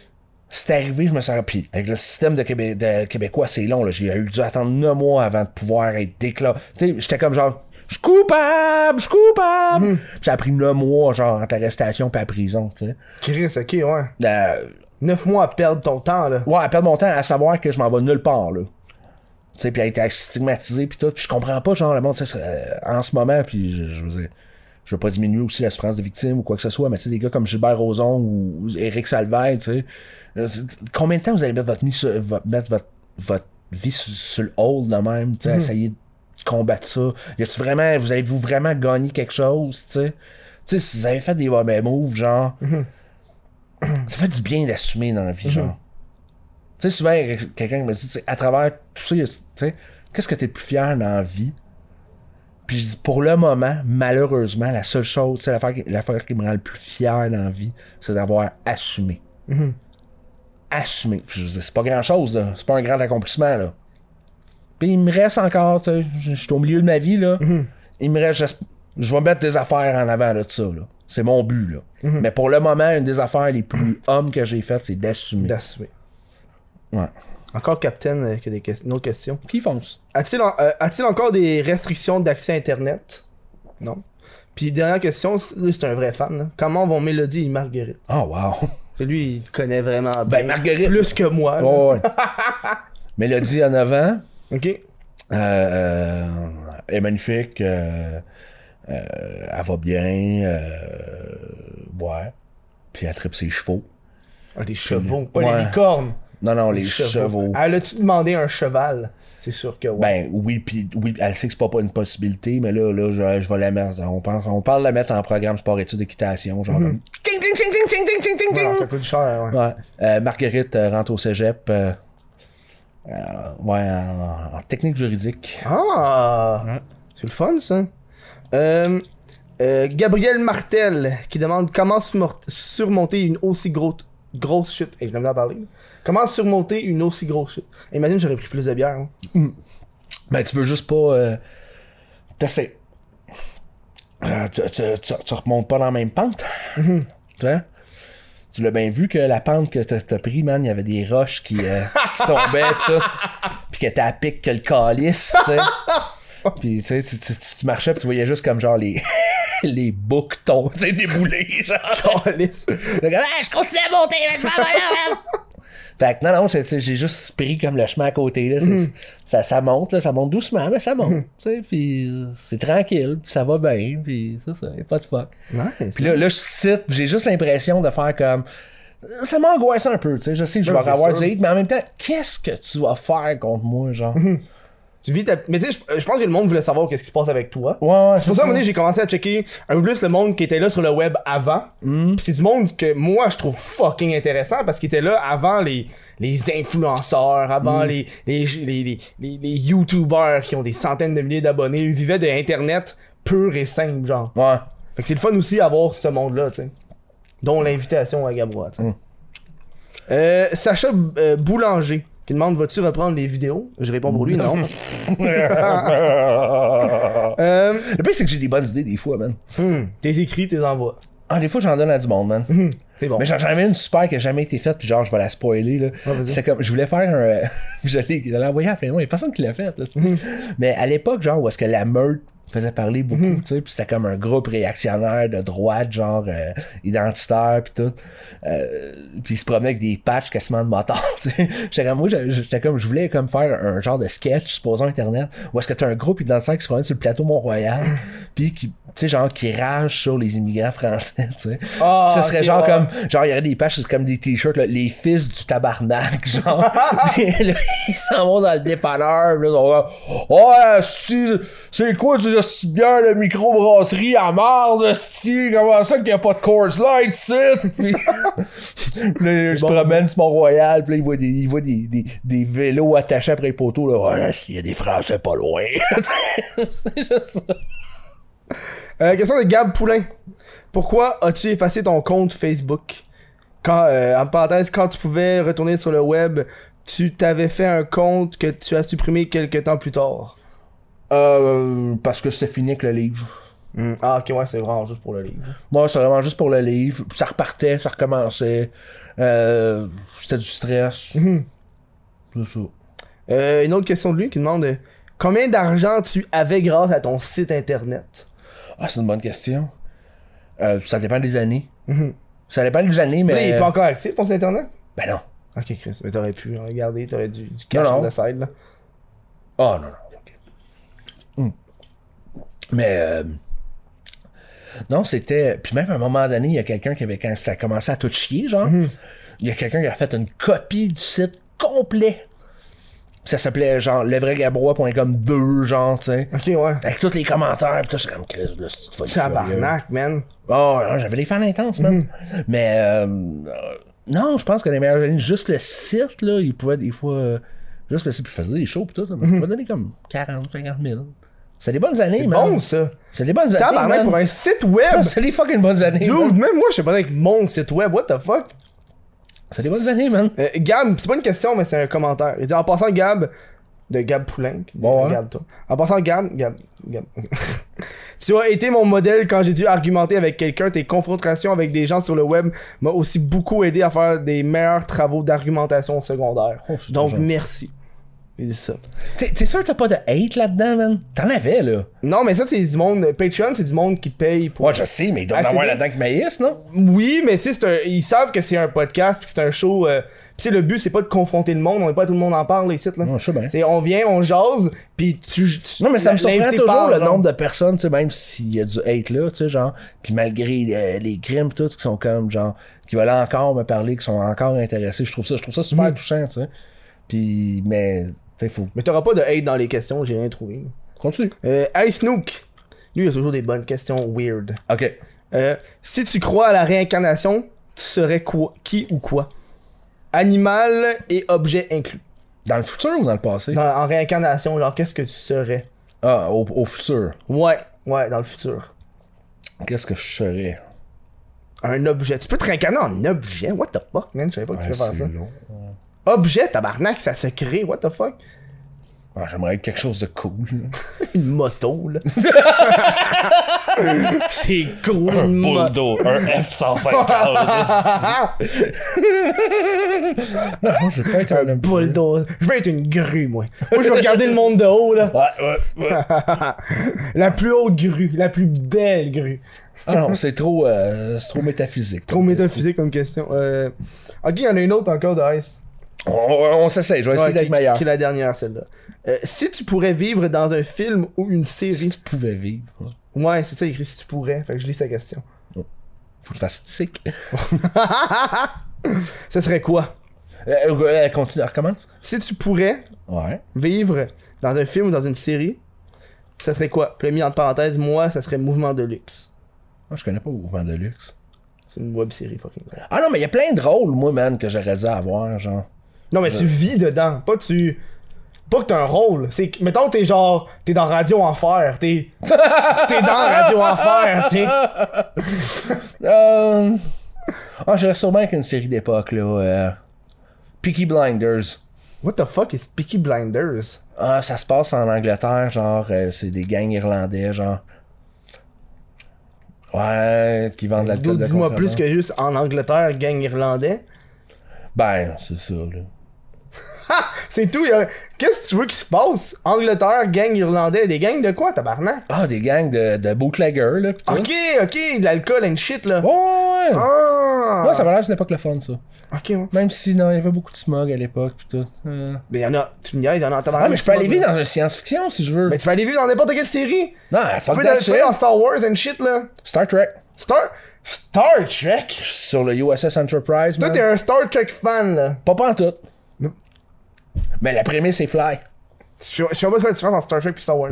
Speaker 2: c'est arrivé, je me sens. Puis, avec le système de, Québé- de Québécois, c'est long, là. J'ai eu dû attendre 9 mois avant de pouvoir être déclaré. Tu sais, j'étais comme genre. Je suis coupable, je suis coupable! Puis Ça a pris 9 mois, genre, entre arrestation puis la prison, tu sais.
Speaker 3: Chris, ok, ouais.
Speaker 2: Euh,
Speaker 3: 9 mois à perdre ton temps, là.
Speaker 2: ouais, à perdre mon temps à savoir que je m'en vais nulle part, là. Tu sais, puis à être stigmatisé, puis tout. Puis je comprends pas, genre, le monde, tu sais, euh, en ce moment, puis je, je veux dire, je veux pas diminuer aussi la souffrance des victimes ou quoi que ce soit, mais tu sais, des gars comme Gilbert Rozon ou Eric Salvaire, tu sais. euh, c'est- Combien de temps vous allez mettre votre, vie sur- votre- mettre votre, votre vie sur, sur le hold, là même, tu sais, essayer de combattre ça? Y a-tu vraiment, vous avez-vous vraiment gagné quelque chose, tu sais? Tu sais, si vous avez fait des mauvais moves, genre, ça fait du bien d'assumer dans la vie, genre. Tu sais, souvent, il y a quelqu'un qui me dit, tu sais, à travers tout ça, il y a- tu sais, qu'est-ce que t'es le plus fier dans la vie? Puis je dis, pour le moment, malheureusement, la seule chose, tu sais, l'affaire qui, l'affaire qui me rend le plus fier dans la vie, c'est d'avoir assumé. Assumé. Puis je dis, c'est pas grand-chose, là. C'est pas un grand accomplissement, là. Puis il me reste encore, tu sais, je je suis au milieu de ma vie, là. Il me reste, j'esp- je vais mettre des affaires en avant là, de ça, là. C'est mon but, là. Mais pour le moment, une des affaires les plus hommes que j'ai faites, c'est d'assumer.
Speaker 3: D'assumer.
Speaker 2: Ouais.
Speaker 3: Encore Captain, euh, qui a des que- une autre question.
Speaker 2: Qui fonce?
Speaker 3: A-t-il en- euh, a-t-il encore des restrictions d'accès à Internet Non. Puis dernière question, c- lui, c'est un vrai fan. là. Comment vont Mélodie et Marguerite
Speaker 2: Oh, wow.
Speaker 3: C'est lui, il connaît vraiment bien.
Speaker 2: Ben, Marguerite. Oh.
Speaker 3: Plus que moi. là.
Speaker 2: Ouais, ouais. Mélodie à 9 ans.
Speaker 3: Ok.
Speaker 2: euh, euh, elle est magnifique. euh, euh, elle va bien. euh, ouais. Puis elle tripe ses chevaux.
Speaker 3: Ah, les chevaux, pas
Speaker 2: Ouais.
Speaker 3: les licornes. Ah,
Speaker 2: Non, non, les, chevaux. Ah,
Speaker 3: Elle a-tu demandé un cheval C'est sûr que ouais.
Speaker 2: Ben oui, puis oui, elle sait que c'est pas, pas une possibilité, mais là, là, je, je vais la mettre. On, pense, on parle de la mettre en programme sport études équitation, genre. comme- Ting, ting, ting, ting, ting, ting, ting, ting, ting.
Speaker 3: Ouais, ça coûte cher, ouais.
Speaker 2: Ouais. Euh, Marguerite euh, rentre au cégep. euh, euh, ouais, en- en technique juridique.
Speaker 3: Ah C'est le fun, ça. Euh, euh, Gabriel Martel qui demande comment surmor- surmonter une aussi grosse grosse chute. Et je viens d'en parler. Comment surmonter une aussi grosse chute Imagine, j'aurais pris plus de bière. hein.
Speaker 2: Ben, tu veux juste pas. Euh, t'essaies. Euh, tu, tu, tu, tu remontes pas dans la même pente. Tu vois? Tu l'as bien vu que la pente que t'as, t'as pris, man, il y avait des roches qui, euh, qui tombaient pis tout. Pis que t'as à pic que le calice, tu sais. Pis tu sais, tu, tu, tu- tu marchais pis tu voyais juste comme genre les. les boucs tombent, tu sais, déboulés, genre.
Speaker 3: Calice.
Speaker 2: Le gars, Ah, je continue à monter, là, je vais en aller, man. Fait que non, non, c'est- tu sais, j'ai juste pris comme le chemin à côté. Là, c'est-
Speaker 3: Mm-hmm.
Speaker 2: ça, ça monte, là, ça monte doucement, mais ça monte. tu sais, Puis euh, c'est tranquille, puis ça va bien, puis c'est ça, y a pas de fuck.
Speaker 3: Nice.
Speaker 2: Puis là, là, je cite, j'ai juste l'impression de faire comme. Ça m'angoisse un peu, tu sais. Je sais que je
Speaker 3: Ben,
Speaker 2: vais
Speaker 3: c'est
Speaker 2: avoir
Speaker 3: sûr.
Speaker 2: du hate, mais en même temps, qu'est-ce que tu vas faire contre moi, genre?
Speaker 3: Mm-hmm. Tu vis ta... Mais tu sais, je- je pense que le monde voulait savoir qu'est-ce qui se passe avec toi.
Speaker 2: Ouais, ouais,
Speaker 3: C'est pour ça, à un moment donné, j'ai commencé à checker un peu plus le monde qui était là sur le web avant. Puis c'est du monde que moi, je trouve fucking intéressant parce qu'il était là avant les, les influenceurs, avant les, les, les, les, les, les YouTubers qui ont des centaines de milliers d'abonnés. Ils vivaient de Internet pur et simple, genre.
Speaker 2: Ouais.
Speaker 3: Fait que c'est le fun aussi à voir ce monde-là, tu sais. Dont l'invitation à Gabois, tu sais. Mm. Euh, Sacha euh, Boulanger qui demande Vas-tu reprendre les vidéos Je réponds pour lui Non. Euh,
Speaker 2: Le pire, c'est que j'ai des bonnes idées des fois, man.
Speaker 3: Hmm.
Speaker 7: Tes écrits, tes envois.
Speaker 2: Ah, des fois, j'en donne à du monde, man.
Speaker 7: C'est bon.
Speaker 2: Mais genre, j'en avais une super qui a jamais été faite, puis genre, je vais la spoiler, là. c'est comme, je voulais faire un. J'allais je l'ai envoyé à plein de monde, il y a personne qui l'a fait, là, tu sais.
Speaker 7: Mm-hmm.
Speaker 2: Mais à l'époque, genre, où est-ce que la meute faisait parler beaucoup,
Speaker 7: Mm-hmm.
Speaker 2: tu sais, puis c'était comme un groupe réactionnaire de droite, genre, euh, identitaire, puis tout. Euh, puis ils se promenaient avec des patchs quasiment de motards, tu sais. J'étais comme, moi, j'avais- j'étais comme, je voulais comme faire un genre de sketch, supposons Internet, où est-ce que t'as un groupe identitaire qui se promène sur le plateau Mont-Royal, puis qui, tu sais, genre, qui rage sur les immigrants français, tu sais.
Speaker 7: Ah,
Speaker 2: Puis ça serait
Speaker 7: ok,
Speaker 2: genre
Speaker 7: ouais.
Speaker 2: comme genre il y aurait des pages comme des t-shirts là, les fils du tabarnak genre Puis là, ils s'en vont dans le dépanneur puis là, ils sont là, oh asti, c'est quoi tu asti bien de microbrasserie à marde asti, comment ça qu'il y a pas de course light ici puis puis là, ils se promènent sur Mont-Royal puis là ils voient des ils voient des, des, des vélos attachés après les poteaux là ouais asti, il y a des français pas loin c'est juste ça
Speaker 3: euh, question de Gab Poulain Pourquoi as-tu effacé ton compte Facebook quand, euh, En parenthèse, quand tu pouvais retourner sur le web, tu t'avais fait un compte que tu as supprimé quelques temps plus tard.
Speaker 2: euh, parce que c'est fini avec le livre
Speaker 3: Hmm.
Speaker 7: Ah, ok, ouais, c'est vraiment juste pour le livre.
Speaker 2: Moi, c'est vraiment juste pour le livre. Ça repartait, ça recommençait. Euh, c'était du stress. C'est ça.
Speaker 3: Euh, une autre question de lui qui demande euh, Combien d'argent tu avais grâce à ton site internet
Speaker 2: Ah, c'est une bonne question. Euh, ça dépend des années. Ça dépend des années, mais.
Speaker 3: Là, il est pas encore actif ton site internet
Speaker 2: Ben non.
Speaker 3: Euh. Ok, Chris, mais t'aurais pu regarder, t'aurais du, du
Speaker 2: Non,
Speaker 3: cash
Speaker 2: non.
Speaker 3: on the side là.
Speaker 2: Oh non, non. ok. Hmm. Mais euh, non, c'était. Puis même à un moment donné, il y a quelqu'un qui avait quand ça a commencé à tout chier, genre. Il y a quelqu'un qui a fait une copie du site complet. Ça s'appelait genre levraigabrois.com 2, genre, tu sais.
Speaker 3: Ok, ouais.
Speaker 2: Avec tous les commentaires, pis tout, je suis comme Chris, là, c'est une folie furieuse.
Speaker 3: Tabarnak, Mhm. man.
Speaker 2: Oh, non, j'avais des fans intenses, man. Mais, euh, euh, non, je pense que les meilleurs années, juste le site, là, ils pouvaient des fois. euh, juste le site, puis je faisais des shows, pis tout, là, mais
Speaker 3: Mhm.
Speaker 2: je pouvais donner comme 40, 50 000. C'est des bonnes années, man.
Speaker 3: Bon, ça.
Speaker 2: C'est des bonnes années.
Speaker 3: Tabarnak
Speaker 2: man.
Speaker 3: pour un site web.
Speaker 2: Ah, C'est des fucking bonnes années.
Speaker 3: Dude,
Speaker 2: man.
Speaker 3: même moi, je sais pas avec mon site web, what the fuck.
Speaker 2: C'est des bonnes années, man.
Speaker 3: Euh, Gab, c'est pas une question, mais c'est un commentaire. Il dit en passant, Gab, de Gab Poulain, qui dit
Speaker 2: Bon, hein? ouais.
Speaker 3: Gab, toi. En passant, Gab, Gab, Gab. tu as été mon modèle quand j'ai dû argumenter avec quelqu'un. Tes confrontations avec des gens sur le web m'ont aussi beaucoup aidé à faire des meilleurs travaux d'argumentation secondaire.
Speaker 2: Oh, c'est
Speaker 3: Donc,
Speaker 2: gentil.
Speaker 3: merci. Il dit ça.
Speaker 2: T'es t'es sûr que t'as pas de hate là-dedans, man? T'en avais, là.
Speaker 3: Non, mais ça, c'est du monde. Patreon, c'est du monde qui paye pour. euh,
Speaker 2: Ouais, je sais, mais il doit y en
Speaker 3: Accéder-
Speaker 2: avoir là-dedans qui maïssent, non?
Speaker 3: Oui, mais tu sais, c'est un- ils savent que c'est un podcast puis que c'est un show. Euh... Pis le but, c'est pas de confronter le monde. On est pas tout le monde en parle ici. Là.
Speaker 2: Non, je sais bien.
Speaker 3: C'est on vient, on jase, puis tu, tu-
Speaker 2: Non, mais ça me surprend
Speaker 3: l'invité
Speaker 2: toujours
Speaker 3: parle,
Speaker 2: le
Speaker 3: genre.
Speaker 2: nombre de personnes, tu sais, même s'il y a du hate là, tu sais, genre, puis malgré euh, les crimes, tout, qui sont comme, genre, qui veulent encore me parler, qui sont encore intéressés, je trouve ça, je trouve ça
Speaker 3: Mm.
Speaker 2: super touchant, tu sais. Puis, mais, tu sais, faut
Speaker 3: Mais t'auras pas de hate dans les questions, j'ai rien trouvé.
Speaker 2: continuer.
Speaker 3: Euh, hey Snook, lui, il a toujours des bonnes questions weird.
Speaker 2: OK.
Speaker 3: Euh, si tu crois à la réincarnation, tu serais quoi, qui ou quoi Animal et objet inclus.
Speaker 2: Dans le futur ou dans le passé?
Speaker 3: Dans- en réincarnation, genre, qu'est-ce que tu serais
Speaker 2: Ah, au, au futur.
Speaker 3: Ouais, ouais, dans le futur.
Speaker 2: Qu'est-ce que je serais?
Speaker 3: Un objet. Tu peux te réincarner en objet What the fuck, man Je savais pas que tu
Speaker 2: Ouais,
Speaker 3: peux faire
Speaker 2: c'est
Speaker 3: ça.
Speaker 2: long.
Speaker 3: Objet, tabarnak, ça se crée. What the fuck
Speaker 2: Ah, J'aimerais être quelque chose de cool. là.
Speaker 3: Une moto, là. C'est cool, une moto.
Speaker 2: un F-150. non, je veux pas être un objet.
Speaker 3: bulldozer. Je veux être une grue, moi. Moi, je veux regarder le monde de haut, là.
Speaker 2: Ouais, ouais, ouais.
Speaker 3: La plus haute grue, la plus belle grue.
Speaker 2: Ah non, c'est trop, euh, c'est trop métaphysique.
Speaker 3: Trop métaphysique comme question. Euh... Ok, il y en a une autre encore de Ice.
Speaker 2: On, on s'essaye, je vais essayer
Speaker 3: Ouais,
Speaker 2: d'être
Speaker 3: qui,
Speaker 2: meilleur.
Speaker 3: qui est la dernière, celle-là. Euh, si tu pourrais vivre dans un film ou une
Speaker 2: Si
Speaker 3: série.
Speaker 2: tu pouvais vivre, hein,
Speaker 3: Ouais, c'est ça, écrit si tu pourrais. Fait que je lis sa question.
Speaker 2: faut que je fasse sick.
Speaker 3: Ce serait quoi
Speaker 2: Euh, euh, continue, recommence.
Speaker 3: Si tu pourrais
Speaker 2: Ouais.
Speaker 3: vivre dans un film ou dans une série, ça serait quoi Puis mis en parenthèse, moi, ça serait Mouvement de Luxe.
Speaker 2: Moi, Ah, je connais pas Mouvement de Luxe.
Speaker 3: C'est une web série, fucking.
Speaker 2: Ah non, mais il y a plein de rôles, moi, man, que j'aurais dû avoir, genre.
Speaker 3: Non, mais tu vis dedans. Pas que tu. Pas que t'as un rôle. C'est que, mettons, t'es genre. T'es dans Radio Enfer. T'es. t'es dans Radio Enfer, tu sais.
Speaker 2: Euh... Ah, j'aurais sûrement avec une série d'époque, là. euh, Peaky Blinders.
Speaker 3: What the fuck is Peaky Blinders?
Speaker 2: Ah, ça se passe en Angleterre, genre, euh, c'est des gangs irlandais, genre. Ouais, qui vendent de l'alcool de
Speaker 3: Ben, Dis-moi plus
Speaker 2: contrebande.
Speaker 3: que juste en Angleterre, gang irlandais.
Speaker 2: Ben, c'est ça, là.
Speaker 3: C'est tout. y a- Qu'est-ce que tu veux qu'il se passe? Angleterre, gang irlandais, des gangs de quoi, tabarnak?
Speaker 2: Ah, des gangs de, de bootleggers, là. pis tout.
Speaker 3: Ok, ok, de l'alcool and shit, là.
Speaker 2: Ouais, ouais, ouais.
Speaker 3: Ah!
Speaker 2: Ouais, ça m'a l'air d'une époque le fun, ça.
Speaker 3: Ok, ouais.
Speaker 2: Même si, non, il y avait beaucoup de smog à l'époque, pis tout. Euh.
Speaker 3: Mais y'en a, tu me niaises, y'en a en tabarnak.
Speaker 2: Ah, mais je peux aller
Speaker 3: pas-
Speaker 2: vivre dans une science-fiction si je veux.
Speaker 3: Mais tu peux aller vivre dans n'importe quelle série.
Speaker 2: Non,
Speaker 3: Tu
Speaker 2: fuck
Speaker 3: peux aller
Speaker 2: that
Speaker 3: tu
Speaker 2: shit.
Speaker 3: peux aller dans Star Wars and shit, là.
Speaker 2: Star Trek.
Speaker 3: Star. Star Trek?
Speaker 2: Sur le USS Enterprise,
Speaker 3: Toi,
Speaker 2: man.
Speaker 3: t'es un Star Trek fan, là.
Speaker 2: Pas pantoute. Mais la prémisse, c'est fly.
Speaker 3: Je je sais pas c'est quoi la différence entre Star Trek et Star Wars.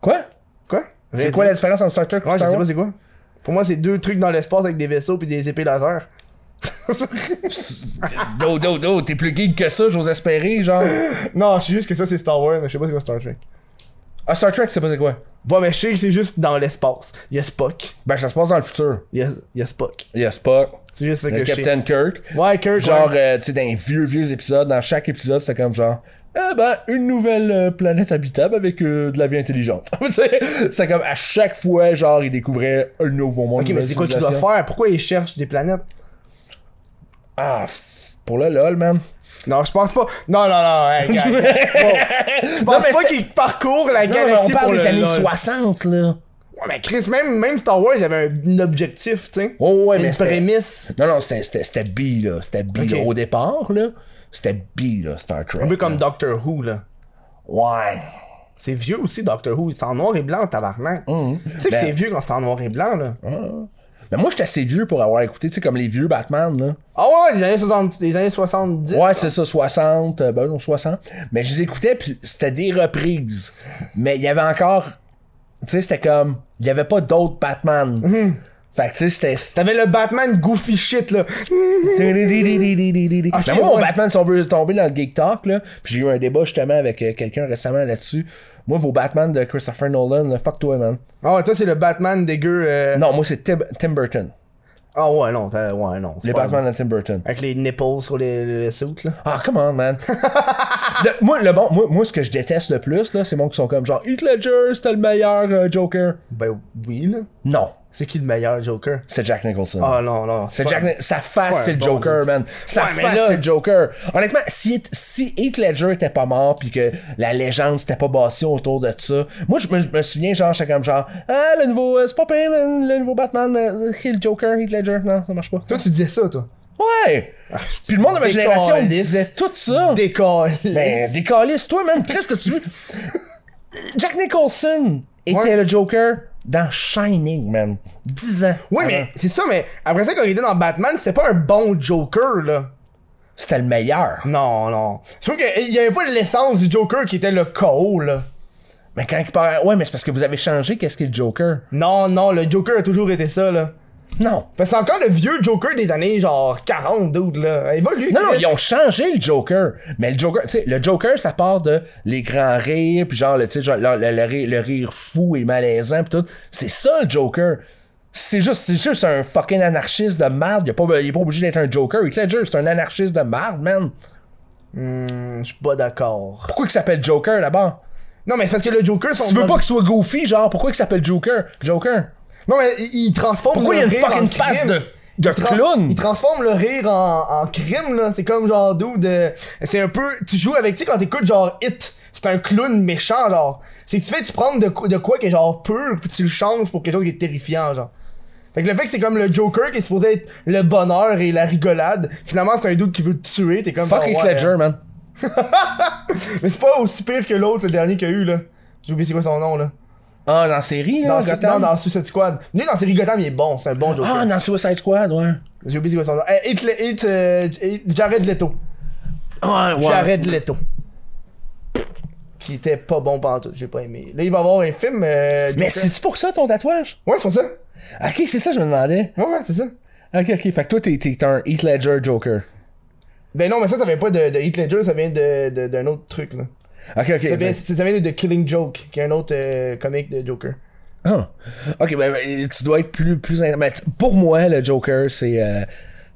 Speaker 2: Quoi?
Speaker 3: Quoi?
Speaker 2: C'est quoi la différence entre Star Trek et
Speaker 3: Ouais, je
Speaker 2: Star
Speaker 3: sais pas
Speaker 2: Wars?
Speaker 3: c'est quoi. Pour moi, c'est deux trucs dans l'espace avec des vaisseaux puis des épées laser.
Speaker 2: Do, do, do, t'es plus geek que ça, j'ose espérer, genre.
Speaker 3: Non, je sais juste que ça, c'est Star Wars, mais je sais pas c'est quoi Star Trek.
Speaker 2: Ah, Star Trek, c'est pas c'est quoi?
Speaker 3: Bon, mais je sais que c'est juste dans l'espace. Il y a Spock.
Speaker 2: Ben, ça se passe dans le futur.
Speaker 3: Il y a, il y a Spock.
Speaker 2: Il y a Spock,
Speaker 3: C'est juste ça
Speaker 2: il y a
Speaker 3: que je sais.
Speaker 2: Captain Kirk.
Speaker 3: Ouais, Kirk.
Speaker 2: Genre,
Speaker 3: ouais.
Speaker 2: euh, tu sais, dans les vieux, vieux épisodes, dans chaque épisode, c'était comme genre. Eh ben, une nouvelle euh, planète habitable avec euh, de la vie intelligente. Tu sais, c'était comme à chaque fois, genre, ils découvraient un nouveau monde.
Speaker 3: Ok,
Speaker 2: une
Speaker 3: mais
Speaker 2: nouvelle
Speaker 3: c'est quoi qu'il doit
Speaker 2: civilisation.
Speaker 3: faire? Pourquoi il cherche des planètes?
Speaker 2: Ah, pff, pour le lol, man.
Speaker 3: Non, je pense pas. Non, non, non, hey, gars, gars. Bon, Je pense
Speaker 2: mais
Speaker 3: pas
Speaker 2: c'était-
Speaker 3: qu'il parcourt la
Speaker 2: Non, mais
Speaker 3: galaxie
Speaker 2: on parle
Speaker 3: pour
Speaker 2: des
Speaker 3: le
Speaker 2: années
Speaker 3: lol.
Speaker 2: 60, là.
Speaker 3: Ouais, mais Chris, même, même Star Wars, il y avait un, un objectif, tu sais.
Speaker 2: Oh, ouais, mais
Speaker 3: une
Speaker 2: c'était.
Speaker 3: prémisse.
Speaker 2: Non, non, c'était- c'était c'était B, là. C'était B,
Speaker 3: Ok.
Speaker 2: là. Au départ, là, c'était B, là, Star Trek.
Speaker 3: Un peu
Speaker 2: là.
Speaker 3: comme Doctor Who, là.
Speaker 2: Ouais.
Speaker 3: C'est vieux aussi, Doctor Who. C'est en noir et blanc, tabarnak. Tu sais que
Speaker 2: Ben- Hum.
Speaker 3: c'est vieux quand c'est en noir et blanc, là.
Speaker 2: Mais moi, j'étais assez vieux pour avoir écouté, tu sais, comme les vieux Batman, là.
Speaker 3: Ah ouais, ouais, des années, 60 des années 70.
Speaker 2: Ouais, c'est ça, 60, euh, ben non, 60. Mais je les écoutais, puis c'était des reprises. Mais il y avait encore. Tu sais, c'était comme. Il y avait pas d'autres Batman.
Speaker 3: Mm-hmm.
Speaker 2: Fait que, tu sais, c'était- c'était.
Speaker 3: T'avais le Batman goofy shit, là.
Speaker 2: Mais moi, mon
Speaker 3: Mm-hmm. ouais.
Speaker 2: Batman, si on veut tomber dans le Geek Talk, là, puis j'ai eu un débat justement avec euh, quelqu'un récemment là-dessus. Moi, vos Batman de Christopher Nolan, là, fuck toi, man.
Speaker 3: Ah ouais, toi, c'est le Batman dégueu. euh,
Speaker 2: Non, moi, c'est Tim, Tim Burton.
Speaker 3: Ah ouais, non, t'as- ouais, non. c'est
Speaker 2: Les
Speaker 3: pas-
Speaker 2: Batman de Tim Burton.
Speaker 3: Avec les nipples sur les, les suits, là.
Speaker 2: Ah, come on, man. Le- moi, le bon, moi, moi, ce que je déteste le plus, là, c'est moi qui sont comme genre Heath Ledger, c'était le meilleur euh, Joker.
Speaker 3: Ben oui, là.
Speaker 2: Non,
Speaker 3: C'est qui le meilleur Joker?
Speaker 2: c'est Jack Nicholson.
Speaker 3: Ah non, non.
Speaker 2: c'est
Speaker 3: pas-
Speaker 2: Jack Ni- Sa face,
Speaker 3: pas un
Speaker 2: c'est le
Speaker 3: bon
Speaker 2: Joker, man. Sa
Speaker 3: Ouais, mais
Speaker 2: face,
Speaker 3: là-
Speaker 2: c'est le Joker. Honnêtement, si, si Heath Ledger était pas mort, puis que la légende s'était pas bâtie autour de ça, moi, je me, je me souviens, genre, j'étais comme genre, ah, le nouveau, euh, c'est pas pire, le, le nouveau Batman, mais euh, c'est le Joker, Heath Ledger. Non, ça marche pas.
Speaker 3: Toi, tu disais ça, toi.
Speaker 2: Ouais!
Speaker 3: Ah,
Speaker 2: Puis le monde de ma génération me
Speaker 3: décaliste.
Speaker 2: disait tout ça.
Speaker 3: Décolle.
Speaker 2: Ben, décalisse, toi, man. Qu'est-ce que tu veux? Jack Nicholson était
Speaker 3: Ouais.
Speaker 2: le Joker dans Shining, man. 10 ans.
Speaker 3: Oui, mais
Speaker 2: avant.
Speaker 3: c'est ça, mais après ça, quand il était dans Batman, c'était pas un bon Joker, là.
Speaker 2: C'était le meilleur.
Speaker 3: Non, non. Je trouve qu'il y avait pas l'essence du Joker qui était le KO, là.
Speaker 2: Mais quand il part. Ouais, mais c'est parce que vous avez changé qu'est-ce qu'est le Joker.
Speaker 3: Non, non, le Joker a toujours été ça, là.
Speaker 2: Non.
Speaker 3: Parce que c'est encore le vieux Joker des années, genre, 40, dude, là. Il va, lui.
Speaker 2: Non, non,
Speaker 3: Chris.
Speaker 2: ils ont changé le Joker. Mais le Joker, tu sais, le Joker, ça part de les grands rires, puis genre, le, tu sais, genre, le, le- le rire, le rire fou et malaisant, puis tout. C'est ça, le Joker. C'est juste, c'est juste un fucking anarchiste de merde. Il, a pas, il est pas obligé d'être un Joker. Heath Ledger, c'est un anarchiste de merde, man.
Speaker 3: Hmm, je suis pas d'accord.
Speaker 2: Pourquoi il s'appelle Joker, d'abord?
Speaker 3: Non, mais c'est parce que le Joker, son.
Speaker 2: Tu veux pas qu'il soit goofy, genre, pourquoi il s'appelle Joker? Joker.
Speaker 3: Non, mais il, il transforme
Speaker 2: Pourquoi il y
Speaker 3: le
Speaker 2: a une
Speaker 3: rire
Speaker 2: fucking
Speaker 3: en crime.
Speaker 2: face de, de
Speaker 3: Il trans-
Speaker 2: clown?
Speaker 3: Il transforme le rire en, en crime, là. C'est comme genre d'où de. C'est un peu. Tu joues avec, tu sais, quand t'écoutes genre Hit, c'est un clown méchant, genre. C'est que tu fais, tu prends de, quoi- de quoi qui est genre pur, puis tu le changes pour quelque chose qui est terrifiant, genre. Fait que le fait que c'est comme le Joker qui est supposé être le bonheur et la rigolade, finalement c'est un doute qui veut te tuer, t'es comme.
Speaker 2: Fuck
Speaker 3: genre,
Speaker 2: Heath
Speaker 3: ouais,
Speaker 2: Ledger, man.
Speaker 3: euh, Mais c'est pas aussi pire que l'autre, le dernier qu'il y a eu, là. J'ai oublié c'est quoi son nom, là.
Speaker 2: Ah, dans la série, là,
Speaker 3: Dans, Su-
Speaker 2: Gotham?
Speaker 3: non, dans Suicide Squad. Lui, dans série Gotham, il est bon, c'est un bon Joker.
Speaker 2: Ah, dans Suicide Squad, ouais.
Speaker 3: J'ai oublié c'est quoi son nom. Eh, Heath Le- Heath, euh, Heath- Jared Leto.
Speaker 2: Ouais, ouais.
Speaker 3: Jared Leto. Qui était pas bon pantoute, j'ai pas aimé. Là, il va y avoir un film. euh,
Speaker 2: Mais
Speaker 3: Joker.
Speaker 2: c'est-tu pour ça, ton tatouage?
Speaker 3: Ouais, c'est pour ça.
Speaker 2: Ok, c'est ça, je me demandais.
Speaker 3: Ouais, ouais, c'est ça.
Speaker 2: Ok, ok, fait que toi, t'es, t'es un Heath Ledger Joker.
Speaker 3: Ben non, mais ça, ça vient pas de, de Heath Ledger, ça vient de- de- d'un autre truc, là.
Speaker 2: Ok, ok. ben.
Speaker 3: Ça vient,
Speaker 2: fait-
Speaker 3: ça vient de The Killing Joke, qui est un autre euh, comique de Joker.
Speaker 2: ben, Ah. Ok, ben, ben, tu dois être plus. plus... in- mais t- pour moi, le Joker, c'est. euh,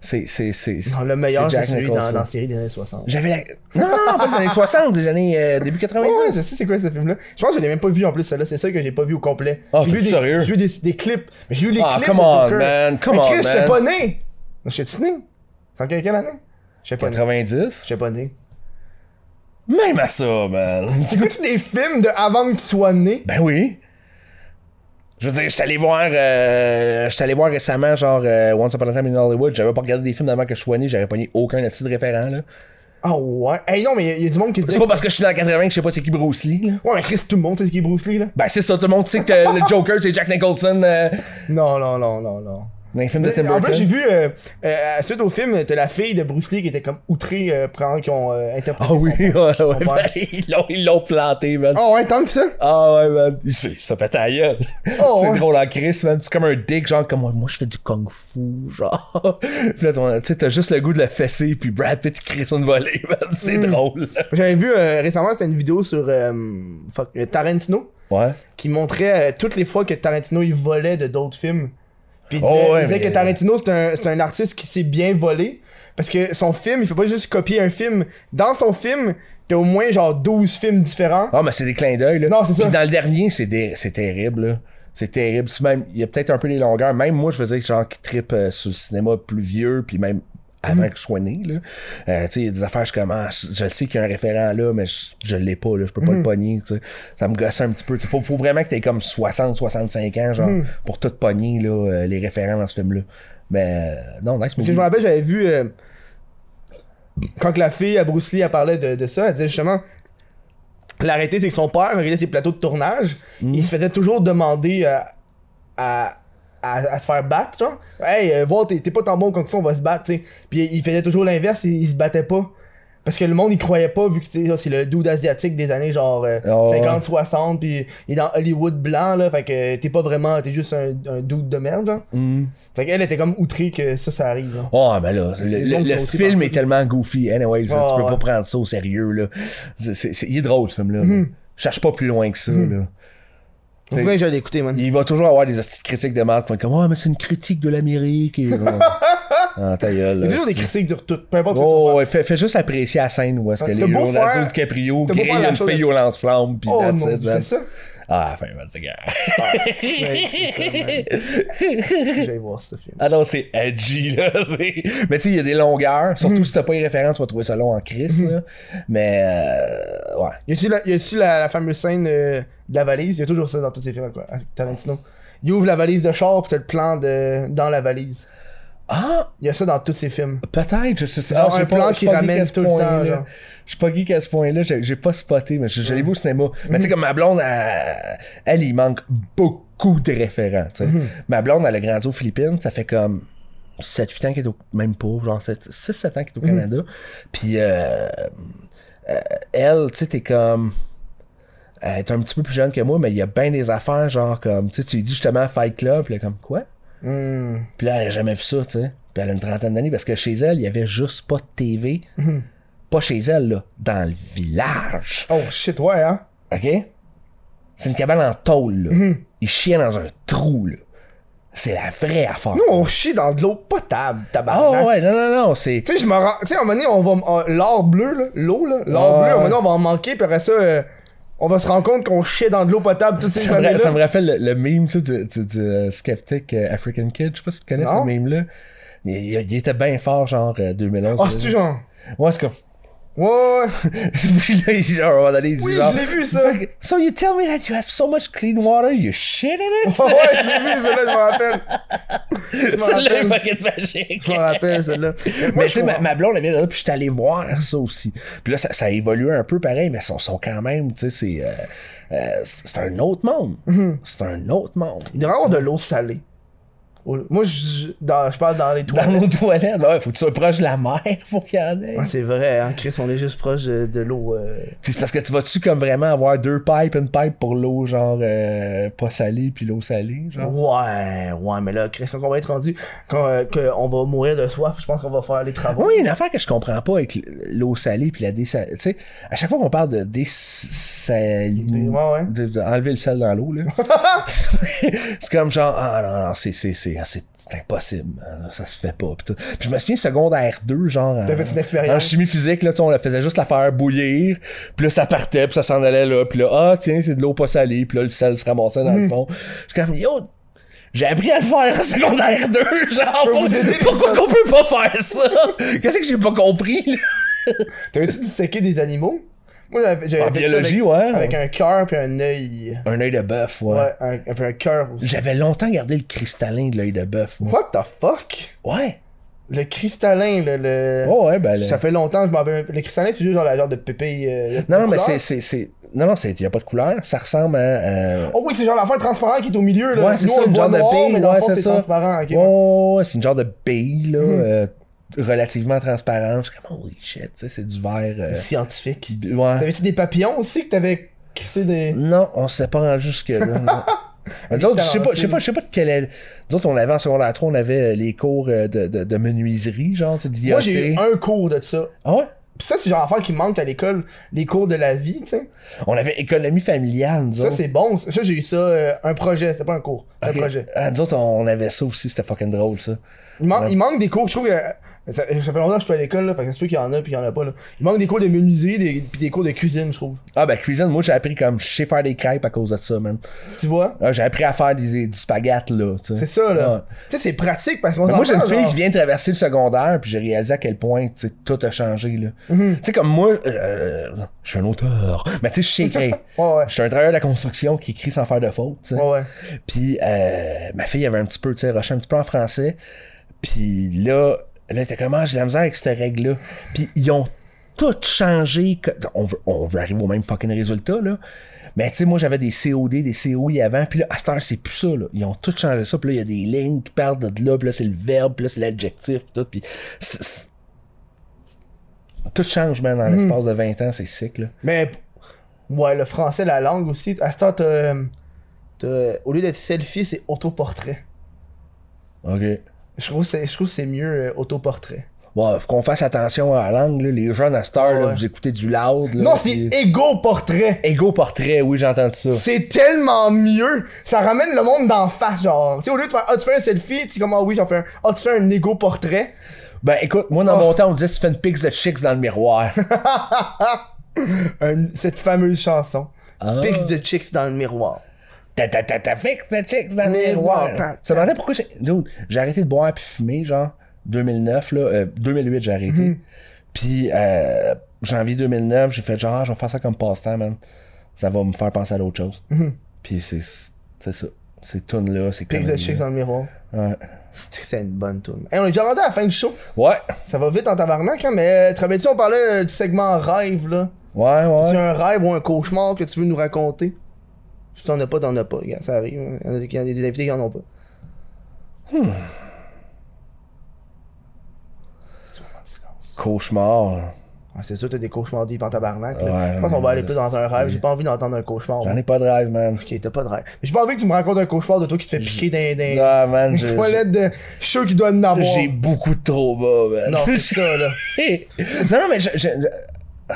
Speaker 2: C'est, c'est, c'est, c'est-
Speaker 3: Non, le meilleur,
Speaker 2: c'est
Speaker 3: c'est
Speaker 2: Jack
Speaker 3: celui dans, dans
Speaker 2: Nicholson.
Speaker 3: la série des années 60.
Speaker 2: J'avais la. Non, non, non, pas des années 60, des années euh, début 90.
Speaker 3: Ouais, je sais c'est quoi ce film-là. Je pense que je l'ai même pas vu en plus, celle-là. C'est ça que j'ai pas vu au complet.
Speaker 2: Ah,
Speaker 3: j'ai vu
Speaker 2: t'es
Speaker 3: des,
Speaker 2: sérieux?
Speaker 3: J'ai vu des, des clips. J'ai vu les
Speaker 2: Ah,
Speaker 3: clips.
Speaker 2: come
Speaker 3: de
Speaker 2: on,
Speaker 3: Joker.
Speaker 2: man, come
Speaker 3: Mais
Speaker 2: on,
Speaker 3: Chris, j'étais
Speaker 2: man.
Speaker 3: pas né. Je suis né. C'est en quelle quelle année? J'étais pas né.
Speaker 2: 90.
Speaker 3: J'étais pas né.
Speaker 2: Même à ça, man.
Speaker 3: T'écoutes des films de avant que tu sois né?
Speaker 2: Ben oui. Je veux dire, j'étais allé voir, euh, j'étais allé voir récemment, genre euh, Once Upon a Time in Hollywood. J'avais pas regardé des films avant que je sois né, j'avais pogné aucun de de référent. Là.
Speaker 3: Ah ouais. Hey non, mais il y, a du monde qui dit.
Speaker 2: C'est pas parce que je suis dans 80 que je sais pas c'est qui Bruce Lee. Là.
Speaker 3: Ouais, mais Chris, tout le monde sait ce qui est Bruce Lee, là.
Speaker 2: Ben c'est ça, tout le monde sait que le Joker c'est Jack Nicholson euh,
Speaker 3: Non, non, non, non, non.
Speaker 2: dans les films de Tim
Speaker 3: En plus, j'ai
Speaker 2: Burton.
Speaker 3: vu, euh, euh, suite au film, t'as la fille de Bruce Lee qui était comme outrée, euh, pendant qu'ils ont euh,
Speaker 2: Ah
Speaker 3: interprété.
Speaker 2: oui,
Speaker 3: son-
Speaker 2: ouais, ouais,
Speaker 3: père.
Speaker 2: ben, ils l'ont- ils l'ont planté, man.
Speaker 3: Ah ouais, tant que ça.
Speaker 2: Ah ouais, man. Il se fait, il se fait péter la gueule.
Speaker 3: Oh,
Speaker 2: c'est
Speaker 3: ouais.
Speaker 2: drôle en Chris, man. C'est comme un dick, genre, comme moi, moi, je fais du kung fu, genre. puis là, ton- tu sais, t'as juste le goût de la fessée, puis Brad Pitt, il crie son voler, man. C'est
Speaker 3: Mm.
Speaker 2: drôle.
Speaker 3: J'avais vu euh, récemment, c'était une vidéo sur euh, fuck, euh, Tarantino
Speaker 2: Ouais.
Speaker 3: qui montrait euh, toutes les fois que Tarantino il volait de d'autres films. Puis il
Speaker 2: Oh,
Speaker 3: disait, il
Speaker 2: ouais,
Speaker 3: disait
Speaker 2: mais-
Speaker 3: que Tarantino c'est un, c'est un artiste qui s'est bien volé parce que son film, il fait pas juste copier un film. Dans son film, t'as au moins genre 12 films différents.
Speaker 2: Ah, mais c'est des clins d'œil, là.
Speaker 3: Non, c'est ça.
Speaker 2: Puis dans le dernier, c'est des- c'est terrible, là. C'est terrible. C'est Même, il y a peut-être un peu les longueurs. Même moi, je faisais genre qui trippe euh, sur le cinéma plus vieux, puis même avant
Speaker 3: Mm.
Speaker 2: que je sois né, là. Euh, tu sais, il y a des affaires, je commence. Je le sais qu'il y a un référent là, mais je, je l'ai pas, là. Je peux pas
Speaker 3: Mm.
Speaker 2: le pogner, tu sais. Ça me gossait un petit peu. Tu sais, faut, faut vraiment que t'aies comme 60, 65 ans,
Speaker 3: Mm.
Speaker 2: genre, pour tout pogner, là, euh, les référents dans ce film-là. Mais euh, non, nice, mais.
Speaker 3: Parce que je me rappelle, j'avais vu euh, quand que la fille à Bruce Lee elle parlait de, de ça, elle disait justement l'arrêté, c'est que son père, quand il était sur ses plateaux de tournage,
Speaker 2: Hmm.
Speaker 3: il se faisait toujours demander euh, à, à, à se faire battre, genre. Hey, euh, voir, t'es t'es pas tant bon comme ça, on va se battre, tu sais. Puis il faisait toujours l'inverse, il, il se battait pas. Parce que le monde, il croyait pas, vu que c'était- c'est le dude asiatique des années genre euh,
Speaker 2: Ah ouais.
Speaker 3: 50, 60, puis il est dans Hollywood blanc, là. Fait que t'es pas vraiment, t'es juste un, un dude de merde, genre.
Speaker 2: Mm.
Speaker 3: Fait qu'elle était comme outrée que ça, ça arrive, genre.
Speaker 2: Oh, mais là, le,
Speaker 3: les gens
Speaker 2: le-
Speaker 3: qui
Speaker 2: le
Speaker 3: sont aussi
Speaker 2: film
Speaker 3: partout.
Speaker 2: est tellement goofy. Anyway, ça,
Speaker 3: Ah,
Speaker 2: tu peux
Speaker 3: ouais.
Speaker 2: pas prendre ça au sérieux. Là. C'est, c'est- c'est- il est drôle, ce film-là. là.
Speaker 3: Hmm.
Speaker 2: Cherche pas plus loin que ça. Là.
Speaker 3: Faut que j'allais écouter, man.
Speaker 2: Il va toujours avoir des hosties de critiques de merde qui vont être comme Ah, mais c'est une critique de l'Amérique. Et... ah, ta gueule.
Speaker 3: Il y a
Speaker 2: là,
Speaker 3: toujours des
Speaker 2: c'est-
Speaker 3: critiques sur tout, peu importe ce que
Speaker 2: Oh,
Speaker 3: tu
Speaker 2: ouais, fais, fais juste apprécier la scène où est-ce que
Speaker 3: T'as
Speaker 2: les
Speaker 3: beau
Speaker 2: Leonardo
Speaker 3: faire-
Speaker 2: DiCaprio
Speaker 3: t'as beau
Speaker 2: grillent
Speaker 3: faire la
Speaker 2: une
Speaker 3: chose
Speaker 2: fille
Speaker 3: de-
Speaker 2: au lance-flamme, pis
Speaker 3: vas faire. Oh
Speaker 2: that's
Speaker 3: non,
Speaker 2: it,
Speaker 3: tu
Speaker 2: man.
Speaker 3: fais ça?
Speaker 2: Ah, enfin, man, c'est grave.
Speaker 3: J'allais voir ce film.
Speaker 2: Ah non, c'est edgy, là. c'est- Mais tu sais, il y a des longueurs.
Speaker 3: Hmm.
Speaker 2: Surtout si t'as pas les références, tu vas trouver ça long en crise, là. Mais, euh, ouais.
Speaker 3: Il y a aussi la, il y a aussi la, la fameuse scène euh, de la valise. Il y a toujours ça dans tous ces films quoi, avec Tarantino. Il ouvre la valise de char, puis t'as le plan de, dans la valise.
Speaker 2: Ah,
Speaker 3: Il y a ça dans tous ces films.
Speaker 2: peut-être, je sais
Speaker 3: Ah,
Speaker 2: j'ai
Speaker 3: un
Speaker 2: pas-
Speaker 3: plan
Speaker 2: je suis
Speaker 3: qui
Speaker 2: pas
Speaker 3: ramène
Speaker 2: geek à ce
Speaker 3: tout le temps,
Speaker 2: point-là.
Speaker 3: genre.
Speaker 2: Je suis pas geek à ce point-là, j'ai j'ai pas spoté, mais je- j'allais vu au cinéma. Mais tu
Speaker 3: Mhm.
Speaker 2: sais, comme ma blonde, elle, elle, il manque beaucoup de référents, tu sais.
Speaker 3: Mhm.
Speaker 2: Ma blonde, elle a grandi aux Philippines, ça fait comme 7-8 ans qu'elle est au... Même pas, genre 6-7 ans qu'elle est au
Speaker 3: Mhm.
Speaker 2: Canada. Puis, euh, euh, elle, tu sais, t'es comme... Elle est un petit peu plus jeune que moi, mais il y a bien des affaires, genre comme, tu sais, tu lui dis justement Fight Club, puis elle est comme quoi?
Speaker 3: Hmm.
Speaker 2: Puis là, elle a jamais vu ça, tu sais. Puis elle a une trentaine d'années parce que chez elle, il y avait juste pas de TV.
Speaker 3: Mhm.
Speaker 2: Pas chez elle, là. Dans le village.
Speaker 3: Oh shit, ouais, hein.
Speaker 2: OK? C'est une cabane en tôle, là.
Speaker 3: Mhm.
Speaker 2: Ils chiaient dans un trou, là. C'est la vraie affaire.
Speaker 3: Nous, on chie dans de l'eau potable,
Speaker 2: Ah
Speaker 3: tabarnak.
Speaker 2: ouais, non, non, non, c'est...
Speaker 3: Tu sais, je me rends. Tu sais, à un moment donné, on va. euh, L'or bleu, là. L'eau, là. L'or
Speaker 2: Ah, Ouais.
Speaker 3: bleu, à un moment donné, on va en manquer, puis après ça, euh, on va se rendre compte qu'on chie dans de l'eau potable toutes ces
Speaker 2: Ça me, ra-
Speaker 3: années-là.
Speaker 2: ça me rappelle le, le meme, tu sais, du, du- du, euh, skeptic euh, African Kid. Je sais pas si tu connais
Speaker 3: Non.
Speaker 2: ce meme-là. Il, il- il était bien fort, genre, euh, 2011.
Speaker 3: Ah, c'est-tu genre.
Speaker 2: Ouais, c'est comme...
Speaker 3: Ouais, ouais.
Speaker 2: Puis là, il- genre, à un moment donné, il dit
Speaker 3: Oui,
Speaker 2: genre...
Speaker 3: je l'ai vu, ça.
Speaker 2: Fait que, So you tell me that you have so much clean water, you shit in it?
Speaker 3: Ah ouais, je l'ai vu, celle-là, je m'en rappelle. Je m'en
Speaker 2: Celle-là est
Speaker 3: rappelle.
Speaker 2: fucking magique.
Speaker 3: Je m'en rappelle, celle-là.
Speaker 2: Mais tu sais, ma, ma blonde, elle vient de là, puis je suis allé voir ça aussi. Puis là, ça, ça a évolué un peu pareil, mais ils sont, sont quand même, tu sais, c'est. euh, euh, c'est c'est un autre monde. C'est un autre monde.
Speaker 3: Il devrait avoir de l'eau salée. Au- Moi, je, je- dans- je parle dans les
Speaker 2: Dans
Speaker 3: toilettes.
Speaker 2: nos toilettes, ben ouais, faut que tu sois proche de la mer, faut qu'il y en ait.
Speaker 3: Ouais, c'est vrai, hein, Chris, on est juste proche de, de l'eau. euh.
Speaker 2: Puis c'est parce que tu vas-tu comme vraiment avoir deux pipes, une pipe pour l'eau, genre, euh, pas salée, puis l'eau salée, genre.
Speaker 3: Ouais, ouais, mais là, Chris, quand on va être rendu, quand euh, que on va mourir de soif, je pense qu'on va faire les travaux.
Speaker 2: Moi, il y a une affaire que je comprends pas avec l'eau salée puis la désal... Tu sais, à chaque fois qu'on parle de dés- ça.
Speaker 3: Ouais, ouais.
Speaker 2: de- de- enlever le sel dans l'eau, là. c'est comme genre, ah non, non, c'est, c'est, c'est, c'est, c'est impossible, man. ça se fait pas. Pis, tout. Puis je me souviens, secondaire 2, genre. en-
Speaker 3: T'avais une expérience.
Speaker 2: En chimie physique, là, tu sais, on la faisait juste la faire bouillir, puis là, ça partait, puis ça s'en allait là, puis là, ah, tiens, c'est de l'eau pas salée, puis là, le sel se ramassait dans
Speaker 3: Hmm.
Speaker 2: le fond. Je suis comme, yo, j'ai appris à le faire en secondaire 2, genre,
Speaker 3: peux vous aider,
Speaker 2: pourquoi qu'on peut pas faire ça? Qu'est-ce que j'ai pas compris, là?
Speaker 3: T'avais-tu disséqué des animaux? Moi, j'avais j'avais
Speaker 2: En
Speaker 3: fait ça
Speaker 2: biologie,
Speaker 3: avec,
Speaker 2: ouais.
Speaker 3: Avec un cœur puis un œil.
Speaker 2: Un œil de bœuf, ouais.
Speaker 3: Ouais, un, puis un cœur aussi.
Speaker 2: J'avais longtemps gardé le cristallin de l'œil de bœuf, moi.
Speaker 3: What the fuck?
Speaker 2: Ouais.
Speaker 3: Le cristallin, là, le...
Speaker 2: Ouais, ouais, ben. le-
Speaker 3: Euh, Ça fait longtemps que je m'en rappelle. même plus. Le cristallin, c'est juste genre la genre de pépé. euh,
Speaker 2: Non, non, mais
Speaker 3: couleur.
Speaker 2: c'est, c'est, c'est. Non, non, c'est. Y a pas de couleur. Ça ressemble à. euh,
Speaker 3: Oh oui, c'est genre l'affaire transparente qui est au milieu, là.
Speaker 2: Ouais, c'est
Speaker 3: Nous,
Speaker 2: ça,
Speaker 3: on le
Speaker 2: le
Speaker 3: voit
Speaker 2: genre de
Speaker 3: noir,
Speaker 2: bille,
Speaker 3: mais dans le
Speaker 2: ouais,
Speaker 3: fond,
Speaker 2: c'est
Speaker 3: c'est
Speaker 2: ça.
Speaker 3: transparent, ok.
Speaker 2: ouais, ouais, ouais, c'est une genre de bille, là.
Speaker 3: Hmm.
Speaker 2: euh, relativement transparente. Je suis comme, holy shit, tu sais, c'est du verre. euh,
Speaker 3: Scientifique.
Speaker 2: bi- ouais.
Speaker 3: T'avais-tu des papillons aussi que t'avais crissé des.
Speaker 2: Non, on s'est pas rendu jusque-là. non. Mais Nous autres, je sais pas, je sais pas, je sais pas de quelle. est- Nous autres, on avait en secondaire 3, on avait euh, les cours euh, de, de, de menuiserie, genre, tu sais, d'IOT.
Speaker 3: Moi, j'ai eu un cours de ça.
Speaker 2: Ah ouais?
Speaker 3: Pis ça, c'est genre l'affaire qui manque à l'école. Les cours de la vie, tu sais.
Speaker 2: On avait économie familiale, nous
Speaker 3: Ça,
Speaker 2: autres.
Speaker 3: c'est bon. Ça, j'ai eu ça. euh, un projet. C'est pas un cours. C'est
Speaker 2: Ok.
Speaker 3: un projet.
Speaker 2: Ah, nous autres, on avait ça aussi, c'était fucking drôle, ça.
Speaker 3: Il, man- il manque des cours. Je trouve que. euh, Ça, ça fait longtemps que je suis à l'école, là. Fait que c'est qu'il y en a, puis il y en a pas, là. Il manque des cours de menuiserie, des, pis des cours de cuisine, je trouve.
Speaker 2: Ah ben cuisine, moi j'ai appris comme je sais faire des crêpes à cause de ça, man.
Speaker 3: Tu vois?
Speaker 2: Ah, j'ai appris à faire des, du spaghette là, tu sais.
Speaker 3: C'est ça, là.
Speaker 2: Ouais.
Speaker 3: Tu sais, c'est pratique parce qu'on
Speaker 2: Mais moi j'ai une
Speaker 3: s'entend,
Speaker 2: fille
Speaker 3: genre-
Speaker 2: qui vient de traverser le secondaire puis j'ai réalisé à quel point tu sais, tout a changé là.
Speaker 3: Mm-hmm.
Speaker 2: Tu sais comme moi, euh, je suis un auteur, mais tu sais je sais écrire.
Speaker 3: Ouais, ouais.
Speaker 2: Je suis un travailleur de la construction qui écrit sans faire de faute. tu sais.
Speaker 3: Ouais, ouais.
Speaker 2: Puis euh, ma fille avait un petit peu, tu sais, rushait un petit peu en français. Puis là, là, t'es comment Ah, j'ai de la misère avec cette règle-là. Puis ils ont tout changé. que- On veut, on veut arriver au même fucking résultat, là. Mais tu sais, moi, j'avais des COD, des COI avant. Puis là, à cette heure, c'est plus ça, là. Ils ont tout changé ça. Puis là, il y a des lignes qui partent de là. Puis là, c'est le verbe. Puis là, c'est l'adjectif. Puis tout. Puis c'est- c'est- tout change, man, dans l'espace de 20 ans. C'est sick, là.
Speaker 3: Mais Ben, ouais, le français, la langue aussi. À ce temps, t'as- t'as- au lieu d'être selfie, c'est autoportrait.
Speaker 2: OK.
Speaker 3: Je trouve que c'est- je trouve que c'est mieux euh, autoportrait.
Speaker 2: Bon, faut qu'on fasse attention à la langue, là. Les jeunes à cette heure, là,
Speaker 3: Ouais.
Speaker 2: vous écoutez du loud, là.
Speaker 3: Non, c'est
Speaker 2: puis-
Speaker 3: égo-portrait.
Speaker 2: Ego portrait, oui, j'entends ça.
Speaker 3: C'est tellement mieux. Ça ramène le monde d'en face, genre. Tu sais, au lieu de faire ah tu fais un selfie, tu sais comme ah oui j'en fais un. Ah tu fais un égo portrait.
Speaker 2: Ben écoute, moi dans
Speaker 3: Oh.
Speaker 2: mon temps, on disait tu fais une pics de chicks dans le miroir.
Speaker 3: Un- cette fameuse chanson.
Speaker 2: Ah.
Speaker 3: Pics de chicks dans le miroir.
Speaker 2: ta ta ta ta pics de chicks dans le
Speaker 3: Miroir,
Speaker 2: miroir.
Speaker 3: ta- ta.
Speaker 2: Ça me demandait pourquoi j'ai. Dude, j'ai arrêté de boire puis fumer, genre 2009 là, euh, 2008 j'ai arrêté.
Speaker 3: Mhm.
Speaker 2: Puis euh, janvier 2009, j'ai fait genre ah, je vais faire ça comme passe-temps, man. Ça va me faire penser à d'autres choses. Puis c'est c'est ça. Ces tunes là, c'est
Speaker 3: Mhm. Pics de chicks dans le miroir.
Speaker 2: Ouais.
Speaker 3: C'est que c'est une bonne tune. Hey, on est déjà rendu à la fin du show.
Speaker 2: Ouais.
Speaker 3: Ça va vite en tabarnak, hein, mais euh, te rappelles-tu, on parlait euh, du segment rêve, là.
Speaker 2: Ouais,
Speaker 3: Tu
Speaker 2: ouais.
Speaker 3: as un rêve ou un cauchemar que tu veux nous raconter? Si t'en as pas, t'en as pas. Regarde, ça arrive. hein. Il y en a des- il y en a des invités qui en ont pas. Petit moment de silence.
Speaker 2: Cauchemar.
Speaker 3: Ah, c'est sûr, t'as des cauchemars deep en tabarnak. là.
Speaker 2: Ouais,
Speaker 3: je pense qu'on va aller plus dans un
Speaker 2: c'est-
Speaker 3: rêve. J'ai pas envie d'entendre un cauchemar.
Speaker 2: J'en ai pas de rêve, man.
Speaker 3: Ok, t'as pas de rêve. Mais j'ai pas envie que tu me racontes un cauchemar de toi qui te fait piquer dans dans-
Speaker 2: Ah, man,
Speaker 3: dans
Speaker 2: je-
Speaker 3: les toilettes de. Je suis sûr qu'il doit en avoir.
Speaker 2: J'ai beaucoup de traumas, man.
Speaker 3: Non, c'est ça, là.
Speaker 2: non, non, mais je, je- je-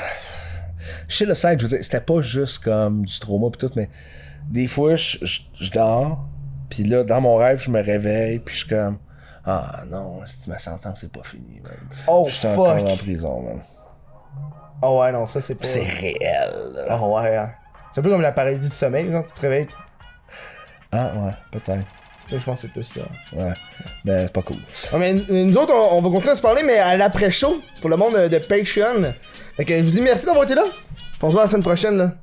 Speaker 2: chez le site, je veux dire, c'était pas juste comme du trauma pis tout, mais des fois, je, je, je dors, puis là, dans mon rêve, je me réveille, puis je suis comme, ah non, si tu ma sentence, c'est pas fini, man.
Speaker 3: Oh,
Speaker 2: je suis encore
Speaker 3: fuck.
Speaker 2: en prison, man.
Speaker 3: Oh, ouais, non, ça, c'est pas.
Speaker 2: C'est réel. là.
Speaker 3: Ah, ouais. hein. C'est un peu comme la paralysie du sommeil, genre. Tu te réveilles, tu-
Speaker 2: Ah, ouais, peut-être.
Speaker 3: je pense que c'est plus ça.
Speaker 2: Ouais. Mais c'est pas cool.
Speaker 3: Ah, mais nous nous autres, on, on va continuer à se parler, mais à l'après-show, pour le monde de, de Patreon. Fait que je vous dis merci d'avoir été là. Puis On se voit la semaine prochaine, là.